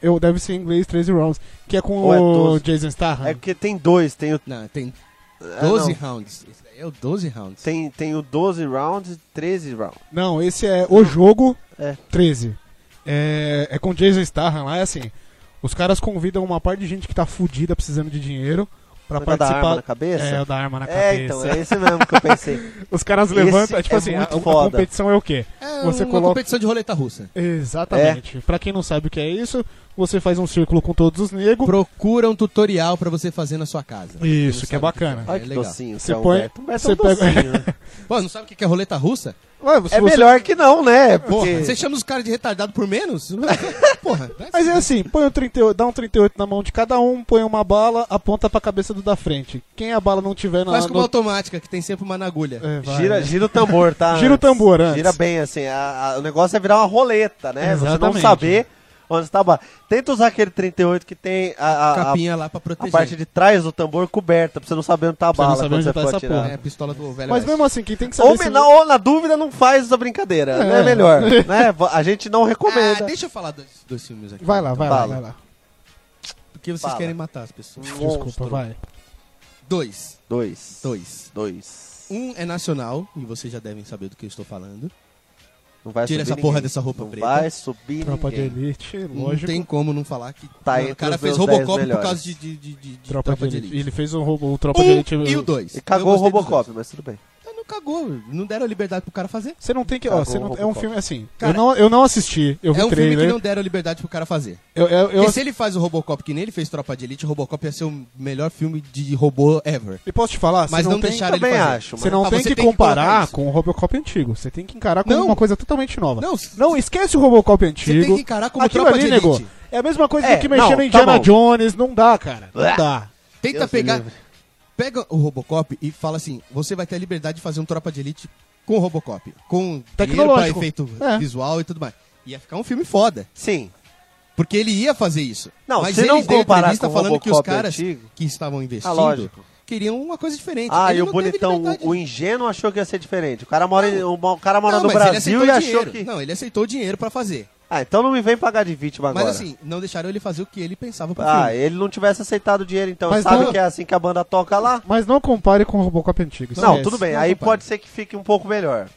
Eu, deve ser em inglês 13 Rounds, que é com
Ou é
o
12?
Jason Statham.
É porque tem dois, tem o.
Não, tem
ah,
12
não.
rounds. Esse daí é o 12 rounds.
Tem, tem o 12 rounds e 13 rounds.
Não, esse é O Jogo
É.
13. É, é com Jason Statham lá, é assim. Os caras convidam uma parte de gente que tá fudida precisando de dinheiro pra
Vai dar
participar.
arma na cabeça?
É, o da arma na
É,
cabeça. *laughs*
então, é esse mesmo que eu pensei.
Os caras
Esse
levantam, é tipo
é
assim, a,
muito
a
foda.
competição é o quê?
É
Você
uma
coloca-
competição de roleta russa.
Exatamente. Pra quem não sabe o que é isso, você faz um círculo com todos os negros.
Procura um tutorial pra você fazer na sua casa.
Isso,
Não
que é
sabe o
bacana.
é.
Olha que
legal.
docinho, que
Você
é o
põe-
Humberto. Humberto é
você
um
pega-
docinho, né?
Pô, não sabe o que que é roleta russa?
Ué, *laughs* se você-
É melhor que não, né?
Porra,
Porque...
você chama os caras de retardado
*laughs*
por menos? Porra.
Mas é assim, põe um 38, dá um 38 na mão de cada um, põe uma bala, aponta pra cabeça do da frente. Quem a bala não tiver na
Faz com uma
no...
automática, que tem sempre uma na agulha.
É, vai,
Gira,
né?
gira o tambor, tá?
*laughs* Gira o tambor antes.
Gira bem, assim. a- a- o negócio é virar uma roleta, né? Você não
Exatamente.
saber onde está a bala. Tenta usar aquele 38 que tem a, a- a-
Capinha lá pra
a
proteger.
parte de trás do tambor coberta, pra você não saber onde tá a
Pra você não
bala
saber
quando
onde
você
tá
for
essa
atirar.
porra.
É, pistola do velho.
Mas
oeste.
mesmo assim, quem tem que saber
Ou,
se-
me- na, ou na dúvida, não faz essa brincadeira. Né? É
*laughs*
melhor. né? Vo- A gente não
Ah,
recomenda.
deixa eu falar dos, dos filmes aqui.
né? Vai lá, vai lá,
Bala.
vai lá.
Porque vocês
Fala.
querem matar as pessoas.
Desculpa, vai.
Dois.
Dois.
Dois.
Dois.
Um é nacional, e vocês já devem saber do que eu estou falando.
Não vai
Tira
subir
essa porra
ninguém.
dessa roupa
não
preta.
Vai subir
Tropa de
ninguém.
Elite,
Não
lógico.
tem como não falar que
Tá
Mano,
entre
o cara
os
fez
meus dez
Robocop por
melhores.
causa de, de, de, de- de
Tropa, de, elite. Ele fez um roubo, o Tropa de Elite.
Um e o dois.
E cagou
Eu
o
gostei dos
Robocop, mas tudo bem.
dois. Não cagou, não deram liberdade pro cara fazer.
Você não tem
Tá,
que. Ó,
Cagou
você não, é
o
um
Robocop.
filme assim.
Cara,
eu, não, eu não assisti, eu vi
é
o
um filme que
trailer.
não deram liberdade pro cara fazer.
Eu, eu, eu,
Porque se ele faz o Robocop que nem ele fez Tropa de Elite, o Robocop ia ser o melhor filme de robô ever.
e posso te falar?
Mas
você
não,
não, tem,
deixaram ele
também
fazer.
acho,
você
mas-
não
Ah,
tem
você
que
tem que colocar
comparar
isso.
com o Robocop antigo. Você tem que encarar como
Não.
uma coisa totalmente nova.
Não,
Não,
s-
esquece o Robocop antigo.
tem que encarar como
Aquilo
Tropa
ali,
de
nego,
Elite.
É a mesma coisa
É,
do que mexer
não,
no
tá
Indiana
bom.
Jones. Não dá, cara. Não
Blá.
dá.
Tenta
Deus me
pegar.
livre.
Pega o Robocop e fala assim: você vai ter a liberdade de fazer um Tropa de Elite com o Robocop. Com dinheiro pra
Tecnológico.
efeito
É.
visual e tudo mais. Ia ficar um filme foda.
Sim.
Porque ele ia fazer isso.
Não,
mas
se
ele
não
deu
comparar
entrevista
com o
falando que os
Robocop
caras
antigo-
que estavam investindo
Ah, lógico.
queriam uma coisa diferente.
Ah,
Ele
e o
não teve
bonitão,
liberdade.
o, o ingênuo achou que ia ser diferente. O cara mora, em- o, o cara mora
Não,
no
mas ele
Brasil
aceitou
e
o
achou
dinheiro.
que.
Não, ele aceitou o dinheiro pra fazer.
Ah, então não me vem pagar de vítima agora.
Mas assim, não deixaram ele fazer o que ele pensava pro
Ah,
filme.
ele não tivesse aceitado o dinheiro, então
Mas
sabe
não-
que é assim que a banda toca lá?
Mas não compare com o Robocop antigo.
Não,
esquece.
tudo bem.
não,
Aí
compadre.
pode ser que fique um pouco melhor.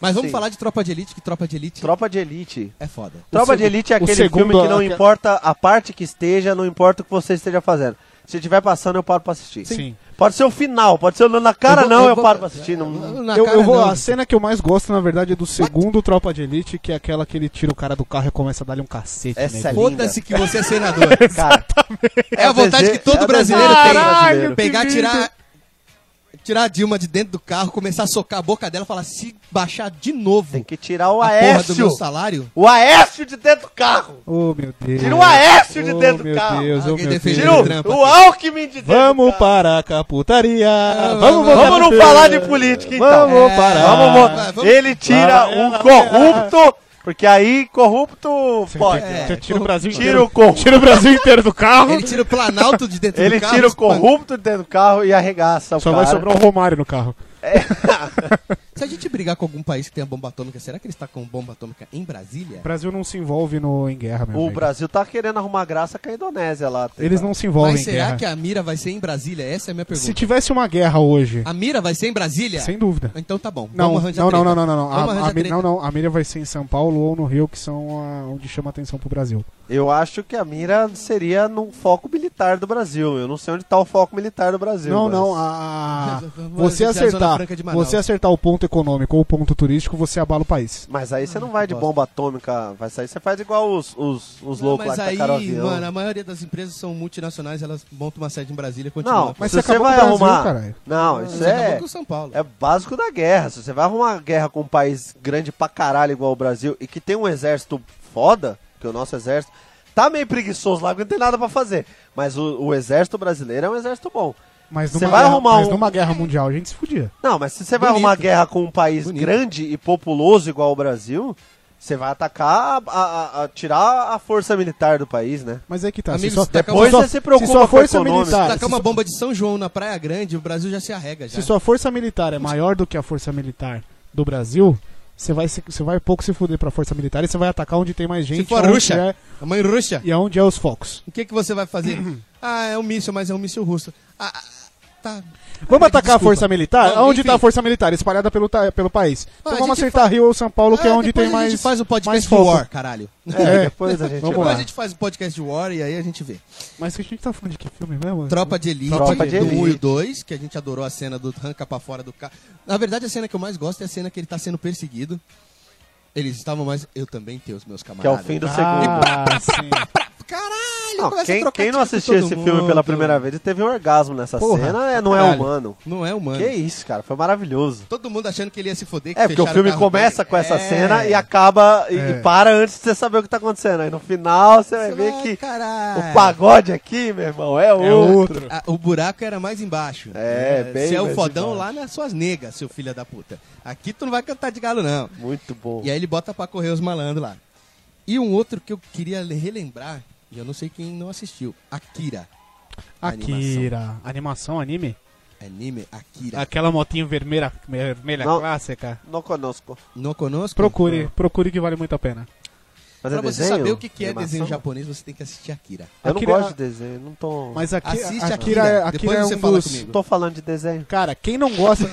Mas vamos
sim.
falar de Tropa de Elite, que Tropa de Elite
Tropa de Elite.
é foda.
Tropa de
segu-
Elite é
o
aquele
segundo-
filme que não
aque-
importa a parte que esteja, não importa o que você esteja fazendo. Se estiver passando, eu paro pra assistir.
Sim.
Pode ser o final, pode ser o na cara,
vou-
não, eu,
vou-
paro pra assistir. Não...
*laughs* Na
eu,
cara,
eu vou,
não.
a cena que eu mais gosto, na verdade, é do segundo Tropa de Elite, que é aquela que ele tira o cara do carro e começa a dar-lhe um cacete. nego.
Essa é
Foda-se que você é senador.
Cara,
É a vontade
dese-
que todo
*laughs* é o
brasileiro
desejo
tem.
do brasileiro.
Pegar, tirar. Tirar a Dilma de dentro do carro, começar a socar a boca dela e falar: se baixar de novo
Tem que tirar o
a porra do
Aécio.
meu salário.
O Aécio de dentro do carro.
Oh, meu Deus.
Tira o Aécio de
Oh,
dentro do
meu
carro.
Deus, oh,
Alguém
meu
defende
Deus.
Tira
Ele
o,
trampa.
o Alckmin de dentro
Vamos
do carro.
para a caputaria. Vamos,
vamos, Ah, vamos.
vamos,
Vamos não falar de política, então.
Vamos
É,
parar.
Vamos,
vamos.
vamos. Ele tira
Vai,
um
vai,
corrupto, porque aí corrupto pode.
É,
tira o Brasil
Tira
inteiro.
o corrupto.
Tira o *laughs* Brasil inteiro do carro.
Ele tira o Planalto
*laughs*
de
um
dentro
Ele
do carro.
tira o
espan-
corrupto de dentro do carro e arregaça o
Só
cara.
vai sobrar um o Romário no carro.
Se a gente brigar com algum país que tenha bomba atômica, será que ele está com bomba atômica em Brasília?
O Brasil não se envolve no, em guerra, meu
O
amigo.
Brasil tá querendo arrumar graça com a Indonésia lá. tá?
Eles não se envolvem
Mas
em
será
guerra.
que é a mira vai ser em Brasília? Essa é a minha pergunta.
Se tivesse uma guerra hoje,
A mira vai ser em Brasília?
sem dúvida.
Então tá bom.
Não,
vamos
não,
arranjar
não, não,
treta.
não, não, não.
Vamos
A, é um
arranjar
a, mi-
treta.
não, não. A mira vai ser em São Paulo ou no Rio, que são a- onde chama atenção pro Brasil.
Eu acho que a mira seria num foco militar do Brasil. Eu não sei onde tá o foco militar do Brasil.
não,
mas-
não. a-
Mas *laughs* vamos
você
assistir a Zona
acertar,
Franca de Manaus.
você acertar o ponto econômico ou o ponto turístico, você abala o país.
Mas aí você não vai de
Ah, bosta.
bomba atômica, vai sair, você faz igual os, os, os
Não,
loucos lá
mas
que
tá
aí,
tacaram avião.
mano, a maioria das empresas são multinacionais, elas montam uma sede em Brasília e continuam.
não,
Mas
se
você
você
acabou
vai
com o Brasil,
arrumar.
caralho.
Não, isso
Você acabou
é,
com São Paulo.
é básico da guerra. Se você vai arrumar uma guerra com um país grande pra caralho igual o Brasil e que tem um exército foda, que o nosso exército tá meio preguiçoso lá porque não tem nada pra fazer. Mas o, o exército brasileiro é um exército bom.
Mas
Você
numa,
vai
guerra,
arrumar
mas
um-
numa guerra mundial a gente se fudia.
Não, mas se você vai
Bonito.
arrumar guerra com um país
Bonito.
grande e populoso igual o Brasil, você vai atacar, a- a- a- a- tirar a força militar do país, né?
Mas aí que tá.
Amigos,
se só,
tacar
Depois
se só,
você se preocupa
se sua
com
força
o econômico.
militar,
Tacar
se,
uma
sua-
bomba de São João na Praia Grande, o Brasil já se arrega já.
se sua força militar é maior do que a força militar do Brasil, você vai, se- você vai pouco se fuder pra força militar e você vai atacar onde tem mais gente.
Se for
onde
Ruxa,
é-
a mãe Ruxa,
e aonde é os focos.
o que, que você vai fazer? *clears throat* ah, é um míssil, mas é um míssil russo. Ah, ah, tá.
Vamos
Ah,
atacar a
desculpa.
força militar?
Não,
Onde
enfim. Ah,
tá a força militar? Espalhada pelo, ta- pelo país. Então
a
vamos
gente
acertar Rio ou São Paulo, que é
Ah,
onde
depois
tem
a
mais.
gente faz o
mais
podcast de
foco.
war, caralho.
É, depois a gente
Vamos
vai.
Depois
lá.
a gente faz o podcast de war e aí a gente vê.
Mas que a gente tá falando de que filme mesmo?
Tropa de Elite,
Tropa de
do
Elite.
1 e o 2, que a gente adorou a cena do arranca pra fora do carro. Na verdade, a cena que eu mais gosto é a cena que ele tá sendo perseguido. Eles estavam mais. Eu também tenho os meus
Que é o
camaradas.
fim do
Ah,
segundo.
sim.
Caralho! ele
Não,
começa a
quem,
trocar
quem não
tiro com
assistiu
todo
esse filme pela
mundo.
primeira vez e teve um orgasmo nessa
Porra,
cena, é, não é
caralho.
humano.
Não é humano.
Que isso, cara, foi maravilhoso.
Todo mundo achando que ele ia se foder. que
É, porque o
fecharam
filme
carro
começa
dele.
com essa
É.
cena e acaba e,
É.
e para antes de você saber o que tá acontecendo. Aí no final você vai
Você
ver
vai,
que
caralho.
o pagode aqui, meu irmão, é outro.
Ah, o buraco era mais embaixo.
É, bem
Você é o
mais
fodão
embaixo.
lá nas suas negas, seu filho da puta. Aqui tu não vai cantar de galo, não.
Muito bom.
E aí ele bota pra correr os malandros lá. E um outro que eu queria relembrar, e eu não sei quem não assistiu, Akira.
Akira. Animação, anime?
É Anime Akira.
Aquela motinho vermelha, vermelha
Não.
clássica.
Não conosco.
Não conosco?
Procure, procure que vale muito a pena.
Mas
Pra
é
você
desenho?
saber o que, que é
Animação?
desenho japonês, você tem que assistir Akira.
Eu não
Akira-
gosto de desenho, não tô.
Mas aqui,
Assiste
Akira,
Akira,
é-
depois
Akira é
você
um
fala
dos-
comigo.
Tô falando de desenho.
Cara, quem não gosta,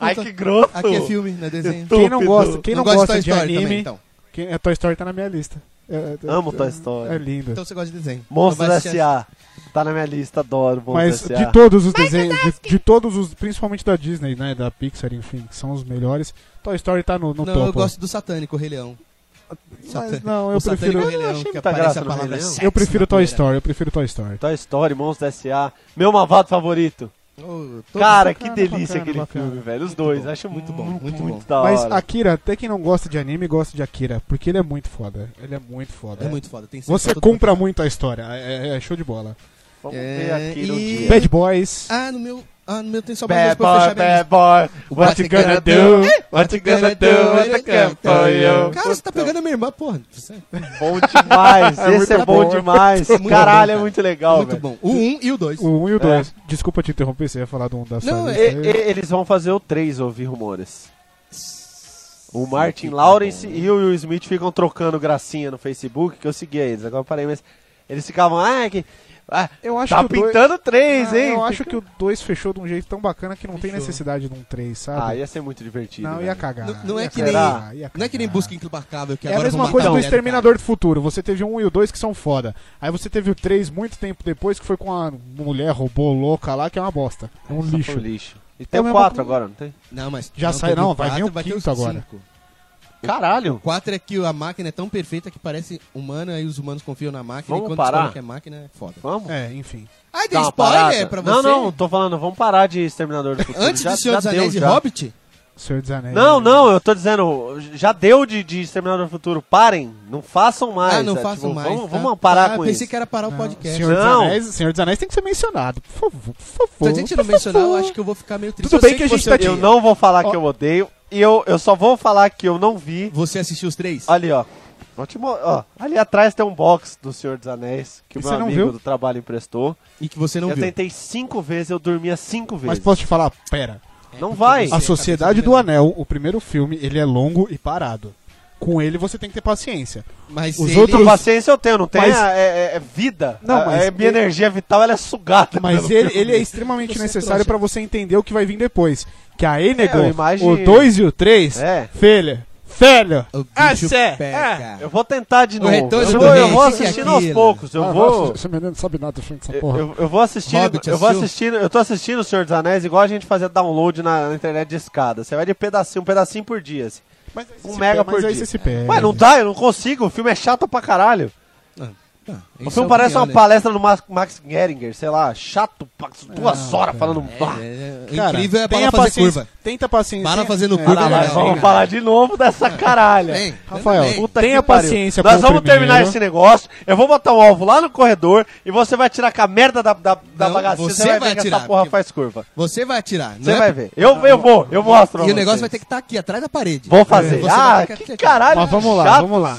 Ai,
Então,
que grosso!
Aqui é filme, não é desenho.
tô-
quem não
Estúpido.
gosta, quem não, gosta de,
Toy Story
anime,
também, então.
quem, a Toy Story tá na minha lista. É, é-
Amo
é-
Toy Story.
É lindo.
Então você gosta de desenho.
Monstros
Então vai assistir
S.A. Tá na minha lista, adoro
Mas
Monstros S.A.
de todos os desenhos, de, de todos os, principalmente da Disney, né, da Pixar, enfim, que são os melhores. Toy Story tá no, no
Não,
topo.
eu gosto do satânico, o Rei Leão.
Mas
Satã-
não, eu
o satânico
prefiro
Rei Leão, que
muita
aparece
graça
a
no Rei
palavra
Leão.
sexo
eu
na
prefiro Toy
poeira.
Story, eu prefiro Toy Story.
Toy Story, Monstros S.A. Meu malvado favorito.
Oh, todo-
Cara,
bacana,
que delícia
bacana,
aquele
bacana.
filme, velho. Os dois,
bom,
acho muito bom. Muito,
muito bom.
da
Mas
hora.
Akira, até quem não gosta de anime, gosta de Akira, porque ele é muito foda. Ele é muito foda.
É muito foda. Tem sexo
Você tá
pra todo
compra
mundo.
muito a história, é, é- é show de bola.
Vamos
É,
ver aqui no
e-
dia.
Bad Boys,
Ah, no meu, ah, no meu tem só mais dois
Bad
pra eu
boy,
fechar minha
bad boy, what you gonna do? What you gonna do?
tá
What you
é
gonna for you?
Cara, você tá pegando a minha irmã, porra. Isso é
Bom demais, esse é
muito
bom
bom, é
demais.
muito bom,
Caralho, é
cara.
muito legal,
muito
velho.
bom. O 1 um e o 2.
o 1 e o 2. Desculpa te interromper, você ia falar do 1 da
Não, é,
sua
E-
lista.
e- Eles vão fazer o 3, ouvir rumores. O Martin Lawrence e o Will Smith ficam trocando gracinha no Facebook, que eu seguia eles, agora eu parei, mas eles ficavam, ah, que, ah
Eu acho
tá
que o dois-
pintando 3,
Ah,
hein?
Eu acho que o 2 fechou de um jeito tão bacana que não tem
Fechou.
necessidade de um 3,
Ah,
sabe?
ia ser muito divertido.
não,
velho.
ia cagar.
Não- não é
ia
que
cagar,
nem-
ia
Não é que nem
cagar.
Busca Implacável, que
É a
agora vão
mesma
matar
coisa
a
do
mulher
Exterminador do Futuro. Você teve o um e o dois que são foda. Aí você teve o três muito tempo depois, que foi com a mulher robô louca lá, que é uma bosta. É um
Só foi
lixo.
um lixo. E tem
É
o
mesmo
4
com-
agora, não tem?
cara. Não, mas...
Já sai-
teve
não,
o
vai vir
quatro,
o
ter
quinto agora.
cinco.
Caralho!
O 4 é que a máquina é tão perfeita que parece humana e os humanos confiam na máquina
Vamos
e quando
parar?
descobrem que é máquina é foda.
Vamos?
É, enfim.
Ai,
Dá
dei
uma
spoiler
parada?
pra você.
Não, não, tô falando, vamos parar de
*laughs*
Exterminador do Futuro.
Antes
já,
do Senhor dos
já deu,
Anéis e
já.
Hobbit?
Senhor dos Anéis.
É, Não, não, eu tô dizendo, já deu de, de Exterminador do Futuro. Parem, não façam mais.
ah, não
é,
faço
tipo,
mais.
Vamos,
tá?
vamos parar
ah,
com
pensei
isso.
que era parar o
Não,
podcast.
Senhor, dos
Não.
Anéis, Senhor dos Anéis tem que ser mencionado, por favor, por favor.
Se a gente não
por
mencionar, eu
favor.
acho que eu vou ficar meio triste.
Tudo
Eu
bem
sei
que a gente
você
tá de-
odeia.
Eu não vou falar
Ó.
que eu odeio, e eu, eu só vou falar que eu não vi.
Você assistiu os três?
Ali, ó. Vou te mo- ó, ali atrás tem um box do Senhor dos Anéis que
E
o
você
meu
não
amigo
viu?
do trabalho emprestou.
E que você não
eu
viu.
tentei cinco vezes, eu dormia cinco
Mas
vezes.
posso te falar, pera.
Não vai.
A
Sim,
Sociedade
cabeça
do
de
Anel, o primeiro filme, ele é longo e parado. Com ele você tem que ter paciência.
Mas
Os
ele-
outros-
Outra paciência eu tenho, não tem
Mas-
a- é, é- é vida.
Não,
A-
mas
é, minha
ele-
energia vital ela é sugada.
Mas
pelo
ele,
filme.
ele é extremamente
Você é
necessário
trouxa.
pra você entender o que vai vir depois. Que aí, nego,
É, eu imagino.
o 2 e o 3,
É.
filha, filho,
O bicho
ah, cê,
pega.
Eu vou tentar de
É, O
novo.
retorno
eu
do
vou, eu
rei,
vou
que que é
assistindo aos
aquilo?
poucos. Eu
Ah,
vou.
nossa, Esse menino não sabe nada do filme dessa porra.
Eu, eu vou assistindo,
Hobbit,
eu vou
assistiu?
assistindo, eu tô assistindo o Senhor dos Anéis igual a gente fazia download na, na internet de escada. Você vai de pedacinho, um pedacinho por dia. assim.
mas aí você
um
se
mega
perde, mas
por
aí
dia.
você se perde.
Ué, não dá, eu não consigo, o filme é chato pra caralho.
Ah,
O
isso é
filme parece
opinião,
uma
né?
palestra do Max, Max Geringer, sei lá, chato, pra- duas horas falando. bah.
É, é,
Cara,
incrível é
tenha
para fazer
paciência,
curva.
Tenta paciência.
Para fazendo
É,
curva,
Tá, mas
Rafael.
vamos falar de novo dessa caralha.
Bem,
Rafael,
bem.
Puta
Tenha
que pariu.
paciência
Nós
com o
vamos terminar
primeiro.
esse negócio. Eu vou botar um alvo lá no corredor e você vai tirar com a merda da, da, da
Não,
bagaceira.
você
Você vai,
vai
ver que
atirar,
essa porra
porque-
faz curva.
você vai atirar. não
Você
é-
vai ver. Eu, eu vou, eu mostro. pra
E o negócio
vocês.
vai ter que estar aqui, atrás da parede.
Vou fazer.
Você vai
ah,
ter
que
atirar.
caralho.
Mas vamos lá,
chato.
vamos lá.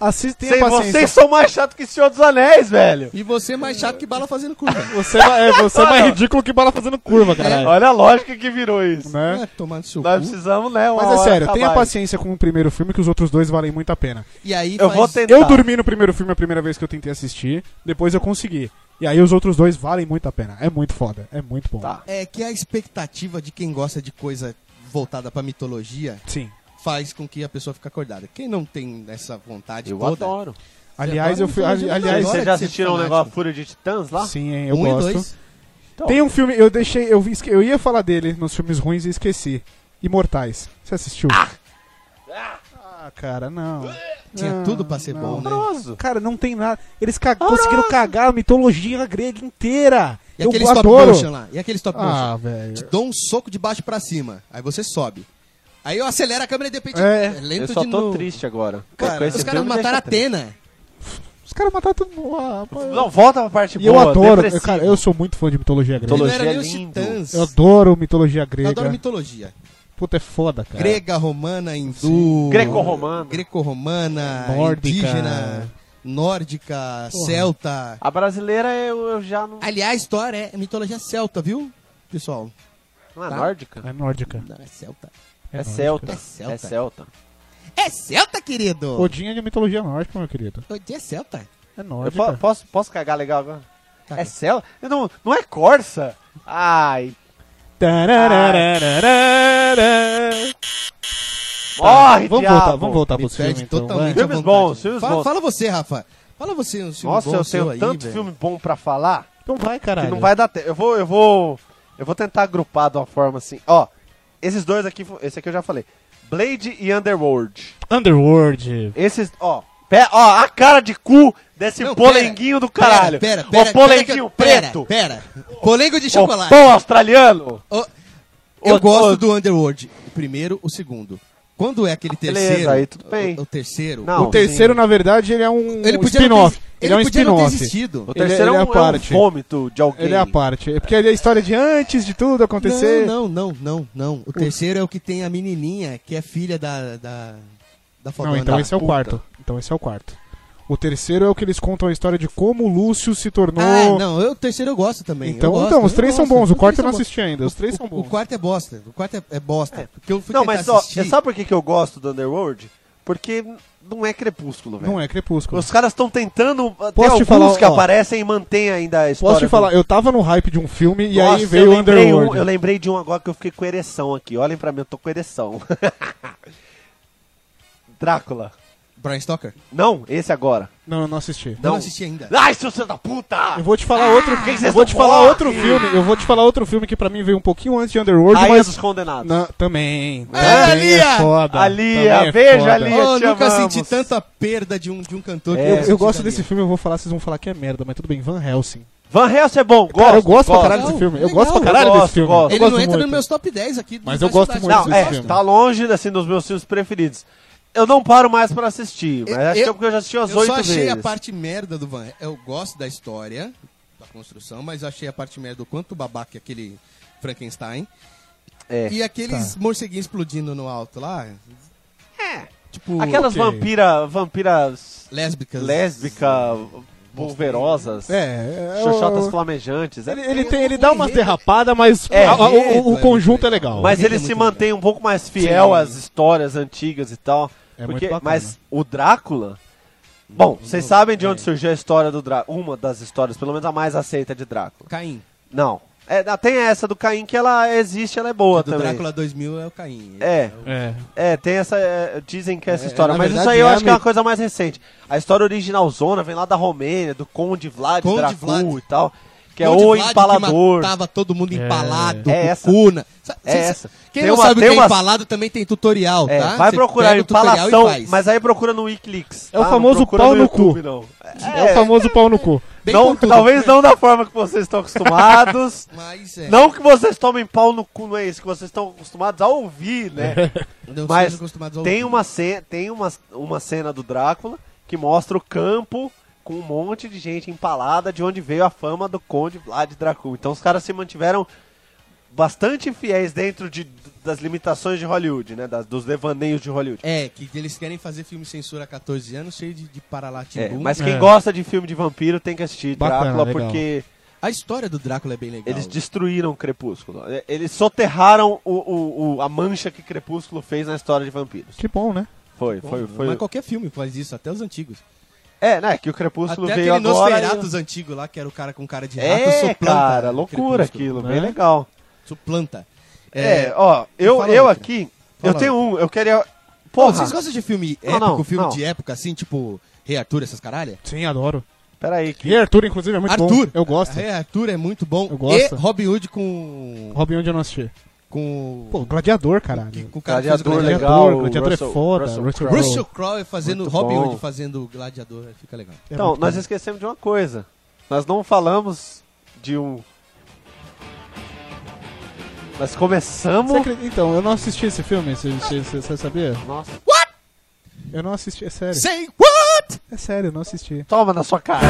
Assistem
Vocês-
a paciência.
vocês são mais chatos que o Senhor dos Anéis, velho.
E você mais chato que bala fazendo curva.
Você, é, você
Ah,
é mais ridículo que bala fazendo
É,
curva, caralho.
Olha a lógica que virou isso.
Né?
Ah, tomar no seu
Nós
cu.
precisamos, né? uma
Mas é
hora
tá,
sério, tenha
acabar isso.
paciência com o primeiro filme, que os outros dois valem muito a pena.
E aí
Eu
faz-
vou tentar.
Eu dormi no primeiro filme a primeira vez que eu tentei assistir, depois eu consegui. E aí os outros dois valem muito a pena. É muito foda, é muito bom.
Tá.
É que a expectativa de quem gosta de coisa voltada pra mitologia
Sim.
faz com que a pessoa fique acordada. Quem não tem essa vontade
Eu
toda...
adoro.
Aliás,
adora
eu fui.
mitologia,
ali-
mas
aliás,
agora-
Vocês
de
já
ser
um
assistiram o
fanático.
negócio Fúria de Titãs lá?
sim, hein, eu
um
gosto.
e dois.
Tem um filme, eu deixei, eu, esque- eu ia falar dele nos filmes ruins e esqueci. Imortais. Você assistiu? Ah, cara, não.
Tinha tudo pra ser bom, né?
Horroroso.
Cara, não tem nada. Eles ca- conseguiram cagar a mitologia grega inteira.
E
Eu
aquele stop
adoro.
motion lá. E aquele stop
Ah,
motion.
velho.
Te dou um soco de baixo pra cima. Aí você sobe. Aí eu acelero a câmera e de repente.
É.
lento
Eu só
de
tô
novo.
triste agora. Com
Cara,
esse
os caras
filme me
mataram a
deixa triste.
Atena.
Os caras mataram todo mundo. Ah, pô.
Não, volta pra parte
e eu
boa.
adoro. Eu,
depressiva.
cara, eu sou muito fã de mitologia grega.
Não
Mitologia é
era nem os
lindo.
titãs.
Eu adoro mitologia
Eu
grega.
adoro mitologia.
Puta, é foda, cara.
Grega, romana, hindu.
Greco-romano.
Greco-romana,
Nórdica.
indígena, nórdica, celta.
A brasileira eu, eu já não.
Aliás, Thor é mitologia celta, viu, pessoal?
Não é
tá.
nórdica?
É nórdica.
Não, é celta.
É
nórdica.
celta.
É
É
celta.
celta.
É celta, querido!
Odin é de mitologia nórdica, meu querido.
Hoje é celta.
É
Eu
nórdica.
po- posso, posso cagar legal agora?
Tá
é
bom.
celta? Não, não é corsa? Ai,
Tarararararara.
Tá,
morre,
Vamos
diabo.
voltar, vamos voltar
Me
pros filmes
perde
então.
totalmente
vai.
a
Filmes
vontade.
bons, filmes
fala,
bons.
fala você, Rafa. Fala você um filme
Nossa,
bom
eu
seu
tenho
aí,
tanto
velho. Tá, é.
filme bom pra falar
Então vai,
que
caralho.
não vai dar tempo. Eu vou, eu vou. Eu vou tentar agrupar de uma forma assim. Ó, esses dois aqui, fo- esse aqui eu já falei. Blade e Underworld.
Underworld.
Esses, ó. Pe- ó, a cara de cu desse
Não,
polenguinho do caralho.
Pera, pera, pera.
o
pera que eu-
polenguinho
pera,
preto.
Pera, Polengo de
o
chocolate.
pão australiano.
Ô, eu
Ô,
gosto
ô.
do Underworld. O primeiro, o segundo. Quando é aquele
Beleza,
terceiro...
aí tudo bem.
O, o terceiro...
Não,
o terceiro,
sim.
na verdade, ele é um
Ele podia não
spin-off.
ter, ele
Ele é um
podia não ter
spin-off.
existido.
O
Ele-
terceiro
ele
é,
é
um,
a parte.
é um vômito de alguém.
Ele é a parte. É porque ele é a história de antes de tudo acontecer.
Não, não, não, não, não. O terceiro é o que tem a menininha, que é filha da... da... Da
Não,
fodona
então
Tá,
da
esse é o
puta.
quarto. Então esse é o quarto. O terceiro é o que eles contam a história de como o Lúcio se tornou.
Ah, não, eu, o terceiro eu gosto também.
Então,
eu gosto,
então, os
eu
três são
gosto.
bons. O
Os
quarto eu
três
não
são
assisti ainda. Os três
bons.
são
O, o
bons.
quarto é bosta. O quarto é, é bosta. Porque eu fui
Não,
tentar
mas ó,
assistir.
sabe por que, que eu gosto do Underworld? Porque não é crepúsculo, velho.
Não é Crepúsculo.
Os caras estão tentando. eh, Tem
te
alguns
falar,
que
ó.
aparecem e mantêm ainda a história.
Posso te falar,
do-
eu tava no hype de um filme e
Nossa,
aí veio
eu
o
lembrei
Underworld.
Um, eu lembrei de um agora que eu fiquei com ereção aqui. Olhem pra mim, eu tô com ereção. *laughs* Drácula.
Brian Stoker?
Não, esse agora.
Não, eu não assisti.
Não,
Não.
assisti ainda.
Ai, seu filho da puta!
É. Eu vou te falar outro,
Ah, que que vocês
eu vou te
tão
falar
porra?
outro filme. Eu vou te falar outro filme que pra mim veio um pouquinho antes de Underworld,
Aí
mas
dos condenados.
Na- também.
Ah,
também
Lia!
é foda.
Alia,
também é
veja,
foda.
Alia.
Oh,
te
nunca
amamos.
senti tanta perda de um, de um cantor. que
É,
Eu,
senti
eu gosto
da
desse
minha.
filme, eu vou falar, vocês vão falar que é merda, mas tudo bem, Van Helsing.
Van Helsing é bom, gosto.
Cara, eu gosto, pra caralho
gosto.
desse filme. Eu
Legal,
gosto pra caralho
eu
desse
gosto,
filme. Eu
gosto.
Ele
gosto
não entra
muito.
nos meus top 10 aqui. dos
Mas eu
mais
gosto
fantásticos.
muito
Não,
desse
é,
filme.
tá longe assim dos meus filmes preferidos. Eu não paro mais pra assistir, mas
Eu-
acho que
eu-
é porque eu já assisti as
Eu
oito
só achei
vezes.
a parte merda do Van. Eu gosto da história, da construção, mas eu achei a parte merda do quanto babaca é aquele Frankenstein.
É.
E aqueles morceguinhos explodindo no alto lá. Tipo,
Aquelas
Ok.
vampira, vampiras
lésbicas.
lésbica, vulverosas,
É, é,
xoxotas
eu-
flamejantes.
ele, ele tem, ele dá umas derrapadas, mas
É,
a- a- o- o,
é
conjunto é
muito
legal.
Mas
Henrique
ele
é
se
muito
mantém um pouco mais fiel
Sim.
às histórias antigas e tal.
É muito
porque,
bacana.
mas o Drácula. Bom, vocês sabem de onde surgiu a história do Drácula. Uma das histórias, pelo menos a mais aceita de Drácula.
Caim.
Não. É, tem essa do Caim que ela existe, ela é boa
Do
também.
Drácula 2000 é o Caim.
É,
É.
é, tem essa. é, dizem que é essa
É,
história,
na
mas isso
verdade,
aí eu
é a
acho que é
me-
uma coisa mais recente. A história original zona vem lá da Romênia, do Conde Vlad
Conde
Dracul
Vlad.
e tal. Que é
Conde
o
Vlad
empalador.
Que matava todo mundo empalado,
É
com
essa.
cuna. Sa-
É
cê-
essa.
Quem
Tem
não
uma-
sabe o
tem
que é
uma-
empalado também tem tutorial,
É,
tá?
vai
Cê
procurar
pega o tutorial
empalação,
e faz.
mas aí procura no Wikileaks.
É o
tá?
famoso
Não procura
pau no
YouTube,
cu.
Não.
É, o famoso pau no cu.
Bem
Não,
contudo.
talvez não da forma que vocês estão acostumados.
Mas *laughs* é.
Não que vocês tomem pau no cu, não é isso, que vocês estão acostumados a ouvir, né?
*laughs* Não
Mas
sejam acostumados ao
tem
ouvido.
uma, ce- tem uma, uma cena do Drácula que mostra o campo com um monte de gente empalada de onde veio a fama do Conde Vlad Dracul. Então os caras se mantiveram bastante fiéis dentro de, das limitações de Hollywood, né? Das- dos devaneios de Hollywood.
É, que eles querem fazer filme censura há 14 anos, cheio de, de
É,
paralatimbum.
mas quem
É.
gosta de filme de vampiro tem que assistir
Bacana,
Drácula
legal.
porque
A história do Drácula é bem legal.
eles destruíram o Crepúsculo. É, Eles soterraram o, o- o- a mancha que Crepúsculo fez na história de vampiros.
Que bom, né?
Foi,
Bom, é
foi, foi.
Mas qualquer filme faz isso, até os antigos.
É, né? Que o Crepúsculo
Até
veio
aquele
agora. e-
Nosferatus antigo lá, que era o cara com cara de rato,
É,
soplanta.
cara, loucura
Crepúsculo.
aquilo,
né?
bem legal.
Suplanta.
É, ó, eu,
fala
eu
outra.
aqui,
Fala
eu tenho um, eu queria.
Pô,
Porra,
vocês gostam de filme
Não,
épico,
não,
filme
não.
de época, assim, tipo Rei Arthur, essas caralhas?
Sim, adoro.
peraí, que
E Arthur, inclusive, é muito
Arthur!
bom. Eu gosto.
Rei Arthur é muito bom.
Eu gosto.
E Robin Hood com...
Robin onde eu não assisti.
com o-
Pô, Gladiador,
que-
caralho.
com o cara que fez o
Gladiador
gladiador.
Gladiador,
legal.
Gladiador é foda, Russell Crowe.
Russell Crowe fazendo
Muito
Robin
bom.
Hood fazendo gladiador, fica legal.
É
Então,
muito
nós
bom.
esquecemos de uma coisa. Nós não falamos de um. Nós
Você
começamos.
acredita- Então, eu não assisti esse filme, você, você, você- você sabia?
Nossa,
Eu não assisti, é sério.
Say what?
É sério, eu não assisti.
toma na sua cara.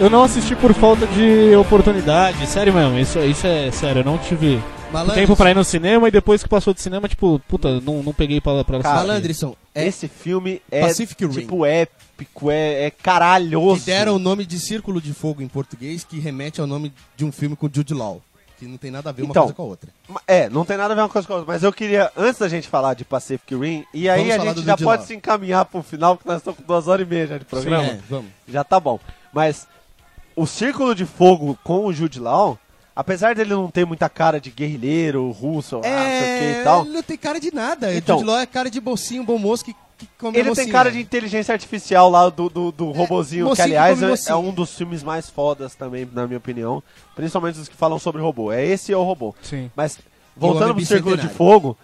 Eu não assisti por falta de oportunidade, sério mesmo, isso, isso é sério, eu não tive
Malandro,
tempo pra ir no cinema e depois que passou do cinema, tipo, puta, não, não peguei pra, pra
Cara,
assistir.
Malandrisson, é
Esse filme é
Pacific Rim.
tipo épico, é, é caralhoso.
que deram o nome de Círculo de Fogo em português, que remete ao nome de um filme com Jude Law, que não tem nada a ver uma
Então,
coisa com a outra.
Ma- É, não tem nada a ver uma coisa com a outra, mas eu queria, antes da gente falar de Pacific Rim, e aí
Vamos
a
falar
gente
do
já
Jude
pode
Law.
se encaminhar pro final, porque nós estamos com duas horas e meia já de programa.
É, vamos.
Já tá bom. Mas o Círculo de Fogo com o Jude Law, apesar dele não ter muita cara de guerrilheiro, russo, ah, não sei o que e tal,
É, ele não tem cara de nada.
Então.
Jude Law é cara de bolsinho, bom moço que, que come
ele tem
mocinha.
cara de inteligência artificial lá do, do, do robozinho, que
É, mocinho que
aliás
come
é- é
mocinha.
um dos filmes mais fodas também, na minha opinião. Principalmente os que falam sobre robô. É esse ou o robô.
Sim.
Mas
E o
voltando
Homem
pro Círculo de
Bicentenário. É
Fogo.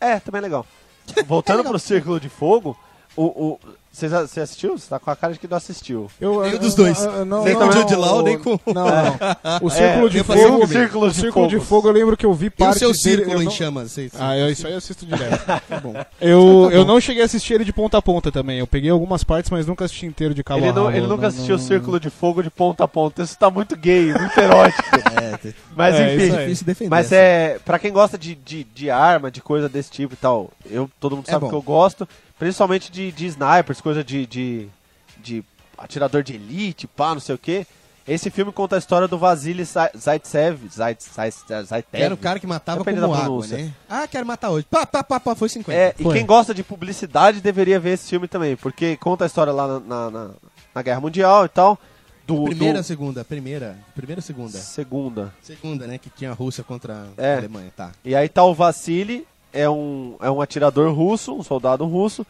É, também é legal.
*laughs*
Voltando pro Círculo de Fogo, o. o você já- você assistiu? Você tá com a cara de que não assistiu.
Eu,
Nem
eu-
dos dois.
eu- não,
Nem
não,
com o
não,
Jude Law, nem com-
Não, não. *laughs* O Círculo
É,
de
eu fazia
Fogo.
comigo.
O um Círculo, de, fogo. eu lembro que eu vi
E o
parte
seu
dele, eu
círculo em
não-
chamas. sei- sei-
Ah, eu, isso aí eu assisto direto.
tá bom.
Eu, eu não cheguei a assistir ele de ponta a ponta também. Eu peguei algumas partes, mas nunca assisti inteiro de cabo
Ele,
a
não-
rabo.
ele
Não-
nunca assistiu o
não-
Círculo de Fogo de ponta a ponta. Isso tá muito gay, muito erótico.
É, tem-
Mas
É, isso aí.
enfim.
difícil defender.
*laughs*
assim.
Mas
essa.
é. Pra quem gosta de, de, de arma, de coisa desse tipo e tal, eu, todo mundo
É
sabe
bom.
que eu gosto. Principalmente de, de snipers, coisa de, de. de atirador de elite, pá, não sei o quê. Esse filme conta a história do Vasily Sa- Zaitsev. Zait- Zait- Zaitsev.
Era o cara que matava
Depende
como
da
água,
pronúncia.
né? Ah, quero matar hoje. Pá, pá, pá, pá, foi 50.
É, e
Foi.
quem gosta de publicidade deveria ver esse filme também, porque conta a história lá na, na, na- na Guerra Mundial e tal. Do,
primeira,
do-
segunda, primeira, primeira, segunda.
segunda.
Segunda, né, que tinha a Rússia contra
É.
a Alemanha, tá.
E aí tá o Vassili, é um, é um atirador russo, um soldado russo.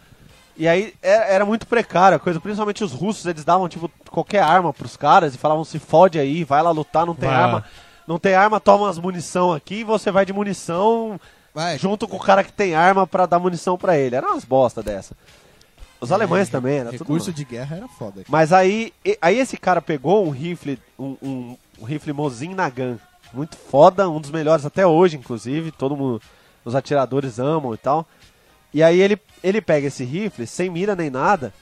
E aí era, era muito precária a coisa, principalmente os russos, eles davam tipo qualquer arma pros caras e falavam se fode aí, vai lá lutar, não tem
Vai lá."
arma. Não tem arma, toma as munição aqui e você vai de munição
Vai,
junto com o cara que tem arma pra dar munição pra ele. Era umas bosta dessa. Os
É,
alemães também, era tudo
recurso de guerra era foda.
Mas aí, e- aí esse cara pegou um rifle, um, um, um rifle Mosin Nagant, muito foda, um dos melhores até hoje, inclusive, todo mundo, os atiradores amam e tal. E aí ele, ele pega esse rifle, sem mira nem nada,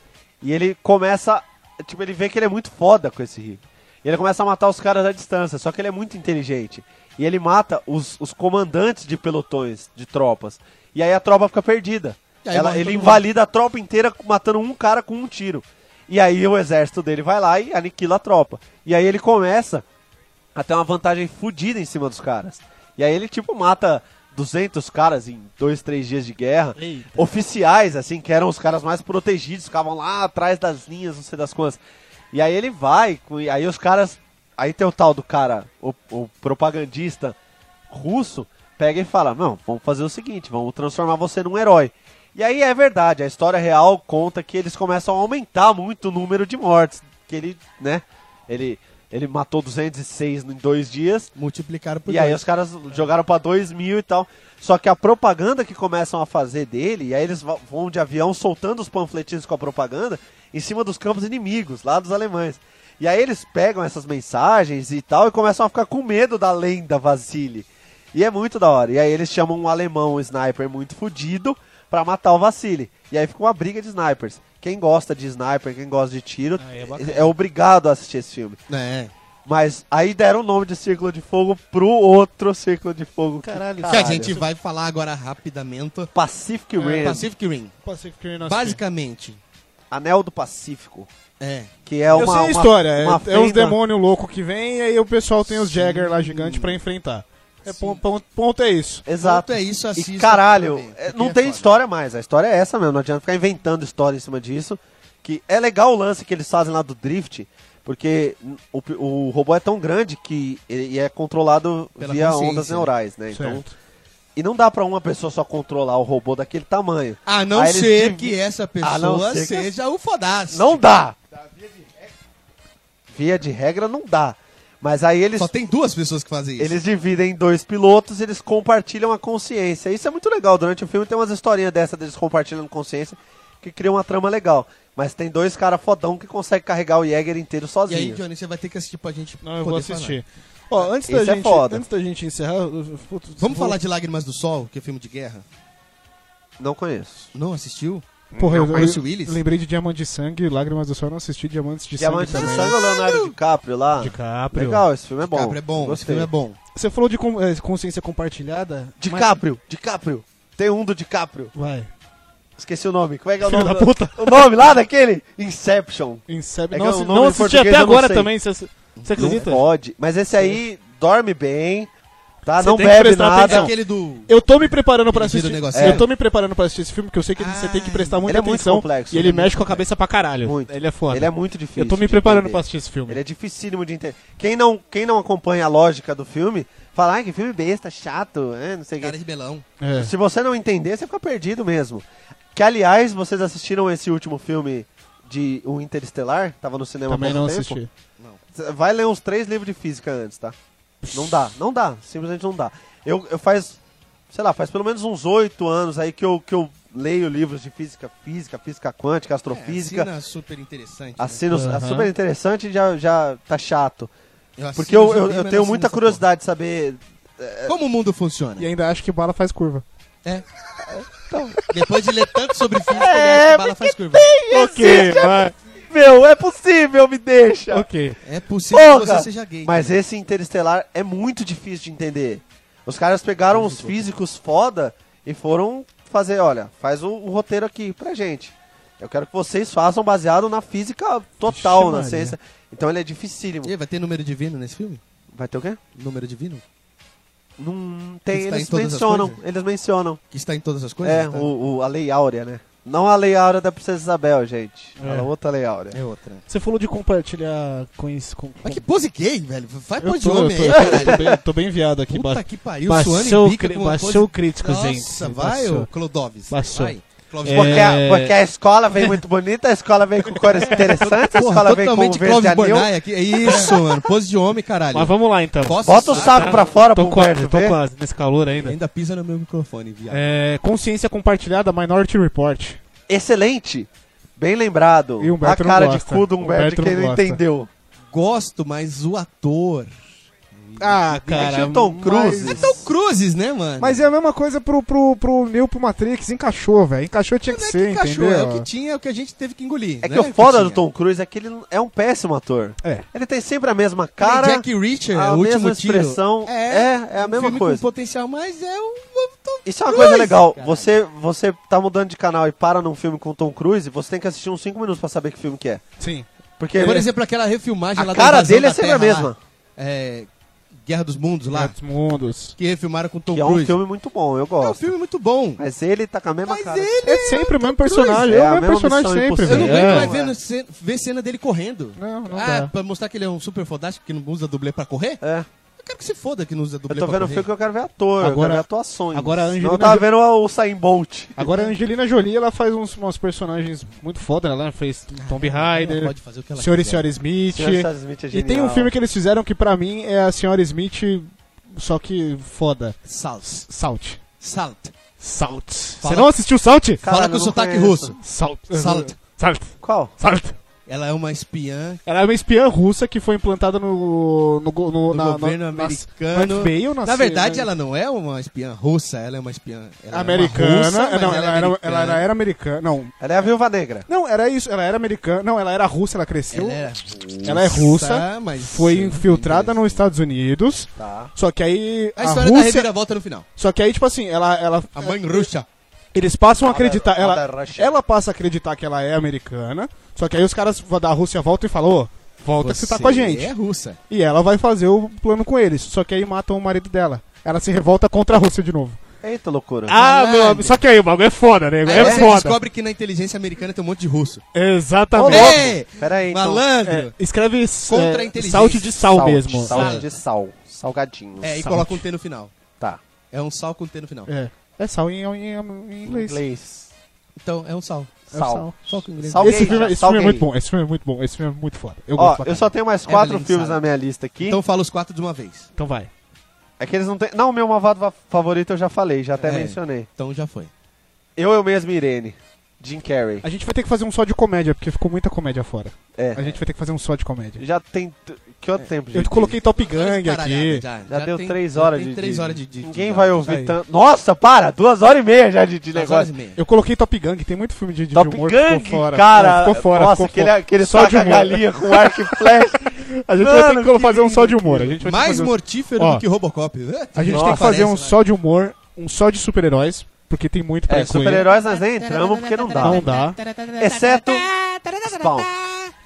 e ele começa, tipo, ele vê que ele é muito foda com esse rifle. E ele começa a matar os caras à distância, só que ele é muito inteligente. E ele mata os, os comandantes de pelotões, de tropas. E aí a tropa fica perdida.
E aí
Ela-
morre
ele
todo mundo.
invalida a tropa inteira matando um cara com um tiro. E aí o exército dele vai lá e aniquila a tropa. E aí ele começa a ter uma vantagem fodida em cima dos caras. E aí ele, tipo, mata 200 caras em dois, três dias de guerra. Oficiais, assim, que eram os caras mais protegidos, ficavam lá atrás das linhas, não sei das quantas. E aí ele vai, com- e aí os caras. Aí tem o tal do cara, o, o propagandista russo, pega e fala: Não, vamos fazer o seguinte, vamos transformar você num herói. E aí é verdade, a história real conta que eles começam a aumentar muito o número de mortes. Que ele, né? Ele, ele matou 206 em dois dias,
Multiplicaram por
e aí
dois.
os caras jogaram pra 2 mil e tal. Só que a propaganda que começam a fazer dele, e aí eles va- vão de avião soltando os panfletinhos com a propaganda em cima dos campos inimigos, lá dos alemães. E aí eles pegam essas mensagens e tal e começam a ficar com medo da lenda Vasily. E é muito da hora. E aí eles chamam um alemão, um sniper muito fudido, pra matar o Vasily. E aí fica uma briga de snipers. Quem gosta de sniper, quem gosta de tiro, é obrigado a assistir esse filme.
É.
Mas aí deram o nome de Círculo de Fogo pro outro Círculo de Fogo. Caralho,
Que a gente vai falar agora rapidamente.
Pacific
É,
Rim,
Pacific Rim.
Pacific Rim, não assisti.
Basicamente,
Anel do Pacífico,
é.
que é uma...
eu sei
uma-
a história. é-
uma
é,
fenda-
uns demônios loucos que vem e aí o pessoal tem os Jagger lá gigante pra enfrentar. É, pon- pon- ponto, é isso.
Exato.
Ponto é isso, assista
e caralho,
pra ver,
é,
porque
não
é
tem
foda.
história mais. A história é essa mesmo. Não adianta ficar inventando história em cima disso. Que é legal o lance que eles fazem lá do drift, porque o, o robô é tão grande que ele e é controlado
Pela
via
consciência,
ondas
né?
neurais, né? Então
Certo.
E não dá pra uma pessoa só controlar o robô daquele tamanho.
A não
Aí eles
ser
divi-
que essa
A não
pessoa
ser que-
seja o fodaço.
Não dá. Via de regra não dá. Mas aí eles,
Só tem duas pessoas que fazem isso.
eles dividem em dois pilotos, eles compartilham a consciência. Isso é muito legal. Durante o filme tem umas historinhas dessa deles compartilhando consciência que cria uma trama legal. Mas tem dois caras fodão que conseguem carregar o Jäger inteiro
E aí,
sozinho.
Johnny, você vai ter que assistir pra gente
Não, eu
poder
vou assistir. Ó, antes da,
Esse é
gente,
foda.
antes da gente encerrar. eu- eu- putz,
Vamos
vou-
falar de Lágrimas do Sol, que é filme de guerra?
Não conheço.
Não assistiu?
Porra, eu,
Bruce
eu
Willis?
lembrei de Diamante de Sangue, Lágrimas do Sol, eu não assisti Diamantes de
Diamante
Sangue
do
também.
Sangue é o Leonardo DiCaprio lá.
DiCaprio.
Legal, esse filme é bom.
Cabra é bom, esse
Gostei.
filme é bom.
Você falou de con- eh, consciência compartilhada. mas-
DiCaprio, DiCaprio. Tem um do DiCaprio.
Vai.
Esqueci o nome. Como é que é o
Filho
nome?
da puta.
O nome lá daquele? Inception.
Inception.
É que
Nossa,
o nome
não
em
assisti
português
até
eu não
agora
sei.
também. Você você acredita?
Não pode. Mas esse aí dorme bem, tá?
Você
não
tem que
bebe
prestar
É
atenção.
nada.
aquele do...
Eu tô me preparando pra
Ele vira
assistir.
o negocinho.
Eu tô me preparando para assistir esse filme, porque eu sei que você tem que prestar muita
é muito
atenção.
complexo,
e
É.
ele
ele é muito
mexe com a cabeça pra caralho.
Muito.
Ele é foda.
Ele é muito difícil.
eu tô me
de
preparando
entender.
pra assistir esse filme.
Ele é dificílimo de entender. Quem não, quem não acompanha a lógica do filme, fala, ai, que filme besta, chato, é, não sei o
Cara
quê.
de melão.
É.
Se você não entender, você fica perdido mesmo. Que, aliás, vocês assistiram esse último filme de O Interestelar? Tava no cinema há
Também
pouco
não
tempo.
assisti.
Cê Vai ler uns três livros de física antes, tá? Não dá, não dá, simplesmente não dá. Eu, eu faz, sei lá, faz pelo menos uns oito anos aí que eu, que eu leio livros de física, física, física quântica, astrofísica.
assina É, super interessante. né?
Assino,
Aham.
super interessante e já, já tá chato.
assino,
Porque eu,
já
eu,
vi,
eu
mas
tenho
assino
muita
essa
curiosidade de saber.
porra. Como o mundo funciona?
E ainda acho que bala faz curva.
É. Depois de ler tanto sobre física,
Então. É,
é, a bala faz curva.
Ok, vai.
Meu, é possível, me deixa!
Ok.
É possível que
Porra!
você seja gay.
Mas esse interestelar é muito difícil de entender. Os caras pegaram uns físicos foda e foram fazer, olha, faz o, o roteiro aqui pra gente. Eu quero que vocês façam baseado na física total,
Vixe
na
Maria.
ciência. Então ele é dificílimo.
E aí, vai ter número divino nesse filme?
Vai ter o quê?
Número divino?
Não tem,
Está em
eles
todas as
mencionam,
coisas?
eles mencionam.
Que está em todas as coisas?
É,
tá?
o, o- a Lei Áurea, né? Não a Lei Áurea da Princesa Isabel, gente.
É.
A outra Lei Áurea.
É outra.
Você falou de compartilhar com isso. Com,
Mas que pose gay, velho. Vai
eu
pôr de
tô, eu
homem
é
tô,
aí.
eu tô bem, tô bem enviado aqui.
Puta
ba-
que pariu,
baixou,
Suane
o cri-
bica com uma
baixou o
pose-
crítico,
Nossa,
gente.
vai,
Baixou.
ô Clodovis.
Baixou.
Vai. Clodovis.
É.
Porque, a, porque a escola vem muito bonita, a escola vem
*laughs*
com cores interessantes, a escola
Porra,
vem com
totalmente
verde
Clóvis
anil.
Bornai aqui. É isso, mano. Pose de homem, caralho.
Mas vamos lá então.
Posso
Bota o
usar?
saco pra fora,
Tô
pro
quase,
Humberto
tô
ver.
quase nesse calor ainda.
Ainda pisa no meu microfone, viado.
É, consciência compartilhada, Minority Report.
Excelente. Bem lembrado.
E o
a
Humberto não
cara de
gosta.
cu do
O Humberto
Humberto, que ele
não
não
gosta.
entendeu.
Gosto, mas o ator...
Ah,
cara, Tom mas- Cruise.
É Tom Cruzes, né, mano?
Mas é a mesma coisa pro, pro, pro Neo pro Matrix, encaixou, velho. Encaixou tinha que
Não é
ser,
que encaixou,
entendeu?
É o que tinha, é o que a gente teve que engolir.
É
né,
que o foda
tinha.
do Tom Cruise é que ele é um péssimo ator.
É.
Ele tem sempre a mesma
Que nem
cara.
é Jack Reacher,
a
o último
mesma
tiro.
expressão. É, é a
um
mesma
filme
coisa.
Com potencial, mas é um novo Tom
Isso é uma
Cruise,
coisa legal.
cara.
Você, você tá mudando de canal e para num filme com o Tom Cruise, você tem que assistir uns 5 minutos pra saber que filme que é.
Sim.
Porque
Por exemplo, aquela refilmagem
A
lá da
cara
invasão
dele é
da
sempre a
Terra lá.
mesma.
É, Guerra dos Mundos lá,
Outros mundos.
que refilmaram com Tom
que é um
Cruise.
filme muito bom, eu
É um
gosto.
filme muito bom.
Mas ele tá com a mesma
Mas
cara.
ele-
É sempre o mesmo personagem,
Cruise, é
é
a
o mesmo
mesma
personagem
missão
sempre,
impossível.
Eu não
velho.
aguento
É.
mais vendo ce- ver cena dele correndo.
Não, não
ah,
dá.
pra mostrar que ele é um super fodástico que não usa dublê pra correr?
É.
Eu quero que se foda que não usa
Eu
dublê
tô
pra
vendo o
correr.
filme que eu quero ver ator, eu
Agora-
quero ver atuações.
agora a
Senão
Angelina
Eu tava
Jo-
vendo o Usain Bolt.
Agora a Angelina Jolie, ela faz uns, uns personagens muito foda, né? Ela fez Tomb
Ah, Ela
Raider,
pode fazer o que ela
Senhor e
quiser.
Senhora Smith.
Senhora e Senhora Smith é
e tem um
genial.
filme que eles fizeram que pra mim é a Senhora Smith, só que foda.
Salt.
Salt.
Salt.
Salt.
Fala-
Você não assistiu Salt?
Fala
Caralho,
com
eu não
sotaque
conheço.
russo.
Salt.
Salt.
Salt.
Qual?
Salt.
Ela é uma espiã
Ela é uma espiã russa que foi implantada no, no, go- no-
do
na,
governo
na- nas-
americano.
North Bay ou
na
na-
verdade,
na-
ela não é uma espiã russa, ela é uma espiã ela é
americana.
uma russa, mas
não, ela,
ela, é
era,
americana.
ela era- era americana. Não,
Ela é a Viúva Negra.
não, era isso. Ela era americana. Não, ela era russa, ela cresceu.
Ela era
Ela é russa.
mas
Foi infiltrada nos Estados Unidos.
Tá.
Só que aí.
A
A,
história da
Rússia.
reviravolta no final.
Só que aí, tipo assim, ela. ela
A mãe russa.
eles passam a
Mother-
acreditar. Ela,
Mother Russia.
ela passa a acreditar que ela é americana. Só que aí os caras da Rússia voltam e falam: Ô, volta que você tá com a gente.
É russa.
E ela vai fazer o plano com eles. Só que aí matam o marido dela. Ela se revolta contra a Rússia de novo.
Eita loucura.
Ah,
Caralho.
meu amigo. Só que aí o bagulho é foda, né?
Aí
É,
você
foda.
descobre que na inteligência americana tem um monte de russo.
Exatamente.
Ô,
Ei,
Pera aí, então.
É,
malandro.
escreve
Contra a
é,
inteligência.
salte de sal,
Sal,
mesmo.
Sal
Sal.
de sal. Salgadinho.
É, e
Salte.
coloca um T no final.
Tá.
É um sal com T no final.
É. É sal em, em- em inglês.
Inglês.
Então, é um sal.
É o
Sal.
sal.
Sal com inglês.
Sal- Salguei,
esse filme,
cara,
esse filme é
salguei.
muito bom, esse filme é muito bom, esse filme é muito foda. Eu
Ó,
gosto pra
eu só
caralho. É
tenho mais quatro
Evelyn
filmes
sabe.
na minha lista aqui.
Então fala os quatro de uma vez.
Então vai.
É que eles não têm. Não, meu malvado favorito eu já falei, já até
É.
mencionei.
Então já foi.
Eu, eu mesmo, e Irene. Jim Carrey.
A gente vai ter que fazer um só de comédia, porque ficou muita comédia fora.
É.
A gente vai ter que fazer um só de comédia.
Já tem. t- Que outro tempo,
Eu
gente?
coloquei Top Gang
Caralhada,
aqui.
Já,
Já, deu
tem-
três
já
horas
tem
de.
três
de-
horas de, de-
Ninguém
de-
vai
já.
aí.
ouvir tanto. Nossa, para! Duas horas e meia já de, de
Duas horas e
negócio.
meia.
Eu coloquei Top Gang, tem muito filme de, de
Top
humor que
Gang,
ficou fora.
cara!
Não, ficou fora,
Nossa,
ficou
aquele, é
fora.
aquele
Só de
saca a
humor.
galinha com arco e flecha.
A gente vai ter
Mano,
que
que
fazer um só de
lindo
humor. A gente vai ter que
Mais
fazer um-
mortífero
Ó.
do que Robocop.
A gente tem
Nossa,
que fazer um
parece, né?
só de humor, um só de super-heróis, porque tem muito pra
É,
incluir.
super-heróis nós nem entramos porque não dá.
Não dá.
Exceto Spawn.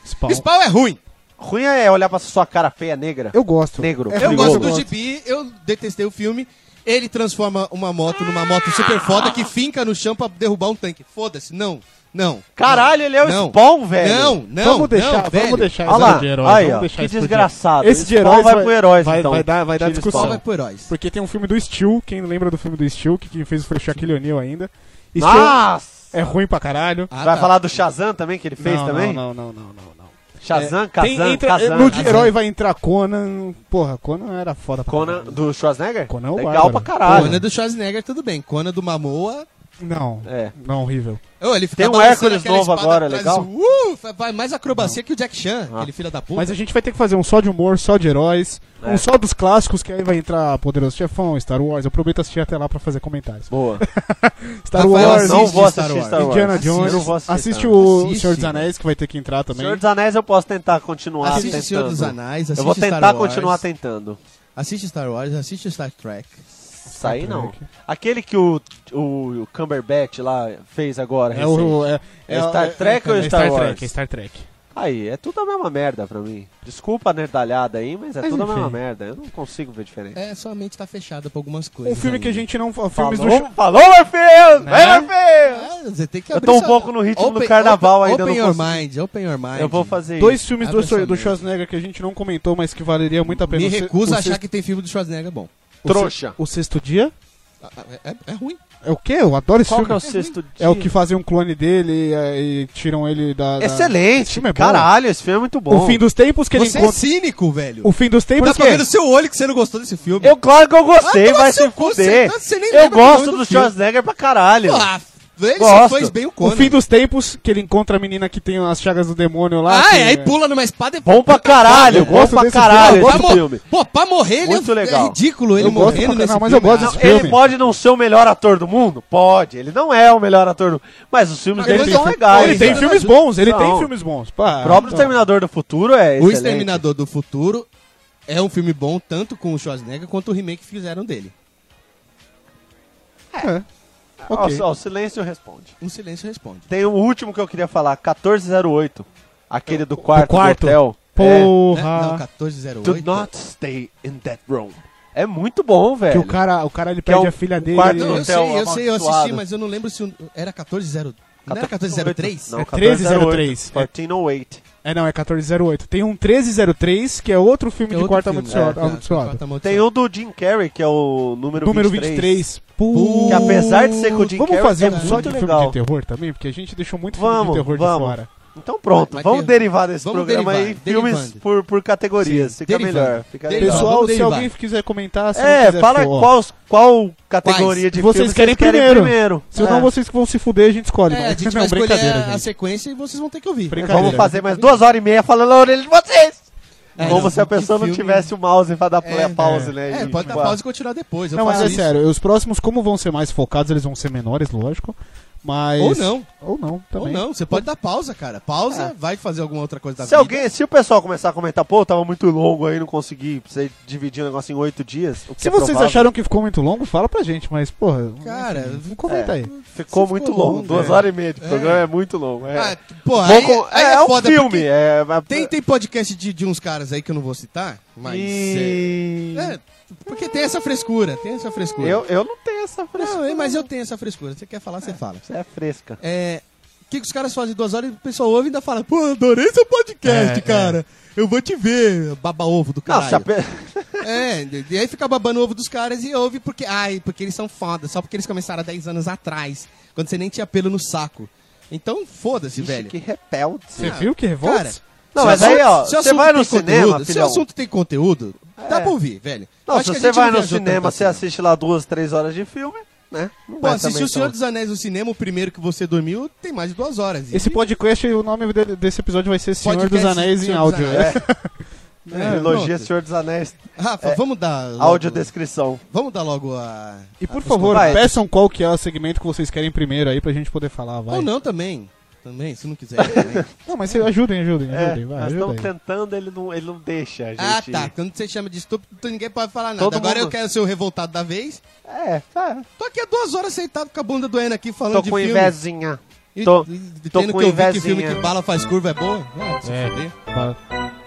Spawn.
Spawn é ruim.
Ruim é olhar pra sua cara feia negra.
Eu gosto.
Negro.
É
Eu
perigoso.
gosto do gibi, eu detestei o filme. Ele transforma uma moto numa moto super foda que finca no chão pra derrubar um tanque. Foda-se, não, não.
Caralho, ele é o
não,
Spawn, velho.
Não, não,
vamos deixar,
não,
vamos
velho.
deixar
Olha
esse é
lá,
de heróis,
aí,
vamos
ó,
deixar
que
esse de-
desgraçado.
Esse de
Spawn
heróis
vai pro heróis,
vai,
então.
vai dar, vai dar
Tira o
discussão.
Spawn vai pro heróis.
Porque tem um filme do Steel, quem lembra do filme do Steel, que quem fez foi o Shaquille O'Neal ainda. E Steel
Nossa!
é ruim pra caralho.
Ah,
vai
tá.
falar do Shazam também, que ele fez
não,
também?
Não, não, não, não, não.
Shazam,
Tem,
Kazam,
entra,
Kazam.
no de
Kazan.
herói vai entrar Conan. Porra, Conan era foda pra
Conan
caralho.
do Schwarzenegger?
Conan é o
Legal
bárbaro.
pra caralho.
Conan é do Schwarzenegger, tudo bem. Conan do Mamoa.
Não,
É.
não, horrível.
Oh, ele fica
Tem um
balançando
Hércules
aquela
novo
espada
agora,
atrás,
legal? Ah.
Uh, vai mais acrobacia que o Jack Chan, aquele filho da puta.
Mas a gente vai ter que fazer um só de humor, só de heróis,
É.
um só dos clássicos, que aí vai entrar Poderoso Chefão, Star Wars. Eu prometo assistir até lá pra fazer comentários.
*laughs* Boa.
Star
Rafael,
Wars,
não vou
Star
assistir
Wars.
Star Wars.
Indiana
Assiste,
Jones.
eu
não vou assistir,
assiste
tá?
o
Assiste.
Senhor dos Anéis, que vai ter que entrar também.
Senhor dos Anéis eu posso tentar continuar
Assiste
tentando.
Senhor dos Anéis,
eu
assiste
vou
Star
tentar
Wars.
continuar tentando.
Assiste Star Wars, assiste Star Trek.
Isso aí não.
Trek.
Aquele que o, o, o Cumberbatch lá fez agora.
É o.
recente.
É,
É Star Trek ou
é
Star Wars?
Trek, é Star Trek.
Aí, é tudo a mesma merda pra mim. Desculpa a nerdalhada aí, mas é
Mas
tudo a
enfim.
mesma merda. Eu não consigo ver diferente.
É, sua mente tá fechada pra algumas
Um
coisas.
filme que a
ainda.
gente não. fa-
Falou,
Filmes do. Sch-
falou, Morpheus! Vai, Morpheus!
Ah, você tem que
Eu
abrir
tô um
sua-
pouco no ritmo do carnaval
open,
ainda,
Open
não
your
consigo.
mind, open your mind.
Eu vou fazer isso.
Dois filmes do,
Abre essa
do
merda.
Schwarzenegger que a gente não comentou, mas que valeria muito a pena.
Me
O se-
recuso
o
a achar
sexto-
que tem filme do Schwarzenegger bom.
o se-
Trouxa.
O sexto dia?
Ah, ah, É, é ruim.
É o quê? Eu adoro esse
Qual que é
filme.
o sexto dia?
É o que fazem um clone dele é, e tiram ele da. da- Esse
Excelente!
filme é bom.
Caralho, esse filme é muito bom.
O fim dos tempos que ele
Você é
encontra.
cínico, velho.
O fim dos tempos. é?
Dá pra ver no seu olho que você não gostou desse filme.
é Eu, claro que eu gostei,
Ah, toma
vai se
seu cu,
fuder.
você- você nem
eu
lembra o
gosto
nome
do,
do filme.
Schwarzenegger pra caralho.
Ah, ele só
Gosto.
fez bem o
O
Conan.
fim dos tempos que ele encontra a menina que tem as chagas do demônio lá.
Ah,
que-
é, aí pula numa espada e...
Bom pra caralho,
Eu
bom
gosto
pra
desse
Ah,
caralho
pra
esse
mo-
filme.
Pô, pra morrer ele
Muito
é,
legal.
é ridículo ele
Eu gosto
morrendo
pra
nesse
caralho, mas
filme.
eu gosto
Ah,
desse
Não,
filme.
ele pode não ser o melhor ator do mundo? Pode, ele não é o melhor ator do mundo. Mas os filmes
Mas ele
dele
tem
são
fi-
legais.
Ah, Ele
tá
tem
cara.
filmes bons, ele tem
Não.
filmes bons. Pá,
O próprio
então.
Exterminador do Futuro é
O
excelente.
Exterminador do Futuro é um filme bom tanto com o Schwarzenegger quanto o remake que fizeram dele.
É.
Ó,
Ok.
ó, o silêncio responde.
Um silêncio responde.
Tem o último que eu queria falar, 1408. Aquele do quarto, do
quarto.
hotel. É,
Né? Não,
Porra.
1408.
Do not stay in that room. É muito bom, velho.
que o cara, o cara ele
Que é
perde
o
a filha dele.
quarto-
Não,
ele-
eu sei, eu
Hotel
sei, eu assisti,
amaldiçoado.
mas eu não lembro se o- era 1408. Não era 1403?
Não,
É 1303.
1408.
É não, é 1408. Tem um 1303, que é outro filme
É
de
outro
quarta
filme,
amaldiçoada.
é, tá,
amaldiçoada.
Quarta
Tem o do Jim Carrey, que é o número,
Número
23.
23. Putz.
Que apesar de ser com o Jim
Vamos
Carrey,
fazer
é
um só
muito
de
legal.
filme de terror também? Porque a gente deixou muito
Vamos,
filme de terror
vamos.
de fora.
Então pronto,
Vai
vamos
ter-
derivar desse
vamos
programa
derivar,
aí, filmes
derivando.
por, por categorias,
Sim,
fica
derivando.
melhor. Fica
Derivando.
legal.
Pessoal,
vamos
se
derivar.
alguém quiser comentar, se não
é,
quiser,
fala
pô, ó,
qual, qual categoria
Quais?
de
Vocês
filmes
querem
vocês
primeiro.
primeiro.
Se não,
É.
vocês que vão se fuder, a gente escolhe.
É,
mas-
a gente
*laughs* não,
vai escolher
brincadeira,
a, a
gente.
sequência e vocês vão ter que ouvir.
Brincadeira.
Vamos
Caralho.
fazer mais duas horas e meia falando na orelha de vocês.
É,
Como
não,
se a
que
pessoa não
filme-
tivesse o mouse pra dar play,
É,
pause,
é.
né?
É,
e-
pode dar
Ué.
pausa e continuar depois. Eu
Não, mas
faço
é
isso.
sério, os próximos, como vão ser mais focados, eles vão ser menores, lógico. Mas.
Ou não.
Ou não,
Ou
também. É.
não, você pode dar pausa, cara. Pausa, vai fazer alguma outra coisa da
Se
vida.
alguém, se o pessoal começar a comentar, pô, tava muito longo aí, não consegui, precisei dividir o negócio em oito dias. o que
Se
é
vocês
provável.
acharam que ficou muito longo, fala pra gente, mas, porra.
Cara, é.
não comenta aí.
Ficou
se
muito
ficou
longo,
longo,
duas
é.
horas e meia de
É.
programa é muito longo. É,
Ah, pô,
Bom
aí,
com-
aí
é,
é,
é um
foda
filme,
porque
é. mas-
Tem, tem podcast de, de uns caras aí que eu não vou citar, mas...
E-
é, é, porque tem essa frescura, tem essa frescura.
Eu, eu não tenho essa frescura.
Não, é, mas eu tenho essa frescura. Você quer falar, você fala.
Você é fresca.
É, o que, que os caras fazem duas horas e o pessoal ouve e ainda fala, pô, adorei seu podcast,
É,
cara. Eu vou te ver, baba-ovo do
Não, se a
caralho.
pe...
É, e aí fica babando o ovo dos caras e ouve porque. Ai, porque eles são foda, só porque eles começaram há 10 anos atrás, quando você nem tinha pelo no saco. Então, foda-se,
Ixi,
velho.
que repelde.
Você viu que revolta?
Cara,
Não,
Se
mas
o assunto-
aí, ó,
se o
você
assunto
vai no
tem
cinema,
conteúdo, Se o
filhão.
assunto tem conteúdo, dá
É.
pra ouvir, velho.
Não,
Acho
se
que a
você
gente
vai
não
no
viajou
cinema,
tanto
você
assim,
assiste lá duas, três horas de filme, né? Não
não. Pô,
vai
assistir
também
O Senhor
tão-
dos Anéis no cinema, o primeiro que você dormiu, tem mais de duas horas. E
Esse podcast, o nome de- desse episódio vai ser Senhor
podcast
dos Anéis em
Senhor dos
áudio.
Anéis. É,
Trilogia
pronto.
Senhor dos Anéis,
Rafa,
É,
vamos dar. Logo,
audiodescrição.
Vamos dar logo a.
E por
a- os
favor,
Vai.
peçam qual que é o segmento que vocês querem primeiro aí pra gente poder falar, vai.
Ou não também. Também, se não quiser
*laughs*
também.
Não, mas vocês ajudem, ajudem,
É,
ajudem, vai,
nós
ajuda
estamos
aí.
tentando, ele não, ele não deixa a gente.
ah, tá. Quando você chama de estúpido, ninguém pode falar nada.
Todo
Agora
mundo-
eu quero ser o revoltado da vez.
É, tá.
Tô aqui há duas horas sentado com a bunda doendo aqui falando
Tô
de
com
filme.
invezinha.
E,
Tô-
e- e
tô
tendo
com
que ouvir que filme
invezinha.
que bala faz curva é boa. Ah, se
É.
fuder.
Fala.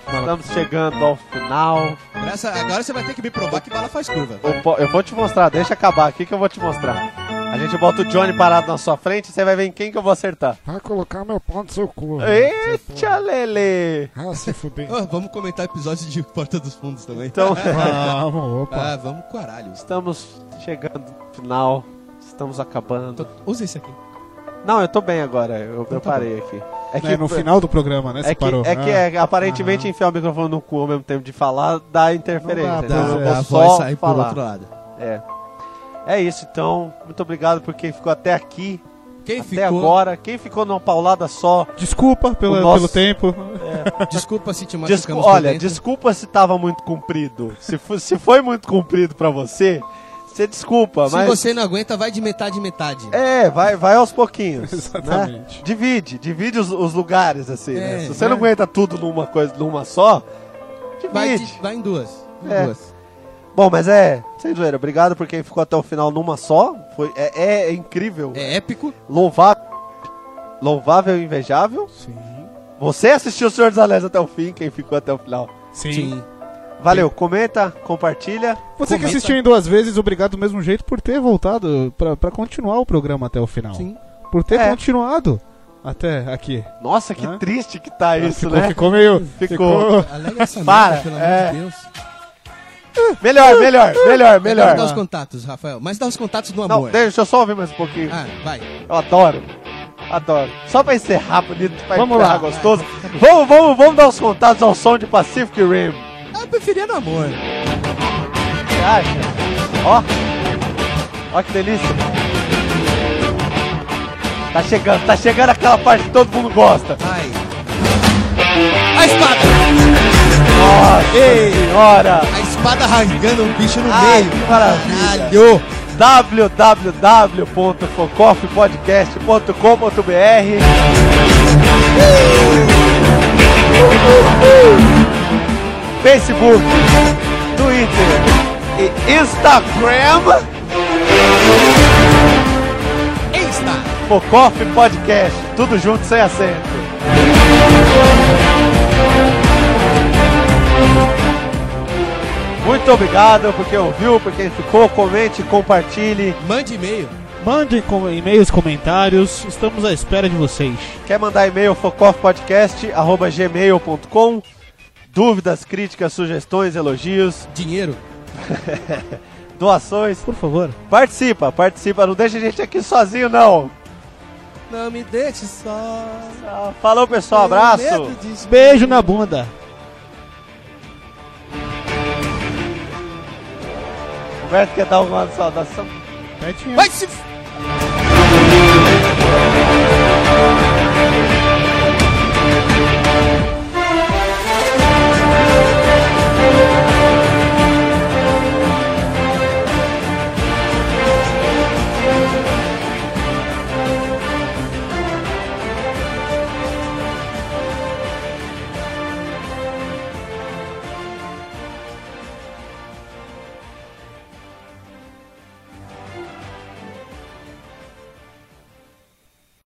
Estamos chegando ao final.
Graça- agora você vai ter que me provar que bala faz curva.
Eu po- Eu vou te mostrar, deixa acabar aqui que eu vou te mostrar. A gente bota o Johnny parado na sua frente, você vai ver em quem que eu vou acertar.
Vai colocar meu pau no seu cu. né?
Eita, Lele!
Ah, se fuder.
Ah, vamos comentar episódio de Porta dos Fundos também.
Então,
*laughs*
*laughs*
Vamos, opa.
Ah, vamos caralho.
estamos chegando no final, estamos acabando.
Então, Usa esse aqui.
Não, eu tô bem agora, eu preparei aqui. É
É no final do programa, né?
É
Você
que,
parou.
é que
Ah.
é, aparentemente
Ah.
enfiar o microfone no cu ao mesmo tempo de falar dá interferência.
Não dá,
então
dá,
eu
é,
vou
Ah, a
só
voz sai por
falar.
outro lado.
É. É isso, então. Muito obrigado por quem ficou até aqui,
Quem
até
ficou,
agora. Quem ficou numa paulada só,
Desculpa pela-
O nosso-
pelo tempo.
desculpa se te machucamos
Descu-
por
olha,
dentro.
desculpa se tava muito comprido. Se, fo- se foi muito comprido pra você, você desculpa,
Se
mas.
você não aguenta, vai de metade em metade.
É, vai, vai aos pouquinhos. né?
Exatamente.
Divide, divide os, os lugares, assim, né?
É,
Se você
né?
não aguenta tudo numa coisa, numa só,
Vai,
divide.
de- vai em duas. Em
É.
duas.
Bom, mas é, sem zoeira, obrigado por quem ficou até o final numa só. Foi, é, é- é incrível.
É épico.
Louvável. Louvável e invejável.
Sim.
Você assistiu o Senhor dos Anéis até o fim, quem ficou até o final.
Sim.
Sim.
Valeu, comenta, compartilha.
Você que
Comenta.
assistiu em duas vezes, obrigado do mesmo jeito por ter voltado pra, pra continuar o programa até o final.
Sim.
Por ter
É.
continuado até aqui.
Nossa, que
Hã?
triste que tá isso,
ficou,
né?
ficou meio.
Ficou.
Alegra essa
Para,
merda, pelo
é.
amor de Deus.
Melhor, melhor, melhor, melhor.
Dá os contatos, Rafael. Mas dá os contatos do
Não,
amor.
deixa eu só ouvir mais um pouquinho.
Ah, vai.
Eu adoro. Adoro. Só pra encerrar bonito, pra
Vamos
encerrar
lá.
gostoso. Vamos, vamos, vamos dar os contatos ao som de Pacific Rim.
Eu preferia no amor.
Você acha? Ó. Ó que delícia. Tá chegando, tá chegando aquela parte que todo mundo gosta.
Vai. A espada!
Nossa senhora.
A espada rasgando um bicho no
Ai,
meio.
que maravilha.
Caralho.
www.focofpodcast.com.br Facebook, Twitter e Instagram
Insta.
Focoff Podcast, tudo junto sem acento. Muito obrigado por quem ouviu, por quem ficou, comente, compartilhe.
Mande e-mail.
Mandem com- e-mails, comentários. Estamos à espera de vocês.
Quer mandar e-mail focoffpodcast@gmail.com? Dúvidas, críticas, sugestões, elogios,
*laughs* Dinheiro.
*laughs* doações.
Por favor.
Participa, participa, não deixa a gente aqui sozinho não.
Não me deixe só.
Ah, Falou pessoal, abraço.
Medo de-
Beijo na bunda.
Roberto quer dar alguma saudação?
Petinha.
Vai se. f-